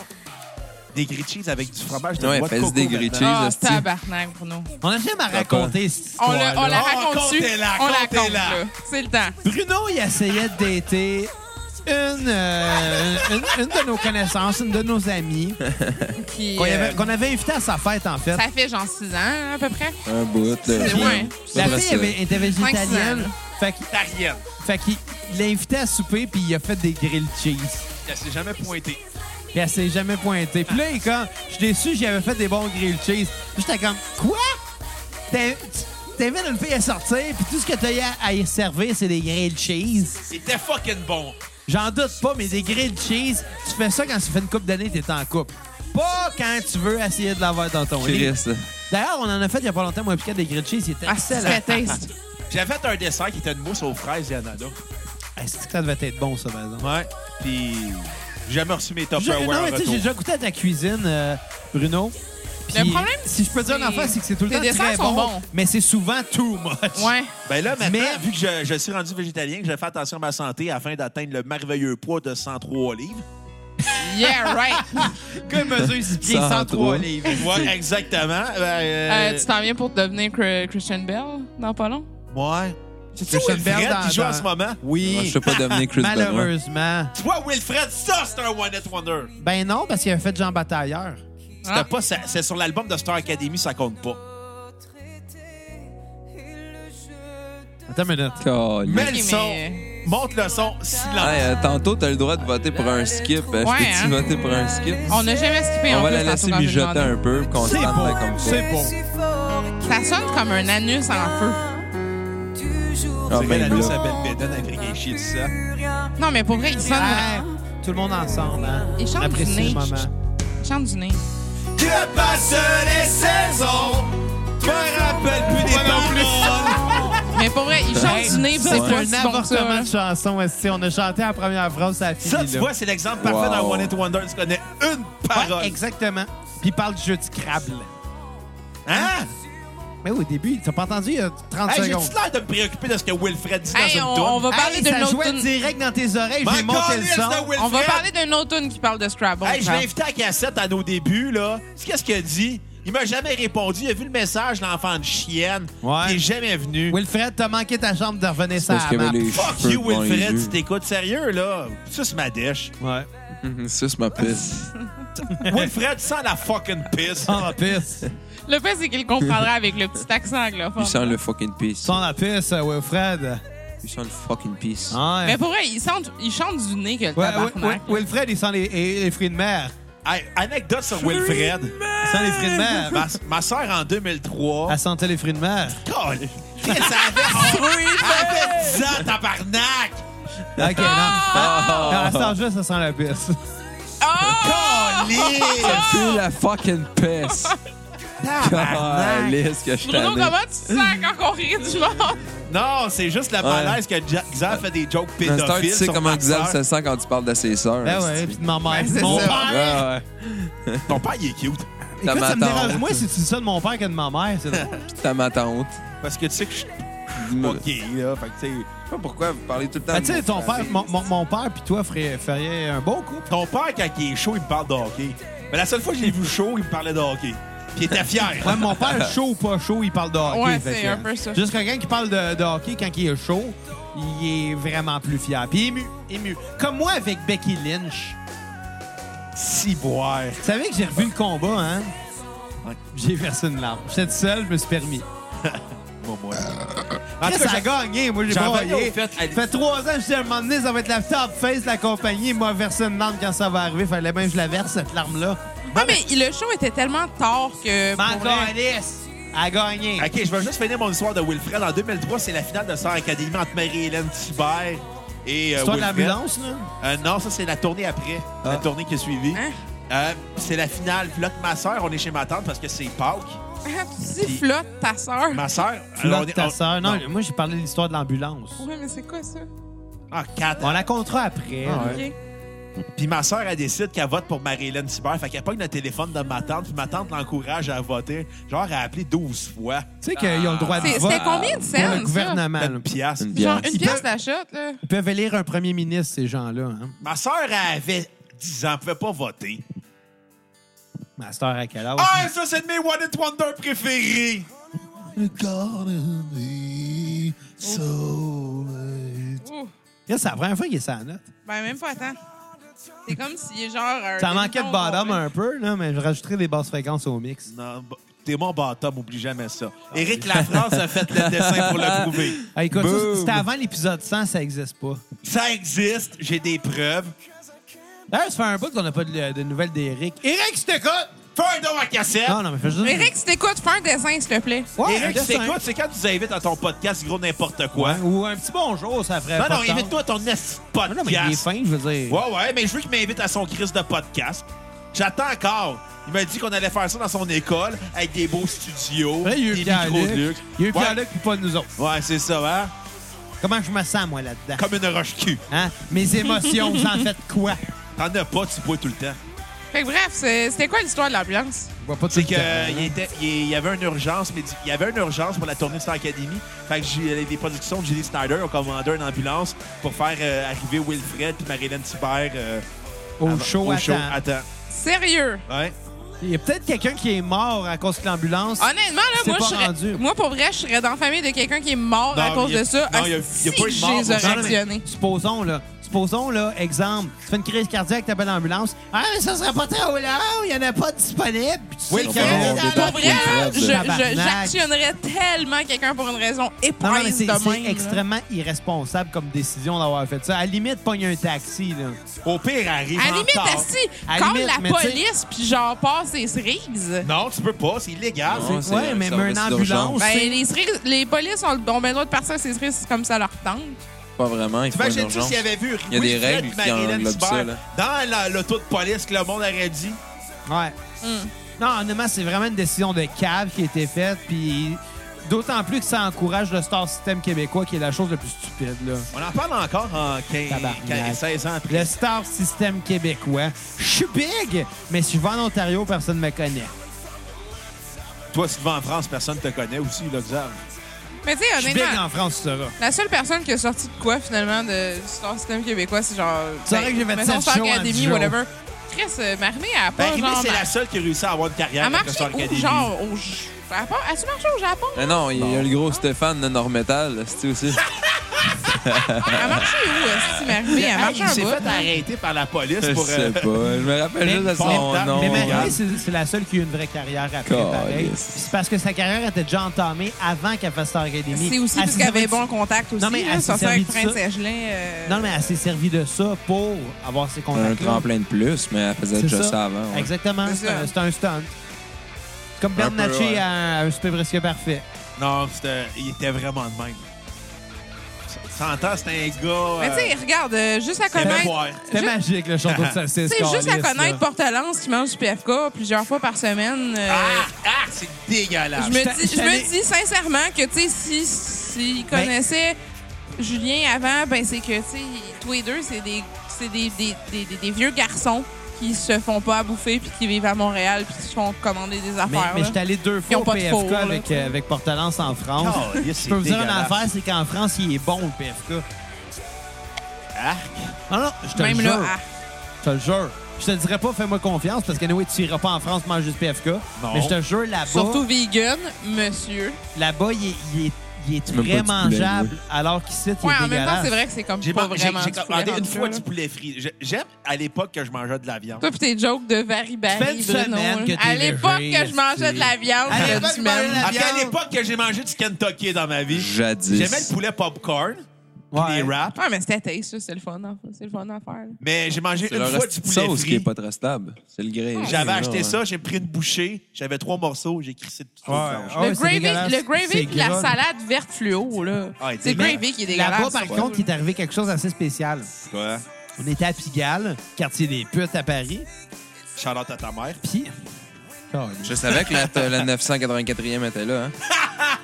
[SPEAKER 3] des grilled cheese avec du fromage de
[SPEAKER 5] Ouais,
[SPEAKER 3] noix de
[SPEAKER 5] fais-tu
[SPEAKER 3] coco.
[SPEAKER 5] des grilled
[SPEAKER 3] maintenant.
[SPEAKER 5] cheese?
[SPEAKER 4] Ah,
[SPEAKER 5] hostie.
[SPEAKER 4] tabarnak, Bruno.
[SPEAKER 1] On a jamais
[SPEAKER 5] D'accord.
[SPEAKER 1] raconté cette
[SPEAKER 4] On,
[SPEAKER 1] histoire
[SPEAKER 4] le- on la
[SPEAKER 3] Oh,
[SPEAKER 4] raconte-tu?
[SPEAKER 3] racontez-la,
[SPEAKER 4] On la
[SPEAKER 3] racontez-la.
[SPEAKER 4] raconte, là. C'est le temps.
[SPEAKER 1] Bruno, il essayait de dater une, euh, une, une de nos connaissances, une de nos amies,
[SPEAKER 4] Qui,
[SPEAKER 1] qu'on
[SPEAKER 4] euh,
[SPEAKER 1] avait, qu'on avait invitée à sa fête, en fait.
[SPEAKER 4] Ça fait genre 6 ans, à peu près.
[SPEAKER 5] Un bout. Là,
[SPEAKER 4] C'est loin.
[SPEAKER 5] Ça
[SPEAKER 1] La
[SPEAKER 5] reste,
[SPEAKER 1] fille avait, était végétalienne.
[SPEAKER 4] Cinq
[SPEAKER 1] Fait qu'il
[SPEAKER 3] Ariane.
[SPEAKER 1] fait qu'il- il l'a invitée à souper, puis il a fait des grilled cheese.
[SPEAKER 3] Elle s'est jamais pointée.
[SPEAKER 1] Puis elle s'est jamais pointée. Puis là, il est comme, je suis déçu, j'avais fait des bons grilled cheese. Puis j'étais comme, quoi? T'in- tu- T'invites une fille à sortir, puis tout ce que t'as eu à, à y servir, c'est des grilled cheese.
[SPEAKER 3] C'était fucking bon.
[SPEAKER 1] J'en doute pas, mais des grilled cheese, tu fais ça quand ça fait une couple d'années que t'es en couple. Pas quand tu veux essayer de l'avoir dans ton lit.
[SPEAKER 5] Chris.
[SPEAKER 1] D'ailleurs, on en a fait il y a pas longtemps, moi, piquet des grilled cheese, il était
[SPEAKER 4] Ah, c'est
[SPEAKER 1] excellent.
[SPEAKER 4] très taste.
[SPEAKER 3] J'avais fait un dessert qui était une mousse aux fraises et ananas.
[SPEAKER 1] Ah, c'est que ça devait être bon, ça, par exemple?
[SPEAKER 3] Ouais. Puis j'ai jamais reçu mes
[SPEAKER 1] Je-
[SPEAKER 3] Tupperware
[SPEAKER 1] non,
[SPEAKER 3] en
[SPEAKER 1] mais tu sais,
[SPEAKER 3] retour.
[SPEAKER 1] j'ai déjà goûté à ta cuisine, euh, Bruno.
[SPEAKER 4] Le
[SPEAKER 1] Puis,
[SPEAKER 4] problème,
[SPEAKER 1] si je peux dire une
[SPEAKER 4] c'est-
[SPEAKER 1] affaire, c'est que c'est tout le
[SPEAKER 4] les
[SPEAKER 1] temps
[SPEAKER 4] desserts
[SPEAKER 1] très
[SPEAKER 4] sont
[SPEAKER 1] bon,
[SPEAKER 4] bons.
[SPEAKER 1] mais c'est souvent too much.
[SPEAKER 4] Ouais.
[SPEAKER 3] Ben là, maintenant,
[SPEAKER 1] Mais-
[SPEAKER 3] vu que je, je suis rendu végétalien, que je fais attention à ma santé afin d'atteindre le merveilleux poids de 103 livres.
[SPEAKER 4] Yeah, right.
[SPEAKER 1] Que mesure 6
[SPEAKER 5] pieds, 103 103
[SPEAKER 1] livres.
[SPEAKER 3] Ouais, [laughs] exactement. Ben, euh,
[SPEAKER 4] Euh, tu t'en viens pour devenir Cr- Christian Bell dans pas long?
[SPEAKER 3] Ouais. C'est
[SPEAKER 1] Christian Bell
[SPEAKER 3] Wilfred
[SPEAKER 1] dans-
[SPEAKER 3] qui joue en
[SPEAKER 1] dans-
[SPEAKER 3] ce moment.
[SPEAKER 5] Ah,
[SPEAKER 1] Oui.
[SPEAKER 5] Je sais pas devenir Chris Benoit.
[SPEAKER 1] Malheureusement.
[SPEAKER 3] Tu vois, Wilfred, ça, c'est un One Hit Wonder.
[SPEAKER 4] Hein?
[SPEAKER 1] Ben non, parce qu'il avait fait Jean Batailleur.
[SPEAKER 3] C'était pas ça- C'est sur l'album de Star Academy, ça compte pas.
[SPEAKER 1] Attends une minute.
[SPEAKER 5] Caliste.
[SPEAKER 3] Mais
[SPEAKER 4] mais-
[SPEAKER 3] le son, monte le son, silence.
[SPEAKER 5] Hey, euh, tantôt, t'as le droit de voter pour un skip.
[SPEAKER 4] Ouais,
[SPEAKER 5] Euh, je peux-tu
[SPEAKER 4] hein?
[SPEAKER 5] voter pour un skip?
[SPEAKER 4] On n'a jamais skippé
[SPEAKER 5] On
[SPEAKER 4] en
[SPEAKER 5] va
[SPEAKER 4] plus
[SPEAKER 5] la
[SPEAKER 4] tantôt
[SPEAKER 5] laisser
[SPEAKER 4] quand j'ai
[SPEAKER 5] mijoter
[SPEAKER 4] demandé.
[SPEAKER 5] un peu, qu'on se
[SPEAKER 1] C'est
[SPEAKER 5] rende
[SPEAKER 1] beau.
[SPEAKER 5] là comme ça.
[SPEAKER 1] C'est beau.
[SPEAKER 4] Ça sonne comme un anus en feu.
[SPEAKER 5] Ah,
[SPEAKER 3] C'est la
[SPEAKER 5] ben
[SPEAKER 3] nuit,
[SPEAKER 5] là.
[SPEAKER 3] ça belle bédonne avec les chiens, tout ça.
[SPEAKER 4] Non, mais pour vrai, il sonne.
[SPEAKER 1] Hey, tout le monde ensemble, hein?
[SPEAKER 4] Il chante du
[SPEAKER 1] Appréciez
[SPEAKER 4] nez.
[SPEAKER 1] le moment.
[SPEAKER 4] Il chante du nez.
[SPEAKER 3] Que passent les saisons, tu me rappelles plus des temps plus.
[SPEAKER 4] Mais pour vrai, il chante
[SPEAKER 1] Hey,
[SPEAKER 4] du nez, pis c'est
[SPEAKER 1] ça,
[SPEAKER 4] pas
[SPEAKER 1] c'est
[SPEAKER 4] si
[SPEAKER 1] un
[SPEAKER 4] bon que ça.
[SPEAKER 1] avortement
[SPEAKER 4] là.
[SPEAKER 1] de chanson. esti. On a chanté la première phrase, ça a fini.
[SPEAKER 3] Ça, tu
[SPEAKER 1] là.
[SPEAKER 3] vois, c'est l'exemple parfait
[SPEAKER 5] Wow.
[SPEAKER 3] d'un One Hit Wonder. Tu connais une
[SPEAKER 1] Ouais,
[SPEAKER 3] parole.
[SPEAKER 1] exactement. Puis il parle du jeu du Scrabble.
[SPEAKER 3] Hein?
[SPEAKER 1] Mais oui, au début, t'as pas entendu il y a 30
[SPEAKER 3] Hey,
[SPEAKER 1] secondes.
[SPEAKER 3] J'ai-tu l'air de me préoccuper de ce que Wilfred dit
[SPEAKER 4] Hey,
[SPEAKER 3] dans
[SPEAKER 4] on,
[SPEAKER 3] une tour?
[SPEAKER 4] on va parler
[SPEAKER 1] Hey,
[SPEAKER 4] d'une
[SPEAKER 1] ça
[SPEAKER 4] autre
[SPEAKER 1] jouait
[SPEAKER 4] tune.
[SPEAKER 1] direct dans tes oreilles. J'ai monté le son.
[SPEAKER 4] On va parler d'une autre tune qui parle de Scrabble.
[SPEAKER 3] Hey, je
[SPEAKER 4] Charles.
[SPEAKER 3] l'ai invité à cassette à nos débuts, là. Tu sais Qu'est-ce qu'il a dit? Il m'a jamais répondu. Il a vu le message, l'enfant de chienne.
[SPEAKER 1] Ouais.
[SPEAKER 3] Il est jamais venu.
[SPEAKER 1] Wilfred, t'as manqué ta chambre de revenir ça
[SPEAKER 5] Parce
[SPEAKER 1] à
[SPEAKER 5] qu'il y
[SPEAKER 1] la
[SPEAKER 5] avait
[SPEAKER 1] map.
[SPEAKER 5] les
[SPEAKER 3] Fuck
[SPEAKER 5] cheveux
[SPEAKER 3] you,
[SPEAKER 5] devant les
[SPEAKER 3] Wilfred,
[SPEAKER 5] yeux.
[SPEAKER 3] tu t'écoutes sérieux, là. Ça, c'est ma dèche.
[SPEAKER 1] Ouais.
[SPEAKER 5] Mhm, Ça, c'est ma pisse.
[SPEAKER 3] Wilfred sent la fucking pisse.
[SPEAKER 1] Sans la pisse.
[SPEAKER 4] Le fait, c'est qu'il comprendra avec le petit accent anglophone.
[SPEAKER 5] Il sent le fucking peace.
[SPEAKER 1] Sans la pisse, euh, Wilfred.
[SPEAKER 5] Il sent le fucking peace.
[SPEAKER 1] Ouais.
[SPEAKER 4] Mais pour vrai, il, sent- il chante du nez que le
[SPEAKER 1] Ouais,
[SPEAKER 4] tabarnak.
[SPEAKER 1] ouais, ouais, Wilfred, il sent les, les- les fruits de mer.
[SPEAKER 3] Hey, anecdote sur Wilfred.
[SPEAKER 1] Il sent les fruits de mer.
[SPEAKER 4] Ah!
[SPEAKER 3] Ma, ma soeur, en 2003...
[SPEAKER 1] Elle sentait les fruits de mer.
[SPEAKER 3] Colin. Ça avait, ça avait 10 ans, tabarnak!
[SPEAKER 1] OK, non.
[SPEAKER 4] Ah!
[SPEAKER 1] Non, Elle sent juste, ça sent la pisse.
[SPEAKER 4] Ah!
[SPEAKER 3] Colin!
[SPEAKER 5] C'est la fucking pisse.
[SPEAKER 3] Tabarnak!
[SPEAKER 5] Calisse que je suis
[SPEAKER 4] Bruno,
[SPEAKER 5] tanné.
[SPEAKER 4] comment tu te sens quand on rit du monde?
[SPEAKER 3] Non, c'est juste la malaise que Ja- Xav fait des jokes
[SPEAKER 5] Dans cette heure,
[SPEAKER 3] pédophiles.
[SPEAKER 5] tu sais
[SPEAKER 3] sur
[SPEAKER 5] comment
[SPEAKER 3] ma
[SPEAKER 5] Xav
[SPEAKER 3] sœur.
[SPEAKER 5] se sent quand tu parles de ses sœurs.
[SPEAKER 1] Ben ouais,
[SPEAKER 5] c'est-
[SPEAKER 1] puis de ma mère.
[SPEAKER 4] Ben, c'est
[SPEAKER 1] mon
[SPEAKER 4] ça.
[SPEAKER 1] père.
[SPEAKER 5] Ah ouais.
[SPEAKER 3] Ton père, il est cute.
[SPEAKER 5] Ta
[SPEAKER 1] Écoute, ça me
[SPEAKER 5] matante.
[SPEAKER 1] dérange moins si tu dis ça de mon père que de ma mère. C'est
[SPEAKER 5] [laughs]
[SPEAKER 1] drôle.
[SPEAKER 5] Puis t'as ma tante.
[SPEAKER 3] Parce que tu sais que je suis
[SPEAKER 5] Dis-moi.
[SPEAKER 3] pas gay, là. Fait que tu sais.
[SPEAKER 5] Je sais pas pourquoi vous parlez tout le temps.
[SPEAKER 1] Ben,
[SPEAKER 5] de
[SPEAKER 1] tu sais,
[SPEAKER 5] mon
[SPEAKER 1] ton père,
[SPEAKER 5] frère.
[SPEAKER 1] mon, mon- mon père puis toi feriez feriez un beau couple.
[SPEAKER 3] Ton père, quand il est chaud, il me parle de hockey. Mais la seule fois que je l'ai vu chaud, il me parlait de hockey. Puis il était fier.
[SPEAKER 1] Ouais, mon père, chaud ou pas chaud, il parle de hockey.
[SPEAKER 4] Ouais,
[SPEAKER 1] fait
[SPEAKER 4] c'est
[SPEAKER 1] que-
[SPEAKER 4] un peu ça.
[SPEAKER 1] Juste que quelqu'un qui parle de, de hockey quand il est chaud, il est vraiment plus fier. Puis ému, ému. Comme moi avec Becky Lynch.
[SPEAKER 3] Si boire.
[SPEAKER 1] Tu savais que j'ai revu le combat, hein? J'ai versé une larme. J'étais tout seul, je me suis permis.
[SPEAKER 3] Bon, moi. En
[SPEAKER 1] En
[SPEAKER 3] tout cas,
[SPEAKER 1] ça a
[SPEAKER 3] j'ai-
[SPEAKER 1] gagné. Moi, j'ai
[SPEAKER 3] j'avais
[SPEAKER 1] pas gagné.
[SPEAKER 3] au fait-
[SPEAKER 1] Ça fait trois ans, je suis à un moment donné, ça va être la top face de la compagnie. Moi, verser une larme quand ça va arriver. Fallait bien que je la verse, cette larme-là.
[SPEAKER 4] Ah, mais le show était tellement tard que. pour
[SPEAKER 1] Manque
[SPEAKER 4] vrai-
[SPEAKER 1] Alice a gagné.
[SPEAKER 3] OK, je vais juste finir mon histoire de Wilfred. En 2003, c'est la finale de Sœur Académie entre Marie-Hélène Thibert et euh,
[SPEAKER 1] Histoire de Ah.
[SPEAKER 3] Wilfred.
[SPEAKER 1] l'ambulance, là?
[SPEAKER 3] Euh, non, ça, c'est la tournée après. La tournée qui a suivi.
[SPEAKER 4] Hein?
[SPEAKER 3] Euh, c'est la finale. Puis là, que ma sœur, on est chez ma tante parce que c'est Pâques.
[SPEAKER 4] Ah, tu dis flotte, ta sœur.
[SPEAKER 3] Ma sœur... alors, on
[SPEAKER 1] Flotte
[SPEAKER 3] est-
[SPEAKER 1] ta
[SPEAKER 3] on-
[SPEAKER 1] sœur. Non, moi, j'ai parlé de l'histoire de l'ambulance.
[SPEAKER 4] Ouais, mais c'est quoi ça?
[SPEAKER 3] Ah, quatre.
[SPEAKER 1] On la comptera après.
[SPEAKER 3] Ah
[SPEAKER 1] là.
[SPEAKER 3] ouais.
[SPEAKER 4] Ok.
[SPEAKER 3] Puis ma sœur, elle décide qu'elle vote pour Marie-Hélène Thibert. Fait qu'elle pogne le téléphone de ma tante. Puis ma tante l'encourage à voter. Genre, elle a appelé 12 fois.
[SPEAKER 1] Tu sais qu'ils ont le droit de
[SPEAKER 4] C'est-
[SPEAKER 1] vote
[SPEAKER 4] C'était combien de
[SPEAKER 1] pour le
[SPEAKER 4] scènes, ça?
[SPEAKER 1] euh, gouvernement. là.
[SPEAKER 3] Une pièce.
[SPEAKER 5] Une bière.
[SPEAKER 4] Genre une
[SPEAKER 1] Ils
[SPEAKER 4] pièce
[SPEAKER 1] peuvent-
[SPEAKER 4] d'achat, là.
[SPEAKER 1] Ils peuvent élire un premier ministre, ces gens-là. Hein?
[SPEAKER 3] Ma sœur, elle avait 10 ans. Elle pouvait pas voter.
[SPEAKER 1] Master à quel âge?
[SPEAKER 3] Ah, ça, c'est de mes One It Wonder préférés.
[SPEAKER 4] Ouh.
[SPEAKER 1] Là, C'est la première fois qu'il est sans note.
[SPEAKER 4] Ben, même pas attends. C'est comme s'il est genre. un
[SPEAKER 1] Ça manquait de
[SPEAKER 4] demi-ton,
[SPEAKER 1] bottom
[SPEAKER 4] ouais.
[SPEAKER 1] un peu, là, mais je rajouterai des basses fréquences au mix.
[SPEAKER 3] Non, b- t'es mon bâton, oublie jamais ça. Éric Lafrance a
[SPEAKER 1] [laughs]
[SPEAKER 3] fait le dessin pour le prouver.
[SPEAKER 1] Ah, écoute, ça,
[SPEAKER 5] Boom.
[SPEAKER 1] c'était avant l'épisode 100, ça n'existe pas.
[SPEAKER 3] Ça existe, j'ai des preuves.
[SPEAKER 1] D'ailleurs, ça fait un bout qu'on n'a pas de, de nouvelles d'Eric. Eric, c'était quoi?
[SPEAKER 3] Fais un don à cassette.
[SPEAKER 1] Non, non, mais fais juste.
[SPEAKER 4] Eric, si t'écoutes, fais un dessin, s'il te plaît.
[SPEAKER 1] Ouais, un
[SPEAKER 3] Éric,
[SPEAKER 1] dessin.
[SPEAKER 3] c'est quoi? C'est quand tu nous invites à ton podcast, gros n'importe quoi.
[SPEAKER 1] Ouais, Ou un petit bonjour, ça ferait.
[SPEAKER 3] Non,
[SPEAKER 1] pas
[SPEAKER 3] non,
[SPEAKER 1] de tort.
[SPEAKER 3] invite-toi à ton esti de
[SPEAKER 1] Non, non, mais il est
[SPEAKER 3] podcast.
[SPEAKER 1] fin, je veux dire.
[SPEAKER 3] Ouais, ouais, mais je veux qu'il m'invite à son crise de podcast. J'attends encore. Il m'a dit qu'on allait faire ça dans son école avec des beaux studios,
[SPEAKER 1] Après, il y a eu
[SPEAKER 3] des micros de
[SPEAKER 1] Pierre-Luc.
[SPEAKER 3] luxe.
[SPEAKER 1] Il y a eu
[SPEAKER 3] Ouais.
[SPEAKER 1] Pierre-Luc, puis pas nous autres.
[SPEAKER 3] Ouais, c'est ça, hein?
[SPEAKER 1] Comment je me sens, moi, là-dedans?
[SPEAKER 3] Comme une roche-cul.
[SPEAKER 1] Hein? Mes émotions, vous en faites quoi?
[SPEAKER 3] T'en as pas, tu bois tout le temps.
[SPEAKER 4] Fait que bref, c'est- c'était quoi l'histoire de l'ambulance?
[SPEAKER 1] Je vois pas tout
[SPEAKER 3] C'est
[SPEAKER 1] le
[SPEAKER 3] que
[SPEAKER 1] temps,
[SPEAKER 3] euh,
[SPEAKER 1] hein.
[SPEAKER 3] il, était- il y avait une urgence, mais il y avait une urgence pour la tournée de Star Academy. Fait que j'ai- euh, les productions de Julie Snyder ont commandé une ambulance pour faire euh, arriver Wilfred et Marilyn Tiber euh,
[SPEAKER 1] Ah bah, Au
[SPEAKER 3] avant-
[SPEAKER 1] show,
[SPEAKER 3] au show.
[SPEAKER 1] attends.
[SPEAKER 3] Attends.
[SPEAKER 4] Sérieux?
[SPEAKER 3] Ouais.
[SPEAKER 1] Il y a peut-être quelqu'un qui est mort à cause que l'ambulance.
[SPEAKER 4] Honnêtement, là,
[SPEAKER 1] C'est
[SPEAKER 4] moi,
[SPEAKER 1] pas
[SPEAKER 4] je serais,
[SPEAKER 1] rendu.
[SPEAKER 4] moi, pour vrai, je serais dans la famille de quelqu'un qui est mort à
[SPEAKER 3] Non,
[SPEAKER 4] cause
[SPEAKER 3] y a-
[SPEAKER 4] de ça.
[SPEAKER 3] non, y a-
[SPEAKER 4] Asti
[SPEAKER 3] y a pas eu de
[SPEAKER 4] que
[SPEAKER 3] mort
[SPEAKER 4] Je les
[SPEAKER 3] pour ça.
[SPEAKER 4] aurais
[SPEAKER 1] Non, non, mais
[SPEAKER 4] actionnés.
[SPEAKER 1] supposons, là, supposons, là, exemple, tu fais une crise cardiaque, t'appelles l'ambulance. Ah, mais ça serait pas trop long, il y en a pas disponible. Puis tu sais
[SPEAKER 5] Oui,
[SPEAKER 1] qu'il
[SPEAKER 5] on
[SPEAKER 1] y en a
[SPEAKER 5] va
[SPEAKER 1] dans
[SPEAKER 5] avoir
[SPEAKER 1] la-
[SPEAKER 5] des
[SPEAKER 4] Pour vrai, là,
[SPEAKER 5] Tabarnak.
[SPEAKER 4] je- je-
[SPEAKER 1] Tabarnak.
[SPEAKER 4] j'actionnerais tellement quelqu'un pour une raison
[SPEAKER 1] Non, non, mais
[SPEAKER 4] épaisse
[SPEAKER 1] c'est
[SPEAKER 4] de même.
[SPEAKER 1] c'est
[SPEAKER 4] là.
[SPEAKER 1] extrêmement irresponsable comme décision d'avoir fait ça. À la limite, pogne un taxi, là.
[SPEAKER 3] Au pire, arrive
[SPEAKER 4] À
[SPEAKER 3] en
[SPEAKER 4] la limite,
[SPEAKER 3] retard.
[SPEAKER 4] assis,
[SPEAKER 1] À la
[SPEAKER 4] quand
[SPEAKER 1] limite,
[SPEAKER 4] la
[SPEAKER 1] mais tu sais-
[SPEAKER 4] police, puis genre passe les cerises.
[SPEAKER 3] Non, tu peux pas, Ah, c'est illégal.
[SPEAKER 5] Non, c'est
[SPEAKER 1] Ouais,
[SPEAKER 5] un
[SPEAKER 1] mais
[SPEAKER 5] service
[SPEAKER 1] mais une ambulance,
[SPEAKER 5] d'urgence.
[SPEAKER 1] c'est-
[SPEAKER 4] Ben, les cerises, les polices ont, ont bien le ben, droit de partir ces cerises comme ça leur tente.
[SPEAKER 5] Pas vraiment, il faut une
[SPEAKER 3] T'imagines-tu
[SPEAKER 5] urgence.
[SPEAKER 3] s'il y avait vu
[SPEAKER 5] Il y a des
[SPEAKER 3] Wilfred
[SPEAKER 5] règles
[SPEAKER 3] et
[SPEAKER 5] qui
[SPEAKER 3] Marilyn
[SPEAKER 5] englobent ça,
[SPEAKER 3] Tiber
[SPEAKER 5] là.
[SPEAKER 3] dans la- l'auto de police que le monde aurait dit?
[SPEAKER 1] Ouais.
[SPEAKER 4] Mm.
[SPEAKER 1] Non, honnêtement, c'est vraiment une décision de cave qui a été faite, puis d'autant plus que ça encourage le star system québécois, qui est la chose la plus stupide, là.
[SPEAKER 3] On en parle encore en 15,
[SPEAKER 1] Tabarnak.
[SPEAKER 3] 15, 16 ans après.
[SPEAKER 1] Le star system québécois. Je suis big, mais si je vais en Ontario, personne ne me connaît.
[SPEAKER 3] Toi, si tu vas en France, personne te connaît aussi, là, Xav.
[SPEAKER 4] Mais tu sais,
[SPEAKER 1] Je suis big
[SPEAKER 4] honnêtement,
[SPEAKER 1] en France, tu sauras.
[SPEAKER 4] la seule personne qui a sorti de quoi, finalement, de, du Star System québécois, c'est genre. ben,
[SPEAKER 1] C'est vrai que j'ai fait
[SPEAKER 4] mettons,
[SPEAKER 1] sept
[SPEAKER 4] Star
[SPEAKER 1] shows en dix
[SPEAKER 4] Academy,
[SPEAKER 1] jours.
[SPEAKER 4] whatever. Chris, euh, ma armée, elle a pas.
[SPEAKER 3] Ben, Rimé,
[SPEAKER 4] genre,
[SPEAKER 3] c'est
[SPEAKER 4] mar-
[SPEAKER 3] la seule qui a réussi à avoir une carrière
[SPEAKER 4] Elle
[SPEAKER 3] avec le
[SPEAKER 4] marchait
[SPEAKER 3] Star
[SPEAKER 4] où,
[SPEAKER 3] Academy.
[SPEAKER 4] genre, au. J- Elle a pas- elle a-tu marché au Japon?
[SPEAKER 5] Mais non, il y a le gros Stéphane de Normetal,
[SPEAKER 3] [laughs]
[SPEAKER 5] c'est aussi.
[SPEAKER 4] Elle marchait où, est-ce que ma armée? Elle
[SPEAKER 3] Hey,
[SPEAKER 4] marchait
[SPEAKER 3] il
[SPEAKER 4] un
[SPEAKER 3] s'est
[SPEAKER 4] bout. hein?
[SPEAKER 3] fait arrêter par la police
[SPEAKER 5] Je
[SPEAKER 3] pour...
[SPEAKER 5] sais
[SPEAKER 3] euh,
[SPEAKER 5] pas, je me rappelle juste de son
[SPEAKER 3] mais-
[SPEAKER 5] nom.
[SPEAKER 1] Mais
[SPEAKER 3] ma-
[SPEAKER 1] Marie, c'est c'est la seule qui a eu une vraie carrière après,
[SPEAKER 5] Calisse.
[SPEAKER 1] pareil. Puis C'est parce que sa carrière était déjà entamée avant qu'elle fasse Star Academy.
[SPEAKER 4] C'est aussi
[SPEAKER 1] Elle
[SPEAKER 4] parce
[SPEAKER 1] s'est
[SPEAKER 4] qu'elle avait
[SPEAKER 1] servi de-
[SPEAKER 4] bon contact aussi.
[SPEAKER 1] Non, mais elle
[SPEAKER 4] là,
[SPEAKER 1] s'est
[SPEAKER 4] sortir avec
[SPEAKER 1] servie de
[SPEAKER 4] Prince Egelin. euh,
[SPEAKER 1] Non, mais elle s'est servie de ça pour avoir ses
[SPEAKER 5] un
[SPEAKER 1] contacts
[SPEAKER 5] tremplin de plus, mais elle faisait
[SPEAKER 1] C'est
[SPEAKER 5] déjà
[SPEAKER 1] ça.
[SPEAKER 5] ça avant. ouais.
[SPEAKER 1] Exactement,
[SPEAKER 4] C'est
[SPEAKER 1] c'est
[SPEAKER 4] ça.
[SPEAKER 1] un, c'est un stunt. C'est Comme
[SPEAKER 5] Un peu,
[SPEAKER 1] Bernatchez
[SPEAKER 5] ouais.
[SPEAKER 1] à un super presque parfait.
[SPEAKER 3] Non, c'était- il était vraiment de même. S'entend, c'est un gars.
[SPEAKER 4] Mais tu sais,
[SPEAKER 3] euh,
[SPEAKER 4] regarde, euh, juste à
[SPEAKER 3] qui aimait
[SPEAKER 4] connaître.
[SPEAKER 3] boire.
[SPEAKER 1] C'était
[SPEAKER 4] Ju-
[SPEAKER 1] magique, le
[SPEAKER 5] [laughs]
[SPEAKER 1] château de saucisse.
[SPEAKER 4] Tu sais, juste à
[SPEAKER 1] câlisse, là.
[SPEAKER 4] connaître Portalance qui mange du PFK plusieurs fois par semaine. euh,
[SPEAKER 3] Ah, ah, c'est dégueulasse.
[SPEAKER 4] je me
[SPEAKER 1] j'étais-
[SPEAKER 4] dis, je
[SPEAKER 1] j'étais allé-
[SPEAKER 4] me dis sincèrement que, tu sais, si- s'il connaissait Julien avant, ben c'est que, tu sais, tous les deux, c'est des, c'est des, des, des, des- des vieux garçons qui se font pas à bouffer puis qui vivent à Montréal puis qui se font commander des
[SPEAKER 1] Mais,
[SPEAKER 4] affaires.
[SPEAKER 1] mais
[SPEAKER 4] là.
[SPEAKER 1] j'étais allé deux
[SPEAKER 4] Ils
[SPEAKER 1] fois
[SPEAKER 4] ont
[SPEAKER 1] au
[SPEAKER 4] pas de
[SPEAKER 1] PFK
[SPEAKER 4] four, là.
[SPEAKER 1] avec, euh, avec Portalance en France.
[SPEAKER 5] Oh,
[SPEAKER 3] Câlisse,
[SPEAKER 1] je
[SPEAKER 3] c'est
[SPEAKER 1] peux vous dire une
[SPEAKER 3] dégueulasse.
[SPEAKER 1] affaire, c'est qu'en France, il est bon, le PFK.
[SPEAKER 3] Arc.
[SPEAKER 1] Non, non, je te le
[SPEAKER 4] Même là,
[SPEAKER 1] jure.
[SPEAKER 4] ah,
[SPEAKER 1] Je te le jure. Je te le dirais pas, fais-moi confiance, parce que anyway, tu iras pas en France manger du PFK.
[SPEAKER 3] Non.
[SPEAKER 1] Mais je te jure, là-bas,
[SPEAKER 4] surtout vegan, monsieur.
[SPEAKER 1] là-bas, il est, il est- il est
[SPEAKER 5] même pas
[SPEAKER 1] très
[SPEAKER 5] du poulet,
[SPEAKER 1] mangeable,
[SPEAKER 5] oui.
[SPEAKER 1] alors qu'ici, il est
[SPEAKER 4] Ouais, en même temps,
[SPEAKER 1] dégueulasse.
[SPEAKER 4] c'est vrai que c'est comme
[SPEAKER 3] J'ai
[SPEAKER 4] pas
[SPEAKER 3] pas j'ai-
[SPEAKER 4] vraiment.
[SPEAKER 3] j'ai
[SPEAKER 4] du
[SPEAKER 3] commandé
[SPEAKER 4] poulet
[SPEAKER 3] une
[SPEAKER 4] rendu
[SPEAKER 3] fois
[SPEAKER 4] là.
[SPEAKER 3] du poulet frit. Je- J'aime à l'époque que je mangeais de la viande.
[SPEAKER 4] Toi, pis tes jokes de
[SPEAKER 1] Ça fait
[SPEAKER 4] Varibari,
[SPEAKER 1] une semaine que
[SPEAKER 4] Bruno. hein.
[SPEAKER 1] t'es
[SPEAKER 4] À l'époque
[SPEAKER 1] léger,
[SPEAKER 4] que je mangeais de la viande, euh,
[SPEAKER 1] À
[SPEAKER 4] ça fait
[SPEAKER 1] l'époque,
[SPEAKER 4] une
[SPEAKER 1] je mangeais de la
[SPEAKER 4] semaine.
[SPEAKER 3] Ah,
[SPEAKER 1] viande.
[SPEAKER 3] à l'époque que j'ai mangé du Kentucky dans ma vie,
[SPEAKER 5] Jadis.
[SPEAKER 3] j'aimais le poulet popcorn, puis
[SPEAKER 1] Ouais.
[SPEAKER 3] des wraps,
[SPEAKER 4] Ah, mais c'était taste, ça, c'est le fun, hein. c'est le fun à faire. là.
[SPEAKER 3] mais j'ai mangé
[SPEAKER 5] C'est
[SPEAKER 3] une
[SPEAKER 5] leur
[SPEAKER 3] fois
[SPEAKER 5] esti
[SPEAKER 3] du
[SPEAKER 5] de
[SPEAKER 3] poulet
[SPEAKER 5] sauce qui est
[SPEAKER 3] frit.
[SPEAKER 5] pas très stable. C'est le grain.
[SPEAKER 3] J'avais
[SPEAKER 5] C'est
[SPEAKER 3] acheté
[SPEAKER 5] là,
[SPEAKER 3] ça, j'ai pris une bouchée, j'avais trois morceaux, j'ai crissé tout ça.
[SPEAKER 1] Ouais.
[SPEAKER 3] Ouais.
[SPEAKER 1] Ah
[SPEAKER 4] le
[SPEAKER 1] c'est
[SPEAKER 4] gravy,
[SPEAKER 1] dégueulasse.
[SPEAKER 4] le gravy
[SPEAKER 1] C'est
[SPEAKER 4] puis la
[SPEAKER 1] gras.
[SPEAKER 4] salade verte fluo, là.
[SPEAKER 3] Ah, il
[SPEAKER 4] c'est le
[SPEAKER 3] dégueulasse.
[SPEAKER 4] gravy qui est dégueulasse.
[SPEAKER 1] Là-bas, par
[SPEAKER 4] ça.
[SPEAKER 1] contre, il est arrivé quelque chose d'assez spécial.
[SPEAKER 3] Quoi?
[SPEAKER 1] On était à Pigalle, quartier des putes à Paris,
[SPEAKER 3] Charlotte à ta mère.
[SPEAKER 1] puis...
[SPEAKER 5] Je savais que la, la 984e était là.
[SPEAKER 3] [laughs]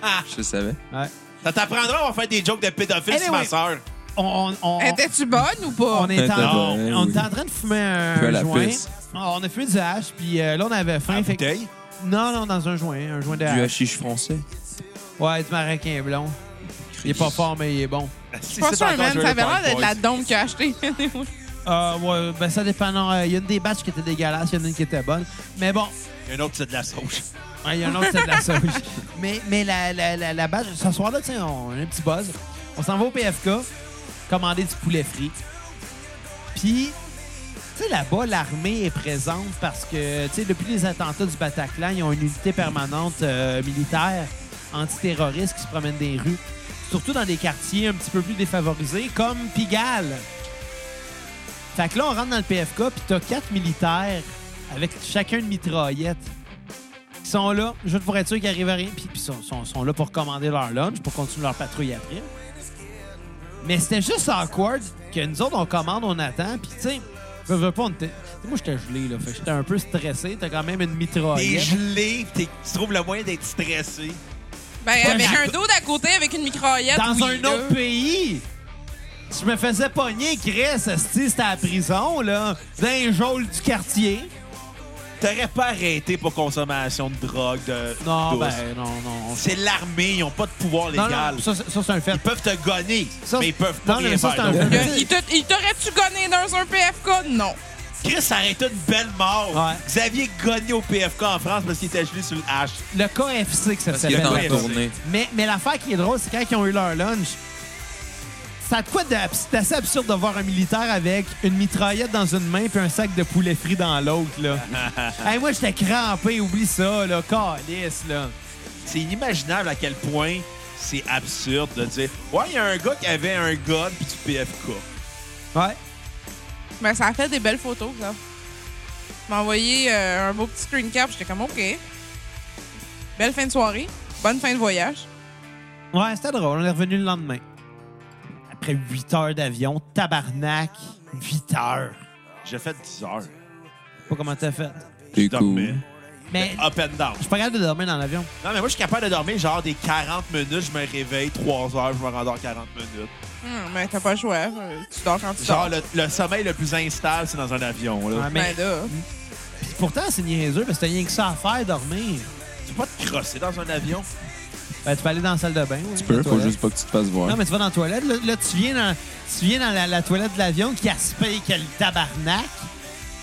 [SPEAKER 5] Hein? Je le savais.
[SPEAKER 1] Ouais.
[SPEAKER 3] Ça t'apprendra, on va faire des jokes de pédophiles sur ma
[SPEAKER 1] Anyway.
[SPEAKER 3] sœur.
[SPEAKER 1] On, on, on-
[SPEAKER 4] Étais-tu bonne ou pas?
[SPEAKER 1] on est en,
[SPEAKER 5] Ben
[SPEAKER 1] on
[SPEAKER 5] oui.
[SPEAKER 1] était en train de fumer
[SPEAKER 5] Puis à
[SPEAKER 1] un
[SPEAKER 5] la
[SPEAKER 1] joint.
[SPEAKER 5] pisse.
[SPEAKER 1] Ah, On a fumé du hash, puis euh, là, on avait faim.
[SPEAKER 3] À
[SPEAKER 1] fait que-
[SPEAKER 3] Ah, bouteille.
[SPEAKER 1] Non, non, dans un joint, un joint de
[SPEAKER 5] Du
[SPEAKER 1] hash.
[SPEAKER 5] hashish français.
[SPEAKER 1] Ouais, du marocain blond. Il est pas fort, mais il est bon.
[SPEAKER 3] Si
[SPEAKER 4] Je suis
[SPEAKER 3] c'est
[SPEAKER 4] pas sûr,
[SPEAKER 3] encore
[SPEAKER 4] man.
[SPEAKER 3] joué
[SPEAKER 4] Ça
[SPEAKER 3] le
[SPEAKER 4] avait l'air d'être
[SPEAKER 3] Boys.
[SPEAKER 4] la dôme qu'il a acheté. [laughs]
[SPEAKER 1] Euh, ouais, ben ça dépend. non, euh, Il y a une des batches qui était dégueulasse, il y en a une qui était bonne. Mais bon,
[SPEAKER 3] Il y en a un autre, c'est de la sauce.
[SPEAKER 1] ouais, Ah, il y en a une autre, c'est de la sauge. [laughs] mais mais la, la, la, la batch, ce soir-là, tu sais, on a un petit buzz. On s'en va au PFK, commander du poulet frit. Puis, tu sais, là-bas, l'armée est présente parce que, tu sais, depuis les attentats du Bataclan, ils ont une unité permanente euh, militaire antiterroriste qui se promène des rues, surtout dans des quartiers un petit peu plus défavorisés, comme Pigalle. Fait que là, on rentre dans le PFK, puis t'as quatre militaires avec chacun une mitraillette. Ils sont là, juste pour être sûr qu'ils arrivent à rien, puis puis ils sont, sont- sont là pour commander leur lunch, pour continuer leur patrouille après. Mais c'était juste awkward que nous autres, on commande, on attend, puis tu sais, veux, veux pas, on était- Moi, j'étais gelé, là. Fait que j'étais un peu stressé. T'as quand même une
[SPEAKER 4] Oh,
[SPEAKER 3] T'es
[SPEAKER 1] mitraillette.
[SPEAKER 3] gelé, t'es- tu trouves le moyen d'être stressé.
[SPEAKER 4] ben, avec
[SPEAKER 1] j'ai-
[SPEAKER 4] un dos d'à côté, avec une microyette.
[SPEAKER 1] dans
[SPEAKER 4] oui,
[SPEAKER 1] un
[SPEAKER 4] là.
[SPEAKER 1] autre pays. Je me faisais pogner, Chris, esti, c'était à la prison, là, dans les geôles du quartier.
[SPEAKER 3] T'aurais pas arrêté pour consommation de drogue, de
[SPEAKER 1] Non,
[SPEAKER 3] douce.
[SPEAKER 1] ben, non, non.
[SPEAKER 3] C'est l'armée, ils ont pas de pouvoir
[SPEAKER 1] Non,
[SPEAKER 3] légal.
[SPEAKER 1] non, ça, c'est- ça, c'est un fait.
[SPEAKER 3] Ils peuvent te gonner,
[SPEAKER 1] Ça,
[SPEAKER 3] mais ils peuvent pas
[SPEAKER 1] non,
[SPEAKER 3] rien
[SPEAKER 1] mais ça,
[SPEAKER 3] faire.
[SPEAKER 1] c'est un
[SPEAKER 4] Il
[SPEAKER 1] jeu.
[SPEAKER 4] a- il te- Il t'aurait-tu gonné dans un PFK? Non.
[SPEAKER 3] Chris arrêtait une belle mort.
[SPEAKER 1] Ouais.
[SPEAKER 3] Xavier gagné au PFK en France parce qu'il était gelé sur le H.
[SPEAKER 1] Le KFC que ça
[SPEAKER 5] Il est
[SPEAKER 1] s'appelle.
[SPEAKER 5] en
[SPEAKER 3] Ouais,
[SPEAKER 5] tournée.
[SPEAKER 1] Mais, mais l'affaire qui est drôle, c'est quand ils ont eu leur lunch, ça a de quoi de- c'est assez absurde de voir un militaire avec une mitraillette dans une main puis un sac de poulet frit dans l'autre, [laughs] là. hey, moi, j'étais crampé, oublie ça, là, calice, là.
[SPEAKER 3] C'est inimaginable à quel point c'est absurde de dire Ouais, il y a un gars qui avait un gun puis du PFK.
[SPEAKER 1] Ouais.
[SPEAKER 4] Ben, ça a fait des belles photos, ça. Il m'a envoyé euh, un beau petit screen cap. J'étais comme, OK. Belle fin de soirée. Bonne fin de voyage.
[SPEAKER 1] Ouais, c'était drôle. On est revenu le lendemain. Après 8 heures d'avion, tabarnak, 8 heures.
[SPEAKER 3] J'ai fait 10 heures.
[SPEAKER 1] Je sais pas comment t'as fait.
[SPEAKER 5] T'es
[SPEAKER 3] dormais.
[SPEAKER 5] cool.
[SPEAKER 1] Mais
[SPEAKER 3] Up and down.
[SPEAKER 1] je suis pas capable de dormir dans l'avion.
[SPEAKER 3] Non, mais moi, je suis capable de dormir genre des 40 minutes. Je me réveille 3 heures, je me rendors 40 minutes.
[SPEAKER 4] Hum, mais t'as pas le choix. Euh, Tu dors quand tu
[SPEAKER 3] Genre,
[SPEAKER 4] dors.
[SPEAKER 3] le, le sommeil le plus instable, c'est dans un avion. Là.
[SPEAKER 1] Ouais, mais
[SPEAKER 4] Ben là.
[SPEAKER 1] pis pourtant, c'est niaiseux parce que t'as rien que ça à faire, dormir.
[SPEAKER 3] Tu peux pas te crosser dans un avion.
[SPEAKER 1] Ben, tu peux aller dans la salle de bain.
[SPEAKER 5] Tu peux, faut juste pas que tu te fasses
[SPEAKER 1] Non,
[SPEAKER 5] voir.
[SPEAKER 1] mais tu vas dans la toilette. Là, là, tu viens dans, tu viens dans la, la toilette de l'avion qui aspire quel tabarnak.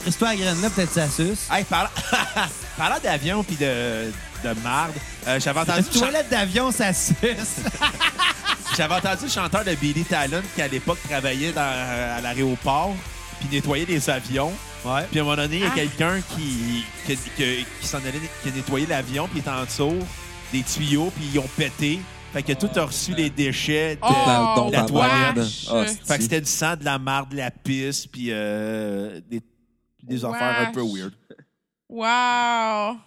[SPEAKER 1] Reste-toi à graine là, peut-être ça suce.
[SPEAKER 3] Hey, parlant, [laughs] parlant d'avion puis de, de marde, euh, j'avais
[SPEAKER 1] La
[SPEAKER 3] entendu, le chan-
[SPEAKER 1] toilette d'avion, ça suce.
[SPEAKER 3] j'avais entendu le chanteur de Billy Talon qui, à l'époque, travaillait dans- euh, à l'aéroport puis nettoyait les avions.
[SPEAKER 1] ouais.
[SPEAKER 3] Puis à un moment donné, il y a
[SPEAKER 4] Ah.
[SPEAKER 3] quelqu'un qui, qui, qui- qui s'en allait, qui a nettoyé l'avion puis il était en dessous des tuyaux puis ils ont pété. Fait que tout a reçu les déchets. de-
[SPEAKER 4] Oh,
[SPEAKER 5] Parle donc,
[SPEAKER 3] la
[SPEAKER 5] parle
[SPEAKER 4] toilette.
[SPEAKER 5] merde. Ah, c'est-
[SPEAKER 3] Fait que c'était du sang, de la marde, de la pisse puis euh, des, des affaires un peu
[SPEAKER 4] Wesh.
[SPEAKER 3] weird.
[SPEAKER 4] Wow!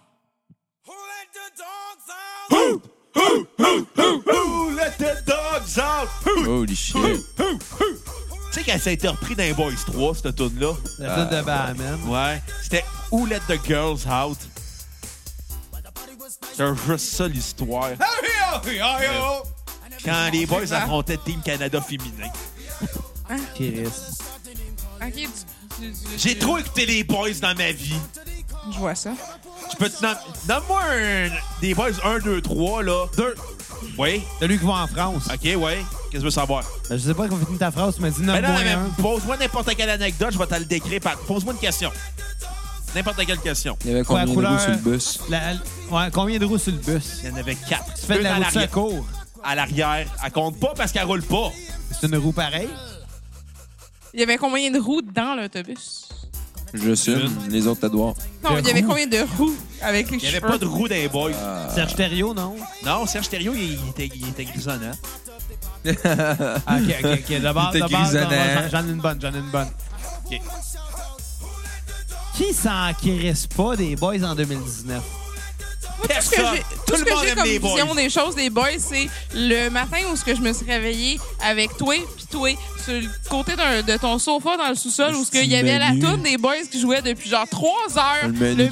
[SPEAKER 2] Who let the dogs out?
[SPEAKER 3] Ouh, let the dogs out!
[SPEAKER 5] Holy shit.
[SPEAKER 3] Tu sais qu'elle s'est été reprise dans les Boys 3, cette tune-là?
[SPEAKER 1] La tune de Bahaman.
[SPEAKER 3] Ouais. C'était Who Let the Girls Out? C'est juste ça l'histoire. Quand les Boys
[SPEAKER 4] ça.
[SPEAKER 3] affrontaient Team Canada féminin.
[SPEAKER 1] Chris.
[SPEAKER 4] Ok, tu- tu- tu-
[SPEAKER 3] J'ai
[SPEAKER 4] tu-
[SPEAKER 3] trop écouté les Boys dans ma vie.
[SPEAKER 4] Je vois ça.
[SPEAKER 3] Je peux te nom- Nomme-moi un... des Boys 1, 2, 3, là.
[SPEAKER 1] Deux.
[SPEAKER 3] Oui.
[SPEAKER 1] Celui qui va en France.
[SPEAKER 3] OK, oui. Qu'est-ce que tu veux savoir?
[SPEAKER 1] Ben, je sais pas qu'on finit ta phrase, tu m'as dit
[SPEAKER 3] Mais Ben non,
[SPEAKER 1] nomme-moi
[SPEAKER 3] mais
[SPEAKER 1] un.
[SPEAKER 3] pose-moi n'importe quelle anecdote, je vais te le décrire. par- Pose-moi une question. N'importe quelle question.
[SPEAKER 5] Il y avait
[SPEAKER 1] Quoi,
[SPEAKER 5] combien de roues
[SPEAKER 1] couleur?
[SPEAKER 5] sur le bus?
[SPEAKER 1] La- Ouais, combien de roues sur le bus?
[SPEAKER 3] Il y en avait quatre.
[SPEAKER 1] Tu fais de
[SPEAKER 3] Une
[SPEAKER 1] la
[SPEAKER 3] à
[SPEAKER 1] roue de
[SPEAKER 3] l'arrière.
[SPEAKER 1] secours.
[SPEAKER 3] À l'arrière. Elle compte pas parce qu'elle roule pas.
[SPEAKER 1] C'est une roue pareille?
[SPEAKER 4] Il y avait combien de roues dans l'autobus?
[SPEAKER 5] Je suis
[SPEAKER 3] Une.
[SPEAKER 5] les autres à devoir.
[SPEAKER 4] Non,
[SPEAKER 1] De
[SPEAKER 4] il y avait
[SPEAKER 1] roues.
[SPEAKER 4] combien de roues avec les
[SPEAKER 3] Il n'y
[SPEAKER 4] cheveux?
[SPEAKER 3] avait pas de roue dans les boys.
[SPEAKER 4] Ah.
[SPEAKER 1] Serge Thériault, non?
[SPEAKER 3] Non, Serge Thériault, il, il était, il était grisonnant.
[SPEAKER 1] Ah, [laughs] ok, ok, ok. D'abord,
[SPEAKER 5] Il était
[SPEAKER 1] d'abord,
[SPEAKER 5] grisonnant.
[SPEAKER 1] d'abord, j'en ai une bonne, j'en ai une bonne.
[SPEAKER 3] OK.
[SPEAKER 1] Qui s'en crisse pas des boys en 2019?
[SPEAKER 4] Moi, tout ce que
[SPEAKER 3] Personne.
[SPEAKER 4] j'ai-
[SPEAKER 3] Tout
[SPEAKER 4] Tout ce
[SPEAKER 3] le
[SPEAKER 4] que
[SPEAKER 3] monde
[SPEAKER 4] j'ai
[SPEAKER 3] aime
[SPEAKER 4] comme
[SPEAKER 3] les boys.
[SPEAKER 4] vision des choses des boys, c'est le matin où ce que je me suis réveillée avec toi puis toi sur le côté d'un- de ton sofa dans le sous-sol
[SPEAKER 5] Le
[SPEAKER 4] où ce
[SPEAKER 5] petit
[SPEAKER 4] qu'il y avait la
[SPEAKER 5] menu.
[SPEAKER 4] toune des boys qui jouait depuis genre trois heures
[SPEAKER 5] Le menu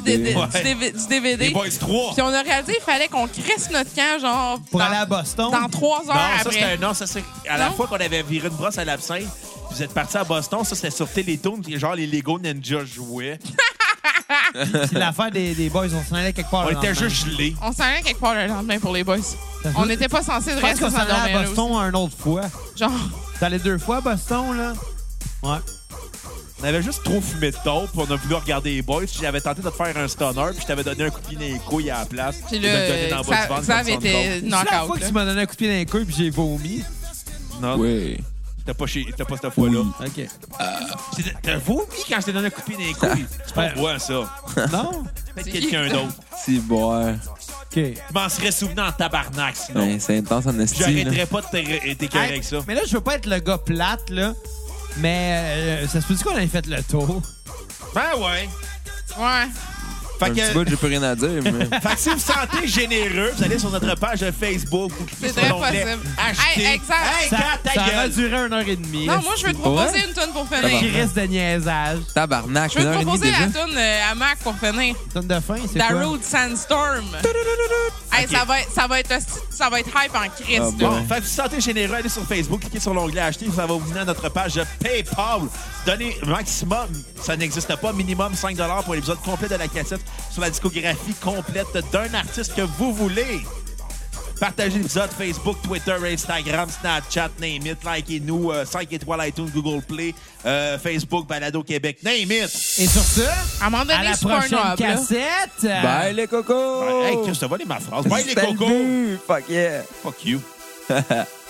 [SPEAKER 4] de- de-
[SPEAKER 5] DVD.
[SPEAKER 4] du,
[SPEAKER 3] Ouais.
[SPEAKER 4] DV du
[SPEAKER 3] Les
[SPEAKER 4] DVD.
[SPEAKER 3] boys 3.
[SPEAKER 4] Puis on a réalisé qu'il fallait qu'on crisse notre camp genre
[SPEAKER 1] Pour
[SPEAKER 4] dans,
[SPEAKER 1] aller à Boston?
[SPEAKER 4] dans trois
[SPEAKER 3] Non,
[SPEAKER 4] heures
[SPEAKER 3] ça,
[SPEAKER 4] après.
[SPEAKER 3] c'était non, ça, c'est à la
[SPEAKER 4] Non?
[SPEAKER 3] fois qu'on avait viré une brosse à l'absinthe, puis vous êtes partis à Boston, ça, c'était sur Télétoon, puis genre les Lego Ninja jouaient.
[SPEAKER 4] Oh
[SPEAKER 1] C'est l'affaire des, des boys, on s'en allait quelque part.
[SPEAKER 3] On
[SPEAKER 1] le
[SPEAKER 3] était
[SPEAKER 1] lendemain.
[SPEAKER 3] juste gelés.
[SPEAKER 4] On s'en allait quelque part le lendemain pour les boys.
[SPEAKER 1] Ça fait-
[SPEAKER 4] On n'était pas censé
[SPEAKER 1] Je
[SPEAKER 4] de
[SPEAKER 1] pense
[SPEAKER 4] rester
[SPEAKER 1] qu'on s'en
[SPEAKER 4] sans
[SPEAKER 1] allait à
[SPEAKER 4] dormir, là,
[SPEAKER 1] Boston un autre fois.
[SPEAKER 4] aussi. Genre,
[SPEAKER 1] T'es allé deux fois à Boston, là? Ouais.
[SPEAKER 3] On avait juste trop fumé de taupe, puis on a voulu regarder les boys. puis J'avais tenté de te faire un stunner, puis je t'avais donné un coup de pied dans les couilles à la place.
[SPEAKER 4] puis
[SPEAKER 3] de
[SPEAKER 4] là,
[SPEAKER 3] te donner dans le bas du
[SPEAKER 4] ça,
[SPEAKER 3] ventre
[SPEAKER 4] ça
[SPEAKER 3] comme
[SPEAKER 4] avait
[SPEAKER 3] Stone
[SPEAKER 4] été
[SPEAKER 1] C'est la
[SPEAKER 4] knock-out.
[SPEAKER 1] fois que
[SPEAKER 4] là.
[SPEAKER 1] tu m'as donné un coup de pied dans les couilles puis j'ai vomi.
[SPEAKER 3] Cold. Non,
[SPEAKER 5] Oui.
[SPEAKER 3] t'étais pas chez... t'étais pas cette fois-là.
[SPEAKER 1] OK.
[SPEAKER 3] T'étais- T'as vomi quand je t'ai donné un coup de pied dans les couilles. [laughs] C'est pas moi, ça.
[SPEAKER 1] [laughs] Non?
[SPEAKER 3] Peut-être quelqu'un d'autre.
[SPEAKER 5] C'est boire.
[SPEAKER 1] OK.
[SPEAKER 3] Je m'en serais souvenu en tabarnak, sinon.
[SPEAKER 5] Ben, c'est intense en esti. là.
[SPEAKER 3] J'arrêterais pas de t'é- t'écœurer
[SPEAKER 1] Hey,
[SPEAKER 3] avec ça.
[SPEAKER 1] Mais là, je veux pas être le gars plate, là. Mais euh, ça se peut-tu qu'on ait fait le tour?
[SPEAKER 3] Ben ouais.
[SPEAKER 4] Ouais.
[SPEAKER 3] Fait
[SPEAKER 5] Un petit bout,
[SPEAKER 3] que,
[SPEAKER 5] j'ai plus rien à dire, mais...
[SPEAKER 3] [laughs] fait que si vous vous sentez généreux, vous allez sur notre page Facebook ou cliquez sur
[SPEAKER 4] C'est très
[SPEAKER 3] l'onglet
[SPEAKER 4] possible.
[SPEAKER 3] Acheter.
[SPEAKER 4] Hey, exact.
[SPEAKER 3] Hey,
[SPEAKER 1] Ça,
[SPEAKER 3] gars, ta
[SPEAKER 1] ça va
[SPEAKER 3] gueule.
[SPEAKER 1] durer une heure et demie.
[SPEAKER 4] Non, moi, je veux te proposer une tonne pour finir.
[SPEAKER 1] Qui reste de niaisage.
[SPEAKER 5] [laughs] Tabarnak,
[SPEAKER 4] Je veux
[SPEAKER 5] une
[SPEAKER 4] te
[SPEAKER 5] heure et demie
[SPEAKER 4] proposer la
[SPEAKER 5] déjà.
[SPEAKER 4] tonne à Mac pour finir.
[SPEAKER 1] Tonne de fin, hein? c'est
[SPEAKER 4] La
[SPEAKER 1] quoi?
[SPEAKER 4] Road Sandstorm. Hey,
[SPEAKER 3] Ok.
[SPEAKER 4] ça, va être, ça, va être, hostie- ça va être hype en crise.
[SPEAKER 5] Ah
[SPEAKER 4] là.
[SPEAKER 5] bon.
[SPEAKER 3] Bon, fait que vous vous sentez généreux, allez sur Facebook, cliquez sur l'onglet Acheter, ça va vous venir à notre page PayPal. Donnez maximum, ça n'existe pas, minimum 5 pour l'épisode complet de la cassette sur la discographie complète d'un artiste que vous voulez. Partagez l'épisode Facebook, Twitter, Instagram, Snapchat, name it, likez-nous, 5 étoiles iTunes, Google Play, euh, Facebook, Balado Québec, name it.
[SPEAKER 1] Et sur ce,
[SPEAKER 4] À un moment
[SPEAKER 1] à
[SPEAKER 4] donné,
[SPEAKER 1] la
[SPEAKER 4] c'est pas un
[SPEAKER 1] prochaine
[SPEAKER 4] noble. là.
[SPEAKER 1] cassette. euh,
[SPEAKER 5] Bye les cocos!
[SPEAKER 3] Hey, Chris, je te volé ma phrase. Bye les
[SPEAKER 5] C'était le
[SPEAKER 3] cocos!
[SPEAKER 5] but. Fuck yeah!
[SPEAKER 3] Fuck you.